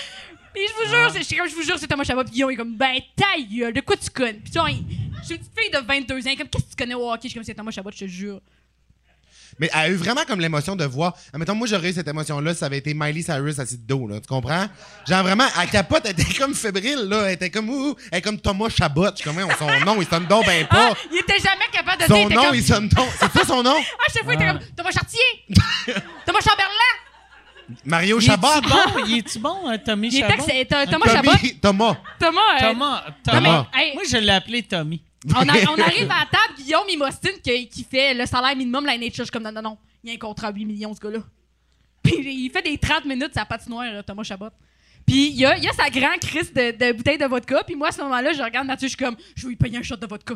[SPEAKER 6] Puis je vous jure, c'est- j'étais comme, je vous jure, c'est Thomas Chabot. Puis Guillaume est comme, ben ta gueule, de quoi tu connais? Puis tu vois, il- je suis une petite fille de 22 ans, il est comme, qu'est-ce que tu connais au hockey? Je suis comme, c'est Thomas Chabot, je te jure.
[SPEAKER 5] Mais elle a eu vraiment comme l'émotion de voir. Admettons, moi, j'aurais eu cette émotion-là si ça avait été Miley Cyrus à de dos, là. Tu comprends? Genre vraiment, à capote, elle était comme fébrile, là. Elle était comme, ouh, elle est comme Thomas Chabot. Je suis comme, Ouais, son nom, il sonne donc ben
[SPEAKER 6] Ah,
[SPEAKER 5] pas.
[SPEAKER 6] il était jamais capable de dire, il
[SPEAKER 5] Son
[SPEAKER 6] était
[SPEAKER 5] nom,
[SPEAKER 6] comme,
[SPEAKER 5] il sonne donc. C'est ça son nom?
[SPEAKER 6] ah, chaque fois, il était comme, Thomas Chartier, Thomas Chamberlain.
[SPEAKER 5] Mario
[SPEAKER 1] Il est-tu
[SPEAKER 5] Chabot.
[SPEAKER 1] bon? Il est-tu bon, hein, Tommy
[SPEAKER 6] Il était
[SPEAKER 1] Chabot?
[SPEAKER 6] que c'est euh, Thomas
[SPEAKER 5] Tommy-
[SPEAKER 6] Chabot.
[SPEAKER 5] Thomas.
[SPEAKER 6] Thomas, euh,
[SPEAKER 1] Thomas.
[SPEAKER 6] Non, mais,
[SPEAKER 1] Thomas.
[SPEAKER 6] hey,
[SPEAKER 1] Moi, je l'ai appelé Tommy.
[SPEAKER 6] on, a- on arrive à la table, Guillaume, il m'ostine que- qui fait le salaire minimum, la nature. Je suis comme, non, non, non, il y a un contrat à 8 millions, ce gars-là. Puis il fait des 30 minutes sa patinoire, là, Thomas Chabot. Puis il y a, il y a sa grande crise de, de bouteille de vodka. Puis moi, à ce moment-là, je regarde Mathieu, je suis comme, je vais lui payer un shot de vodka.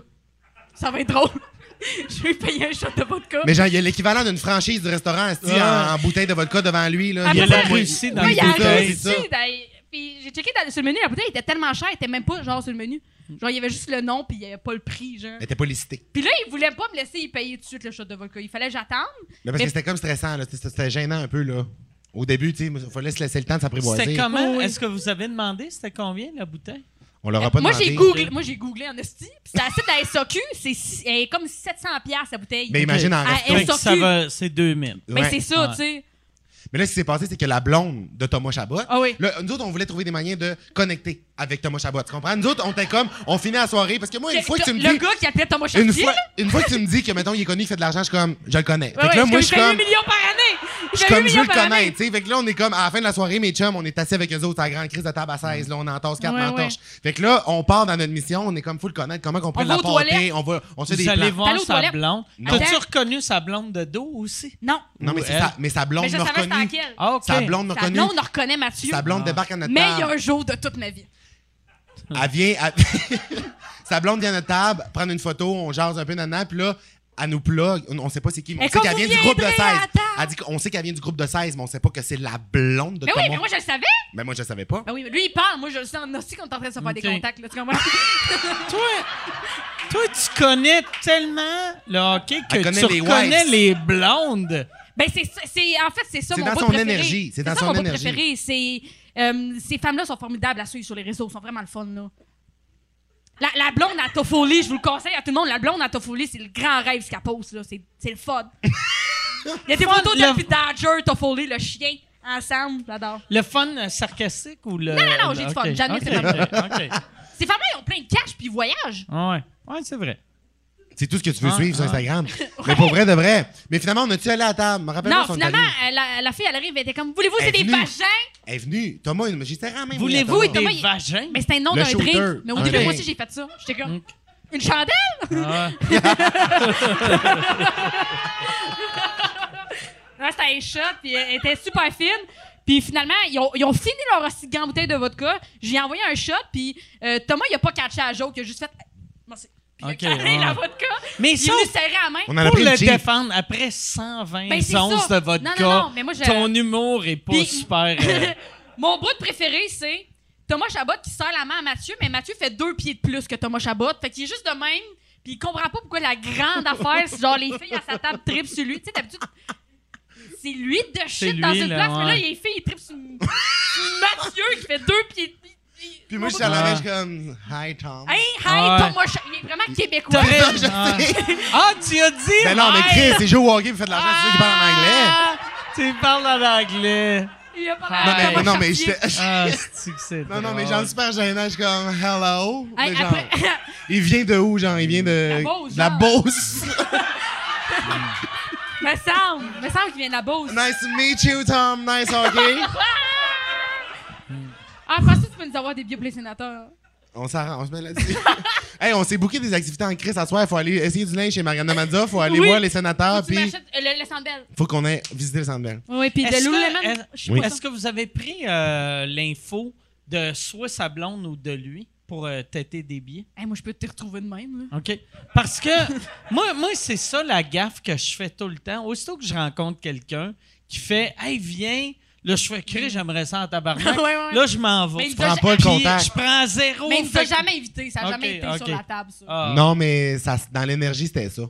[SPEAKER 6] Ça va être drôle. je vais lui payer un shot de vodka.
[SPEAKER 5] Mais genre, il y a l'équivalent d'une franchise du restaurant, esti,
[SPEAKER 1] Ouais.
[SPEAKER 5] en, en bouteille de vodka devant lui, là.
[SPEAKER 6] Après
[SPEAKER 1] Il a
[SPEAKER 6] Ah, ça,
[SPEAKER 1] la
[SPEAKER 6] il-
[SPEAKER 1] Russie dans
[SPEAKER 6] Ouais,
[SPEAKER 1] le
[SPEAKER 6] il y a
[SPEAKER 5] bouteille,
[SPEAKER 6] la Russie,
[SPEAKER 5] c'est ça.
[SPEAKER 6] d'ailleurs. Puis j'ai checké dans- sur le menu, la bouteille était tellement chère, elle était même pas genre sur le menu. Genre, il y avait juste le nom, puis il y avait pas le prix, genre.
[SPEAKER 5] Elle était pas licitée.
[SPEAKER 6] Puis là, il voulait pas me laisser y payer tout de suite le shot de vodka. Il fallait que j'attende.
[SPEAKER 5] Mais parce
[SPEAKER 6] Mais-
[SPEAKER 5] que c'était comme stressant, là. C'était c'était gênant un peu, là. Au début, tu sais, il fallait se laisser le temps de
[SPEAKER 1] C'était
[SPEAKER 5] s'apprivoiser.
[SPEAKER 1] comment?
[SPEAKER 6] Oui.
[SPEAKER 1] Est-ce que vous avez demandé c'était combien la bouteille?
[SPEAKER 5] On leur a pas
[SPEAKER 6] moi,
[SPEAKER 5] demandé.
[SPEAKER 6] j'ai googlé, moi, j'ai googlé en esti. Puis c'était assez de la SAQ, c'est si- elle est comme 700$ piastres, la bouteille.
[SPEAKER 5] Mais imagine en
[SPEAKER 6] Ah,
[SPEAKER 5] resto.
[SPEAKER 6] Elle
[SPEAKER 1] Fait que
[SPEAKER 6] sortit.
[SPEAKER 1] ça va, c'est 2000.
[SPEAKER 6] Mais
[SPEAKER 5] Ouais. Ah.
[SPEAKER 6] c'est ça,
[SPEAKER 1] Ouais.
[SPEAKER 6] tu sais.
[SPEAKER 5] Mais là, ce qui s'est passé, c'est que la blonde de Thomas Chabot,
[SPEAKER 6] Ah oui.
[SPEAKER 5] là, nous autres, on voulait trouver des moyens de connecter avec Thomas Chabot. Tu comprends? Nous autres, on était comme, on finit la soirée. Parce que moi, une fois que tu me
[SPEAKER 6] le
[SPEAKER 5] dis.
[SPEAKER 6] gars qui appelait Thomas Chartier,
[SPEAKER 5] Une fois,
[SPEAKER 6] là,
[SPEAKER 5] une fois que tu me dis que, mettons, il est connu, il fait de l'argent, je suis comme, je le connais. Fait
[SPEAKER 6] ouais,
[SPEAKER 5] que là,
[SPEAKER 6] ouais,
[SPEAKER 5] moi,
[SPEAKER 6] il
[SPEAKER 5] je suis
[SPEAKER 6] fait 8
[SPEAKER 5] comme,
[SPEAKER 6] millions par année. Il
[SPEAKER 5] je suis
[SPEAKER 6] fait 8
[SPEAKER 5] comme, je
[SPEAKER 6] millions
[SPEAKER 5] le
[SPEAKER 6] par année.
[SPEAKER 5] connais, tu sais. Fait que là, on est comme, à la fin de la soirée, mes chums, on est assis avec eux autres à la grande crise de table à 16, là, on entasse 4
[SPEAKER 6] Ouais, ouais.
[SPEAKER 5] torche. Fait que là, on part dans notre mission, on est comme, faut le connaître, comment qu'on peut
[SPEAKER 6] va aux
[SPEAKER 5] l'apporter,
[SPEAKER 6] toilettes.
[SPEAKER 5] on va, on se
[SPEAKER 1] Vous
[SPEAKER 5] fait des
[SPEAKER 1] allez
[SPEAKER 5] plans.
[SPEAKER 1] voir
[SPEAKER 6] T'allais aux
[SPEAKER 1] sa
[SPEAKER 6] toilettes?
[SPEAKER 1] blonde.
[SPEAKER 6] Non.
[SPEAKER 1] T'as-tu reconnu sa blonde de dos aussi?
[SPEAKER 6] Non.
[SPEAKER 5] Non, mais,
[SPEAKER 1] Ou
[SPEAKER 5] c'est
[SPEAKER 1] elle.
[SPEAKER 5] sa, mais sa blonde
[SPEAKER 6] Mais je
[SPEAKER 5] me
[SPEAKER 6] savais c'était
[SPEAKER 5] reconnue.
[SPEAKER 6] laquelle.
[SPEAKER 1] Ah, OK.
[SPEAKER 5] Sa blonde me
[SPEAKER 6] Ta
[SPEAKER 5] reconnue.
[SPEAKER 6] blonde, on reconnaît Mathieu.
[SPEAKER 5] Sa
[SPEAKER 1] Ah.
[SPEAKER 5] blonde débarque à notre
[SPEAKER 6] Mais il
[SPEAKER 5] table.
[SPEAKER 6] y a un jour de toute ma vie.
[SPEAKER 5] Elle vient. elle- Sa blonde vient à notre table, prendre une photo, on jase un peu nanan, puis là, elle nous plug. On, on sait pas c'est qui, mais
[SPEAKER 6] Mais
[SPEAKER 5] on sait
[SPEAKER 6] quand
[SPEAKER 5] qu'elle
[SPEAKER 6] vous
[SPEAKER 5] vient du groupe de
[SPEAKER 6] viendrez
[SPEAKER 5] 16.
[SPEAKER 6] à la table.
[SPEAKER 5] Elle dit qu'on sait qu'elle vient du groupe de 16, mais on sait pas que c'est la blonde de
[SPEAKER 6] Mais oui,
[SPEAKER 5] Thomas.
[SPEAKER 6] mais moi, je le savais.
[SPEAKER 5] Mais moi, je savais pas.
[SPEAKER 6] Ben oui, mais lui, il parle. Moi, je le sais en aussi qu'on est en train de se faire des
[SPEAKER 1] Ok.
[SPEAKER 6] contacts, là, tu comprends?
[SPEAKER 1] Toi, toi, tu connais tellement le hockey que
[SPEAKER 5] Elle
[SPEAKER 1] tu
[SPEAKER 5] connaît les
[SPEAKER 1] reconnais
[SPEAKER 5] wives.
[SPEAKER 1] les blondes.
[SPEAKER 6] Ben, c'est, ça- c'est, en fait, c'est ça
[SPEAKER 5] C'est
[SPEAKER 6] mon
[SPEAKER 5] dans
[SPEAKER 6] bout
[SPEAKER 5] son
[SPEAKER 6] préféré.
[SPEAKER 5] énergie, c'est dans
[SPEAKER 6] ça
[SPEAKER 5] son
[SPEAKER 6] mon bout
[SPEAKER 5] énergie.
[SPEAKER 6] préféré. C'est, euh, ces femmes-là sont formidables à suivre sur les réseaux. Elles sont vraiment le fun, là. La, la blonde à Toffoli, je vous le conseille à tout le monde. La blonde à Toffoli, c'est le grand rêve ce qu'elle pose, là. C'est, c'est le fun. Il y a des
[SPEAKER 1] Fun,
[SPEAKER 6] photos
[SPEAKER 1] le-
[SPEAKER 6] de puis Dodger, Toffoli, le chien, ensemble. J'adore.
[SPEAKER 1] Le fun euh, sarcastique ou le.
[SPEAKER 6] non, non, j'ai du
[SPEAKER 1] OK,
[SPEAKER 6] fun. J'admets
[SPEAKER 1] OK,
[SPEAKER 6] que c'est pas
[SPEAKER 1] OK.
[SPEAKER 6] Ces femmes-là, ils ont plein de cash puis ils voyagent.
[SPEAKER 1] Ah Ouais, ouais c'est vrai.
[SPEAKER 5] C'est tout ce que tu veux
[SPEAKER 1] Ah,
[SPEAKER 5] suivre sur
[SPEAKER 1] ah.
[SPEAKER 5] Instagram. Mais pour vrai, de vrai. Mais finalement, on a-tu allé à la table? Me rappelle
[SPEAKER 6] Non,
[SPEAKER 5] pas si on est
[SPEAKER 6] finalement,
[SPEAKER 5] allé.
[SPEAKER 6] euh, la, la fille, elle arrive, elle était comme Voulez-vous,
[SPEAKER 5] Elle
[SPEAKER 6] c'est
[SPEAKER 5] est
[SPEAKER 6] des
[SPEAKER 5] venue.
[SPEAKER 6] vagins?
[SPEAKER 5] Elle est venue. Thomas, il- j'étais vraiment. aimé,
[SPEAKER 1] Voulez-vous
[SPEAKER 5] Thomas.
[SPEAKER 1] des
[SPEAKER 6] Thomas, il-
[SPEAKER 1] vagins?
[SPEAKER 6] Mais c'était un nom
[SPEAKER 5] Le
[SPEAKER 6] d'un drink.
[SPEAKER 5] shooter,
[SPEAKER 6] Mais au
[SPEAKER 5] un
[SPEAKER 6] début, moi
[SPEAKER 5] drink.
[SPEAKER 6] aussi, j'ai fait ça. J'étais comme Une chandelle?
[SPEAKER 1] Ah.
[SPEAKER 6] Ouais, c'était un shot, puis elle était super fine. Puis finalement, ils ont, ils ont fini leur hostie de grande bouteille de vodka. J'ai envoyé un shot, puis euh, Thomas, il a pas catché à la joke, il a juste fait. Merci. Puis
[SPEAKER 1] Ok,
[SPEAKER 6] il a calé
[SPEAKER 1] ouais.
[SPEAKER 6] la vodka.
[SPEAKER 1] Mais
[SPEAKER 6] Il
[SPEAKER 1] ça,
[SPEAKER 6] est venu serrer la main.
[SPEAKER 5] On en a
[SPEAKER 1] pour
[SPEAKER 5] pris
[SPEAKER 1] le
[SPEAKER 5] une cheap.
[SPEAKER 1] défendre après 120
[SPEAKER 6] Ben, c'est ça.
[SPEAKER 1] onces de vodka,
[SPEAKER 6] Non, non, non, mais moi, je-
[SPEAKER 1] ton humour est pas
[SPEAKER 6] Puis-
[SPEAKER 1] super. euh,
[SPEAKER 6] Mon bout préféré, c'est Thomas Chabot qui serre la main à Mathieu, mais Mathieu fait deux pieds de plus que Thomas Chabot. Fait qu'il est juste de même, puis il comprend pas pourquoi la grande affaire, c'est genre les filles à sa table tripent sur lui. Tu sais, d'habitude, c'est lui de
[SPEAKER 1] C'est
[SPEAKER 6] shit dans
[SPEAKER 1] lui,
[SPEAKER 6] une
[SPEAKER 1] là,
[SPEAKER 6] place, mais là,
[SPEAKER 1] ouais.
[SPEAKER 6] les filles, ils tripent sur sur Mathieu qui fait deux pieds de
[SPEAKER 5] Puis moi, je suis à la main, je suis comme. Hi, Tom.
[SPEAKER 6] Hey, hi,
[SPEAKER 1] Ah Ouais.
[SPEAKER 6] Thomas Chabot. Il est vraiment québécois.
[SPEAKER 1] T'aurais-
[SPEAKER 5] Je sais.
[SPEAKER 1] Ah, tu as dit!
[SPEAKER 5] Mais Ben non, mais
[SPEAKER 1] Mike!
[SPEAKER 6] Ah.
[SPEAKER 5] Chris, c'est Joe Walker, il fait de l'argent, c'est sûr qu'il parle en anglais.
[SPEAKER 1] Ah! Tu parles en anglais.
[SPEAKER 6] Il a
[SPEAKER 1] Non,
[SPEAKER 6] parlé
[SPEAKER 1] mais-
[SPEAKER 6] à
[SPEAKER 5] Non, mais,
[SPEAKER 6] je
[SPEAKER 5] j'étais-
[SPEAKER 1] Ah, c'est que c'est
[SPEAKER 5] non, non, mais
[SPEAKER 1] drôle.
[SPEAKER 5] genre super gênant, je suis comme hello. Mais genre,
[SPEAKER 6] après,
[SPEAKER 5] Il vient de où, genre? Il vient de.
[SPEAKER 6] La Beauce,
[SPEAKER 5] de la
[SPEAKER 6] genre.
[SPEAKER 5] Beauce.
[SPEAKER 6] me semble, me semble qu'il vient de la Beauce.
[SPEAKER 5] nice to meet you, Tom. Nice hockey.
[SPEAKER 6] Ah, je pense que tu peux nous avoir des bio pour les sénateurs.
[SPEAKER 5] on s'arrange, mais là-dessus. hey, on s'est booké des activités en crise à soir. Faut aller essayer du linge chez Mariana Mazza. Faut aller
[SPEAKER 6] Oui.
[SPEAKER 5] voir les sénateurs.
[SPEAKER 6] tu
[SPEAKER 5] Ah, Puis
[SPEAKER 6] m'achètes euh, le, le Sandbell.
[SPEAKER 5] faut qu'on aille visiter le centre Bell.
[SPEAKER 6] Oui, puis
[SPEAKER 1] Est-ce
[SPEAKER 6] de
[SPEAKER 1] que,
[SPEAKER 6] Lululemon.
[SPEAKER 1] est- je suis
[SPEAKER 5] Oui.
[SPEAKER 1] pas- est-ce que vous avez pris euh, l'info de soit sa blonde ou de lui pour euh, têter des billets?
[SPEAKER 6] Eh, moi, je peux te retrouver de même. Là.
[SPEAKER 1] OK. Parce que moi, moi c'est ça la gaffe que je fais tout le temps. Aussitôt que je rencontre quelqu'un qui fait Hey, viens, là, je fais crier, j'aimerais ça en tabarnak.
[SPEAKER 6] Ouais, ouais.
[SPEAKER 1] Là, je m'en vais.
[SPEAKER 6] Mais
[SPEAKER 1] Puis
[SPEAKER 6] il t'a
[SPEAKER 5] Prends pas le
[SPEAKER 1] Je
[SPEAKER 5] contact.
[SPEAKER 1] prends zéro.
[SPEAKER 6] Mais il ne t'a
[SPEAKER 1] fait que-
[SPEAKER 6] jamais invité. Ça n'a
[SPEAKER 1] Ok,
[SPEAKER 6] jamais été
[SPEAKER 1] ok.
[SPEAKER 6] sur la table, ça.
[SPEAKER 1] Ah.
[SPEAKER 5] Non, mais ça, dans l'énergie, c'était ça.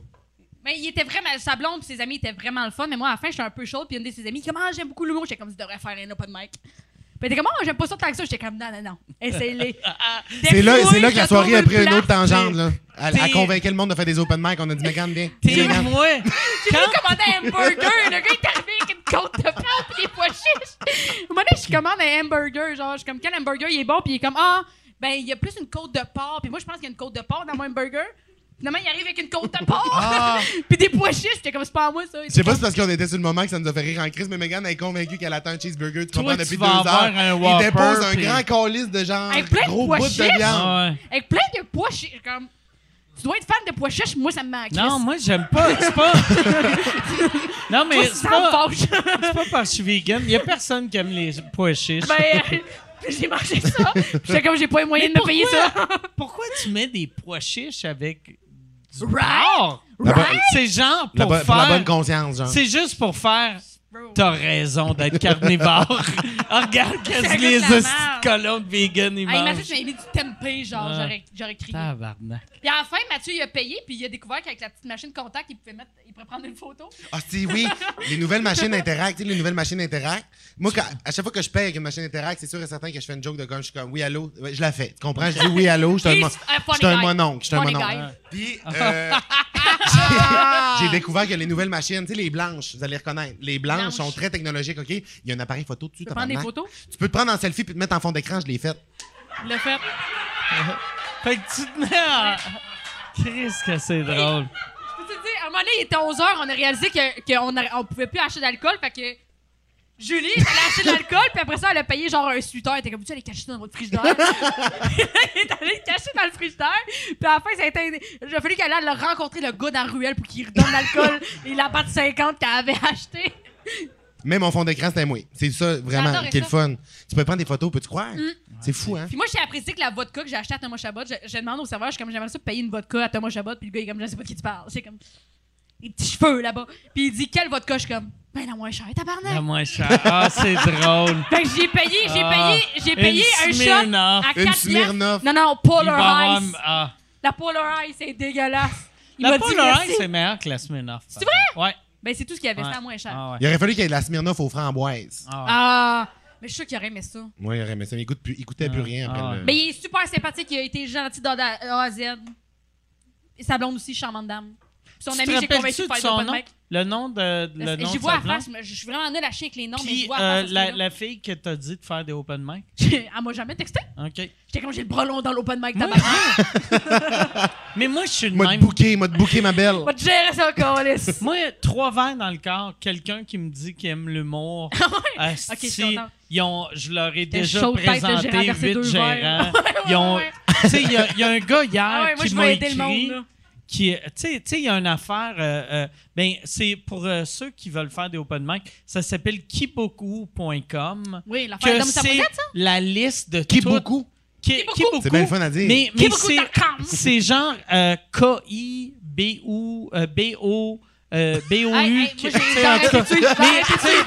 [SPEAKER 6] Mais il était vraiment. Sa blonde et ses amis étaient vraiment le fun. Mais moi, à la fin, j'étais un peu chaude. Puis une de ses amies, comment j'aime beaucoup l'humour. J'étais comme, tu devrais faire un open mic. Puis elle était comme, oh, j'aime pas ça tant que ça. J'étais comme, non, non, non. Essaye-les.
[SPEAKER 5] C'est là,
[SPEAKER 6] Défouille,
[SPEAKER 5] c'est là que
[SPEAKER 6] je
[SPEAKER 5] la soirée a
[SPEAKER 6] trouve
[SPEAKER 5] pris une
[SPEAKER 6] le
[SPEAKER 5] autre
[SPEAKER 6] plat.
[SPEAKER 5] tangente. Là. Elle,
[SPEAKER 1] T'es-
[SPEAKER 5] elle convainquait le monde de faire des open mic. On a dit, mais quand bien.
[SPEAKER 1] T'es
[SPEAKER 5] Regarde.
[SPEAKER 1] moi.
[SPEAKER 6] J'ai commandé un hamburger. Le gars, il est arrivé avec une côte de porc et des pois chiches. Moi, là, je commande un hamburger. Genre, je suis comme, quel hamburger il est bon? Puis il est comme, ah, ben, il y a plus une côte de porc. Puis moi, je pense qu'il y a une côte de porc dans mon hamburger. Finalement, il arrive avec une côte de porc.
[SPEAKER 1] Ah.
[SPEAKER 6] puis des pois chiches. J'étais comme, c'est pas à moi, ça.
[SPEAKER 5] Je sais pas si c'est parce qu'on était sur le moment que ça nous a fait rire en crise, mais Megan est convaincue qu'elle attend un cheeseburger tu
[SPEAKER 1] Toi,
[SPEAKER 5] comprends,
[SPEAKER 1] tu
[SPEAKER 5] depuis deux
[SPEAKER 1] vas avoir
[SPEAKER 5] heures.
[SPEAKER 1] un
[SPEAKER 5] Il dépose
[SPEAKER 1] Whopper,
[SPEAKER 5] un
[SPEAKER 1] puis-
[SPEAKER 5] grand colis de genre
[SPEAKER 6] Hey, plein de
[SPEAKER 5] gros
[SPEAKER 6] pois
[SPEAKER 5] bout
[SPEAKER 6] chiches.
[SPEAKER 5] de viande.
[SPEAKER 1] Ah ouais.
[SPEAKER 6] Avec plein de pois chiches. Comme, tu dois être fan de pois chiches. Moi, ça me manque.
[SPEAKER 1] Non, moi, j'aime pas. C'est pas. non, mais
[SPEAKER 6] mais
[SPEAKER 1] c'est pas,
[SPEAKER 6] fâche.
[SPEAKER 1] c'est pas parce que je suis vegan. Il y a personne qui aime les pois chiches.
[SPEAKER 6] ben, euh, j'ai mangé ça. J'étais comme, j'ai pas les moyens de me payer ça.
[SPEAKER 1] Pourquoi Ah tu mets des pois chiches avec du
[SPEAKER 6] Right?
[SPEAKER 1] porc?
[SPEAKER 5] La bo-
[SPEAKER 1] C'est genre
[SPEAKER 5] La
[SPEAKER 1] pour
[SPEAKER 5] bo-
[SPEAKER 1] faire...
[SPEAKER 5] pour la bonne conscience, genre.
[SPEAKER 1] C'est juste pour faire...
[SPEAKER 6] Bro.
[SPEAKER 1] T'as raison d'être carnivore. Ah, regarde qu'est-ce
[SPEAKER 6] Ça
[SPEAKER 1] que les
[SPEAKER 6] goûte la
[SPEAKER 1] hosties
[SPEAKER 6] merde.
[SPEAKER 1] de colons de vegan, ils
[SPEAKER 6] Hey, imagine,
[SPEAKER 1] mangent.
[SPEAKER 6] j'avais mis du tempeh, genre,
[SPEAKER 1] Ah.
[SPEAKER 6] j'aurais- j'aurais crié.
[SPEAKER 1] Tabarnak.
[SPEAKER 6] Puis à la fin, Mathieu, il a payé, puis il a découvert qu'avec la petite machine contact, il pouvait, mettre, il pouvait prendre une photo.
[SPEAKER 5] Ah, si, oui. Les nouvelles machines Interact, tu sais, les nouvelles machines Interact. Moi, quand- à chaque fois que je paye avec une machine Interact, c'est sûr et certain que je fais une joke de comme, je suis comme, oui, allô. Ouais, Je la fais. Tu comprends? Je dis oui, allô. Je suis un,
[SPEAKER 6] He's
[SPEAKER 5] mon-
[SPEAKER 6] a euh, funny
[SPEAKER 5] je suis un
[SPEAKER 6] guy.
[SPEAKER 5] mononcle. Je suis un
[SPEAKER 6] Funny
[SPEAKER 5] mononcle.
[SPEAKER 6] guy.
[SPEAKER 5] Puis, euh, j'ai découvert que les nouvelles machines, tu sais, les blanches, vous allez reconnaître, les blanches
[SPEAKER 6] Blanches.
[SPEAKER 5] sont très technologiques, OK? Il y a un appareil photo dessus,
[SPEAKER 6] Tu peux prendre des
[SPEAKER 5] tabarnak.
[SPEAKER 6] photos,
[SPEAKER 5] Tu peux te prendre en selfie puis te mettre en fond d'écran, je l'ai fait.
[SPEAKER 6] le faire.
[SPEAKER 1] Fait que tu te mets à... Chris, que c'est drôle.
[SPEAKER 6] Je peux te dire, à un moment donné, il était 11h, on a réalisé qu'on on pouvait plus acheter d'alcool, fait que Julie, elle a acheté de l'alcool, puis après ça, elle a payé genre un suiteur. Elle était comme, tu allais cacher dans votre frigidaire. elle est allée le cacher dans le frigidaire, puis à la fin, ça a été. Il a fallu qu'elle aille le rencontrer le gars dans la ruelle pour qu'il redonne l'alcool et la pâte 50 qu'elle avait acheté.
[SPEAKER 5] Mais mon fond d'écran, c'était moi. C'est ça, vraiment,
[SPEAKER 6] J'adorais
[SPEAKER 5] qui est le
[SPEAKER 6] ça.
[SPEAKER 5] fun. Tu peux prendre des photos, peux-tu croire? C'est fou, hein?
[SPEAKER 6] Puis moi, j'ai apprécié que la vodka que j'ai achetée à Thomas Chabot, je, je demande au serveur, je suis comme, j'aimerais ça payer une vodka à Thomas Chabot, puis le gars, il est comme, je sais pas de qui tu parles. C'est comme, les petits cheveux là-bas. Puis il dit, quelle vodka? Je suis comme, ben la moins chère,
[SPEAKER 1] La
[SPEAKER 6] tabarnak.
[SPEAKER 1] moins chère. Ah, c'est drôle.
[SPEAKER 6] Fait que j'ai payé, j'ai
[SPEAKER 1] Ah,
[SPEAKER 6] payé, j'ai payé
[SPEAKER 1] une
[SPEAKER 6] un shot
[SPEAKER 1] Smirnoff.
[SPEAKER 6] à
[SPEAKER 5] Une
[SPEAKER 6] 4
[SPEAKER 5] Smirnoff.
[SPEAKER 6] Non, non,
[SPEAKER 1] Il va avoir-
[SPEAKER 6] Polar Ice.
[SPEAKER 1] Ah.
[SPEAKER 6] La Polar Ice, c'est dégueulasse. Il
[SPEAKER 1] La
[SPEAKER 6] m'a dit
[SPEAKER 1] Polar
[SPEAKER 6] merci.
[SPEAKER 1] Ice, c'est meilleur que la Smirnoff.
[SPEAKER 6] C'est vrai?
[SPEAKER 1] Ouais.
[SPEAKER 6] Ben c'est tout ce qu'il y avait,
[SPEAKER 1] ouais.
[SPEAKER 6] c'était la moins chère.
[SPEAKER 1] Ah, ouais.
[SPEAKER 5] Il aurait fallu qu'il y ait de la Smirnoff aux framboises.
[SPEAKER 1] Ah, ouais.
[SPEAKER 6] Ah, mais je suis sûr qu'il aurait aimé ça.
[SPEAKER 5] Moi, il aurait aimé ça, mais il goûte plus- il goûtait plus rien après
[SPEAKER 1] Ah.
[SPEAKER 5] le-
[SPEAKER 6] Mais il est super sympathique, il a été gentil d'A à- à Z. Et sa blonde aussi, charmante dame. Puis son
[SPEAKER 1] Tu
[SPEAKER 6] ami,
[SPEAKER 1] te
[SPEAKER 6] j'ai convaincu
[SPEAKER 1] rappelles-tu
[SPEAKER 6] de
[SPEAKER 1] de
[SPEAKER 6] faire
[SPEAKER 1] son
[SPEAKER 6] son
[SPEAKER 1] nom?
[SPEAKER 6] mic.
[SPEAKER 1] Le nom de, de- le nom
[SPEAKER 6] J'y
[SPEAKER 1] de
[SPEAKER 6] vois
[SPEAKER 1] sa
[SPEAKER 6] à
[SPEAKER 1] blonde?
[SPEAKER 6] face, mais je je suis vraiment nulle à chier avec les noms, mais je
[SPEAKER 1] Puis
[SPEAKER 6] vois
[SPEAKER 1] euh,
[SPEAKER 6] à face.
[SPEAKER 1] la,
[SPEAKER 6] à ce
[SPEAKER 1] la fille que t'as dit de faire des open mic.
[SPEAKER 6] moment-là. Elle m'a jamais texté.
[SPEAKER 1] OK.
[SPEAKER 6] J'étais comme j'ai le bras long dans l'open mic,
[SPEAKER 1] Moi,
[SPEAKER 6] tabarnak.
[SPEAKER 1] Mais moi, je suis le
[SPEAKER 5] Moi, de
[SPEAKER 1] même.
[SPEAKER 5] bouquet, moi, de bouquet, ma belle.
[SPEAKER 6] Va te gérer ça, Colis.
[SPEAKER 1] Moi, trois verres dans le corps, quelqu'un qui me dit qu'il aime l'humour. asti,
[SPEAKER 6] Ah Ok, je suis contente.
[SPEAKER 1] ils ont, je leur ai
[SPEAKER 6] T'es
[SPEAKER 1] déjà
[SPEAKER 6] chaud de tête, le gérant a
[SPEAKER 1] présenté
[SPEAKER 6] versé
[SPEAKER 1] huit
[SPEAKER 6] deux
[SPEAKER 1] gérants.
[SPEAKER 6] verres. Ouais, ouais,
[SPEAKER 1] Ils ont-
[SPEAKER 6] ouais.
[SPEAKER 1] Tu sais, il y, a- il y a un gars hier
[SPEAKER 6] Ah ouais, moi,
[SPEAKER 1] qui
[SPEAKER 6] je
[SPEAKER 1] m'a
[SPEAKER 6] vais aider
[SPEAKER 1] écrit.
[SPEAKER 6] le monde. là.
[SPEAKER 1] qui euh, tu sais tu sais, il y a une affaire euh, euh, ben c'est pour euh, ceux qui veulent faire des open mic ça s'appelle kiboku.com
[SPEAKER 6] Oui, l'affaire
[SPEAKER 1] que
[SPEAKER 6] d'homme, ça
[SPEAKER 1] c'est
[SPEAKER 6] peut-être ça?
[SPEAKER 1] la liste de
[SPEAKER 5] Qui
[SPEAKER 1] tout-
[SPEAKER 5] beaucoup?
[SPEAKER 1] Ki-
[SPEAKER 6] Kiboku.
[SPEAKER 1] Kiboku.
[SPEAKER 5] C'est bien le fun à dire.
[SPEAKER 1] mais, mais
[SPEAKER 6] Kiboku
[SPEAKER 1] c'est
[SPEAKER 6] dot com.
[SPEAKER 1] c'est genre euh, K I B U euh, B O euh, B O
[SPEAKER 6] Hey,
[SPEAKER 1] U
[SPEAKER 6] hey,
[SPEAKER 1] qui- tu
[SPEAKER 6] moi, j'ai-
[SPEAKER 1] sais,
[SPEAKER 6] j'ai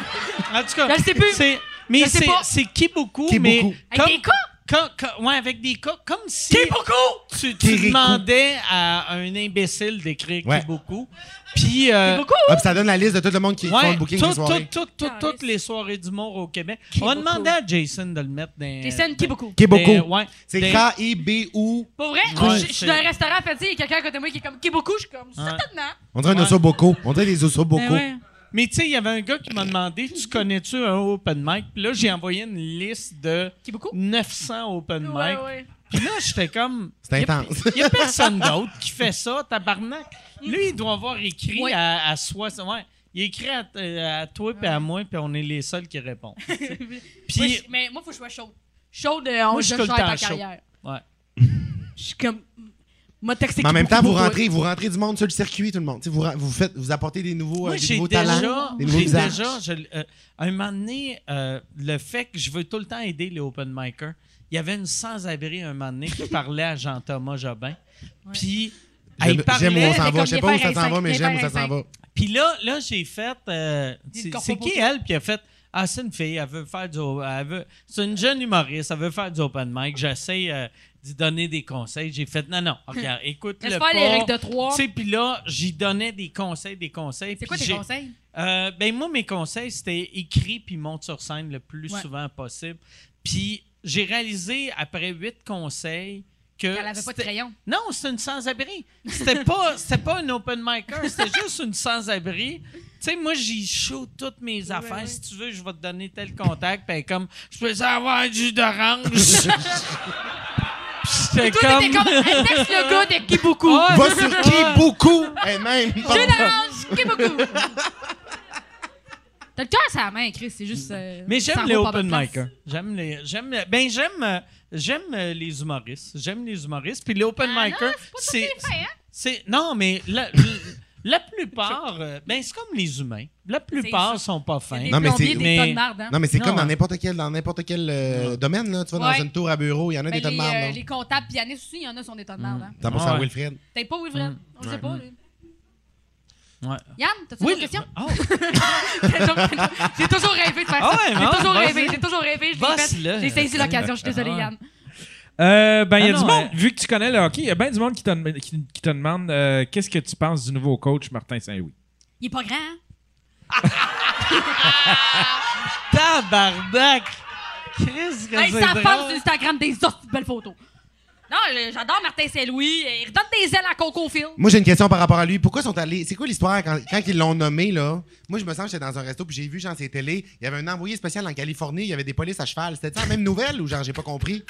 [SPEAKER 1] en tout cas mais tu sais, en tout cas
[SPEAKER 6] arrêté de suivre, j'ai arrêté de Je le sais plus.
[SPEAKER 1] c'est mais
[SPEAKER 6] le sais
[SPEAKER 1] c'est
[SPEAKER 6] pas.
[SPEAKER 1] c'est kiboku,
[SPEAKER 5] Kiboku.
[SPEAKER 1] mais
[SPEAKER 6] Avec des cas?
[SPEAKER 1] co- co- ouais, avec des cas comme si tu, tu
[SPEAKER 5] Kirikou.
[SPEAKER 1] demandais à un imbécile d'écrire
[SPEAKER 5] Ouais.
[SPEAKER 1] Kiboku. Puis euh,
[SPEAKER 6] Kiboku?
[SPEAKER 5] Ah, puis ça donne la liste de tout le monde qui font
[SPEAKER 1] ouais,
[SPEAKER 5] le booking
[SPEAKER 1] tout-
[SPEAKER 5] des soirées.
[SPEAKER 1] tout- tout- tout- toutes
[SPEAKER 6] Nice.
[SPEAKER 1] les soirées d'humour au Québec.
[SPEAKER 6] Kiboku.
[SPEAKER 1] On demandait à Jason de le mettre dans
[SPEAKER 6] Jason, qui beaucoup?
[SPEAKER 5] Qui beaucoup?
[SPEAKER 1] ouais,
[SPEAKER 5] C'est
[SPEAKER 1] des-
[SPEAKER 5] K-I-B-O.
[SPEAKER 6] Pas vrai?
[SPEAKER 1] Ouais,
[SPEAKER 6] je, je suis
[SPEAKER 1] c'est-
[SPEAKER 6] dans un restaurant, fait, tu sais, il y a quelqu'un à côté de moi qui est comme, qui est beaucoup? Je suis comme, certainement.
[SPEAKER 5] On dirait un
[SPEAKER 1] Ouais.
[SPEAKER 5] osso boko. On dirait des osso boko.
[SPEAKER 6] Ben ouais.
[SPEAKER 1] Mais tu sais, il y avait un gars qui m'a demandé Tu connais-tu un open mic Puis là, j'ai envoyé une liste de
[SPEAKER 6] Qui est beaucoup?
[SPEAKER 1] 900 open mic.
[SPEAKER 6] Ouais, ouais.
[SPEAKER 1] Puis là, j'étais comme.
[SPEAKER 5] C'est
[SPEAKER 1] y a-
[SPEAKER 5] intense.
[SPEAKER 1] Il n'y a, personne d'autre qui fait ça, tabarnak. Lui, il doit avoir écrit
[SPEAKER 6] Ouais.
[SPEAKER 1] à, à soi. Ouais. Il écrit à, euh, à toi puis à moi, puis on est les seuls qui répondent. tu sais.
[SPEAKER 6] Moi,
[SPEAKER 1] Puis,
[SPEAKER 6] je- mais moi, faut que je sois chaude. Chaude, euh, on
[SPEAKER 1] Moi, je suis
[SPEAKER 6] je
[SPEAKER 1] tout le
[SPEAKER 6] gère ta
[SPEAKER 1] temps chaude.
[SPEAKER 6] carrière.
[SPEAKER 1] ouais.
[SPEAKER 6] Je suis comme. M'a texté
[SPEAKER 5] Mais en
[SPEAKER 6] qui
[SPEAKER 5] même temps,
[SPEAKER 6] beaucoup,
[SPEAKER 5] vous
[SPEAKER 6] beaucoup.
[SPEAKER 5] rentrez, vous rentrez du monde sur le circuit, tout le monde. Tu sais, Vous, ra- vous, faites, vous apportez des nouveaux,
[SPEAKER 1] Moi,
[SPEAKER 5] euh, des
[SPEAKER 1] j'ai
[SPEAKER 5] nouveaux
[SPEAKER 1] déjà,
[SPEAKER 5] talents, des nouveaux
[SPEAKER 1] j'ai
[SPEAKER 5] visages.
[SPEAKER 1] déjà, je l- euh, à un moment donné, euh, le fait que je veux tout le temps aider les open micers, il y avait une sans-abri un moment donné qui parlait à Jean-Thomas Jobin. Puis, elle
[SPEAKER 5] J'aime j'aime où
[SPEAKER 1] parlait-
[SPEAKER 5] on s'en
[SPEAKER 6] mais
[SPEAKER 5] va.
[SPEAKER 6] comme
[SPEAKER 5] Je sais
[SPEAKER 6] les
[SPEAKER 5] pas où
[SPEAKER 6] faire
[SPEAKER 5] ça s'en va, mais
[SPEAKER 6] les
[SPEAKER 5] j'aime où
[SPEAKER 6] faire
[SPEAKER 5] ça s'en va.
[SPEAKER 1] Puis là, là j'ai fait. euh,
[SPEAKER 6] Dis
[SPEAKER 1] c'est
[SPEAKER 6] le corpo
[SPEAKER 1] c'est qui
[SPEAKER 6] pour
[SPEAKER 1] elle? Puis elle a fait. Ah, c'est une fille, elle veut faire du. elle veut- c'est une jeune humoriste, elle veut faire du open mic. J'essaie euh, d'y donner des conseils. J'ai fait. Non, non, regarde, écoute.
[SPEAKER 6] Laisse
[SPEAKER 1] le
[SPEAKER 6] faire les
[SPEAKER 1] pas.
[SPEAKER 6] règles de trois.
[SPEAKER 1] Tu sais, puis là, j'y donnais des conseils, des conseils.
[SPEAKER 6] C'est quoi
[SPEAKER 1] puis
[SPEAKER 6] tes
[SPEAKER 1] j'ai-
[SPEAKER 6] conseils?
[SPEAKER 1] euh, ben moi, mes conseils, c'était écrit puis monte sur scène le plus
[SPEAKER 6] Ouais.
[SPEAKER 1] souvent possible. Puis j'ai réalisé après huit conseils que.
[SPEAKER 6] Qu'elle avait pas de
[SPEAKER 1] Euh, c'était-
[SPEAKER 6] crayon.
[SPEAKER 1] Non, c'est une sans-abri. C'était pas, c'était pas une open micer, c'était juste une sans-abri. Tu sais, moi, j'y show toutes mes affaires.
[SPEAKER 6] ouais.
[SPEAKER 1] Si tu veux, je vais te donner tel contact. Puis elle est comme, je peux avoir du jus d'orange. Puis j'étais
[SPEAKER 6] Toi, t'étais comme.
[SPEAKER 1] comme.
[SPEAKER 6] Elle texte le gars de Kibuku.
[SPEAKER 1] Ah,
[SPEAKER 5] Va sur qui beaucoup? Eh, même.
[SPEAKER 6] Jeu d'orange, Kibuku. T'as le cœur sur la main, Chris. C'est juste. euh,
[SPEAKER 1] Mais
[SPEAKER 6] ça
[SPEAKER 1] j'aime
[SPEAKER 6] va
[SPEAKER 1] les
[SPEAKER 6] pas à
[SPEAKER 1] open hein.
[SPEAKER 6] bonne place.
[SPEAKER 1] micers. J'aime les j'aime ben j'aime euh, j'aime euh, les humoristes. J'aime les humoristes puis les open
[SPEAKER 6] Ah non,
[SPEAKER 1] micers
[SPEAKER 6] c'est pas tous les faits, hein?
[SPEAKER 1] c'est non mais la, la plupart euh, ben c'est comme les humains. La plupart sont pas fins.
[SPEAKER 6] Des
[SPEAKER 5] Non, mais c'est-
[SPEAKER 6] plombiers,
[SPEAKER 1] mais-
[SPEAKER 6] des tas de marde, hein?
[SPEAKER 5] Non, mais c'est
[SPEAKER 1] Non,
[SPEAKER 5] comme dans
[SPEAKER 1] hein.
[SPEAKER 5] n'importe quel, dans n'importe quel euh, domaine. Là. Tu vas
[SPEAKER 6] Ouais.
[SPEAKER 5] dans une tour à bureau, il y en a des
[SPEAKER 6] Ben,
[SPEAKER 5] tas de
[SPEAKER 6] les,
[SPEAKER 5] marde,
[SPEAKER 6] euh,
[SPEAKER 5] là.
[SPEAKER 6] les comptables pianistes aussi, il y en a sont des tas de
[SPEAKER 1] Mm.
[SPEAKER 6] merde. Hein.
[SPEAKER 5] 100%
[SPEAKER 1] Ouais.
[SPEAKER 5] Wilfred.
[SPEAKER 6] T'es pas Wilfred? On le sait pas. lui.
[SPEAKER 1] Mm. Ouais.
[SPEAKER 6] Yann, t'as-tu
[SPEAKER 1] Oui,
[SPEAKER 6] une question?
[SPEAKER 1] le- oh,
[SPEAKER 6] j'ai toujours rêvé de faire
[SPEAKER 1] Ah
[SPEAKER 6] ça.
[SPEAKER 1] ouais, non,
[SPEAKER 6] j'ai toujours
[SPEAKER 1] vas-y.
[SPEAKER 6] rêvé, j'ai toujours rêvé. Je l'ai
[SPEAKER 1] Bosse-le.
[SPEAKER 6] fait. J'ai saisi l'occasion, je suis désolée,
[SPEAKER 1] Ah ouais.
[SPEAKER 6] Yann.
[SPEAKER 7] Euh, ben, il y a
[SPEAKER 1] Ah
[SPEAKER 7] du
[SPEAKER 1] non,
[SPEAKER 7] monde,
[SPEAKER 1] euh,
[SPEAKER 7] vu que tu connais le hockey, il y a bien du monde qui te, dem- qui, qui te demande euh, qu'est-ce que tu penses du nouveau coach Martin Saint-Louis.
[SPEAKER 6] Il est pas grand, hein?
[SPEAKER 1] tabarnak. Qu'est-ce que
[SPEAKER 6] Hey,
[SPEAKER 1] c'est
[SPEAKER 6] sa
[SPEAKER 1] drôle.
[SPEAKER 6] femme sur Instagram, des autres belles photos. Non, je- j'adore Martin Saint-Louis. euh, Il redonne des ailes à Coco Phil.
[SPEAKER 5] Moi, j'ai une question par rapport à lui. Pourquoi sont allés. C'est quoi l'histoire quand, quand ils l'ont nommé, là? Moi, je me sens que j'étais dans un resto, puis j'ai vu, genre, ces télé. Il y avait un envoyé spécial en Californie, il y avait des polices à cheval. C'était ça la même nouvelle ou, genre, j'ai pas compris?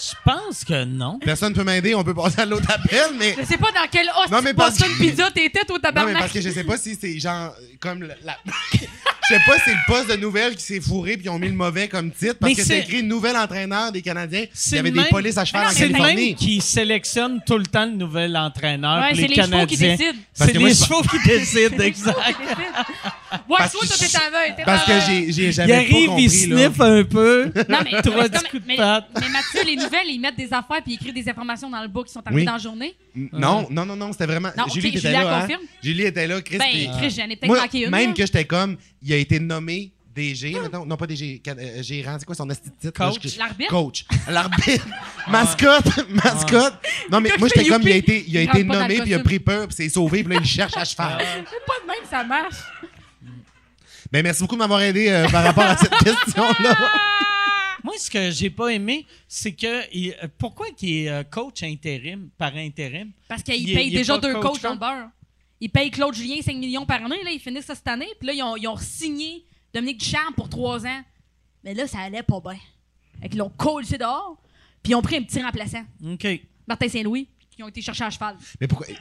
[SPEAKER 1] Je pense que non.
[SPEAKER 5] Personne peut m'aider, on peut passer à l'autre appel, mais.
[SPEAKER 6] Je sais pas dans quel
[SPEAKER 5] Non,
[SPEAKER 6] hostie
[SPEAKER 5] mais
[SPEAKER 6] de
[SPEAKER 5] parce
[SPEAKER 6] Boston
[SPEAKER 5] que-
[SPEAKER 6] Pizza t'étais,
[SPEAKER 5] Non,
[SPEAKER 6] toi,
[SPEAKER 5] mais parce
[SPEAKER 6] tabarnak.
[SPEAKER 5] que je sais pas si c'est genre euh, comme la. la- je sais pas si c'est le poste de nouvelles qui s'est fourré puis ils ont mis le mauvais comme titre parce
[SPEAKER 1] Mais
[SPEAKER 5] que
[SPEAKER 1] c'est-
[SPEAKER 5] c'est écrit nouvel entraîneur des Canadiens. Il
[SPEAKER 1] C'est
[SPEAKER 5] y avait
[SPEAKER 1] le
[SPEAKER 5] des
[SPEAKER 1] même-
[SPEAKER 5] polices à cheval en
[SPEAKER 1] C'est le même
[SPEAKER 5] Californie.
[SPEAKER 1] qui sélectionne tout le temps le nouvel entraîneur
[SPEAKER 6] Ouais,
[SPEAKER 1] pour
[SPEAKER 6] c'est
[SPEAKER 1] les
[SPEAKER 6] les chevaux qui
[SPEAKER 1] Canadiens.
[SPEAKER 6] décident.
[SPEAKER 5] Parce
[SPEAKER 1] C'est
[SPEAKER 5] que moi,
[SPEAKER 1] les
[SPEAKER 5] je-
[SPEAKER 1] chevaux qui décident, exact.
[SPEAKER 6] Ouais,
[SPEAKER 5] Parce
[SPEAKER 6] toi,
[SPEAKER 5] que-
[SPEAKER 6] toi, t'es en main. t'es
[SPEAKER 5] Parce
[SPEAKER 6] en
[SPEAKER 5] que
[SPEAKER 6] main.
[SPEAKER 5] j'ai j'ai-
[SPEAKER 1] Il
[SPEAKER 5] j'avais pas
[SPEAKER 1] arrive,
[SPEAKER 5] compris.
[SPEAKER 1] il
[SPEAKER 5] là.
[SPEAKER 1] sniffe un peu.
[SPEAKER 6] Non, mais,
[SPEAKER 1] Trois
[SPEAKER 6] mais,
[SPEAKER 1] petits
[SPEAKER 6] comme-
[SPEAKER 1] coups de
[SPEAKER 6] mais-
[SPEAKER 1] patte.
[SPEAKER 6] mais Mathieu, les nouvelles, ils mettent des affaires puis ils écrivent des informations dans le book qui sont arrivées
[SPEAKER 5] Oui.
[SPEAKER 6] dans la journée.
[SPEAKER 5] Non, non, non, non, c'était vraiment.
[SPEAKER 6] Non,
[SPEAKER 5] Julie
[SPEAKER 6] ok,
[SPEAKER 5] était
[SPEAKER 6] Julie, elle
[SPEAKER 5] là. hein.
[SPEAKER 6] confirme.
[SPEAKER 5] Julie était là, Chris. puis-
[SPEAKER 6] Ben, Chris, j'en ai peut-être
[SPEAKER 5] Moi,
[SPEAKER 6] manqué une.
[SPEAKER 5] même
[SPEAKER 6] là.
[SPEAKER 5] que j'étais comme, il a été nommé DG, mettons, non pas DG, ca- euh, gérant, c'est quoi son asti de titre? là,
[SPEAKER 1] Coach.
[SPEAKER 5] je-
[SPEAKER 6] L'arbitre?
[SPEAKER 5] Coach. L'arbitre. mascotte. mascotte. Non, mais
[SPEAKER 6] Quand
[SPEAKER 5] moi,
[SPEAKER 6] je fais
[SPEAKER 5] j'étais comme, il a
[SPEAKER 6] youpi,
[SPEAKER 5] été, il a
[SPEAKER 6] il
[SPEAKER 5] été
[SPEAKER 6] rentre pas dans
[SPEAKER 5] nommé,
[SPEAKER 6] le
[SPEAKER 5] puis il a
[SPEAKER 6] costume.
[SPEAKER 5] pris peur, puis s'est sauvé, puis là, il cherche à cheval.
[SPEAKER 6] C'est pas de même, ça marche.
[SPEAKER 5] Ben, merci beaucoup de m'avoir aidé euh, par rapport à cette question-là.
[SPEAKER 1] Moi, ce que j'ai pas aimé, c'est que il- euh, pourquoi qu'il est euh, coach intérim, par intérim?
[SPEAKER 6] Parce qu'il
[SPEAKER 1] Il est-
[SPEAKER 6] paye
[SPEAKER 1] il est
[SPEAKER 6] déjà
[SPEAKER 1] pas
[SPEAKER 6] deux
[SPEAKER 1] coach,
[SPEAKER 6] coachs dans
[SPEAKER 1] hein?
[SPEAKER 6] le beurre. Il paye Claude Julien 5 millions par année. Là, ils finissent ça cette année. Puis là, ils ont, ils ont signé Dominique Ducharme pour trois ans. Mais là, ça allait pas bien. Fait qu'ils l'ont collé dehors. Puis ils ont pris un petit remplaçant,
[SPEAKER 1] OK.
[SPEAKER 6] Martin Saint-Louis, qui ont été chercher à cheval.
[SPEAKER 5] mais pourquoi?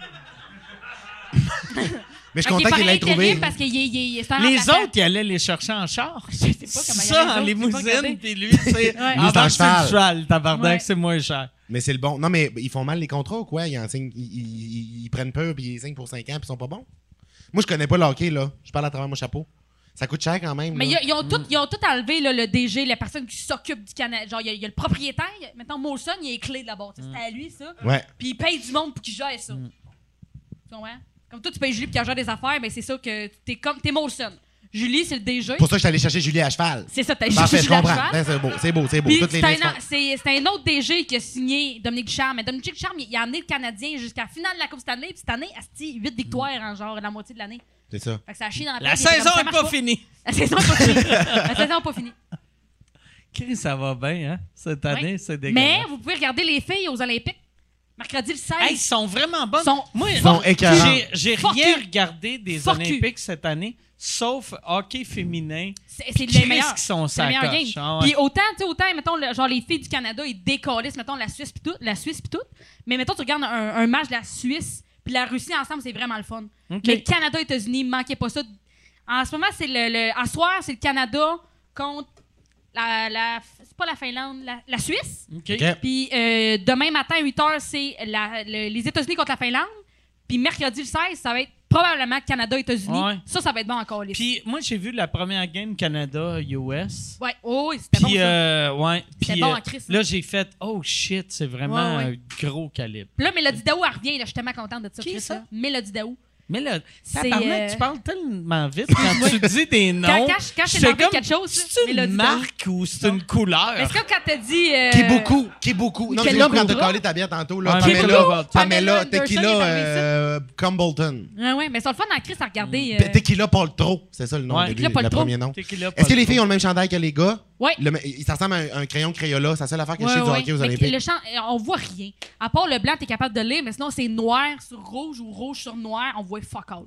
[SPEAKER 5] mais je suis
[SPEAKER 6] Fait qu'il est
[SPEAKER 5] content
[SPEAKER 6] par
[SPEAKER 5] qu'il l'ait
[SPEAKER 6] intérim
[SPEAKER 5] trouvé.
[SPEAKER 6] Parce qu'il est, il est- il est- c'est un
[SPEAKER 1] Les
[SPEAKER 6] remplaçant.
[SPEAKER 1] autres, ils allaient les chercher en char.
[SPEAKER 6] Ah, je sais pas comment il y en a
[SPEAKER 1] Ça, en
[SPEAKER 6] les autres, j'ai pas regardé.
[SPEAKER 1] limousine, puis lui, c'est
[SPEAKER 6] Ouais.
[SPEAKER 1] en
[SPEAKER 5] Lui, c'est en cheval.
[SPEAKER 1] cheval. Tabarnak,
[SPEAKER 6] Ouais.
[SPEAKER 1] c'est moins cher.
[SPEAKER 5] Mais c'est le bon. Non, mais ils font mal les contrats ou quoi? Ils, en signent- ils, ils- ils prennent peur, puis ils signent pour 5 ans, puis ils sont pas bons? Moi, je connais pas le hockey, là. Je parle à travers mon chapeau. Ça coûte cher quand même.
[SPEAKER 6] Mais
[SPEAKER 5] là.
[SPEAKER 6] il y a- ils ont, tout, ils ont tout enlevé là, le DG, la personne qui s'occupe du Canada. Genre, il y, a- il y a le propriétaire. il y a- Maintenant, Molson, il a les clés de la bâtisse.
[SPEAKER 1] Mm.
[SPEAKER 6] C'est à lui, ça.
[SPEAKER 5] Ouais.
[SPEAKER 6] Puis il paye du monde pour qu'il gère ça.
[SPEAKER 5] Mm.
[SPEAKER 6] Tu comprends? Comme toi, tu payes Julie puis qu'elle gère des affaires, mais c'est ça que t'es comme. T'es Molson. Julie, c'est le DG.
[SPEAKER 5] Pour ça, je suis allé chercher Julie à cheval.
[SPEAKER 6] C'est ça, t'as
[SPEAKER 5] Parfait,
[SPEAKER 6] Julie
[SPEAKER 5] je comprends.
[SPEAKER 6] Lacheval.
[SPEAKER 5] Ben, c'est beau, c'est beau, c'est beau.
[SPEAKER 6] Puis
[SPEAKER 5] Toutes les
[SPEAKER 6] c'est un,
[SPEAKER 5] listes
[SPEAKER 6] an- c'est- c'est un autre DG qui a signé Dominique Ducharme. Mais Dominique Ducharme, il, il a amené le Canadien jusqu'à la finale de la Coupe cette année. Puis cette année, Asti, 8 victoires en genre la moitié de l'année.
[SPEAKER 5] font- C'est ça.
[SPEAKER 6] Fait que ça a chié dans la
[SPEAKER 1] La
[SPEAKER 6] tête, il était comme,
[SPEAKER 1] saison
[SPEAKER 6] ça
[SPEAKER 1] n'est
[SPEAKER 6] marche
[SPEAKER 1] pas finie.
[SPEAKER 6] La saison est pas finie. la saison est pas finie.
[SPEAKER 1] Chris, ça va bien, hein? Cette
[SPEAKER 6] Ouais.
[SPEAKER 1] année, c'est dégueulasse.
[SPEAKER 6] Mais vous pouvez regarder les filles aux Olympiques. Mercredi le 16.
[SPEAKER 1] Hey, ils sont vraiment bonnes.
[SPEAKER 6] Sont
[SPEAKER 1] Moi,
[SPEAKER 5] sont écœurantes.
[SPEAKER 1] j'ai- j'ai rien
[SPEAKER 6] Fuck you.
[SPEAKER 1] regardé des
[SPEAKER 6] Fuck you.
[SPEAKER 1] Olympiques cette année, sauf hockey féminin.
[SPEAKER 6] C'est c'est les
[SPEAKER 1] Christ
[SPEAKER 6] meilleurs.
[SPEAKER 1] qu'ils sont
[SPEAKER 6] C'est les meilleurs
[SPEAKER 1] sacoches,
[SPEAKER 6] games.
[SPEAKER 1] ah ouais.
[SPEAKER 6] Puis autant, tu sais, autant, mettons, le- genre les filles du Canada, ils décollissent, mettons, la Suisse puis tout, la Suisse puis tout. Mais mettons, tu regardes un, un match de la Suisse puis la Russie ensemble, c'est vraiment le fun. Mais Canada, États-Unis, manquez pas ça. En ce moment, c'est le, le- En soir, c'est le Canada contre la. la- c'est pas la Finlande, la, la Suisse.
[SPEAKER 1] OK.
[SPEAKER 5] Ok.
[SPEAKER 6] Puis euh, demain matin, 8 h, c'est la- le- les États-Unis contre la Finlande. Puis mercredi, le 16, ça va être probablement Canada, États-Unis.
[SPEAKER 1] Ouais.
[SPEAKER 6] Ça, ça va être bon encore, les
[SPEAKER 1] Puis moi, j'ai vu la première game Canada-US.
[SPEAKER 6] Ouais, oh, oui, c'était
[SPEAKER 1] Puis,
[SPEAKER 6] bon. ça.
[SPEAKER 1] euh, ouais.
[SPEAKER 6] C'était
[SPEAKER 1] Puis,
[SPEAKER 6] bon en
[SPEAKER 1] euh,
[SPEAKER 6] Christ,
[SPEAKER 1] là, j'ai fait Oh shit, c'est vraiment
[SPEAKER 6] Ouais, ouais.
[SPEAKER 1] un gros calibre.
[SPEAKER 6] Puis là, Mélodie Daou, elle revient. Là, je suis tellement contente de ça.
[SPEAKER 1] Qui
[SPEAKER 6] Chris,
[SPEAKER 1] ça?
[SPEAKER 6] là. Mélodie Daou.
[SPEAKER 1] Mais là,
[SPEAKER 6] C'est,
[SPEAKER 1] tabarnak,
[SPEAKER 6] euh,
[SPEAKER 1] tu parles tellement vite quand tu dis des noms.
[SPEAKER 6] Quand, quand, je- quand
[SPEAKER 1] Je
[SPEAKER 6] je
[SPEAKER 1] fais
[SPEAKER 6] t'ai demandé
[SPEAKER 1] comme,
[SPEAKER 6] quelque chose, là,
[SPEAKER 1] C'est une
[SPEAKER 6] Mélodie Daou.
[SPEAKER 1] marque ou c'est une couleur?
[SPEAKER 6] Mais c'est comme quand t'as dit. euh,
[SPEAKER 5] Qui est beaucoup, qui est beaucoup. Non, mais c'est
[SPEAKER 6] Quel
[SPEAKER 5] comme quand t'as
[SPEAKER 6] gros.
[SPEAKER 5] collé ta bière tantôt, là.
[SPEAKER 1] Ouais,
[SPEAKER 5] Pamela,
[SPEAKER 1] Pamela
[SPEAKER 5] Pamela,
[SPEAKER 6] Anderson est
[SPEAKER 5] Tequila,
[SPEAKER 6] arrivée
[SPEAKER 5] euh, Cumbleton.
[SPEAKER 6] Ouais, ouais, mais c'est le fun en Chris à
[SPEAKER 1] Mm.
[SPEAKER 6] regarder. euh,
[SPEAKER 5] Pe- Tequila Paul Tro, c'est ça le nom,
[SPEAKER 1] Ouais.
[SPEAKER 5] au début,
[SPEAKER 6] Tequila Paul
[SPEAKER 5] le
[SPEAKER 6] Tro.
[SPEAKER 5] premier nom.
[SPEAKER 1] Tequila,
[SPEAKER 5] Est-ce que les
[SPEAKER 1] pas
[SPEAKER 5] filles ont le même chandail que les gars?
[SPEAKER 6] Ouais.
[SPEAKER 5] Le me- il- ça ressemble à un, un crayon Crayola, c'est la seule affaire que
[SPEAKER 6] ouais,
[SPEAKER 5] je sais du
[SPEAKER 6] ouais.
[SPEAKER 5] hockey aux
[SPEAKER 6] Mais
[SPEAKER 5] Olympiques.
[SPEAKER 6] le champ, euh, on voit rien. À part le blanc, t'es capable de lire, mais sinon, c'est noir sur rouge ou rouge sur noir, on voit fuck all.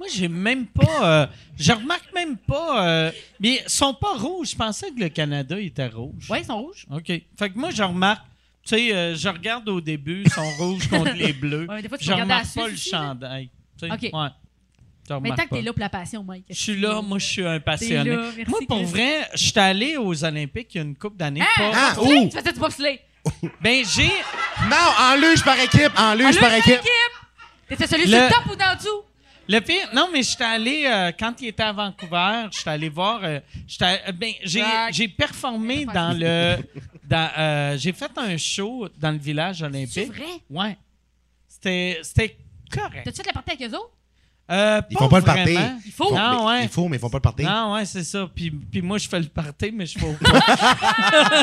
[SPEAKER 1] Moi, j'ai même pas. euh, je remarque même pas. euh, mais ils sont pas rouges. Je pensais que le Canada était rouge.
[SPEAKER 6] Ouais, ils sont rouges.
[SPEAKER 1] OK. Fait que moi, je remarque. Tu sais, euh, je regarde au début, ils sont rouges contre les bleus.
[SPEAKER 6] Ouais, mais des fois, tu
[SPEAKER 1] je
[SPEAKER 6] peux regarder
[SPEAKER 1] remarque
[SPEAKER 6] la
[SPEAKER 1] pas le
[SPEAKER 6] Suisse aussi, là.
[SPEAKER 1] chandail. Tu sais,
[SPEAKER 6] OK.
[SPEAKER 1] Ouais. Je
[SPEAKER 6] Mais
[SPEAKER 1] remarque
[SPEAKER 6] tant que
[SPEAKER 1] pas.
[SPEAKER 6] t'es là pour la passion, Mike.
[SPEAKER 1] Je suis là, moi, je suis un passionné.
[SPEAKER 6] T'es là, merci,
[SPEAKER 1] moi, pour
[SPEAKER 6] Chris.
[SPEAKER 1] vrai, je suis allé aux Olympiques il y a une couple
[SPEAKER 6] Hein?
[SPEAKER 1] d'années. pas-
[SPEAKER 5] Ah,
[SPEAKER 6] Tu sais,
[SPEAKER 5] ouh!
[SPEAKER 6] Tu faisais du bobsleigh.
[SPEAKER 1] Ben, j'ai.
[SPEAKER 5] Non, en luge par équipe, en
[SPEAKER 6] Ah,
[SPEAKER 5] luge par
[SPEAKER 6] là, c'est
[SPEAKER 5] équipe.
[SPEAKER 6] l'équipe! T'étais celui
[SPEAKER 1] Le-
[SPEAKER 6] sur le top ou dans le dessous?
[SPEAKER 1] Le pire, non, mais j'étais allé, euh, quand il était à Vancouver, j'étais allé voir, euh, j'étais- euh, ben, j'ai,
[SPEAKER 6] Jack.
[SPEAKER 1] j'ai performé
[SPEAKER 6] Pas
[SPEAKER 1] dans le, dans, euh, j'ai fait un show dans le village
[SPEAKER 6] C'est
[SPEAKER 1] olympique.
[SPEAKER 6] vrai?
[SPEAKER 1] Ouais. C'était, c'était correct.
[SPEAKER 6] T'as-tu fait la partie avec eux autres?
[SPEAKER 1] Euh,
[SPEAKER 5] Ils font pas le
[SPEAKER 1] vraiment.
[SPEAKER 5] party.
[SPEAKER 6] Il faut.
[SPEAKER 1] Ah,
[SPEAKER 5] Mais-
[SPEAKER 1] ouais.
[SPEAKER 5] Il faut, mais ils font pas le party.
[SPEAKER 1] Non, ouais, c'est ça. Puis, puis moi, je fais le party, mais je fais au-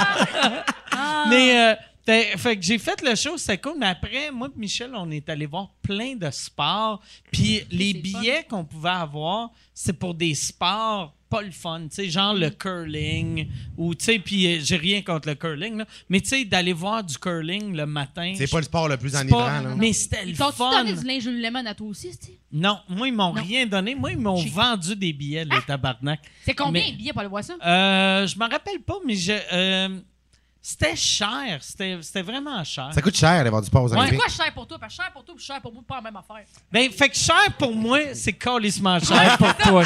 [SPEAKER 6] Ah.
[SPEAKER 1] Mais, euh, fait, fait que j'ai fait le show, c'était cool. Mais après, moi et Michel, on est allé voir plein de sports. Puis les
[SPEAKER 6] le
[SPEAKER 1] billets qu'on pouvait avoir, c'est pour des sports pas le fun, tu sais, genre le curling ou, tu sais, puis euh, j'ai rien contre le curling, là. mais tu sais, d'aller voir du curling le matin...
[SPEAKER 5] C'est pas le sport le plus
[SPEAKER 1] c'est
[SPEAKER 5] enivrant, là.
[SPEAKER 1] pas- Mais c'était le
[SPEAKER 6] Ils t'ont-tu
[SPEAKER 1] fun.
[SPEAKER 6] donné du linge lemon à toi aussi, tu sais?
[SPEAKER 1] Non, moi, ils m'ont
[SPEAKER 6] Non.
[SPEAKER 1] rien donné. Moi, ils m'ont
[SPEAKER 6] J'ai- Ah!
[SPEAKER 1] vendu des billets, les tabarnak.
[SPEAKER 6] C'est combien
[SPEAKER 1] Mais-
[SPEAKER 6] de billets pour aller voir ça?
[SPEAKER 1] Euh, je m'en rappelle pas, mais je, euh, c'était cher. C'était c'était vraiment cher.
[SPEAKER 5] Ça coûte cher d'aller voir du sport aux
[SPEAKER 1] Ouais.
[SPEAKER 6] C'est
[SPEAKER 5] Olympiques.
[SPEAKER 6] quoi cher pour toi? Parce que cher pour toi puis cher pour moi, pas la même affaire.
[SPEAKER 1] Ben, fait que cher pour moi, c'est calissement cher pour toi.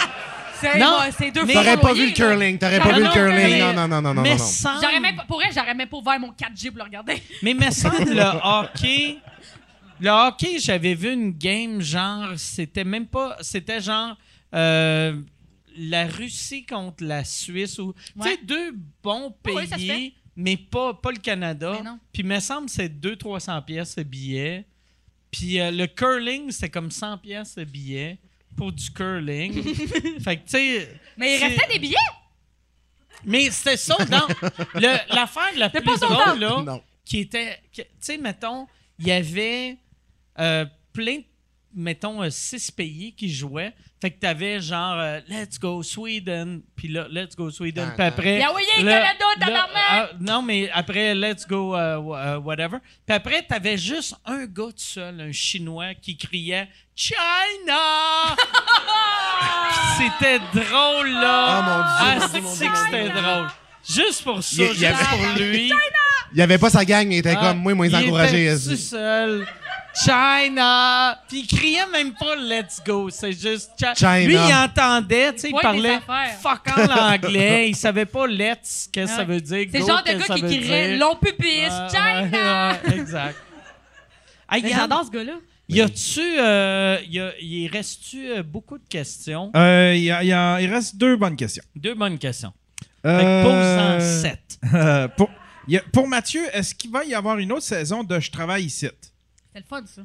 [SPEAKER 6] C'est
[SPEAKER 1] Non,
[SPEAKER 6] ouais, c'est deux
[SPEAKER 1] mais-
[SPEAKER 6] fois
[SPEAKER 5] T'aurais
[SPEAKER 6] mon
[SPEAKER 5] pas
[SPEAKER 6] loyer,
[SPEAKER 5] vu le
[SPEAKER 6] là.
[SPEAKER 5] curling, t'aurais pas
[SPEAKER 6] Ah
[SPEAKER 5] vu le
[SPEAKER 6] non,
[SPEAKER 5] curling.
[SPEAKER 6] mais-
[SPEAKER 5] Non, non, non, non, non,
[SPEAKER 1] mais
[SPEAKER 5] non.
[SPEAKER 1] semble-
[SPEAKER 6] J'aurais même pas, pour elle, j'aurais même pas ouvert mon 4G pour le regarder.
[SPEAKER 1] Mais me semble le hockey. Le hockey, j'avais vu une game genre, c'était même pas, c'était genre euh, la Russie contre la Suisse ou tu
[SPEAKER 6] Ouais.
[SPEAKER 1] sais deux bons pays,
[SPEAKER 6] Oui, ça se fait.
[SPEAKER 1] mais pas pas le Canada.
[SPEAKER 6] Mais non.
[SPEAKER 1] Puis me semble c'est 2 300 pièces le billet. Puis euh, le curling, c'est comme 100 pièces le billet pour du curling. fait que tu sais
[SPEAKER 6] Mais il
[SPEAKER 1] c'est-
[SPEAKER 6] restait des billets!
[SPEAKER 1] mais c'était ça, non. Le- L'affaire la plus
[SPEAKER 6] pas son temps.
[SPEAKER 1] drôle, là,
[SPEAKER 5] Non.
[SPEAKER 1] qui était. que- Tu sais, mettons, il y avait euh, plein de. Mettons, euh, six pays qui jouaient. Fait que t'avais genre euh, Let's go Sweden, puis là, Let's go Sweden,
[SPEAKER 5] Ah,
[SPEAKER 1] puis
[SPEAKER 5] ah.
[SPEAKER 1] après.
[SPEAKER 6] Yahweh,
[SPEAKER 1] là-
[SPEAKER 6] Canada,
[SPEAKER 1] là-
[SPEAKER 6] tabarnak!
[SPEAKER 1] ah, Non, mais après Let's go euh, wha- euh, whatever. Puis après, t'avais juste un gars tout seul, un Chinois, qui criait China! C'était drôle, là.
[SPEAKER 5] Oh, mon Dieu,
[SPEAKER 1] Ah,
[SPEAKER 5] mon Dieu,
[SPEAKER 1] c'est
[SPEAKER 5] mon
[SPEAKER 1] c'est
[SPEAKER 5] Dieu,
[SPEAKER 1] que
[SPEAKER 5] mon
[SPEAKER 1] c'était
[SPEAKER 5] Dieu.
[SPEAKER 1] drôle. Juste pour ça,
[SPEAKER 5] Il- il
[SPEAKER 1] juste
[SPEAKER 5] y avait-
[SPEAKER 1] pour lui.
[SPEAKER 5] Il y avait pas sa gang, mais il
[SPEAKER 1] Ah,
[SPEAKER 5] était comme moi, moi, ils
[SPEAKER 1] il
[SPEAKER 5] encourageaient.
[SPEAKER 1] était tout seul. China! Puis il criait même pas Let's go, c'est juste Chi-
[SPEAKER 5] China.
[SPEAKER 1] Lui, il entendait, tu sais, il
[SPEAKER 6] Ouais, des
[SPEAKER 1] parlait
[SPEAKER 6] affaires.
[SPEAKER 1] fuck all anglais, il savait pas Let's, qu'est-ce que ça
[SPEAKER 6] Ouais.
[SPEAKER 1] veut dire.
[SPEAKER 6] C'est le
[SPEAKER 1] go,
[SPEAKER 6] genre de
[SPEAKER 1] qu'est-ce que
[SPEAKER 6] gars
[SPEAKER 1] ça
[SPEAKER 6] qui
[SPEAKER 1] veut
[SPEAKER 6] criait
[SPEAKER 1] dire. Ah,
[SPEAKER 6] long pupiste,
[SPEAKER 1] Ouais,
[SPEAKER 6] China!
[SPEAKER 1] ouais, ouais, exact. Hey,
[SPEAKER 6] Mais
[SPEAKER 1] Yann,
[SPEAKER 6] J'adore ce gars-là.
[SPEAKER 1] y a-tu, euh, y a- y reste-tu euh, beaucoup de questions?
[SPEAKER 7] Euh, il y a- il y a- il reste deux bonnes questions.
[SPEAKER 1] Deux bonnes questions. Fait que
[SPEAKER 7] Euh,
[SPEAKER 1] pose en sept.
[SPEAKER 7] euh, pour, il y a- pour Mathieu, est-ce qu'il va y avoir une autre saison de Je travaille ici?
[SPEAKER 6] C'était le fun, ça.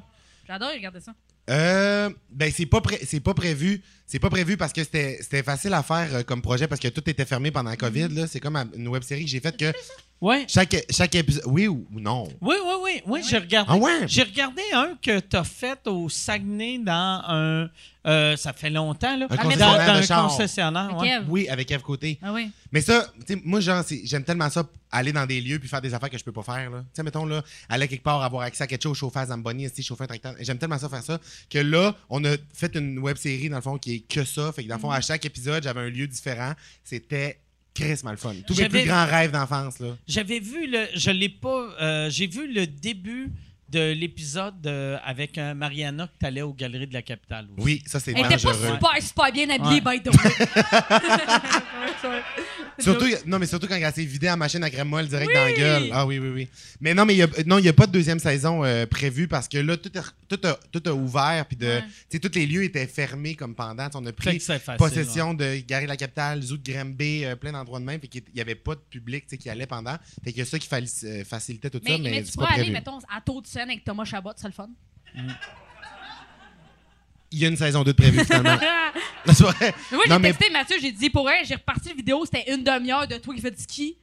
[SPEAKER 6] J'adore regarder ça.
[SPEAKER 5] Euh, ben c'est pas pré- c'est pas prévu, c'est pas prévu parce que
[SPEAKER 1] Mhm.
[SPEAKER 5] c'était c'était facile à faire euh, comme projet parce que tout était fermé pendant la Covid là, c'est comme à- une web série que j'ai faite que
[SPEAKER 1] Ouais.
[SPEAKER 5] Chaque, chaque épisode. Oui ou ou non?
[SPEAKER 1] Oui, oui, oui, oui, j'ai regardé.
[SPEAKER 5] Ah ouais?
[SPEAKER 1] J'ai regardé un que t'as fait au Saguenay dans un. euh, ça fait longtemps, là.
[SPEAKER 5] Un
[SPEAKER 1] Dans-
[SPEAKER 5] concessionnaire
[SPEAKER 1] dans
[SPEAKER 5] de
[SPEAKER 1] un
[SPEAKER 5] char.
[SPEAKER 1] concessionnaire, Ah ouais.
[SPEAKER 6] Kev.
[SPEAKER 5] Oui, avec Eve Côté.
[SPEAKER 6] Ah oui.
[SPEAKER 5] Mais ça, tu sais, moi, genre, c'est- j'aime tellement ça, aller dans des lieux puis faire des affaires que je peux pas faire, là. Tu sais, mettons, là, aller quelque part, avoir accès à quelque chose, chauffer à Zamboni, esti, chauffer un tracteur. J'aime tellement ça faire ça que là, on a fait une web série, dans le fond, qui est que ça. Fait que, dans le fond,
[SPEAKER 6] Mm.
[SPEAKER 5] à chaque épisode, j'avais un lieu différent. C'était Chris le fun. Tous mes
[SPEAKER 1] J'avais-
[SPEAKER 5] plus grands rêves d'enfance, là.
[SPEAKER 1] J'avais vu le. Je l'ai pas. euh, j'ai vu le début de l'épisode euh, avec euh, Mariana que t'allais aux Galeries de la Capitale. aussi.
[SPEAKER 5] Oui, ça, c'est
[SPEAKER 6] Elle était pas
[SPEAKER 5] dangereux.
[SPEAKER 6] super, super bien habillée, by the way.
[SPEAKER 5] Surtout, y a- non, mais surtout quand elle s'est vidée à machine à crème molle direct dans la
[SPEAKER 6] Oui.
[SPEAKER 5] gueule. Ah oui, oui, oui. Mais non, mais il n'y a, non, il y a pas de deuxième saison euh, prévue parce que là, tout, est re- tout, a, tout a ouvert. Puis, de,
[SPEAKER 6] Ouais.
[SPEAKER 5] tu sais, tous les lieux étaient fermés comme pendant. Tu sais, On a
[SPEAKER 1] Fait
[SPEAKER 5] pris
[SPEAKER 1] que c'est facile,
[SPEAKER 5] possession de Gary la Capitale, Zoo de Grimby, euh, plein d'endroits de même. Puis, qu'il n'y avait pas de public tu sais, qui allait pendant. Fait qu'il y a ça qui falli- euh, facilitait tout
[SPEAKER 6] mais,
[SPEAKER 5] ça. Mais,
[SPEAKER 6] mais tu
[SPEAKER 5] c'est pas
[SPEAKER 6] pourrais aller,
[SPEAKER 5] prévu.
[SPEAKER 6] mettons, à taux de scène avec Thomas Chabot, c'est le fun.
[SPEAKER 5] Il y a une saison 2 de prévue finalement. La soirée.
[SPEAKER 6] Mais moi,
[SPEAKER 5] Non,
[SPEAKER 6] j'ai
[SPEAKER 5] mais-
[SPEAKER 6] texté Mathieu, j'ai dit pour elle, j'ai reparti la vidéo, c'était une demi-heure de toi qui fait du ski.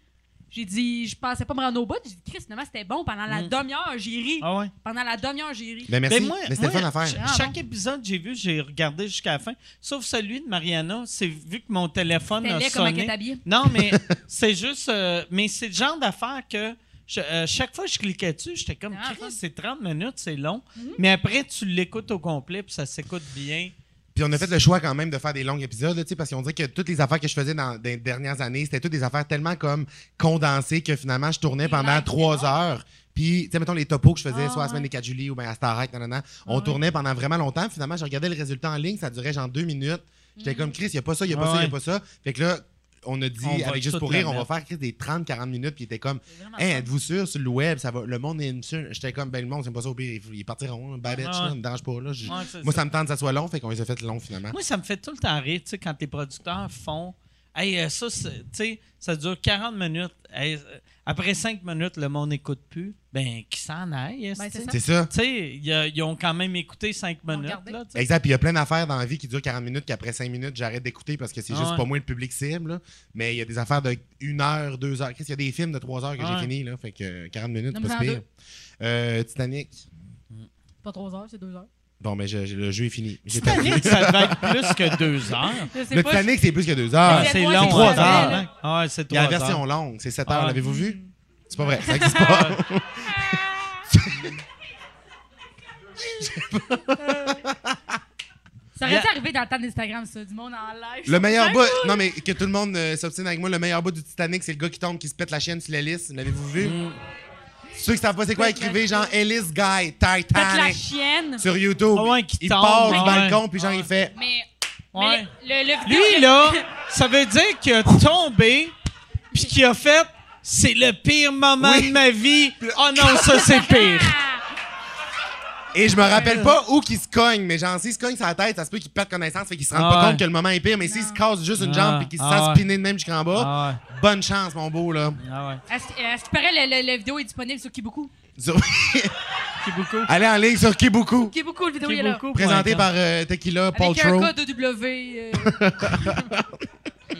[SPEAKER 6] J'ai dit, je pensais pas me rendre au bout. J'ai dit, Chris, finalement, c'était bon. Pendant la
[SPEAKER 1] Mm.
[SPEAKER 6] demi-heure, j'ai ri.
[SPEAKER 1] Ah ouais.
[SPEAKER 6] Pendant la demi-heure, j'ai ri.
[SPEAKER 5] Ben, merci.
[SPEAKER 1] Ben, moi-
[SPEAKER 5] mais c'était le
[SPEAKER 1] moi,
[SPEAKER 5] fun à faire.
[SPEAKER 1] ch- Chaque épisode que j'ai vu, j'ai regardé jusqu'à la fin. Sauf celui de Mariana, c'est vu que mon téléphone
[SPEAKER 6] C'était
[SPEAKER 1] a
[SPEAKER 6] laid comme un
[SPEAKER 1] sonné.
[SPEAKER 6] habillée.
[SPEAKER 1] Non, mais c'est juste. euh, mais c'est le genre d'affaire que. je- euh, chaque fois que je cliquais dessus, j'étais comme,
[SPEAKER 6] Ah, Mhm.
[SPEAKER 1] Chris,
[SPEAKER 6] fun.
[SPEAKER 1] c'est 30 minutes, c'est long. Mais après, tu l'écoutes au complet, puis ça s'écoute bien.
[SPEAKER 5] Puis on a fait le choix quand même de faire des longs épisodes, là, tu sais, parce qu'on dirait que toutes les affaires que je faisais dans, dans les dernières années, c'était toutes des affaires tellement comme condensées que finalement, je tournais pendant
[SPEAKER 6] lives,
[SPEAKER 5] trois
[SPEAKER 6] c'est
[SPEAKER 5] heures. Puis, tu sais, mettons les topos que je faisais,
[SPEAKER 6] Ah,
[SPEAKER 5] soit à la semaine
[SPEAKER 6] ouais. Ah,
[SPEAKER 5] des 4 juillet ou bien à Starac, nanana, on
[SPEAKER 6] ouais.
[SPEAKER 5] tournait pendant vraiment longtemps. Finalement, je regardais le résultat en ligne, ça durait genre deux minutes. J'étais
[SPEAKER 6] Mhm.
[SPEAKER 5] comme, Chris, il a pas ça, il a pas
[SPEAKER 1] Ah,
[SPEAKER 5] ça, il a
[SPEAKER 1] ouais.
[SPEAKER 5] pas ça. Fait que là, on a dit,
[SPEAKER 1] On va
[SPEAKER 5] avec juste
[SPEAKER 1] tout
[SPEAKER 5] pour
[SPEAKER 1] la
[SPEAKER 5] rire, on va
[SPEAKER 1] mettre.
[SPEAKER 5] faire Chris, des 30-40 minutes. Puis, il était comme,
[SPEAKER 6] vraiment
[SPEAKER 5] Hey, êtes-vous sûr sur le web, ça va, le monde est sûr. J'étais comme, ben, le monde, c'est pas ça, au pire, ils- ils partiront. hein,
[SPEAKER 6] Ah,
[SPEAKER 5] Babette,
[SPEAKER 1] Ouais.
[SPEAKER 5] ça me dérange pas, là. Je-
[SPEAKER 1] Ouais, c'est
[SPEAKER 5] moi, ça me tente que ça soit long, fait qu'on les a fait long finalement.
[SPEAKER 1] Moi, ça me fait tout le temps rire, tu sais, quand les producteurs font. Hey, euh, ça, c'est- tu sais, ça dure 40 minutes. Hey, euh, après 5 minutes, le monde n'écoute plus. Ben, qui s'en aille, est-ce
[SPEAKER 6] Ben, c'est
[SPEAKER 1] que-
[SPEAKER 6] ça.
[SPEAKER 5] C'est ça.
[SPEAKER 1] Tu sais, y a- ils ont quand même écouté 5
[SPEAKER 6] ont
[SPEAKER 1] minutes,
[SPEAKER 6] regardé.
[SPEAKER 1] là, tu sais.
[SPEAKER 5] Exact. Puis il y a plein d'affaires dans la vie qui durent 40 minutes, qu'après 5 minutes, j'arrête d'écouter parce que c'est
[SPEAKER 1] Ah
[SPEAKER 5] juste
[SPEAKER 1] ouais.
[SPEAKER 5] pas moi le public cible. là. Mais il y a des affaires de 1 heure, 2 heures. Qu'est-ce qu'il y a des films de 3 heures que
[SPEAKER 1] Ah ouais.
[SPEAKER 5] j'ai fini, là? Fait que euh, 40 minutes,
[SPEAKER 6] Nomme-en
[SPEAKER 5] pas si pire.
[SPEAKER 6] deux.
[SPEAKER 5] Euh, Titanic.
[SPEAKER 6] Pas trois heures, c'est deux heures.
[SPEAKER 5] Bon, mais je- je- le jeu est fini. J'ai perdu.
[SPEAKER 1] Titanic, ça devait être plus que 2 heures.
[SPEAKER 6] Je sais
[SPEAKER 5] Le
[SPEAKER 6] pas,
[SPEAKER 5] Titanic, c'est plus que 2 heures.
[SPEAKER 6] Ah, c'est
[SPEAKER 1] c'est
[SPEAKER 6] moins,
[SPEAKER 1] long.
[SPEAKER 6] c'est
[SPEAKER 5] trois
[SPEAKER 1] hein.
[SPEAKER 5] heures,
[SPEAKER 6] là.
[SPEAKER 1] Ah, ouais, c'est
[SPEAKER 5] Il y a la
[SPEAKER 1] 3 heures.
[SPEAKER 5] version longue, c'est 7 heures.
[SPEAKER 1] Ah.
[SPEAKER 5] L'avez-vous vu? C'est pas vrai, ça existe pas.
[SPEAKER 6] Ça aurait dû arriver dans le temps d'Instagram, ça, du monde en live.
[SPEAKER 5] Le meilleur
[SPEAKER 6] Hein?
[SPEAKER 5] bout, non mais que tout le monde euh, s'obstine avec moi, le meilleur bout du Titanic, c'est le gars qui tombe, qui se pète la chaîne sur l'hélice. L'avez-vous vu?
[SPEAKER 1] Mm.
[SPEAKER 5] Ceux qui savent pas c'est quoi, écrivez genre Hélice Guy,
[SPEAKER 6] Faites la
[SPEAKER 5] Titanic
[SPEAKER 6] chienne.
[SPEAKER 5] sur YouTube.
[SPEAKER 1] Ah ouais, qui
[SPEAKER 5] il
[SPEAKER 1] tombe,
[SPEAKER 5] part du
[SPEAKER 1] ouais.
[SPEAKER 5] balcon, puis
[SPEAKER 6] Ah.
[SPEAKER 5] genre il fait.
[SPEAKER 6] Mais,
[SPEAKER 1] Ouais.
[SPEAKER 6] mais le, le, le vidéo-
[SPEAKER 1] Lui, là, ça veut dire qu'il a tombé, puis qu'il a fait « C'est le pire moment
[SPEAKER 5] Oui.
[SPEAKER 1] de ma vie. Oh non, ça, c'est pire.
[SPEAKER 6] Ah!
[SPEAKER 5] Et je me rappelle pas où qu'il se cogne, mais genre s'il se cogne sa tête, ça se peut qu'il perde connaissance, fait qu'il se rende
[SPEAKER 1] Ah
[SPEAKER 5] pas
[SPEAKER 1] ouais.
[SPEAKER 5] compte que le moment est pire, mais s'il se casse juste une
[SPEAKER 1] Ah,
[SPEAKER 5] jambe, puis qu'il se
[SPEAKER 1] ah
[SPEAKER 5] sent
[SPEAKER 1] ouais.
[SPEAKER 5] spinner de même jusqu'en bas,
[SPEAKER 1] Ah
[SPEAKER 5] bonne chance mon beau là.
[SPEAKER 1] ouais, ah ouais.
[SPEAKER 6] À ce à ce qui paraît, le- le- la vidéo est disponible sur Kibuku.
[SPEAKER 5] Sur-
[SPEAKER 1] C'est beaucoup.
[SPEAKER 5] Allez en ligne sur Kibuku,
[SPEAKER 6] Kibuku, le vidéo est là.
[SPEAKER 1] beaucoup.
[SPEAKER 5] présenté par euh, Tequila, Paul
[SPEAKER 6] Avec un
[SPEAKER 5] Trow.
[SPEAKER 6] code de W.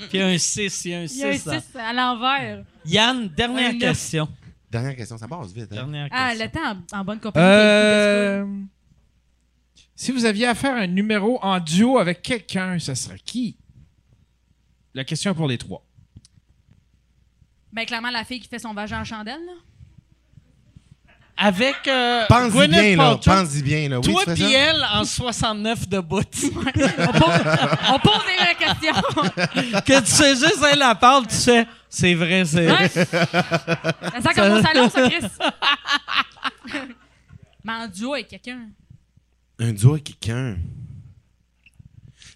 [SPEAKER 1] Puis un 6, il y a un
[SPEAKER 6] Il y a un
[SPEAKER 1] 6.
[SPEAKER 6] 6 à l'envers.
[SPEAKER 1] Yann, dernière
[SPEAKER 6] Un neuf.
[SPEAKER 1] question.
[SPEAKER 5] Dernière question, ça passe vite. hein.
[SPEAKER 1] Dernière
[SPEAKER 6] Ah,
[SPEAKER 1] question.
[SPEAKER 6] le temps en- en bonne compagnie.
[SPEAKER 3] Euh, si vous aviez à faire un numéro en duo avec quelqu'un, ce serait qui? La question est pour les trois.
[SPEAKER 6] Ben, clairement, la fille qui fait son vagin en chandelle, là.
[SPEAKER 1] Avec euh,
[SPEAKER 5] Pense-y
[SPEAKER 1] Gwyneth
[SPEAKER 5] bien, là.
[SPEAKER 1] Paltrow,
[SPEAKER 5] Pense-y bien, là. Oui,
[SPEAKER 1] toi
[SPEAKER 5] tu fais ça?
[SPEAKER 1] puis elle en 69 de bout.
[SPEAKER 6] On pose, on pose des vraies questions.
[SPEAKER 1] que tu sais juste, elle la parle, tu sais, c'est vrai, c'est
[SPEAKER 6] Hein? Ça sent comme mon salon, ça, Chris. Mais en duo avec quelqu'un.
[SPEAKER 5] Un duo avec quelqu'un.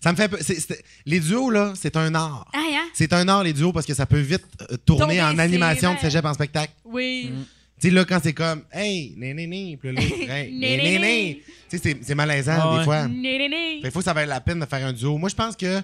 [SPEAKER 5] Ça me fait peu- c'est- c'est- les duos, là, c'est un art.
[SPEAKER 6] Ah, hein?
[SPEAKER 5] C'est un art, les duos, parce que ça peut vite euh, tourner
[SPEAKER 6] Tomber,
[SPEAKER 5] en
[SPEAKER 6] c'est
[SPEAKER 5] animation de
[SPEAKER 6] vrai.
[SPEAKER 5] cégep en spectacle.
[SPEAKER 6] Oui.
[SPEAKER 5] Tu sais, là, quand c'est comme, hey, né, né, né, puis là, l'autre, hey, né, né, né. Tu sais, c'est- c'est
[SPEAKER 1] Ah
[SPEAKER 5] malaisant,
[SPEAKER 1] ouais.
[SPEAKER 5] des fois.
[SPEAKER 6] Né, né, né.
[SPEAKER 5] Il faut Mm. que ça vaille la peine de faire un duo. Moi, je pense que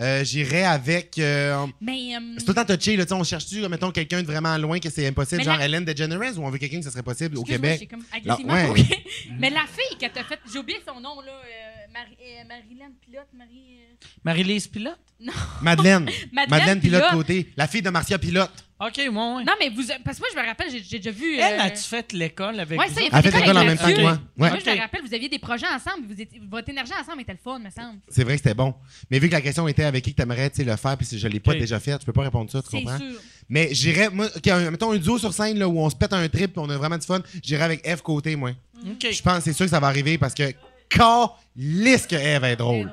[SPEAKER 5] euh, j'irais avec. euh,
[SPEAKER 6] Mais, euh,
[SPEAKER 5] c'est tout le temps touché, là. Tu sais, on cherche-tu, mettons, quelqu'un de vraiment loin que c'est impossible,
[SPEAKER 6] Mais
[SPEAKER 5] genre
[SPEAKER 6] la-
[SPEAKER 5] Hélène DeGeneres, ou on veut quelqu'un que ça serait possible au
[SPEAKER 6] excuse-moi,
[SPEAKER 5] Québec?
[SPEAKER 6] j'ai comme
[SPEAKER 5] La-
[SPEAKER 6] agressivement
[SPEAKER 5] ouais. Mm.
[SPEAKER 6] tourné. Mais la fille qui t'a fait. J'ai oublié son nom, là. euh, Marie, euh, Marilyn Pilote. Marie. euh,
[SPEAKER 1] Marie-Lise Pilote?
[SPEAKER 5] Madeleine.
[SPEAKER 6] Madeleine
[SPEAKER 5] Madeleine Pilote
[SPEAKER 6] Pilote.
[SPEAKER 5] côté. La fille de Marcia Pilote.
[SPEAKER 1] OK, ouais, ouais.
[SPEAKER 6] Non, mais vous. Parce que moi, je me rappelle, j'ai j'ai déjà vu. euh,
[SPEAKER 1] Elle, as-tu fait l'école avec
[SPEAKER 6] Ouais,
[SPEAKER 1] vous
[SPEAKER 6] ça, il
[SPEAKER 1] autres?
[SPEAKER 6] a
[SPEAKER 5] Elle fait
[SPEAKER 6] fait
[SPEAKER 5] l'école en même temps que
[SPEAKER 6] Mathieu.
[SPEAKER 5] moi. Ouais.
[SPEAKER 6] Moi, je
[SPEAKER 1] Ok.
[SPEAKER 6] me rappelle, vous aviez des projets ensemble. Vous étiez, votre énergie ensemble était le fun, me semble.
[SPEAKER 5] C'est vrai que c'était bon. Mais vu que la question était avec qui que t'aimerais tu sais, le faire, puis si je l'ai pas
[SPEAKER 1] Ok.
[SPEAKER 5] déjà fait, tu peux pas répondre ça, tu
[SPEAKER 6] C'est
[SPEAKER 5] comprends?
[SPEAKER 6] sûr.
[SPEAKER 5] Mais j'irais, moi, ok, un- mettons un duo sur scène là, où on se pète un trip, puis on a vraiment du fun, j'irais avec Eve côté, moi.
[SPEAKER 1] OK.
[SPEAKER 5] Je pense, c'est sûr que ça va arriver parce que, calisse que Eve est drôle.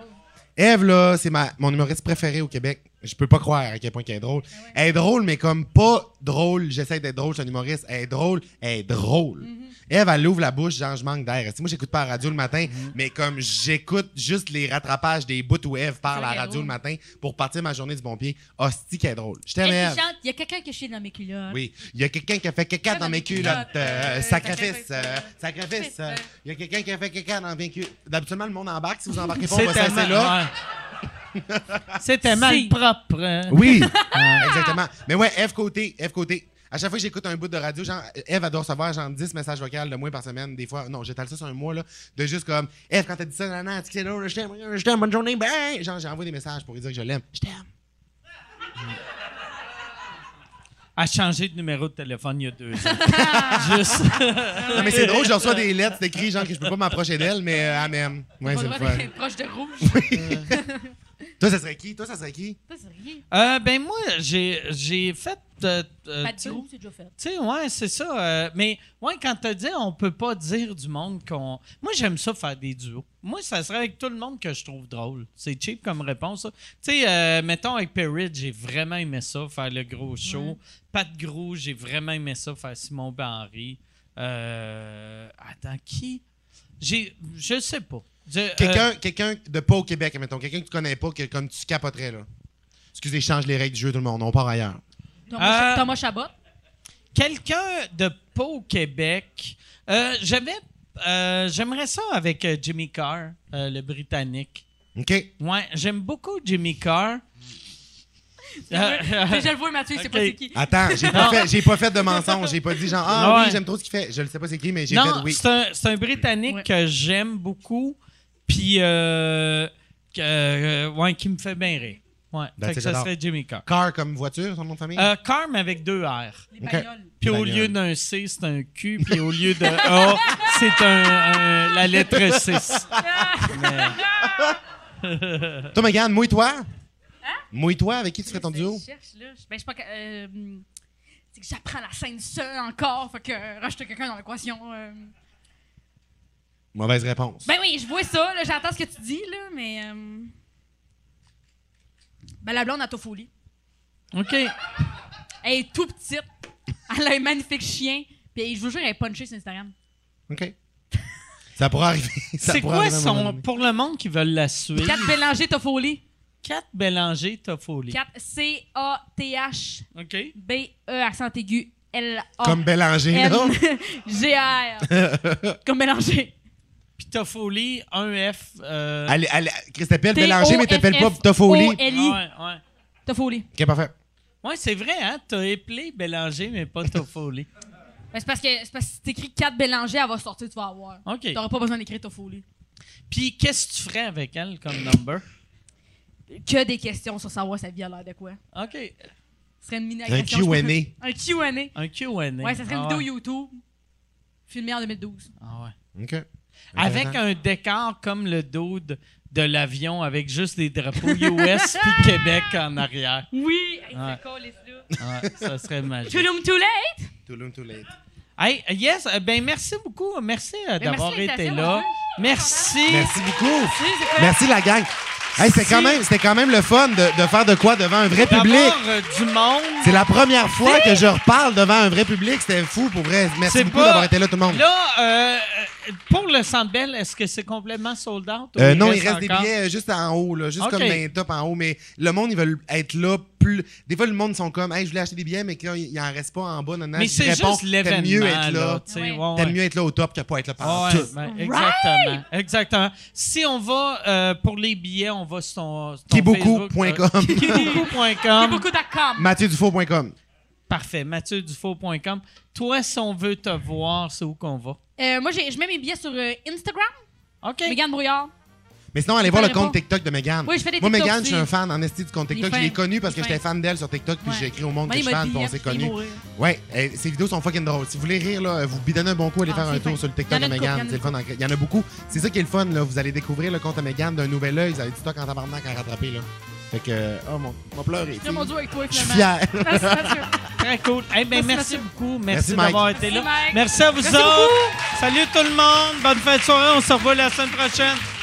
[SPEAKER 5] Eve, là, c'est ma, mon humoriste préféré au Québec. Je peux pas croire à quel point qu'elle est drôle. Elle est drôle, mais comme pas drôle, j'essaie d'être drôle, je suis un humoriste. Elle est drôle, elle est drôle. Eve, elle ouvre la bouche, genre, je manque d'air. Si moi, j'écoute pas la radio le matin, mais comme j'écoute juste les rattrapages des bouts où Eve parle à
[SPEAKER 6] qu'elle
[SPEAKER 5] la
[SPEAKER 6] est
[SPEAKER 5] radio
[SPEAKER 6] drôle.
[SPEAKER 5] le matin pour partir ma journée du bon pied, hostie qu'elle est drôle. Je t'aime,
[SPEAKER 6] Elle
[SPEAKER 5] Ève.
[SPEAKER 6] qui chante, il y a quelqu'un qui chie dans mes culottes.
[SPEAKER 5] Oui, il y a quelqu'un qui a fait caca dans mes culottes. euh, Sacrifice, euh, sacrifice. euh, Il y a quelqu'un qui a fait caca dans mes culottes. D'habitude, le monde embarque. Si vous embarquez pas, on va
[SPEAKER 1] C'était
[SPEAKER 5] cesser
[SPEAKER 1] mal.
[SPEAKER 5] ben, là.
[SPEAKER 1] ouais. C'était mal propre. hein.
[SPEAKER 5] Oui, Ah, exactement. Mais ouais, F côté, F côté. À chaque fois que j'écoute un bout de radio, genre, Eve, elle doit recevoir genre 10 messages vocaux de moins par semaine, des fois. Non, j'étale ça sur un mois, là. De juste comme, Eve, quand t'as dit ça, nanana, tu sais, là, je t'aime, je t'aime, bonne journée, ben! Genre, j'envoie des messages pour lui dire que je l'aime. Je t'aime.
[SPEAKER 1] A changé de numéro de téléphone il y a deux ans. Juste.
[SPEAKER 5] Non, mais c'est drôle, je reçois des lettres, c'est écrit, genre, que je peux pas m'approcher d'elle, mais euh, elle m'aime. Ouais,
[SPEAKER 6] Pas
[SPEAKER 5] c'est
[SPEAKER 6] le
[SPEAKER 5] le
[SPEAKER 6] droit
[SPEAKER 5] fun.
[SPEAKER 6] d'être proche de rouge.
[SPEAKER 5] Toi, ça serait qui? Toi, ça serait qui?
[SPEAKER 6] Ça, c'est rien.
[SPEAKER 1] Euh, ben moi, j'ai j'ai fait. euh, euh,
[SPEAKER 6] Pas
[SPEAKER 1] tu
[SPEAKER 6] de
[SPEAKER 1] sais-
[SPEAKER 6] gros, c'est déjà fait.
[SPEAKER 1] Tu sais, ouais, c'est ça. euh, mais ouais, quand t'as dit on peut pas dire du monde qu'on. Moi, j'aime ça faire des duos. Moi, ça serait avec tout le monde que je trouve drôle. C'est cheap comme réponse. ça. Tu sais, euh, mettons avec Perry, j'ai vraiment aimé ça, faire le gros show. Pat Gros, j'ai vraiment aimé ça, faire Simon Barry. Euh, attends, qui J'ai. Je sais pas. Je- euh,
[SPEAKER 5] Quelqu'un quelqu'un de pas au Québec, mettons. Quelqu'un que tu connais pas, que comme tu capoterais, là. Excusez, change les règles du jeu, tout le monde. On part ailleurs.
[SPEAKER 6] Thomas,
[SPEAKER 1] Euh,
[SPEAKER 5] Ah.
[SPEAKER 6] Thomas Chabot.
[SPEAKER 1] Quelqu'un de pas au Québec. Euh, j'avais- euh, J'aimerais ça avec euh, Jimmy Carr, euh, le Britannique.
[SPEAKER 5] OK?
[SPEAKER 1] Ouais, j'aime beaucoup Jimmy Carr. Euh,
[SPEAKER 6] Déjà le vois, Mathieu, c'est pas
[SPEAKER 1] ok.
[SPEAKER 6] c'est qui.
[SPEAKER 5] Attends, j'ai pas,
[SPEAKER 1] Non.
[SPEAKER 5] fait- j'ai pas fait de mensonge. J'ai pas dit genre, ah
[SPEAKER 1] Ouais.
[SPEAKER 5] oui, j'aime trop ce qu'il fait. Je le sais pas c'est qui, mais j'ai fait
[SPEAKER 1] non,
[SPEAKER 5] oui.
[SPEAKER 1] c'est un, c'est un Britannique
[SPEAKER 6] Ouais.
[SPEAKER 1] que j'aime beaucoup, puis euh, que, euh, ouais, qui me fait bien rire. Ouais,
[SPEAKER 5] Ben,
[SPEAKER 1] fait que
[SPEAKER 5] c'est
[SPEAKER 1] ça
[SPEAKER 5] j'adore.
[SPEAKER 1] serait Jimmy Carr.
[SPEAKER 5] Car comme voiture, son nom de famille?
[SPEAKER 1] Euh, Carr, mais avec deux R.
[SPEAKER 6] Les
[SPEAKER 5] Ok.
[SPEAKER 6] bagnoles.
[SPEAKER 1] Puis au
[SPEAKER 5] Bagnole.
[SPEAKER 1] lieu d'un C, c'est un Q, puis au lieu de A, c'est un, un- la lettre 6.
[SPEAKER 5] Toi, Megan, mouille-toi. Mouille-toi, avec qui tu ferais ton duo?
[SPEAKER 6] Je cherche, là. Je- Ben, je sais pas. que- euh, hum, C'est que j'apprends la scène seule encore. Fait que euh, rejete quelqu'un dans l'équation. euh.
[SPEAKER 5] Mauvaise réponse.
[SPEAKER 6] Ben oui, je vois ça, là. J'entends ce que tu dis, là, mais. euh, Ben, la blonde à Toffoli.
[SPEAKER 1] OK.
[SPEAKER 6] Elle est tout petite. Elle a un magnifique chien. Puis je vous jure, elle est punchée sur Instagram.
[SPEAKER 5] OK. Ça pourrait arriver. Ça
[SPEAKER 1] C'est
[SPEAKER 5] pourrait
[SPEAKER 1] quoi
[SPEAKER 5] arriver à un moment
[SPEAKER 1] son.
[SPEAKER 5] donné.
[SPEAKER 1] Pour le monde qui veut la suivre,
[SPEAKER 6] Cat Bélanger Toffoli.
[SPEAKER 1] 4 Bélanger Toffoli.
[SPEAKER 6] Cat C-A-T-H.
[SPEAKER 1] OK.
[SPEAKER 6] B-E, E, accent aigu, L-A.
[SPEAKER 5] Comme Ben Bélanger, là.
[SPEAKER 6] G-A-R. Comme mélanger.
[SPEAKER 1] Puis Toffoli, 1F. Euh,
[SPEAKER 5] Allez, allez, Chris, t'appelles Bélanger, mais t'appelles pas Toffoli.
[SPEAKER 6] T-O-F-F-O-L-I.
[SPEAKER 1] Ah ouais, ouais.
[SPEAKER 6] Toffoli.
[SPEAKER 5] OK, parfait.
[SPEAKER 1] Oui, c'est vrai, hein? T'as éplé Bélanger, mais pas Toffoli.
[SPEAKER 6] Ben, c'est parce que c'est parce que si t'écris 4 Bélanger, elle va sortir, tu vas avoir.
[SPEAKER 1] OK.
[SPEAKER 6] T'auras pas besoin d'écrire Toffoli.
[SPEAKER 1] Puis, qu'est-ce que tu ferais avec elle comme number?
[SPEAKER 6] Que des questions sur savoir sa vie a l'air de quoi.
[SPEAKER 1] OK.
[SPEAKER 6] Ce serait une mini
[SPEAKER 5] Un Q&A.
[SPEAKER 6] Un Q&A.
[SPEAKER 1] Un QA.
[SPEAKER 6] Ouais, ça serait une
[SPEAKER 1] Ah
[SPEAKER 6] vidéo
[SPEAKER 1] ouais.
[SPEAKER 6] YouTube filmée en 2012.
[SPEAKER 1] Ah ouais.
[SPEAKER 5] OK.
[SPEAKER 1] Avec
[SPEAKER 5] Intéressant.
[SPEAKER 1] un décor comme le dude de l'avion, avec juste des drapeaux US puis Québec en arrière.
[SPEAKER 6] Oui, hey,
[SPEAKER 1] Ouais.
[SPEAKER 6] c'est cool, les là.
[SPEAKER 1] Ouais, ça serait magique.
[SPEAKER 6] Too long, too late.
[SPEAKER 5] Touloum, too late.
[SPEAKER 1] Hey, yes, euh, ben merci beaucoup. Merci euh,
[SPEAKER 6] Ben, merci
[SPEAKER 1] d'avoir
[SPEAKER 6] de
[SPEAKER 1] été
[SPEAKER 6] l'invitation,
[SPEAKER 1] là.
[SPEAKER 6] monsieur.
[SPEAKER 1] Merci.
[SPEAKER 5] Merci beaucoup.
[SPEAKER 6] Tu sais, c'est quoi?
[SPEAKER 5] Merci la gang. Hey, c'était quand même, c'était quand même le fun de, de faire de quoi devant un vrai public.
[SPEAKER 1] D'avoir euh, du monde.
[SPEAKER 5] C'est la première fois que je reparle devant un vrai public. C'était fou pour vrai. Merci
[SPEAKER 1] C'est
[SPEAKER 5] beaucoup
[SPEAKER 1] pas-
[SPEAKER 5] d'avoir été là tout le monde.
[SPEAKER 1] Là, euh, euh, pour le Centre Bell, est-ce que c'est complètement sold out? ou
[SPEAKER 5] Euh, non, il reste des
[SPEAKER 1] encore?
[SPEAKER 5] billets euh, juste en haut, là, juste
[SPEAKER 1] Ok.
[SPEAKER 5] comme dans les top en haut, mais le monde, ils veulent être là plus. Des fois, le monde sont comme, hey, je voulais acheter des billets, mais quand il il en reste pas en bas, non, non.
[SPEAKER 1] Mais
[SPEAKER 5] Je
[SPEAKER 1] c'est
[SPEAKER 5] hein, réponds,
[SPEAKER 1] juste l'événement.
[SPEAKER 5] T'aimes mieux être là.
[SPEAKER 1] tu sais,
[SPEAKER 6] Ouais.
[SPEAKER 1] ouais, ouais.
[SPEAKER 5] T'aimes mieux être là au top que pas être là
[SPEAKER 1] Ah
[SPEAKER 5] par
[SPEAKER 1] ouais, ben, exactement. Exactement. Si on va euh, pour les billets, on va sur ton, sur ton Facebook,
[SPEAKER 5] Kiboku.com.
[SPEAKER 1] euh,
[SPEAKER 6] Il y a
[SPEAKER 1] kiboku.com.
[SPEAKER 6] beaucoup d'accords.
[SPEAKER 5] MathieuDufour.com.
[SPEAKER 1] Parfait. MathieuDufault.com. Toi, si on veut te voir, c'est où qu'on va?
[SPEAKER 6] Euh, moi, j'ai- je mets mes billets sur euh, Instagram.
[SPEAKER 1] OK.
[SPEAKER 6] Mégane Brouillard.
[SPEAKER 5] Mais sinon, allez voir le
[SPEAKER 6] connais
[SPEAKER 5] compte
[SPEAKER 6] pas.
[SPEAKER 5] TikTok de Megan.
[SPEAKER 6] Oui, je fais des
[SPEAKER 5] Moi,
[SPEAKER 6] TikToks
[SPEAKER 5] Megan, je suis
[SPEAKER 6] aussi.
[SPEAKER 5] un fan en esti du compte
[SPEAKER 6] Il
[SPEAKER 5] TikTok.
[SPEAKER 6] est
[SPEAKER 5] Je l'ai
[SPEAKER 6] fin.
[SPEAKER 5] connue parce que
[SPEAKER 6] Il est
[SPEAKER 5] j'étais
[SPEAKER 6] fin.
[SPEAKER 5] fan d'elle sur TikTok, puis
[SPEAKER 6] Ouais.
[SPEAKER 5] j'ai écrit au monde
[SPEAKER 6] Moi,
[SPEAKER 5] que
[SPEAKER 6] il
[SPEAKER 5] je suis
[SPEAKER 6] m'a
[SPEAKER 5] fan,
[SPEAKER 6] dit,
[SPEAKER 5] puis on
[SPEAKER 6] euh,
[SPEAKER 5] s'est
[SPEAKER 6] il est
[SPEAKER 5] connus.
[SPEAKER 6] mourir.
[SPEAKER 5] Ouais, euh, ces vidéos sont fucking drôles. Si vous voulez rire, là, euh, vous bidonnez un bon coup, allez
[SPEAKER 6] Ah,
[SPEAKER 5] faire un
[SPEAKER 6] c'est
[SPEAKER 5] tour
[SPEAKER 6] fin.
[SPEAKER 5] sur le
[SPEAKER 6] Il
[SPEAKER 5] TikTok
[SPEAKER 6] y en
[SPEAKER 5] de
[SPEAKER 6] a une
[SPEAKER 5] Megan.
[SPEAKER 6] couple,
[SPEAKER 5] C'est
[SPEAKER 6] il
[SPEAKER 5] le
[SPEAKER 6] y en
[SPEAKER 5] fun. en- Il y en a beaucoup. C'est ça qui est le fun, là. Vous allez découvrir le compte à Megan d'un nouvel œil. Vous avez du stock en tabarnak à rattraper, là. Fait que, euh, oh mon, m'a pleuré.
[SPEAKER 6] J'ai mon Dieu avec toi,
[SPEAKER 5] Je suis
[SPEAKER 6] finalement.
[SPEAKER 5] fier.
[SPEAKER 6] Merci, Mathieu.
[SPEAKER 1] Très cool. Eh ben, merci,
[SPEAKER 6] Merci, Mathieu.
[SPEAKER 1] beaucoup.
[SPEAKER 5] Merci,
[SPEAKER 1] Merci,
[SPEAKER 5] Mike.
[SPEAKER 1] d'avoir été là.
[SPEAKER 6] Merci, Mike.
[SPEAKER 1] Merci à vous
[SPEAKER 6] Merci
[SPEAKER 1] autres. Salut tout le monde. Bonne fin de soirée. On se revoit la semaine prochaine.